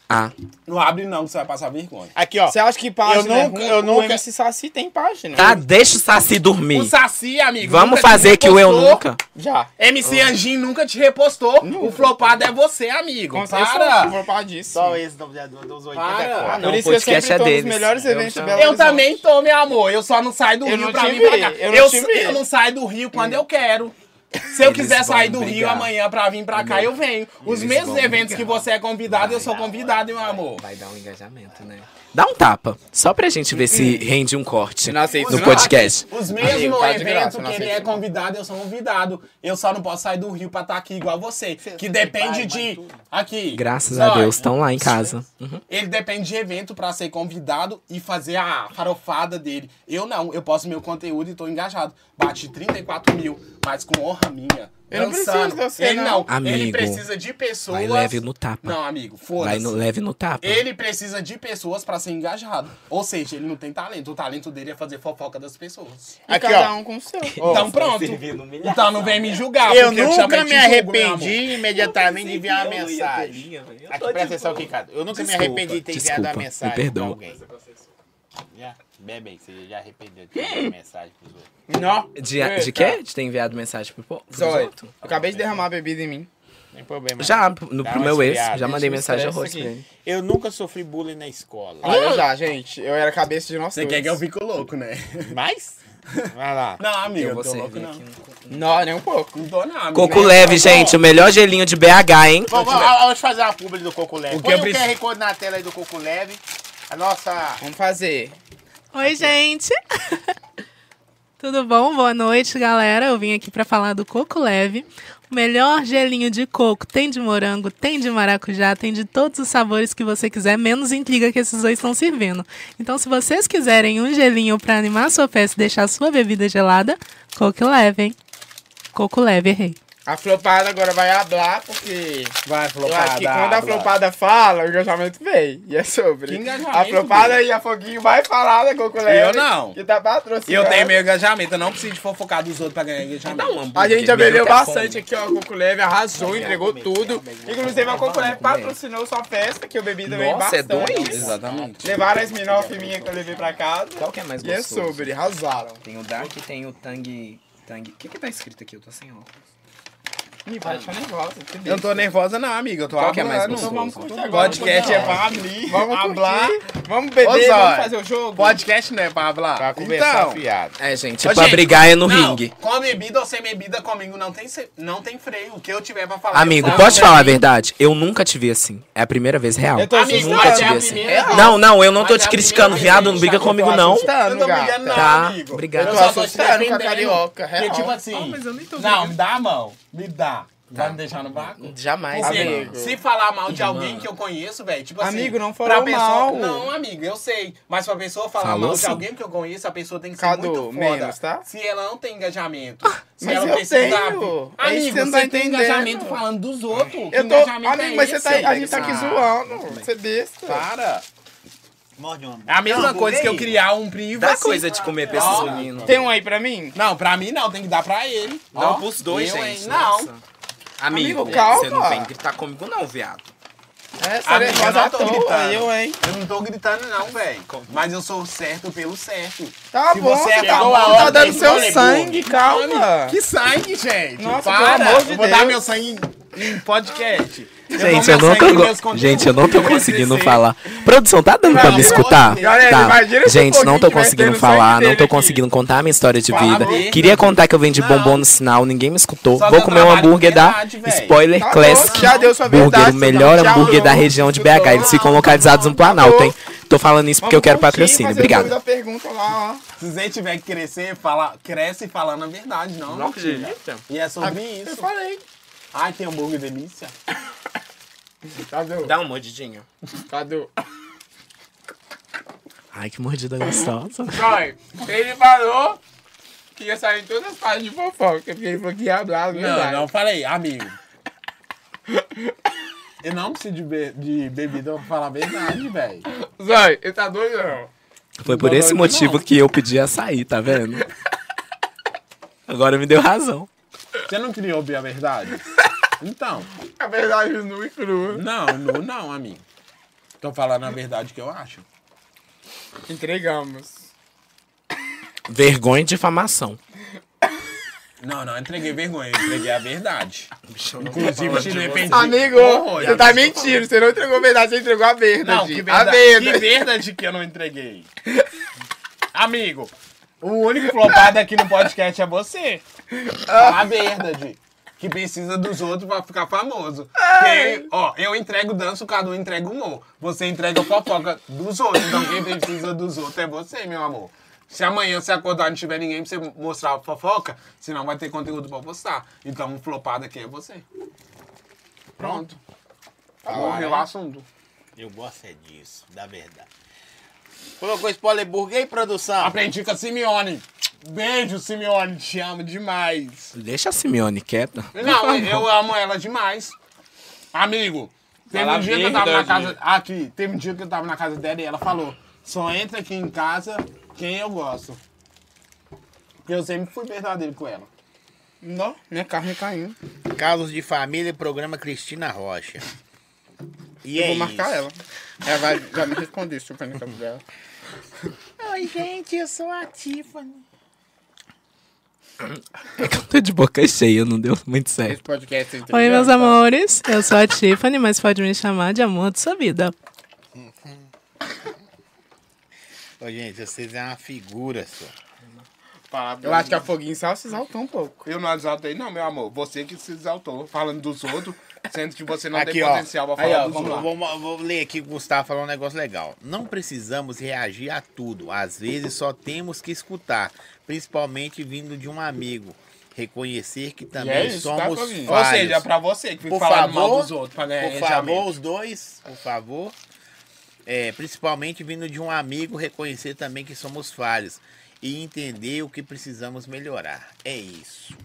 Speaker 3: Ah,
Speaker 4: Não abre, não, que você vai passar vergonha.
Speaker 2: Aqui, ó.
Speaker 1: você acha que página
Speaker 2: Eu nunca-
Speaker 1: é ruim?
Speaker 2: eu nunca-
Speaker 1: O MC Saci tem página.
Speaker 3: tá, deixa o Saci dormir.
Speaker 4: O Saci, amigo.
Speaker 3: Vamos
Speaker 4: nunca
Speaker 3: fazer
Speaker 4: te
Speaker 3: que o eu
Speaker 4: repostou.
Speaker 3: nunca.
Speaker 1: Já.
Speaker 4: MC Anjinho nunca te repostou. O flopado é você, amigo.
Speaker 1: Com certeza, eu
Speaker 4: Para.
Speaker 1: vou falar disso.
Speaker 2: Só esse nomeador dos 80
Speaker 4: Para.
Speaker 2: fora.
Speaker 3: Não,
Speaker 1: Por
Speaker 3: o
Speaker 1: isso que eu sempre
Speaker 3: podcast é
Speaker 1: tô nos
Speaker 3: deles.
Speaker 1: melhores
Speaker 3: Eu
Speaker 1: eventos de
Speaker 3: chamo.
Speaker 1: Belo
Speaker 4: Eu
Speaker 1: Horizonte.
Speaker 4: também tô, meu amor. Eu só não saio do
Speaker 1: Eu
Speaker 4: Rio
Speaker 1: não
Speaker 4: pra
Speaker 1: te
Speaker 4: vir pra
Speaker 1: vi,
Speaker 4: cá.
Speaker 1: eu não
Speaker 4: Eu,
Speaker 1: te
Speaker 4: s-
Speaker 1: vi.
Speaker 4: eu não saio do Rio quando eu quero. Se eu
Speaker 3: Eles
Speaker 4: quiser
Speaker 3: vão
Speaker 4: sair do
Speaker 3: brigar.
Speaker 4: Rio amanhã pra vir pra cá, eu venho. Os
Speaker 3: Eles
Speaker 4: mesmos
Speaker 3: vão
Speaker 4: eventos que
Speaker 3: brigar.
Speaker 4: você é convidado, eu
Speaker 3: Vai
Speaker 4: sou
Speaker 3: dar,
Speaker 4: convidado, meu
Speaker 3: vai-
Speaker 4: amor.
Speaker 3: Vai dar um engajamento, né? Dá um tapa. Só pra gente ver se rende um corte
Speaker 1: Não aceito,
Speaker 3: no
Speaker 1: não.
Speaker 3: podcast.
Speaker 4: Os
Speaker 1: Aí,
Speaker 4: mesmos
Speaker 1: tá de graça,
Speaker 4: eventos
Speaker 1: não
Speaker 4: que ele
Speaker 1: aceito.
Speaker 4: é convidado, eu sou convidado. Eu só não posso sair do Rio pra estar aqui igual você. Que depende de. Aqui.
Speaker 3: Graças a
Speaker 4: Nós.
Speaker 3: Deus, tá estão lá em casa. Uhum.
Speaker 4: Ele depende de evento pra ser convidado e fazer a farofada dele. Eu não, eu posto meu conteúdo e tô engajado. Bati 34 mil, mas com honra minha.
Speaker 1: Eu não preciso
Speaker 4: dançando.
Speaker 1: de você,
Speaker 4: Ele
Speaker 1: não.
Speaker 4: não, ele
Speaker 3: Amigo,
Speaker 4: precisa de pessoas.
Speaker 3: Vai leve no tapa.
Speaker 4: Não, amigo,
Speaker 3: Vai no,
Speaker 4: foda-se.
Speaker 3: leve no tapa.
Speaker 4: Ele precisa de pessoas pra ser engajado. Ou seja, ele não tem talento. O talento dele é fazer fofoca das pessoas.
Speaker 1: E
Speaker 2: Aqui,
Speaker 1: cada
Speaker 2: ó.
Speaker 1: um com o seu.
Speaker 4: então
Speaker 1: Tá
Speaker 4: pronto. Então não vem me julgar.
Speaker 2: Eu
Speaker 4: porque te
Speaker 2: nunca
Speaker 4: chamei de
Speaker 2: me
Speaker 4: julgo, meu amor.
Speaker 2: arrependi imediatamente de enviar uma mensagem. Aqui, presta atenção aqui, cara. Eu nunca
Speaker 3: Desculpa,
Speaker 2: me arrependi de ter enviado uma
Speaker 3: desculpa, me
Speaker 2: mensagem
Speaker 3: perdoa.
Speaker 2: pra alguém. Já, bebe aí, você já arrependeu de ter enviado mensagem pros outros.
Speaker 1: Não.
Speaker 3: De, de quê? De ter enviado mensagem pro povo?
Speaker 1: Zóio, eu acabei de derramar a bebida em mim.
Speaker 2: Tem problema.
Speaker 3: Já, no,
Speaker 2: Dá
Speaker 3: pro
Speaker 2: uma
Speaker 3: meu ex,
Speaker 2: espiada,
Speaker 3: já
Speaker 1: deixa eu
Speaker 3: mandei mensagem
Speaker 1: expressa
Speaker 3: arroz pra
Speaker 1: aqui.
Speaker 3: ele.
Speaker 2: Eu nunca sofri bullying na escola.
Speaker 1: Ah, eu já, gente. Eu era cabeça de nós
Speaker 4: Você quer que eu fique louco, né?
Speaker 2: Mas, vai lá.
Speaker 4: Não, amigo,
Speaker 3: Eu
Speaker 4: eu,
Speaker 3: vou
Speaker 4: tô
Speaker 3: servir
Speaker 4: louco não.
Speaker 3: aqui
Speaker 1: Não, nem um pouco.
Speaker 4: Não tô não, amigo. É.
Speaker 3: Coco leve, gente, o melhor gelinho de BH, hein?
Speaker 2: Vamos, vamos, vamos, vamos fazer uma publi do Coco Leve.
Speaker 4: O que
Speaker 2: Põe
Speaker 4: eu
Speaker 2: o
Speaker 4: preciso-
Speaker 2: QR Code na tela aí do Coco Leve. A nossa...
Speaker 1: Vamos fazer.
Speaker 6: Oi, gente! Tudo bom? Boa noite, galera. Eu vim aqui para falar do Coco Leve. O melhor gelinho de coco. Tem de morango, tem de maracujá, tem de todos os sabores que você quiser, menos intriga que esses dois estão servindo. Então, se vocês quiserem um gelinho para animar a sua festa e deixar a sua bebida gelada, Coco Leve, hein? Coco Leve, errei.
Speaker 1: A flopada agora vai hablar, porque
Speaker 4: Vai,
Speaker 1: eu
Speaker 4: flopada.
Speaker 1: acho que quando a
Speaker 4: habla.
Speaker 1: flopada fala, o engajamento vem. E é sobre.
Speaker 4: Que engajamento,
Speaker 1: A flopada e a Foguinho vai falar da Coco Leve.
Speaker 4: Eu não.
Speaker 1: Que tá
Speaker 4: Eu
Speaker 1: patrocinando.
Speaker 4: tenho meu engajamento, eu não preciso de fofocar dos outros pra ganhar engajamento.
Speaker 1: A gente já bebeu
Speaker 4: tá
Speaker 1: bastante aqui, ó. A Coco Leve arrasou, entregou tudo. Inclusive, a Coco Leve patrocinou sua festa, que eu bebi também
Speaker 3: Nossa, é
Speaker 1: bastante.
Speaker 3: dois?
Speaker 4: Exatamente.
Speaker 1: Levaram as minhas minha que eu levei pra casa.
Speaker 4: Tá
Speaker 3: Qual que é mais
Speaker 1: E é
Speaker 3: gostoso?
Speaker 1: sobre, arrasaram.
Speaker 3: Tem o Dark, tem o Tang... Tang... O que que tá escrito aqui? Eu tô sem óculos.
Speaker 1: Me vai deixar nervosa. que
Speaker 4: Eu não tô nervosa não, amiga, eu tô
Speaker 3: Qual que é mais
Speaker 4: hablando.
Speaker 3: gostoso?
Speaker 1: Vamos curtir agora.
Speaker 4: Podcast é pra abrir, vamos hablar.
Speaker 1: Vamos beber,
Speaker 4: Ô, Zóio,
Speaker 1: vamos fazer o jogo.
Speaker 4: Podcast não é pra hablar.
Speaker 2: Pra conversar
Speaker 4: então,
Speaker 2: fiado.
Speaker 3: É, gente,
Speaker 4: Ô,
Speaker 3: pra
Speaker 4: gente,
Speaker 3: brigar é no
Speaker 4: não,
Speaker 3: ringue.
Speaker 4: Com bebida ou sem bebida, comigo não tem, se- não tem freio. O que eu tiver pra falar...
Speaker 3: Amigo,
Speaker 4: eu falo.
Speaker 3: pode falar a verdade? Eu nunca te vi assim. É a primeira vez real.
Speaker 1: Eu tô
Speaker 4: Amigo,
Speaker 1: assustando.
Speaker 3: nunca
Speaker 4: mas
Speaker 3: te
Speaker 4: é
Speaker 3: vi
Speaker 4: a
Speaker 3: assim.
Speaker 4: primeira vez.
Speaker 3: Não, não, eu não tô
Speaker 4: Mas é
Speaker 3: te
Speaker 4: a tá
Speaker 3: criticando,
Speaker 4: primeira
Speaker 3: viado. Não
Speaker 4: vez,
Speaker 3: briga
Speaker 4: eu tô
Speaker 3: comigo, não.
Speaker 4: Eu tô brigando não,
Speaker 3: Tá,
Speaker 4: amigo.
Speaker 3: obrigado.
Speaker 4: Eu
Speaker 3: Eu
Speaker 4: só
Speaker 1: tô
Speaker 4: tô te
Speaker 1: assustando com a
Speaker 4: defendendo.
Speaker 1: carioca,
Speaker 4: Porque,
Speaker 1: real.
Speaker 4: tipo assim,
Speaker 3: Ah, mas eu nem tô
Speaker 4: não,
Speaker 3: brigando.
Speaker 4: me dá a mão, me dá. Vai
Speaker 3: Tá.
Speaker 4: me deixar no vácuo?
Speaker 3: Jamais,
Speaker 4: Ou seja,
Speaker 1: amigo.
Speaker 4: se falar mal de alguém que eu conheço, velho, tipo assim.
Speaker 1: Amigo, não
Speaker 4: pra
Speaker 1: falou
Speaker 4: pessoa,
Speaker 1: mal.
Speaker 4: Não, amigo, eu sei. Mas pra pessoa falar
Speaker 3: Falou
Speaker 4: mal
Speaker 3: sim.
Speaker 4: de alguém que eu conheço, a pessoa tem que ser
Speaker 1: Cadu,
Speaker 4: muito foda.
Speaker 1: menos, tá? Ah,
Speaker 4: Se ela não tem engajamento. se
Speaker 1: mas
Speaker 4: ela
Speaker 1: eu
Speaker 4: precisa.
Speaker 1: tenho. É isso que
Speaker 4: Amigo,
Speaker 1: você
Speaker 4: você,
Speaker 1: não tá
Speaker 4: tem
Speaker 1: entendendo.
Speaker 4: engajamento falando dos outros. que
Speaker 1: Eu tô.
Speaker 4: engajamento
Speaker 1: Amigo,
Speaker 4: é
Speaker 1: mas você
Speaker 4: esse?
Speaker 1: tá, a gente tá aqui
Speaker 3: Ah,
Speaker 1: zoando. Você é besta.
Speaker 4: Para.
Speaker 2: Morde uma.
Speaker 4: É a mesma coisa que eu
Speaker 2: queria.
Speaker 4: criar um primo.
Speaker 3: Dá
Speaker 4: assim.
Speaker 3: coisa de comer pra esses meninos. um
Speaker 1: Tem um aí pra mim?
Speaker 4: Não, pra mim não, tem que dar pra ele. Ó, eu, hein? Não.
Speaker 3: Nossa. Amigo,
Speaker 1: Amigo, calma.
Speaker 3: você não vem gritar comigo não, viado.
Speaker 1: É, você é
Speaker 4: Amigo, eu
Speaker 1: nervosa
Speaker 4: não
Speaker 1: à
Speaker 4: tô
Speaker 1: toa.
Speaker 4: gritando.
Speaker 1: Eu, hein?
Speaker 4: Eu não tô gritando, não, velho. Mas eu sou certo pelo certo.
Speaker 1: Tá
Speaker 4: Se
Speaker 1: bom,
Speaker 4: você
Speaker 1: você
Speaker 4: é
Speaker 1: tá,
Speaker 4: boa,
Speaker 1: você tá
Speaker 4: ó,
Speaker 1: dando
Speaker 4: tem
Speaker 1: seu
Speaker 4: fôlego.
Speaker 1: sangue, calma.
Speaker 4: Mano, Que sangue, gente.
Speaker 1: Nossa,
Speaker 4: Para.
Speaker 1: pelo amor de
Speaker 4: eu vou dar
Speaker 1: Deus.
Speaker 4: meu sangue em- em podcast.
Speaker 3: Gente, eu não, tô, go- gente, eu não tô conseguindo falar. Produção, tá dando pra me escutar?
Speaker 1: Galera, imagina
Speaker 3: Tá.
Speaker 1: esse
Speaker 3: Gente, não
Speaker 1: pouquinho que vai ter
Speaker 3: tô conseguindo
Speaker 1: no sangue
Speaker 3: falar, não
Speaker 1: dele
Speaker 3: tô
Speaker 1: aqui.
Speaker 3: conseguindo contar a minha história de
Speaker 4: Fala
Speaker 3: vida.
Speaker 4: mesmo.
Speaker 3: Queria contar que eu vendi
Speaker 4: Não.
Speaker 3: bombom no sinal, ninguém me escutou.
Speaker 4: Só
Speaker 3: Vou
Speaker 4: dá
Speaker 3: comer um
Speaker 4: trabalho
Speaker 3: hambúrguer
Speaker 4: de
Speaker 3: da
Speaker 4: verdade, véi.
Speaker 3: Spoiler
Speaker 1: Tá bom,
Speaker 3: Classic
Speaker 1: já deu sua
Speaker 3: Burger,
Speaker 1: verdade,
Speaker 3: o melhor
Speaker 1: então, tchau,
Speaker 3: hambúrguer da
Speaker 1: não,
Speaker 3: região de
Speaker 1: escutou.
Speaker 3: BH. Eles ficam localizados no Planalto, hein? Tô falando isso porque eu quero patrocínio. Obrigado.
Speaker 1: Da pergunta lá, ó.
Speaker 4: Se você tiver que crescer, fala, cresce falando a verdade, não.
Speaker 3: Não
Speaker 4: mentira.
Speaker 3: acredita?
Speaker 4: E é sobre
Speaker 1: Eu
Speaker 4: isso.
Speaker 1: falei.
Speaker 4: Ai, que hambúrguer delícia.
Speaker 1: Cadu,
Speaker 3: Dá um mordidinho.
Speaker 1: Cadu.
Speaker 3: Ai, que mordida gostosa.
Speaker 1: Vai, ele falou que ia sair em todas as páginas de fofoca, porque ele falou que ia hablar,
Speaker 4: Não, não falei, amigo. Eu não preciso de, be- de bebida pra falar a verdade, velho.
Speaker 1: não. Zói, ele tá doido, não.
Speaker 3: Foi por esse motivo que eu pedi a sair, tá vendo? Agora me deu razão.
Speaker 4: Você não queria ouvir a verdade? Então.
Speaker 1: A verdade nua e crua.
Speaker 4: Não, não, não, amigo. Tô falando a verdade que eu acho.
Speaker 1: Entregamos.
Speaker 3: Vergonha e difamação.
Speaker 4: Não, não, entreguei vergonha, eu entreguei a verdade. Inclusive, te arrependi.
Speaker 1: Amigo, você tá mentindo, você não entregou a verdade, você entregou a verdade.
Speaker 4: Não, que
Speaker 1: A
Speaker 4: verdade,
Speaker 1: verdade.
Speaker 4: que verdade que eu não entreguei. Amigo, O único flopado aqui no podcast é você. Fala a verdade. Que precisa dos outros pra ficar famoso. Porque, ó, eu entrego dança, o Cadu entrega um humor. Você entrega fofoca dos outros. Então quem precisa dos outros é você, meu amor. Se amanhã você acordar e não tiver ninguém pra você mostrar a fofoca, senão vai ter conteúdo pra postar. Então o flopado aqui é você. Pronto. Morreu o assunto.
Speaker 2: Eu gosto é disso, da verdade. Colocou spoiler burger e produção.
Speaker 4: Aprendi com a Simeone. Beijo, Simeone. Te amo demais.
Speaker 3: Deixa a Simeone quieta.
Speaker 4: Não,
Speaker 1: é
Speaker 4: eu amo ela demais. Amigo, teve
Speaker 1: Fala
Speaker 4: um dia que eu tava na
Speaker 1: verdade.
Speaker 4: casa. Aqui, teve um dia que eu tava na casa dela e ela falou: só entra aqui em casa quem eu gosto. Porque eu sempre fui verdadeiro com ela. Não, minha carne caiu.
Speaker 2: Carlos de Família, programa Cristina Rocha. E
Speaker 1: Eu
Speaker 2: é
Speaker 1: vou marcar
Speaker 2: isso.
Speaker 1: ela. Ela vai, vai me responder se eu for no campo dela.
Speaker 2: Oi, gente, eu sou a Tiffany.
Speaker 3: Tô de boca cheia, não deu muito certo.
Speaker 1: Esse podcast é entre
Speaker 6: Oi,
Speaker 1: nós,
Speaker 6: meus
Speaker 1: tá?
Speaker 6: amores. Eu sou a Tiffany, mas pode me chamar de amor de sua vida.
Speaker 2: Ô, gente, vocês é uma figura só.
Speaker 1: Eu acho que é a Foguinho só se exaltou um pouco.
Speaker 4: Tá Eu não exaltei, não, meu amor. Você que se exaltou falando dos outros, sendo que você não
Speaker 2: Aqui,
Speaker 4: tem
Speaker 2: ó.
Speaker 4: potencial pra
Speaker 2: Aí,
Speaker 4: falar
Speaker 2: ó,
Speaker 4: dos
Speaker 2: vamos
Speaker 4: outros.
Speaker 2: lá. Vou, vou ler aqui que o Gustavo falou um negócio legal. Não precisamos reagir a tudo. Às vezes só temos que escutar, principalmente vindo de um amigo. Reconhecer que também
Speaker 1: é isso, tá,
Speaker 2: somos
Speaker 1: Tovinho?
Speaker 2: falhos.
Speaker 4: Ou seja, pra você que fica
Speaker 2: por
Speaker 4: falando mal
Speaker 2: favor,
Speaker 4: dos outros pra ganhar
Speaker 2: por
Speaker 4: engajamento.
Speaker 2: favor, os dois, por favor. É, principalmente vindo de um amigo, reconhecer também que somos falhos e entender o que precisamos melhorar. É isso.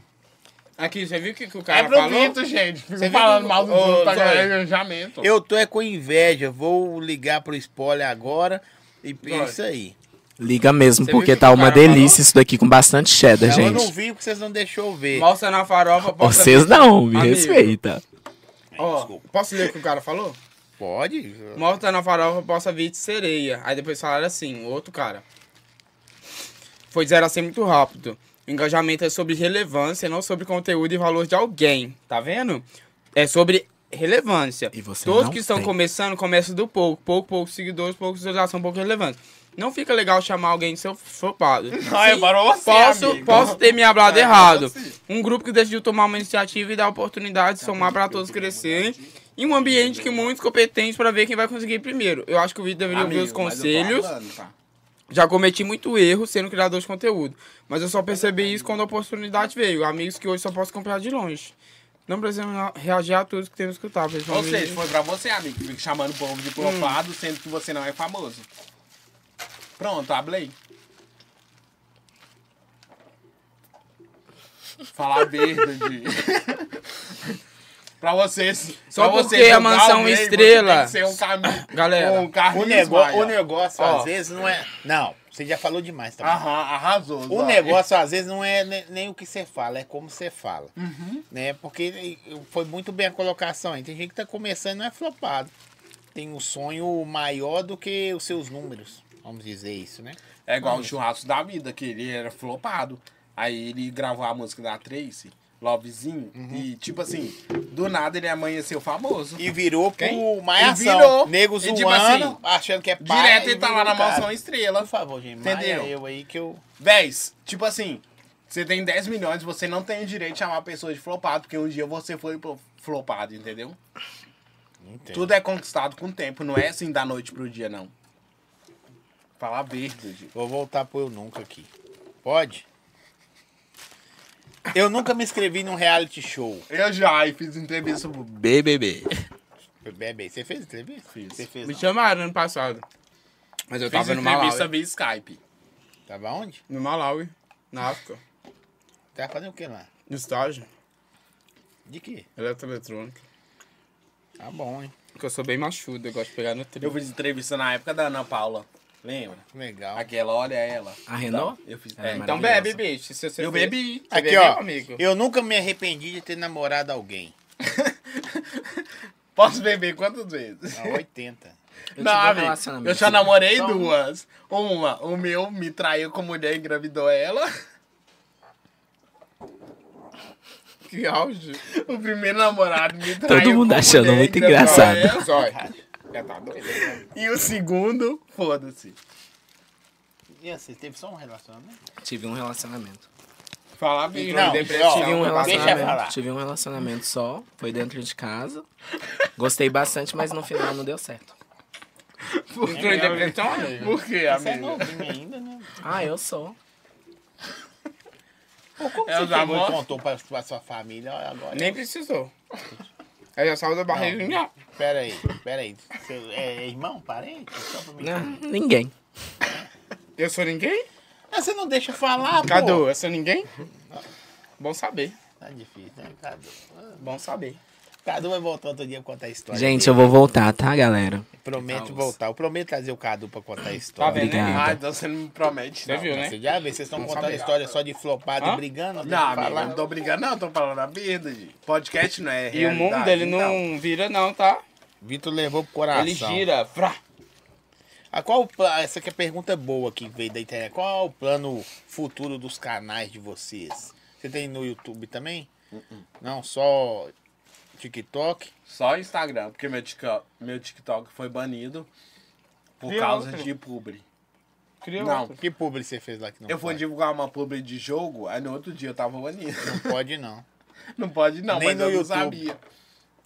Speaker 1: Aqui, você viu o que, que o
Speaker 4: É
Speaker 1: cara falou?
Speaker 4: bonito, gente. Fica
Speaker 1: viu
Speaker 4: falando
Speaker 1: que-
Speaker 4: mal dos
Speaker 1: Ô,
Speaker 4: outros pra ganhar
Speaker 1: Zóio.
Speaker 4: engajamento.
Speaker 2: Eu tô é com inveja, vou ligar pro spoiler agora e
Speaker 1: Vai.
Speaker 2: pensa aí.
Speaker 3: Liga mesmo,
Speaker 1: Você viu
Speaker 3: porque
Speaker 1: que
Speaker 3: tá
Speaker 1: o
Speaker 3: uma
Speaker 1: cara falou?
Speaker 3: delícia isso daqui com bastante cheddar,
Speaker 2: Não, eu não
Speaker 3: É, gente.
Speaker 2: vi porque vocês não deixou eu ver.
Speaker 1: Mostra na farofa, posta...
Speaker 3: Vocês não, me
Speaker 1: Amigo.
Speaker 3: respeita.
Speaker 1: Ó,
Speaker 2: Desculpa.
Speaker 1: posso ler o que o cara falou?
Speaker 2: Pode?
Speaker 1: Morta na farofa, possa vir de sereia. Aí depois falaram assim, o outro cara. Foi de 0 a 100 muito rápido. Engajamento é sobre relevância, não sobre conteúdo e valor de alguém. Tá vendo? É sobre relevância.
Speaker 3: E você
Speaker 1: Todos
Speaker 3: não
Speaker 1: que estão
Speaker 3: tem.
Speaker 1: começando, começam do pouco. Pouco, poucos seguidores, poucos visualização, pouca relevância. Não fica legal chamar alguém de seu flopado.
Speaker 4: Ai,
Speaker 1: Sim,
Speaker 4: parou você,
Speaker 1: posso,
Speaker 4: amigo.
Speaker 1: posso ter me hablado
Speaker 4: É,
Speaker 1: errado.
Speaker 4: parou você.
Speaker 1: Um grupo que decidiu tomar uma iniciativa e dar oportunidade de
Speaker 4: um
Speaker 1: somar para todos crescerem. E um ambiente que muitos competentes para ver quem vai conseguir primeiro. Eu acho que o vídeo deveria ouvir os conselhos. Já cometi muito erro sendo criador de conteúdo. Mas eu só percebi isso quando a oportunidade veio. Amigos que hoje só posso comprar de longe. Não precisamos na- reagir a tudo que temos que escutar.
Speaker 4: Ou
Speaker 1: principalmente-
Speaker 4: seja, foi pra você, amigo, que fica chamando o povo de profado, sendo que você não é famoso. Pronto, ablei. Falar verde. pra vocês.
Speaker 1: Só
Speaker 4: pra
Speaker 1: porque
Speaker 4: vocês
Speaker 1: a
Speaker 4: julgar
Speaker 1: mansão
Speaker 4: alguém,
Speaker 1: estrela.
Speaker 4: Você tem que ser um caminho.
Speaker 1: Galera,
Speaker 4: um carrinho
Speaker 2: O, nego-
Speaker 4: Maia.
Speaker 2: o negócio,
Speaker 1: Ó.
Speaker 2: às vezes, não é. Não, você já falou demais, tá bom?
Speaker 4: Aham, arrasou.
Speaker 2: O
Speaker 4: Zóio.
Speaker 2: negócio, às vezes, não é ne- nem o que você fala, é como você fala.
Speaker 4: Uhum.
Speaker 2: Né? Porque foi muito bem a colocação aí. Tem gente que tá começando e não é flopado. Tem um sonho maior do que os seus números. Vamos dizer isso, né?
Speaker 4: É igual o churrasco da vida, que ele era flopado. Aí ele gravou a música da Tracy, Lovezinho, e tipo assim, do nada ele amanheceu famoso.
Speaker 2: Uhum. E virou pro
Speaker 4: E
Speaker 2: Malhação.
Speaker 4: virou.
Speaker 2: Nego
Speaker 4: E,
Speaker 2: zoando,
Speaker 4: tipo assim,
Speaker 2: achando que é pai.
Speaker 4: Direto
Speaker 2: e
Speaker 4: ele tá
Speaker 2: virou
Speaker 4: lá na
Speaker 2: cara.
Speaker 4: mansão estrela.
Speaker 2: Por favor, gente.
Speaker 4: Entendeu?
Speaker 2: Entendeu? eu aí que eu...
Speaker 4: 10. Tipo assim, você tem 10 milhões, você não tem o direito de chamar a pessoa de flopado, porque um dia você foi pro- flopado, entendeu? Tudo é conquistado com o tempo, não é assim da noite pro dia, não. Falar verde.
Speaker 2: Vou voltar pro Eu Nunca aqui. Pode? Eu nunca me inscrevi num reality show.
Speaker 4: Eu já e fiz entrevista pro
Speaker 3: BBB.
Speaker 2: Bebe, você fez entrevista?
Speaker 4: Fiz.
Speaker 2: Você fez,
Speaker 1: me
Speaker 2: não.
Speaker 1: chamaram ano passado. Mas eu
Speaker 4: Fiz
Speaker 1: tava no
Speaker 4: entrevista
Speaker 1: Malawi.
Speaker 4: via Skype.
Speaker 2: Tava onde?
Speaker 1: No Malawi, na África.
Speaker 2: Tava fazendo o que lá?
Speaker 1: No estágio,
Speaker 2: De quê?
Speaker 1: eletroeletrônica.
Speaker 2: Tá bom, hein?
Speaker 1: Porque eu sou bem machudo, eu gosto de pegar no
Speaker 4: Eu
Speaker 1: trio.
Speaker 4: fiz entrevista na época da Ana Paula. Lembra?
Speaker 2: Legal.
Speaker 4: Aquela, olha ela.
Speaker 3: A Renault?
Speaker 4: Eu fiz.
Speaker 3: É,
Speaker 4: é,
Speaker 1: Então
Speaker 4: então,
Speaker 3: maravilhosa.
Speaker 1: bebe, bicho. Se você
Speaker 4: eu
Speaker 1: fez-
Speaker 4: bebi.
Speaker 1: Você
Speaker 2: Aqui,
Speaker 1: bebeu,
Speaker 2: ó.
Speaker 1: amigo?
Speaker 2: Eu nunca me arrependi de ter namorado alguém.
Speaker 4: Posso beber quantas vezes?
Speaker 2: Há 80.
Speaker 3: Eu
Speaker 4: não,
Speaker 3: tive um
Speaker 4: amigo,
Speaker 3: relacionamento.
Speaker 4: eu já namorei duas. Uma, o meu me traiu com mulher e engravidou ela.
Speaker 1: Que auge.
Speaker 4: O primeiro namorado me traiu
Speaker 3: mundo
Speaker 4: com
Speaker 3: achando
Speaker 4: mulher e
Speaker 3: muito
Speaker 4: engravidou
Speaker 3: engraçado.
Speaker 1: É
Speaker 4: ela.
Speaker 1: Zóio. Já tá doido.
Speaker 4: E o segundo, foda-se.
Speaker 2: E assim, teve só um relacionamento?
Speaker 3: Tive um relacionamento.
Speaker 1: Falar bem,
Speaker 2: Não, ó,
Speaker 1: depressão.
Speaker 3: Tive um
Speaker 2: Deixa eu falar.
Speaker 3: relacionamento. Tive um relacionamento só. Foi dentro de casa. Gostei bastante, mas no final não deu certo.
Speaker 1: Entrou em depressão, então, amigo?
Speaker 4: Por quê,
Speaker 2: Você é
Speaker 4: Então, amigo?
Speaker 2: novinho ainda, né?
Speaker 3: Ah, eu sou.
Speaker 2: Pô, como
Speaker 4: É
Speaker 2: você
Speaker 4: os
Speaker 2: pegou e
Speaker 4: amor?
Speaker 2: contou pra, pra sua família Olha agora?
Speaker 1: Nem precisou. Aí já saiu da barriga. Não.
Speaker 2: Pera aí, pera aí. Seu- é, é irmão, parente? Só pra mim.
Speaker 3: Ah, ninguém.
Speaker 1: Eu sou ninguém?
Speaker 2: Ah, você não deixa eu falar, pô.
Speaker 1: Cadu, eu sou ninguém? Bom saber.
Speaker 2: Tá difícil, né? Cadu. Ah,
Speaker 1: Bom saber.
Speaker 2: Cadu vai voltar outro dia pra contar a história.
Speaker 3: Gente,
Speaker 2: dele.
Speaker 3: eu vou voltar, tá, galera?
Speaker 2: Prometo voltar. Eu prometo trazer o Cadu pra contar a
Speaker 4: Tá
Speaker 2: história.
Speaker 4: vendo, né?
Speaker 3: Obrigado.
Speaker 4: Ah, então você não me promete,
Speaker 1: Você
Speaker 4: não.
Speaker 1: viu, né?
Speaker 2: Você já vê, vocês estão contando a história só de flopado e brigando.
Speaker 4: Não,
Speaker 2: Não,
Speaker 4: amigo, eu
Speaker 2: falar.
Speaker 4: não tô brigando, não. Tô falando a vida, gente. Podcast não é
Speaker 1: E o
Speaker 4: realidade,
Speaker 1: mundo dele
Speaker 4: então.
Speaker 1: não vira, não, tá?
Speaker 2: Vitor levou pro coração.
Speaker 1: Ele gira. Frá.
Speaker 2: A Ah, qual o pla- essa aqui é a pergunta boa que veio da internet. Qual é o plano futuro dos canais de vocês? Você tem no YouTube também? Não, só TikTok?
Speaker 4: Só Instagram, porque meu TikTok, meu TikTok foi banido por
Speaker 1: Viu,
Speaker 4: causa
Speaker 1: outro?
Speaker 4: de publi.
Speaker 1: Criou.
Speaker 4: Não.
Speaker 1: outro.
Speaker 2: Que publi você fez lá que não
Speaker 4: Eu fui
Speaker 2: pode?
Speaker 4: divulgar uma publi de jogo, aí no outro dia eu tava banido.
Speaker 2: Não pode não.
Speaker 4: Não pode não,
Speaker 2: Nem
Speaker 4: mas
Speaker 2: no
Speaker 4: eu
Speaker 2: YouTube.
Speaker 4: não sabia.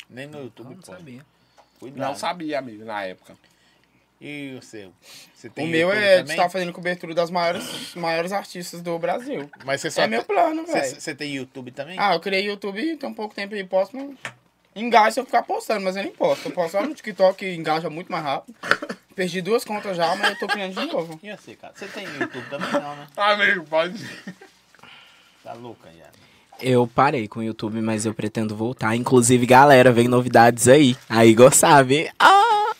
Speaker 2: Nem no YouTube
Speaker 3: Não
Speaker 2: pode.
Speaker 3: sabia.
Speaker 2: Cuidado.
Speaker 4: Não sabia, amigo, na época.
Speaker 2: E o seu? Você tem
Speaker 1: O meu
Speaker 2: YouTube
Speaker 1: é de
Speaker 2: também?
Speaker 1: estar fazendo cobertura das maiores, maiores artistas do Brasil.
Speaker 2: Mas você só
Speaker 1: É meu plano,
Speaker 2: você,
Speaker 1: velho.
Speaker 2: você tem YouTube também?
Speaker 1: Ah, eu criei YouTube tem um pouco tempo aí, posso, mas... Engaja se eu ficar postando, mas eu nem posto. Eu posto só no TikTok, que engaja muito mais rápido. Perdi duas contas já, mas eu tô criando de novo.
Speaker 2: E você, cara? Você tem YouTube também não, né?
Speaker 4: Amigo, pode.
Speaker 2: Tá louca já.
Speaker 3: Eu parei com o YouTube, mas eu pretendo voltar. Inclusive, galera, vem novidades aí. A Igor sabe. Ah!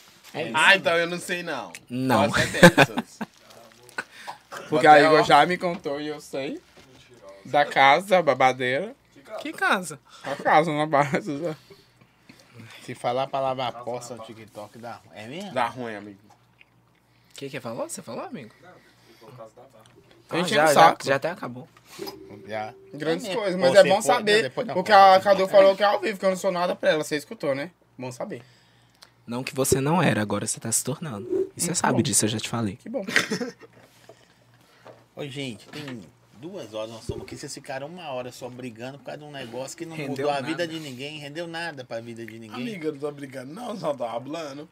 Speaker 4: Ah, então eu não sei não.
Speaker 3: Não.
Speaker 4: Pode ser dessas.
Speaker 1: Porque a Igor já me contou e eu sei. Da casa, babadeira.
Speaker 3: Que casa?
Speaker 1: A casa na base. né? já.
Speaker 2: Se falar a palavra aposta no TikTok, dá. É mesmo?
Speaker 4: Dá ruim, amigo.
Speaker 3: O que que falou? Você falou, amigo? Então
Speaker 1: A gente
Speaker 3: já,
Speaker 1: enche o
Speaker 3: já,
Speaker 1: saco.
Speaker 3: já até acabou.
Speaker 2: Já.
Speaker 1: Grandes
Speaker 2: mesmo.
Speaker 1: coisas, mas
Speaker 2: Ou
Speaker 1: é
Speaker 2: você
Speaker 1: bom
Speaker 2: pode, né,
Speaker 1: saber.
Speaker 2: depois da
Speaker 1: Porque
Speaker 2: porta,
Speaker 1: a Cadu falou que é ao vivo, que eu não sou nada pra ela. Você escutou, né? Bom saber.
Speaker 3: Não que você não era, agora você tá se tornando. E
Speaker 1: Então.
Speaker 3: você sabe disso, eu já te falei.
Speaker 1: Que bom.
Speaker 2: Ô, gente, tem duas horas nós estamos aqui. Vocês ficaram uma hora só brigando por causa de um negócio que não
Speaker 3: Rendeu
Speaker 2: mudou a
Speaker 3: nada.
Speaker 2: vida de ninguém, rendeu nada pra vida de ninguém.
Speaker 4: Amigo, eu não tô brigando não, só tô hablando.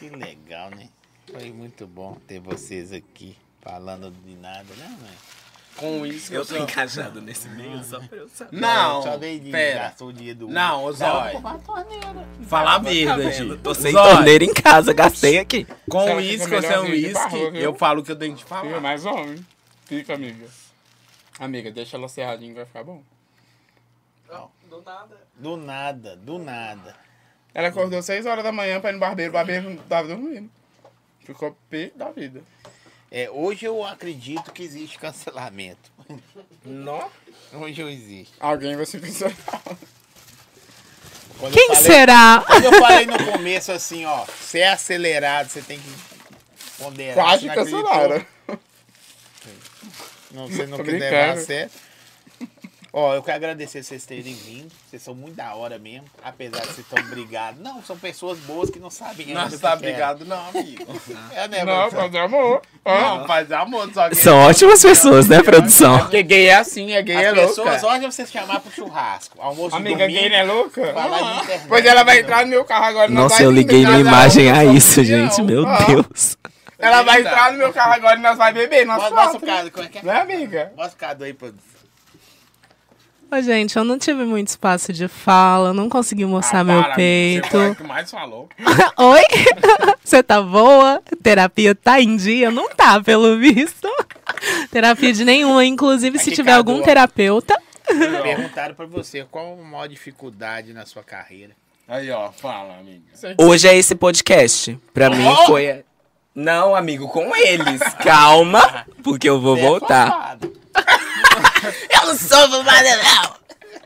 Speaker 2: Que legal, né? Foi muito bom ter vocês aqui falando de nada, né, mãe?
Speaker 4: Com isso eu, sou-
Speaker 3: encaixado nesse meio só pra eu saber.
Speaker 4: Não,
Speaker 2: só dei de
Speaker 4: pera.
Speaker 2: gastou o dia do
Speaker 4: Não, ô, Zói. Fala a verdade.
Speaker 3: Tô sem
Speaker 4: Zói.
Speaker 3: torneira em casa, gastei aqui.
Speaker 4: Com
Speaker 1: Será
Speaker 4: é o
Speaker 1: que fica
Speaker 4: uísque ou sem
Speaker 1: melhorzinho de
Speaker 4: uísque,
Speaker 1: barro, viu?
Speaker 4: eu falo o que eu tenho que falar.
Speaker 1: Fica mais homem. Fica, amiga. Amiga, deixa ela serradinha que vai ficar bom.
Speaker 2: Do nada, do nada.
Speaker 1: Ela acordou 6 horas da manhã pra ir no barbeiro. O barbeiro não tava dormindo. Ficou pé da vida.
Speaker 2: É, hoje eu acredito que existe cancelamento.
Speaker 1: Não?
Speaker 2: Hoje eu existo.
Speaker 1: Alguém vai se cancelar.
Speaker 2: Quando eu
Speaker 6: Quem
Speaker 2: falei-
Speaker 6: será?
Speaker 2: Quando eu falei no começo assim, ó, você é acelerado, você tem que ponderar.
Speaker 1: Quase
Speaker 2: você não acreditou.
Speaker 1: cancelaram.
Speaker 2: Não, você não
Speaker 1: Tô
Speaker 2: quis levar a
Speaker 1: brincando.
Speaker 2: sério. Ó, eu quero agradecer vocês terem vindo. Vocês são muito da hora mesmo, apesar de vocês estão brigados. Não, são pessoas boas que não sabem ainda.
Speaker 4: Não
Speaker 2: o que
Speaker 4: tá
Speaker 2: querem.
Speaker 4: brigado não, amigo.
Speaker 2: É, né,
Speaker 1: Não,
Speaker 2: Bruno?
Speaker 1: mas é amor. Ah.
Speaker 4: Não, faz amor, só que...
Speaker 3: São ótimas pessoas, né, produção?
Speaker 1: Porque gay é assim, é gay é
Speaker 2: As
Speaker 1: louca.
Speaker 2: pessoas olham vocês chamar pro churrasco. Almoço
Speaker 1: Amiga,
Speaker 2: domingo,
Speaker 1: gay não é louca?
Speaker 2: falar de
Speaker 1: Ah.
Speaker 2: internet.
Speaker 1: Pois ela vai entrar no meu carro agora. não
Speaker 3: Nossa,
Speaker 1: vai
Speaker 3: eu
Speaker 1: vir
Speaker 3: liguei
Speaker 1: em
Speaker 3: minha
Speaker 1: casa,
Speaker 3: imagem
Speaker 1: não.
Speaker 3: a isso,
Speaker 1: Não.
Speaker 3: gente. Meu
Speaker 1: Ah.
Speaker 3: Deus.
Speaker 1: Ela vai
Speaker 4: Eita.
Speaker 1: entrar no meu carro agora e nós vai beber. Nós
Speaker 2: Mostra mostra
Speaker 1: quatro.
Speaker 2: o caso, como é que é?
Speaker 1: Né, amiga?
Speaker 2: Mostra o caso aí, produção.
Speaker 6: Ô, gente, eu não tive muito espaço de fala, eu não consegui mostrar
Speaker 4: Ah,
Speaker 6: meu
Speaker 4: para, amigo, Você
Speaker 6: peito.
Speaker 4: foi a que mais falou.
Speaker 6: Oi? Você tá boa? Terapia tá em dia? Não tá, pelo visto. Terapia de nenhuma. Inclusive, se
Speaker 2: Aqui,
Speaker 6: tiver
Speaker 2: Cadu,
Speaker 6: algum
Speaker 2: ó.
Speaker 6: terapeuta,
Speaker 2: Perguntaram pra você qual a maior dificuldade na sua carreira.
Speaker 4: Aí, ó, fala, amigo.
Speaker 3: Hoje é esse podcast. Pra mim
Speaker 4: Oh!
Speaker 3: foi. a- Não, amigo, com eles. Calma, porque eu
Speaker 4: é
Speaker 3: vou voltar. Eu não sou não.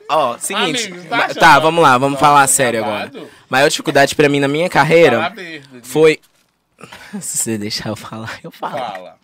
Speaker 3: Ó, seguinte.
Speaker 4: Amigo, tá
Speaker 3: ma-
Speaker 4: achando
Speaker 3: tá, vamos lá, vamos
Speaker 4: tá
Speaker 3: falar sério agora.
Speaker 4: babado?
Speaker 3: Maior dificuldade pra mim na minha carreira
Speaker 4: Parabéns,
Speaker 3: foi. Se você deixar eu falar, eu falo.
Speaker 4: fala.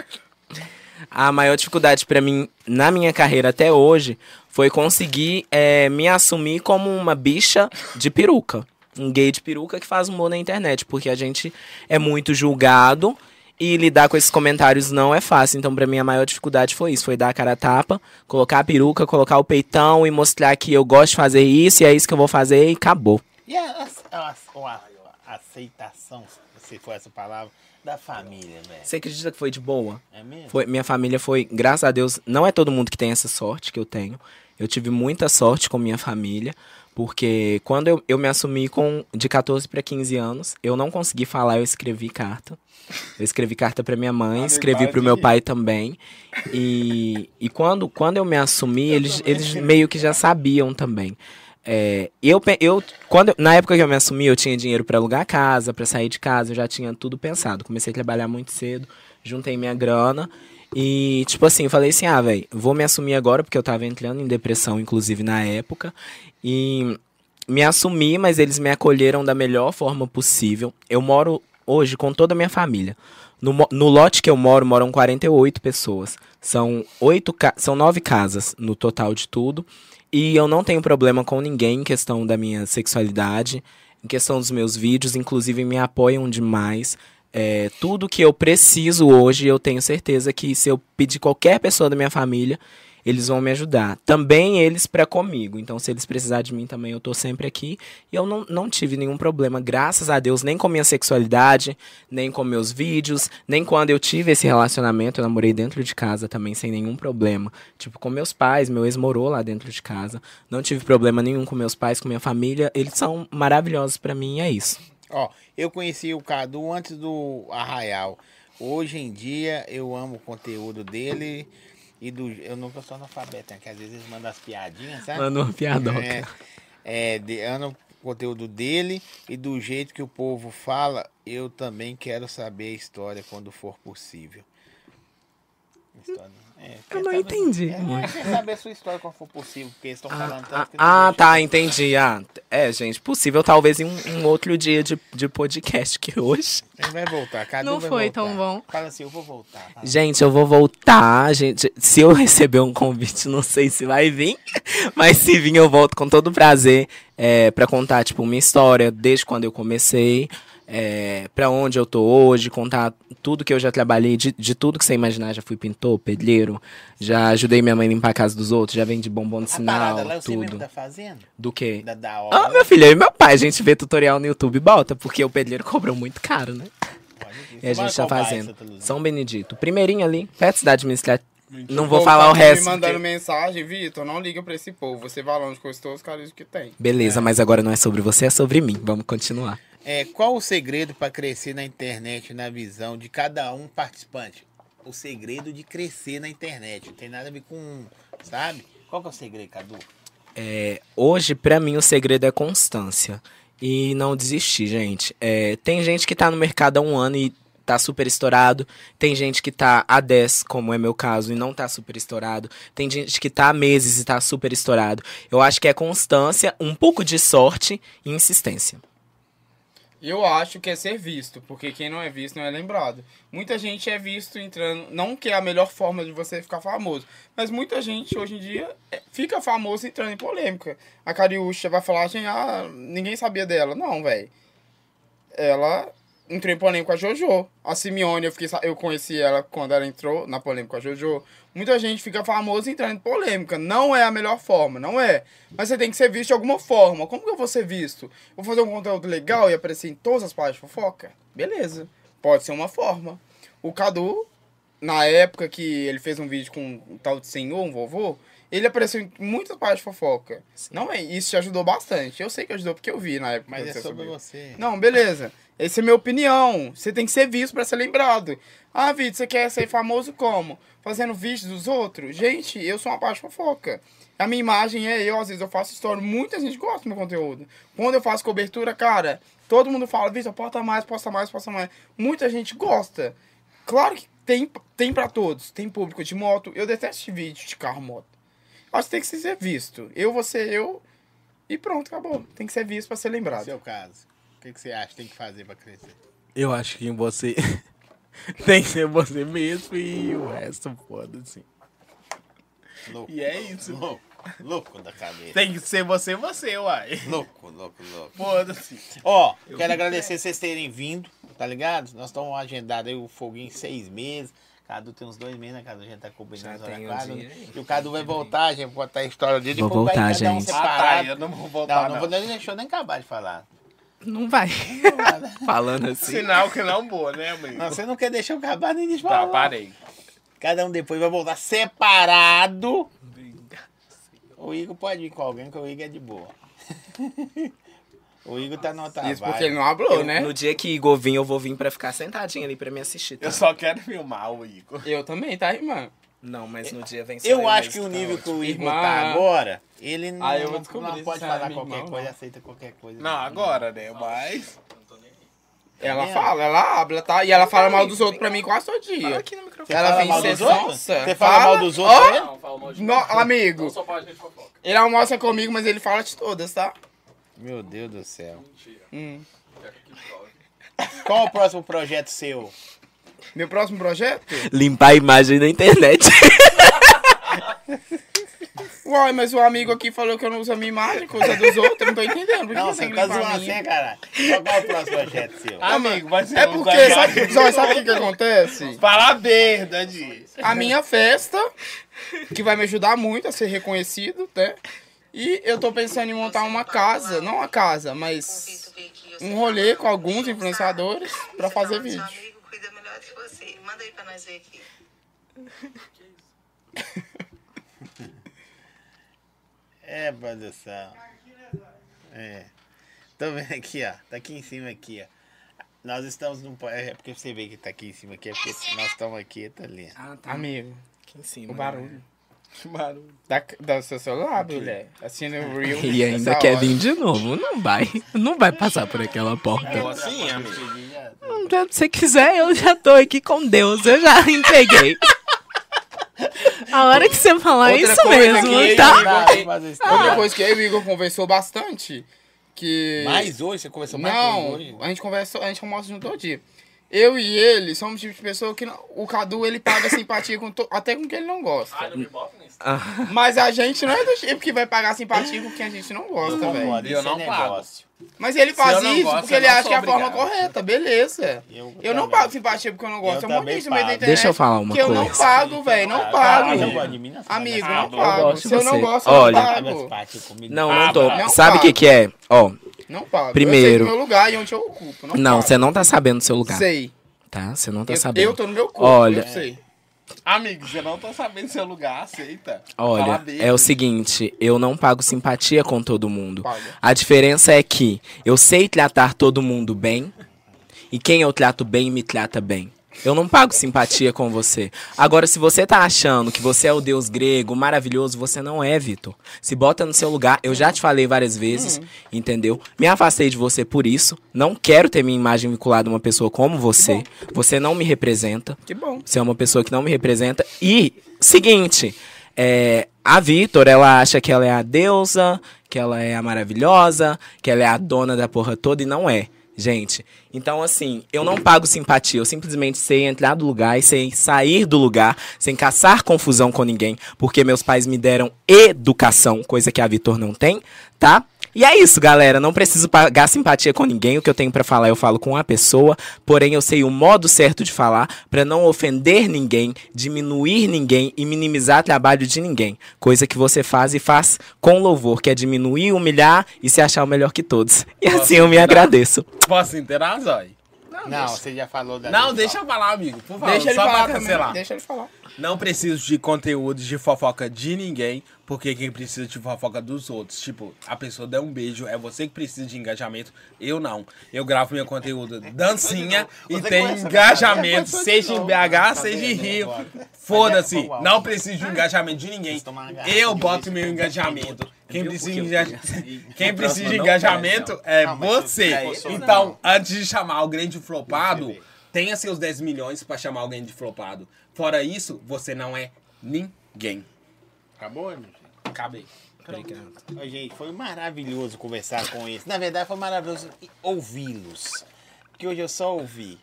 Speaker 3: A maior dificuldade pra mim na minha carreira até hoje foi conseguir eh, me assumir como uma bicha de peruca. Um gay de peruca que faz humor na internet, porque a gente é muito julgado E lidar com esses comentários não é fácil. Então, pra mim, a maior dificuldade foi isso. Foi dar a cara a tapa, colocar a peruca, colocar o peitão e mostrar que eu gosto de fazer isso e é isso que eu vou fazer e acabou.
Speaker 2: E é a, a- a- a- a aceitação, se for essa palavra, da família, velho.
Speaker 3: Você acredita que foi de boa?
Speaker 2: É mesmo?
Speaker 3: Foi- minha família foi, graças a Deus, não é todo mundo que tem essa sorte que eu tenho. Eu tive muita sorte com minha família, porque quando eu, eu me assumi com de 14 para 15 anos, eu não consegui falar, eu escrevi carta. Eu escrevi carta para minha mãe, escrevi para o Ah, meu pai também. E, e quando, quando eu me assumi, eles, eles meio que já sabiam também. É, eu, pe- eu, quando, eu- na época que eu me assumi, eu tinha dinheiro para alugar casa, para sair de casa, eu já tinha tudo pensado. Comecei a trabalhar muito cedo, juntei minha grana. E, tipo assim, eu falei assim: ah, velho, vou me assumir agora, porque eu tava entrando em depressão, inclusive na época. E me assumi, mas eles me acolheram da melhor forma possível. Eu moro hoje com toda a minha família. No, mo- no lote que eu moro, moram 48 pessoas. São, oito ca- são nove casas no total de tudo. E eu não tenho problema com ninguém em questão da minha sexualidade, em questão dos meus vídeos, inclusive me apoiam demais. É, tudo que eu preciso hoje, eu tenho certeza que se eu pedir qualquer pessoa da minha família, eles vão me ajudar. Também eles pra comigo. Então, se eles precisarem de mim também, eu tô sempre aqui. E eu não, não tive nenhum problema, graças a Deus, nem com minha sexualidade, nem com meus vídeos, nem quando eu tive esse relacionamento. Eu namorei dentro de casa também, sem nenhum problema. Tipo, com meus pais, meu ex morou lá dentro de casa. Não tive problema nenhum com meus pais, com minha família. Eles são maravilhosos pra mim, e é isso.
Speaker 2: Ó, eu conheci o Cadu antes do Arraial. Hoje em dia eu amo o conteúdo dele e do. Eu não tô só analfabeto, né? Que às vezes eles mandam as piadinhas, sabe?
Speaker 3: Mano, uma piadoca.
Speaker 2: É, é, de, eu amo o conteúdo dele e do jeito que o povo fala, eu também quero saber a história quando for possível. História- é, quer
Speaker 3: não
Speaker 2: saber-
Speaker 3: entendi
Speaker 2: É,
Speaker 3: muito.
Speaker 2: quer saber a sua história quando for possível, porque eles estão falando
Speaker 3: Ah,
Speaker 2: tanto que
Speaker 3: ah,
Speaker 2: não
Speaker 3: tá, entendi. Ah, é, gente, possível talvez em um, um outro dia de, de podcast que hoje.
Speaker 2: deixa. Ele vai voltar, Cadu
Speaker 6: Não
Speaker 2: vai
Speaker 6: foi
Speaker 2: voltar.
Speaker 6: tão bom.
Speaker 2: Fala assim, eu vou voltar. fala.
Speaker 3: Gente, eu vou voltar, gente. Se eu receber um convite, não sei se vai vir, mas se vir eu volto com todo prazer é, para contar tipo minha história desde quando eu comecei, é, para onde eu tô hoje, contar tudo que eu já trabalhei, de, de tudo que você imaginar, já fui pintor, pedreiro, já ajudei minha mãe a limpar a casa dos outros, já vendi bombom de
Speaker 2: A parada
Speaker 3: sinal,
Speaker 2: lá, você mesmo
Speaker 3: tudo.
Speaker 2: tá fazendo?
Speaker 3: Do quê?
Speaker 2: Da, da
Speaker 3: Ah,
Speaker 2: obra.
Speaker 3: meu filho, eu e meu pai, a gente vê tutorial no YouTube e bota, porque o pedreiro cobrou muito caro, né? E a gente tá fazendo. São Benedito. Primeirinho ali, perto da cidade administrativa. Não vou falar o resto.
Speaker 1: tá Me mandando
Speaker 3: porque-
Speaker 1: mensagem, Vitor, não liga pra esse povo. Você vai longe com os teus caras que tem.
Speaker 3: Beleza, mas agora não é sobre você, é sobre mim. Vamos continuar.
Speaker 2: É, qual o segredo para crescer na internet na visão de cada um participante? O segredo de crescer na internet. Não tem nada a ver com. um, Sabe? Qual que é o segredo, Cadu?
Speaker 3: Hoje, pra mim, o segredo é constância. E não desistir, gente. É, tem gente que tá no mercado há um ano e tá super estourado. Tem gente que tá há 10, como é meu caso, e não tá super estourado. Tem gente que tá há meses e tá super estourado. Eu acho que é constância, um pouco de sorte e insistência.
Speaker 1: Eu acho que é ser visto, porque quem não é visto não é lembrado. Muita gente é visto entrando, não que é a melhor forma de você ficar famoso, mas muita gente hoje em dia é, fica famoso entrando em polêmica. A Cariúcha vai falar assim, ah, ninguém sabia dela. Não, velho. Ela entrou em polêmica com a Jojo. A Simeone, eu, fiquei, sa- eu conheci ela quando ela entrou na polêmica com a Jojo. Muita gente fica famosa entrando em polêmica. Não é a melhor forma, não é. Mas você tem que ser visto de alguma forma. Como que eu vou ser visto? Vou fazer um conteúdo legal e aparecer em todas as páginas de fofoca? Beleza. Pode ser uma forma. O Cadu, na época que ele fez um vídeo com um tal de senhor, um vovô, ele apareceu em muitas páginas de fofoca. Não é? Isso te ajudou bastante. Eu sei que ajudou porque eu vi na época.
Speaker 2: Mas
Speaker 1: quando
Speaker 2: é
Speaker 1: você
Speaker 2: sobre
Speaker 1: subiu.
Speaker 2: você.
Speaker 1: Não, beleza. Essa é minha opinião. Você tem que ser visto pra ser lembrado. Ah, Vitor, você quer ser famoso como? Fazendo vídeos dos outros? Gente, eu sou uma parte fofoca. A minha imagem é eu, às vezes eu faço história. Muita gente gosta do meu conteúdo. Quando eu faço cobertura, cara, todo mundo fala, Vitor, posta mais, posta mais, posta mais. Muita gente gosta. Claro que tem, tem pra todos. Tem público de moto. Eu detesto vídeo de carro moto. Acho que tem que ser visto. Eu, você, eu. E pronto, acabou. Tem que ser visto pra ser
Speaker 2: No
Speaker 1: lembrado.
Speaker 2: seu caso. O que, que você acha que tem que fazer para crescer?
Speaker 7: Eu acho que você tem que ser você mesmo e o resto foda-se.
Speaker 2: Louco.
Speaker 7: E é isso.
Speaker 2: Louco. Louco da cabeça.
Speaker 7: Tem que ser você você, uai.
Speaker 2: Louco, louco, louco.
Speaker 7: Foda-se.
Speaker 2: Ó, quero agradecer vocês terem vindo, tá ligado? Nós estamos agendados aí o foguinho em seis meses. Cadu tem uns dois meses, né, Cadu? A gente tá combinando
Speaker 3: Já
Speaker 2: os horários
Speaker 3: tem
Speaker 2: com o Cadu,
Speaker 3: um
Speaker 2: né?
Speaker 3: dinheiro aí.
Speaker 2: E o Cadu vai voltar, a gente vai botar a história dele
Speaker 7: Vou
Speaker 2: e pôr pra
Speaker 7: voltar,
Speaker 2: cada um
Speaker 7: gente.
Speaker 4: Ah, tá,
Speaker 2: separado.
Speaker 4: eu não vou
Speaker 2: não,
Speaker 4: voltar,
Speaker 2: não,
Speaker 4: não.
Speaker 2: vou nem deixou nem acabar de falar.
Speaker 6: Não vai.
Speaker 3: Falando assim.
Speaker 4: Sinal que não boa, né, amigo?
Speaker 2: Não, você não quer deixar eu acabar nem de falar.
Speaker 4: Tá, parei.
Speaker 2: Cada um depois vai voltar separado. O Igor pode ir com alguém, que o Igor é de boa. o Igor tá no outra
Speaker 1: Isso porque
Speaker 2: vibe.
Speaker 1: ele não hablou, né?
Speaker 3: No dia que Igor vir, eu vou vir pra ficar sentadinha ali pra me assistir. tá?
Speaker 4: Eu só quero filmar o Igor.
Speaker 1: Eu também, tá, irmã?
Speaker 3: Não, mas no dia vem só
Speaker 2: Eu acho
Speaker 3: mas
Speaker 2: que o
Speaker 3: tá
Speaker 2: nível que
Speaker 3: ótimo.
Speaker 2: o Igor
Speaker 1: Irmã.
Speaker 2: tá agora, ele não,
Speaker 1: Ah, eu vou
Speaker 2: não
Speaker 1: descobrir se
Speaker 2: pode
Speaker 1: você é
Speaker 2: falar
Speaker 1: meu
Speaker 2: qualquer
Speaker 1: irmão,
Speaker 2: coisa,
Speaker 1: não.
Speaker 2: aceita qualquer coisa.
Speaker 4: Não, agora, né? Mas.
Speaker 1: Ela
Speaker 2: É.
Speaker 1: fala, ela habla, tá? E ela fala mal dos outros pra mim quase todo
Speaker 3: Fala
Speaker 1: dia.
Speaker 3: aqui no microfone.
Speaker 1: Ela
Speaker 2: fala
Speaker 1: vem
Speaker 2: mal
Speaker 1: ser
Speaker 2: dos outros?
Speaker 1: sonsa.
Speaker 2: Você fala mal dos outros
Speaker 1: Ó,
Speaker 2: mesmo?
Speaker 5: Não, fala mal de
Speaker 1: no- amigo,
Speaker 5: Não, só fala de fofoca.
Speaker 1: ele almoça comigo, mas ele fala de todas, tá?
Speaker 2: Meu Deus do céu.
Speaker 1: Hum.
Speaker 2: Qual o próximo projeto seu?
Speaker 1: Meu próximo projeto?
Speaker 3: Limpar a imagem da internet.
Speaker 1: Uai, mas o amigo aqui falou que eu não uso a minha imagem, coisa dos outros, eu não tô entendendo. Por que
Speaker 2: Não,
Speaker 1: você
Speaker 2: você
Speaker 1: tem que
Speaker 2: tá
Speaker 1: limpar
Speaker 2: zoando
Speaker 1: a
Speaker 2: assim,
Speaker 1: minha?
Speaker 2: caralho. Qual, qual o próximo projeto seu?
Speaker 4: Ah, amigo, mas você
Speaker 1: É
Speaker 4: não
Speaker 1: porque,
Speaker 4: vai-
Speaker 1: sabe, só- sabe o que que acontece?
Speaker 4: Fala a verdade.
Speaker 1: A minha festa, que vai me ajudar muito a ser reconhecido, né? E eu tô pensando em montar uma casa, não uma casa, mas um rolê com alguns influenciadores pra fazer vídeo.
Speaker 8: tá amigo cuida melhor de você. Manda aí pra nós ver aqui.
Speaker 2: É, produção. É. Tô vendo aqui, ó. Tá aqui em cima aqui, ó. Nós estamos num... po- É porque você vê que tá aqui em cima aqui, é porque nós estamos aqui, tá ali.
Speaker 3: ah, tá.
Speaker 1: Amigo,
Speaker 3: Aqui em cima. né?
Speaker 1: o barulho.
Speaker 4: Que barulho.
Speaker 1: Da, da seu celular, mulher. Assim no Real.
Speaker 3: E Ah. ainda
Speaker 1: essa
Speaker 3: quer
Speaker 1: hora.
Speaker 3: vir de novo. Não vai. Não vai passar por aquela porta.
Speaker 2: É.
Speaker 4: Eu assim, amigo.
Speaker 6: Se você quiser, eu já tô aqui com Deus. Eu já entreguei. A hora que você falar é
Speaker 1: Outra
Speaker 6: isso
Speaker 1: coisa
Speaker 6: mesmo,
Speaker 1: que-
Speaker 6: tá?
Speaker 2: Tá, vamos fazer isso.
Speaker 1: Outra coisa que eu e o Igor conversou bastante, que...
Speaker 2: Mais
Speaker 3: um?
Speaker 2: hoje? Você conversou mais com
Speaker 1: Não,
Speaker 2: o Igor hoje?
Speaker 1: a gente conversa, a gente almoça junto todo dia. Eu e ele somos o tipo de pessoa que não- o Cadu ele paga simpatia com to- até com quem ele não gosta.
Speaker 5: não me bota nisso.
Speaker 1: Mas a gente não é do tipo que vai pagar simpatia com quem a gente não gosta, velho.
Speaker 2: Concordo,
Speaker 4: Eu
Speaker 2: esse
Speaker 4: não
Speaker 2: é
Speaker 4: pago.
Speaker 2: negócio.
Speaker 1: Mas ele
Speaker 4: eu
Speaker 1: faz
Speaker 4: não
Speaker 1: isso
Speaker 4: gosto,
Speaker 1: porque
Speaker 4: eu
Speaker 1: ele
Speaker 4: não
Speaker 1: acha
Speaker 4: sou
Speaker 1: que é a forma
Speaker 4: obrigado.
Speaker 1: correta, beleza.
Speaker 2: Eu
Speaker 1: Eu, não
Speaker 2: também.
Speaker 1: pago simpatia porque eu não gosto. Eu
Speaker 2: Eu
Speaker 1: é um monte
Speaker 2: também
Speaker 1: de gente no meio da
Speaker 2: pago.
Speaker 1: internet
Speaker 3: Deixa eu falar uma
Speaker 1: que eu não
Speaker 3: coisa.
Speaker 1: pago, velho. Não
Speaker 2: Ah, não
Speaker 1: pago.
Speaker 2: gosta de mim, não.
Speaker 1: Amigo,
Speaker 2: Ah,
Speaker 1: não
Speaker 2: bom.
Speaker 1: pago.
Speaker 3: gosto de
Speaker 1: Se eu não
Speaker 3: você.
Speaker 1: gosto, eu não
Speaker 3: Olha.
Speaker 2: Paga as
Speaker 1: pago.
Speaker 2: partes comigo.
Speaker 3: Não,
Speaker 4: Ah,
Speaker 3: não tô.
Speaker 1: não
Speaker 3: Sabe o que
Speaker 1: pago.
Speaker 3: que é? Ó,
Speaker 1: Não pago. Eu sei
Speaker 3: Primeiro.
Speaker 1: do meu lugar e onde eu ocupo. Não,
Speaker 3: não,
Speaker 1: pago.
Speaker 3: você não tá sabendo do seu lugar,
Speaker 1: Sei.
Speaker 3: tá? Você não tá
Speaker 1: Eu,
Speaker 3: sabendo.
Speaker 1: eu tô no meu corpo.
Speaker 3: Olha.
Speaker 1: Eu sei.
Speaker 4: Amigo, você não tá sabendo seu lugar, aceita. Fala a
Speaker 3: Olha,
Speaker 4: verdade.
Speaker 3: é o seguinte, eu não pago simpatia com todo mundo.
Speaker 1: Paga.
Speaker 3: A diferença é que eu sei tratar todo mundo bem e quem eu trato bem me trata bem. Eu não pago simpatia com você. Agora, se você tá achando que você é o deus grego, maravilhoso, você não é, Vitor. Se bota no seu lugar. Eu já te falei várias vezes,
Speaker 1: Hum.
Speaker 3: entendeu? Me afastei de você por isso. Não quero ter minha imagem vinculada a uma pessoa como você. Você não me representa.
Speaker 1: Que bom.
Speaker 3: Você é uma pessoa que não me representa. E, seguinte, é, a Vitor, ela acha que ela é a deusa, que ela é a maravilhosa, que ela é a dona da porra toda e não é. Gente, então assim, eu não pago simpatia, eu simplesmente sei entrar do lugar e sei sair do lugar, sem caçar confusão com ninguém, porque meus pais me deram educação, coisa que a Vitor não tem, tá? E é isso, galera. Não preciso pagar simpatia com ninguém. O que eu tenho pra falar, eu falo com uma pessoa. Porém, eu sei o modo certo de falar pra não ofender ninguém, diminuir ninguém e minimizar trabalho de ninguém. Coisa que você faz e faz com louvor, que é diminuir, humilhar e se achar o melhor que todos. E assim eu me agradeço.
Speaker 4: Posso inteirar, Zói?
Speaker 2: Não, você já falou da
Speaker 4: Não, deixa eu falar, amigo. Por favor,
Speaker 1: Deixa ele
Speaker 4: só pra
Speaker 1: falar também.
Speaker 4: cancelar.
Speaker 1: Deixa ele falar.
Speaker 4: Não preciso de conteúdos de fofoca de ninguém, porque quem precisa de fofoca dos outros. Tipo, a pessoa der um beijo, é você que precisa de engajamento, eu não. Eu gravo meu conteúdo dancinha e
Speaker 2: Você
Speaker 4: tem
Speaker 2: começa,
Speaker 4: engajamento,
Speaker 2: começa de
Speaker 4: seja em
Speaker 2: novo.
Speaker 4: BH,
Speaker 2: Tá
Speaker 4: seja em
Speaker 2: vendo?
Speaker 4: Rio.
Speaker 2: Bora. Mas
Speaker 4: Foda-se,
Speaker 2: é pau alto.
Speaker 4: não preciso de engajamento de ninguém.
Speaker 2: Vocês tomam uma garrafa
Speaker 4: Eu
Speaker 2: de
Speaker 4: boto
Speaker 2: uísque
Speaker 4: meu
Speaker 2: com
Speaker 4: engajamento.
Speaker 2: conteúdo.
Speaker 4: Quem
Speaker 2: Viu?
Speaker 4: precisa,
Speaker 2: Porque
Speaker 4: de
Speaker 2: eu-
Speaker 4: engaja-
Speaker 2: Na
Speaker 4: Quem
Speaker 2: próxima
Speaker 4: precisa de
Speaker 2: não vai,
Speaker 4: engajamento
Speaker 2: não.
Speaker 4: é
Speaker 2: Não, mas eu-
Speaker 4: você.
Speaker 2: é isso,
Speaker 4: Então,
Speaker 2: não.
Speaker 4: antes de chamar alguém de flopado, tenha seus 10 milhões pra chamar alguém de flopado. Fora isso, você não é ninguém.
Speaker 2: Acabou, amigo?
Speaker 4: Acabei.
Speaker 2: Ô, Gente, foi maravilhoso conversar com eles. Na verdade, foi maravilhoso ouvi-los. Porque hoje eu só ouvi.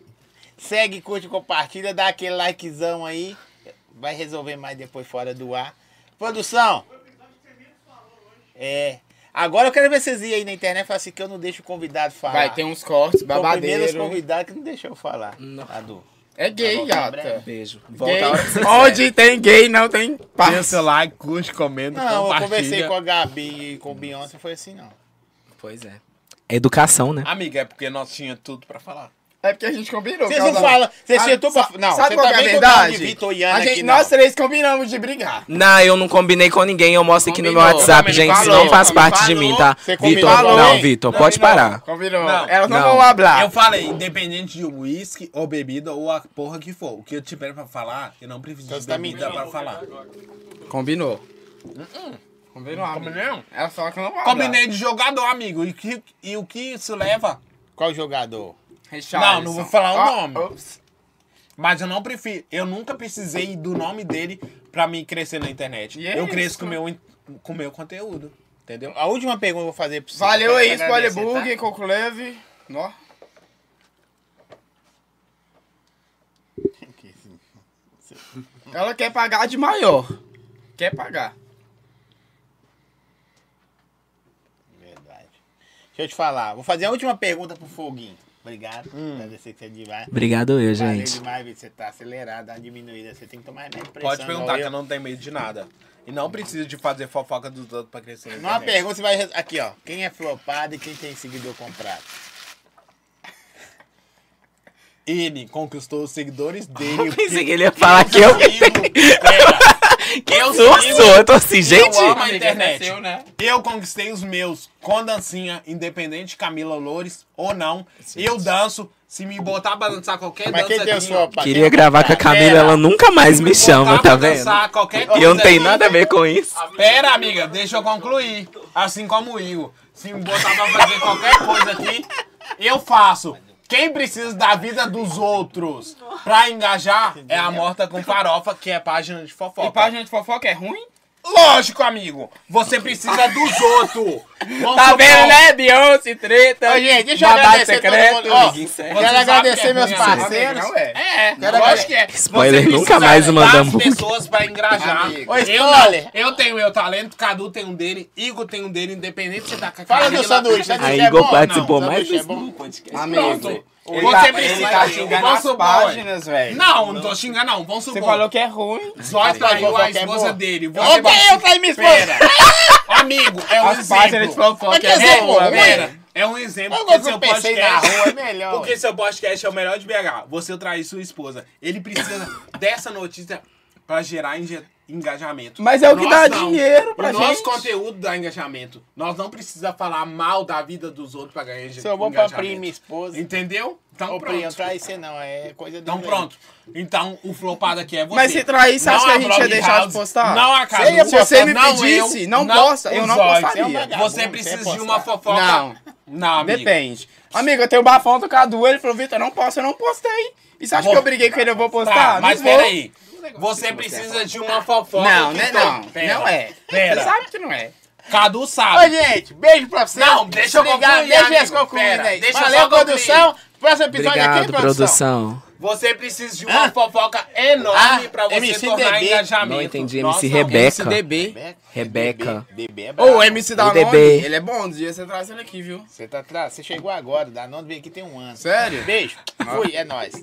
Speaker 2: Segue, curte, compartilha, dá aquele likezão aí. Vai resolver mais depois fora do ar. Produção! É. Agora eu quero ver vocês irem aí na internet e falar assim que eu não deixo o convidado falar.
Speaker 1: Vai, tem uns cortes,
Speaker 2: Foi o primeiro
Speaker 1: babadeiro.
Speaker 2: convidado que não deixou eu falar. Adu.
Speaker 1: É gay,
Speaker 2: Tá bom, tá
Speaker 1: gata.
Speaker 3: Beijo.
Speaker 1: Gay.
Speaker 3: Volta a hora que você
Speaker 1: Onde tem gay, não tem
Speaker 7: Deixa o
Speaker 1: paz.
Speaker 7: seu like, curte,
Speaker 1: Então
Speaker 7: comenta,
Speaker 2: Não, eu
Speaker 7: compartilha.
Speaker 2: conversei com a Gabi e com o Beyoncé, foi assim não.
Speaker 3: Pois é. É educação, né?
Speaker 4: Amiga, é porque nós tinha tudo pra falar.
Speaker 1: É porque a gente combinou.
Speaker 2: Vocês
Speaker 1: causa-
Speaker 2: não falam, vocês
Speaker 1: Ah,
Speaker 2: sentou pra...
Speaker 1: sa-
Speaker 2: Não,
Speaker 1: sabe
Speaker 2: você
Speaker 1: qual que
Speaker 2: tá
Speaker 1: é a
Speaker 2: bem que eu tava de
Speaker 1: verdade?
Speaker 2: Vitor e Ana
Speaker 1: A gente-
Speaker 2: aqui,
Speaker 1: Nós
Speaker 2: não.
Speaker 1: três combinamos de brigar.
Speaker 3: Não, eu não combinei com ninguém. Eu mostro aqui no meu
Speaker 1: Combinou.
Speaker 3: WhatsApp, gente. Isso não
Speaker 1: Falou,
Speaker 3: faz
Speaker 1: combinou.
Speaker 3: parte de mim, tá?
Speaker 2: Você combinou,
Speaker 3: Vitor,
Speaker 2: falou,
Speaker 3: não,
Speaker 2: hein?
Speaker 3: Vitor, pode
Speaker 1: Combinou,
Speaker 3: parar.
Speaker 1: Combinou.
Speaker 4: Não.
Speaker 1: Elas não,
Speaker 3: Não.
Speaker 1: vão hablar.
Speaker 4: Ah. Eu falei, independente de uísque ou bebida ou a porra que for, o que eu tiver pra falar, eu não preciso
Speaker 2: Então
Speaker 4: de
Speaker 2: você tá
Speaker 4: bebida
Speaker 2: mentindo.
Speaker 4: pra falar.
Speaker 1: Combinou. Combinou,
Speaker 2: Tá
Speaker 1: amigo.
Speaker 4: Combinei?
Speaker 1: Elas falam que não vão
Speaker 4: Combinei de jogador, amigo. E, que- e o que isso leva?
Speaker 2: Qual jogador?
Speaker 1: Richarlison.
Speaker 4: Não, não vou falar o
Speaker 1: Ah,
Speaker 4: nome.
Speaker 1: ops.
Speaker 4: Mas eu não prefiro. Eu nunca precisei do nome dele pra me crescer na internet.
Speaker 1: E é
Speaker 4: eu
Speaker 1: isso.
Speaker 4: cresço com o meu, in- com o meu conteúdo. Entendeu?
Speaker 2: A última pergunta eu vou fazer pra você.
Speaker 1: Valeu
Speaker 2: Eu
Speaker 1: aí,
Speaker 2: quero te agradecer, tá?
Speaker 1: Spoilerburg, Conclave. Nó. Ela quer pagar de maior. Quer pagar.
Speaker 2: tá? Verdade. Deixa eu te falar, vou fazer a última pergunta pro Foguinho. Obrigado,
Speaker 4: Hum.
Speaker 2: agradecer que você é demais.
Speaker 3: Obrigado eu,
Speaker 2: Valeu
Speaker 3: gente.
Speaker 2: demais, Vitor, você tá acelerado, dá uma diminuída, você tem que tomar mais pressão.
Speaker 4: Pode perguntar, que eu
Speaker 2: igual eu.
Speaker 4: não tenho medo de nada. E não preciso de fazer fofoca dos outros pra crescer na
Speaker 2: Numa
Speaker 4: internet.
Speaker 2: pergunta, você vai... res- Aqui, ó. Quem é flopado e quem tem seguidor comprado?
Speaker 4: Ele conquistou os seguidores dele.
Speaker 3: Pensei que ele ia falar que eu.
Speaker 4: né?
Speaker 3: Que
Speaker 4: Eu
Speaker 3: susto!
Speaker 4: sigo-
Speaker 3: Eu tô assim, gente.
Speaker 4: Eu amo a
Speaker 1: Amiga,
Speaker 4: internet.
Speaker 1: nasceu, né?
Speaker 4: Eu conquistei os meus com dancinha, independente de Camila Loures ou não. Eu danço. Se me botar pra dançar qualquer
Speaker 2: Mas quem
Speaker 4: dança
Speaker 2: deu
Speaker 4: aqui, ó.
Speaker 2: flopado?
Speaker 3: Queria gravar com a Camila,
Speaker 4: Pera.
Speaker 3: ela nunca mais me
Speaker 4: botar
Speaker 3: chama,
Speaker 4: pra
Speaker 3: tá vendo?
Speaker 4: dançar qualquer
Speaker 3: E eu não
Speaker 4: coisa
Speaker 3: tenho
Speaker 4: aqui.
Speaker 3: nada a ver com isso.
Speaker 4: Pera, amiga, deixa eu concluir. Assim como o Igor. Se me botar pra fazer qualquer coisa aqui, eu faço. Quem precisa da vida dos outros pra engajar é a Morta com Farofa, que é página de fofoca.
Speaker 1: E página de fofoca é ruim?
Speaker 4: Lógico, amigo. Você precisa dos outros. Vamos
Speaker 1: Tá
Speaker 4: supor,
Speaker 1: vendo, né? Beyoncé, treta.
Speaker 4: Então,
Speaker 2: Ô, gente, deixa eu
Speaker 1: babado
Speaker 2: agradecer todo
Speaker 1: secreto.
Speaker 2: mundo. Ó,
Speaker 1: Ninguém serve.
Speaker 2: quero
Speaker 4: sabe que é
Speaker 2: agradecer meus
Speaker 4: ruim,
Speaker 2: parceiros.
Speaker 1: Não é.
Speaker 4: É,
Speaker 2: Quero
Speaker 4: eu acho
Speaker 2: agradecer.
Speaker 4: que é.
Speaker 3: Spoiler,
Speaker 4: Você
Speaker 3: nunca
Speaker 4: precisa
Speaker 3: mais
Speaker 4: levar
Speaker 3: manda
Speaker 4: as
Speaker 3: muito.
Speaker 4: pessoas pra engrajar.
Speaker 2: Ô,
Speaker 4: Eu,
Speaker 2: spoiler.
Speaker 4: não. eu tenho meu talento, Cadu tem um dele, Igor tem um dele, independente se você tá com a
Speaker 2: Fala
Speaker 4: Camila.
Speaker 2: do sanduíche.
Speaker 1: né?
Speaker 3: A
Speaker 2: sanduíche é
Speaker 3: Igor
Speaker 2: bom?
Speaker 3: participou
Speaker 2: Não,
Speaker 3: mais
Speaker 2: sanduíche é
Speaker 3: vezes
Speaker 2: bom.
Speaker 3: no podcast.
Speaker 1: Amigo.
Speaker 4: Pronto.
Speaker 1: Ele
Speaker 4: Você
Speaker 1: tá- ele
Speaker 4: precisa
Speaker 1: tá
Speaker 4: de
Speaker 1: xingando
Speaker 4: vamos
Speaker 1: as
Speaker 4: supor.
Speaker 1: páginas, velho.
Speaker 4: Não, não tô xingando, não. Vamos supor.
Speaker 1: Você falou que é ruim.
Speaker 4: Zói traiu a
Speaker 2: Fofoca é
Speaker 4: esposa
Speaker 2: boa.
Speaker 4: dele. Você
Speaker 2: Ok, eu traí minha esposa.
Speaker 4: Amigo, é um
Speaker 1: As páginas de
Speaker 4: exemplo.
Speaker 1: fofoca
Speaker 2: Mas quer
Speaker 1: é
Speaker 2: dizer,
Speaker 1: boa,
Speaker 2: pô,
Speaker 1: velho.
Speaker 4: Pera, é um exemplo.
Speaker 2: Mas
Speaker 4: porque
Speaker 2: quando eu
Speaker 4: seu
Speaker 2: pensei na
Speaker 4: podcast-
Speaker 2: rua, é melhor.
Speaker 4: Porque seu podcast é o melhor de BH. Você trair sua esposa. Ele precisa dessa notícia pra gerar enge- engajamento.
Speaker 1: Mas é o que
Speaker 4: Nós
Speaker 1: dá
Speaker 4: não.
Speaker 1: dinheiro pra
Speaker 4: O nosso
Speaker 1: gente.
Speaker 4: conteúdo dá engajamento. Nós não precisamos falar mal da vida dos outros pra ganhar engajamento.
Speaker 2: Sou bom pra prima, esposa.
Speaker 4: Entendeu? Então
Speaker 2: Ô, prima,
Speaker 4: pronto.
Speaker 2: trai você não, é coisa do...
Speaker 4: Então pronto. Então o flopado aqui é você.
Speaker 1: Mas se traísse,
Speaker 4: Não
Speaker 1: acha que a gente ia
Speaker 4: Bloghouse,
Speaker 1: deixar de postar?
Speaker 4: Não
Speaker 1: Você
Speaker 4: a
Speaker 1: ia
Speaker 4: Cadu.
Speaker 1: postar, se você me
Speaker 4: não
Speaker 1: pedisse,
Speaker 4: eu,
Speaker 1: não posta, eu
Speaker 4: o
Speaker 1: não
Speaker 4: Zóio.
Speaker 1: postaria.
Speaker 4: Você é um vagabundo, Você precisa
Speaker 2: você
Speaker 4: de uma
Speaker 2: postar.
Speaker 4: fofoca.
Speaker 1: Não.
Speaker 4: Não, amigo. Tá,
Speaker 1: Depende. Amigo, eu tenho o bafão do Cadu, ele falou, Vitor, eu não posso, eu não postei. E você acha
Speaker 4: Vou-
Speaker 1: que eu briguei com ele, eu vou postar?
Speaker 4: Tá,
Speaker 1: Não
Speaker 4: mas
Speaker 1: vou.
Speaker 4: peraí. Você precisa de uma fofoca.
Speaker 1: Não,
Speaker 4: que
Speaker 1: né,
Speaker 4: tá-
Speaker 1: não.
Speaker 4: Pera,
Speaker 1: Não é. Você
Speaker 4: Pera.
Speaker 1: sabe que não é.
Speaker 4: Cadu
Speaker 2: Ô,
Speaker 4: sabe.
Speaker 2: gente, beijo pra vocês.
Speaker 4: Não, deixa eu
Speaker 2: Obrigado,
Speaker 4: concluir,
Speaker 2: Deixa eles
Speaker 4: amigo.
Speaker 2: concluírem
Speaker 4: Pera,
Speaker 2: aí.
Speaker 4: deixa eu
Speaker 2: Valeu,
Speaker 4: só concluir.
Speaker 2: produção. Próximo episódio aqui,
Speaker 3: Obrigado, produção.
Speaker 4: Você precisa de uma fofoca enorme
Speaker 2: Ah,
Speaker 4: pra você
Speaker 2: MC
Speaker 4: tornar
Speaker 2: DB.
Speaker 4: engajamento.
Speaker 3: Não entendi,
Speaker 4: Nossa,
Speaker 3: MC Rebeca.
Speaker 1: DB.
Speaker 3: Rebeca.
Speaker 2: DB é brabo.
Speaker 1: Ou MC da
Speaker 3: DB.
Speaker 1: Ele é bom, devia ser traz ele aqui, viu?
Speaker 2: Você tá atrás, você chegou agora, da Danone veio aqui tem um ano.
Speaker 1: Sério?
Speaker 2: Beijo. Fui, é nóis.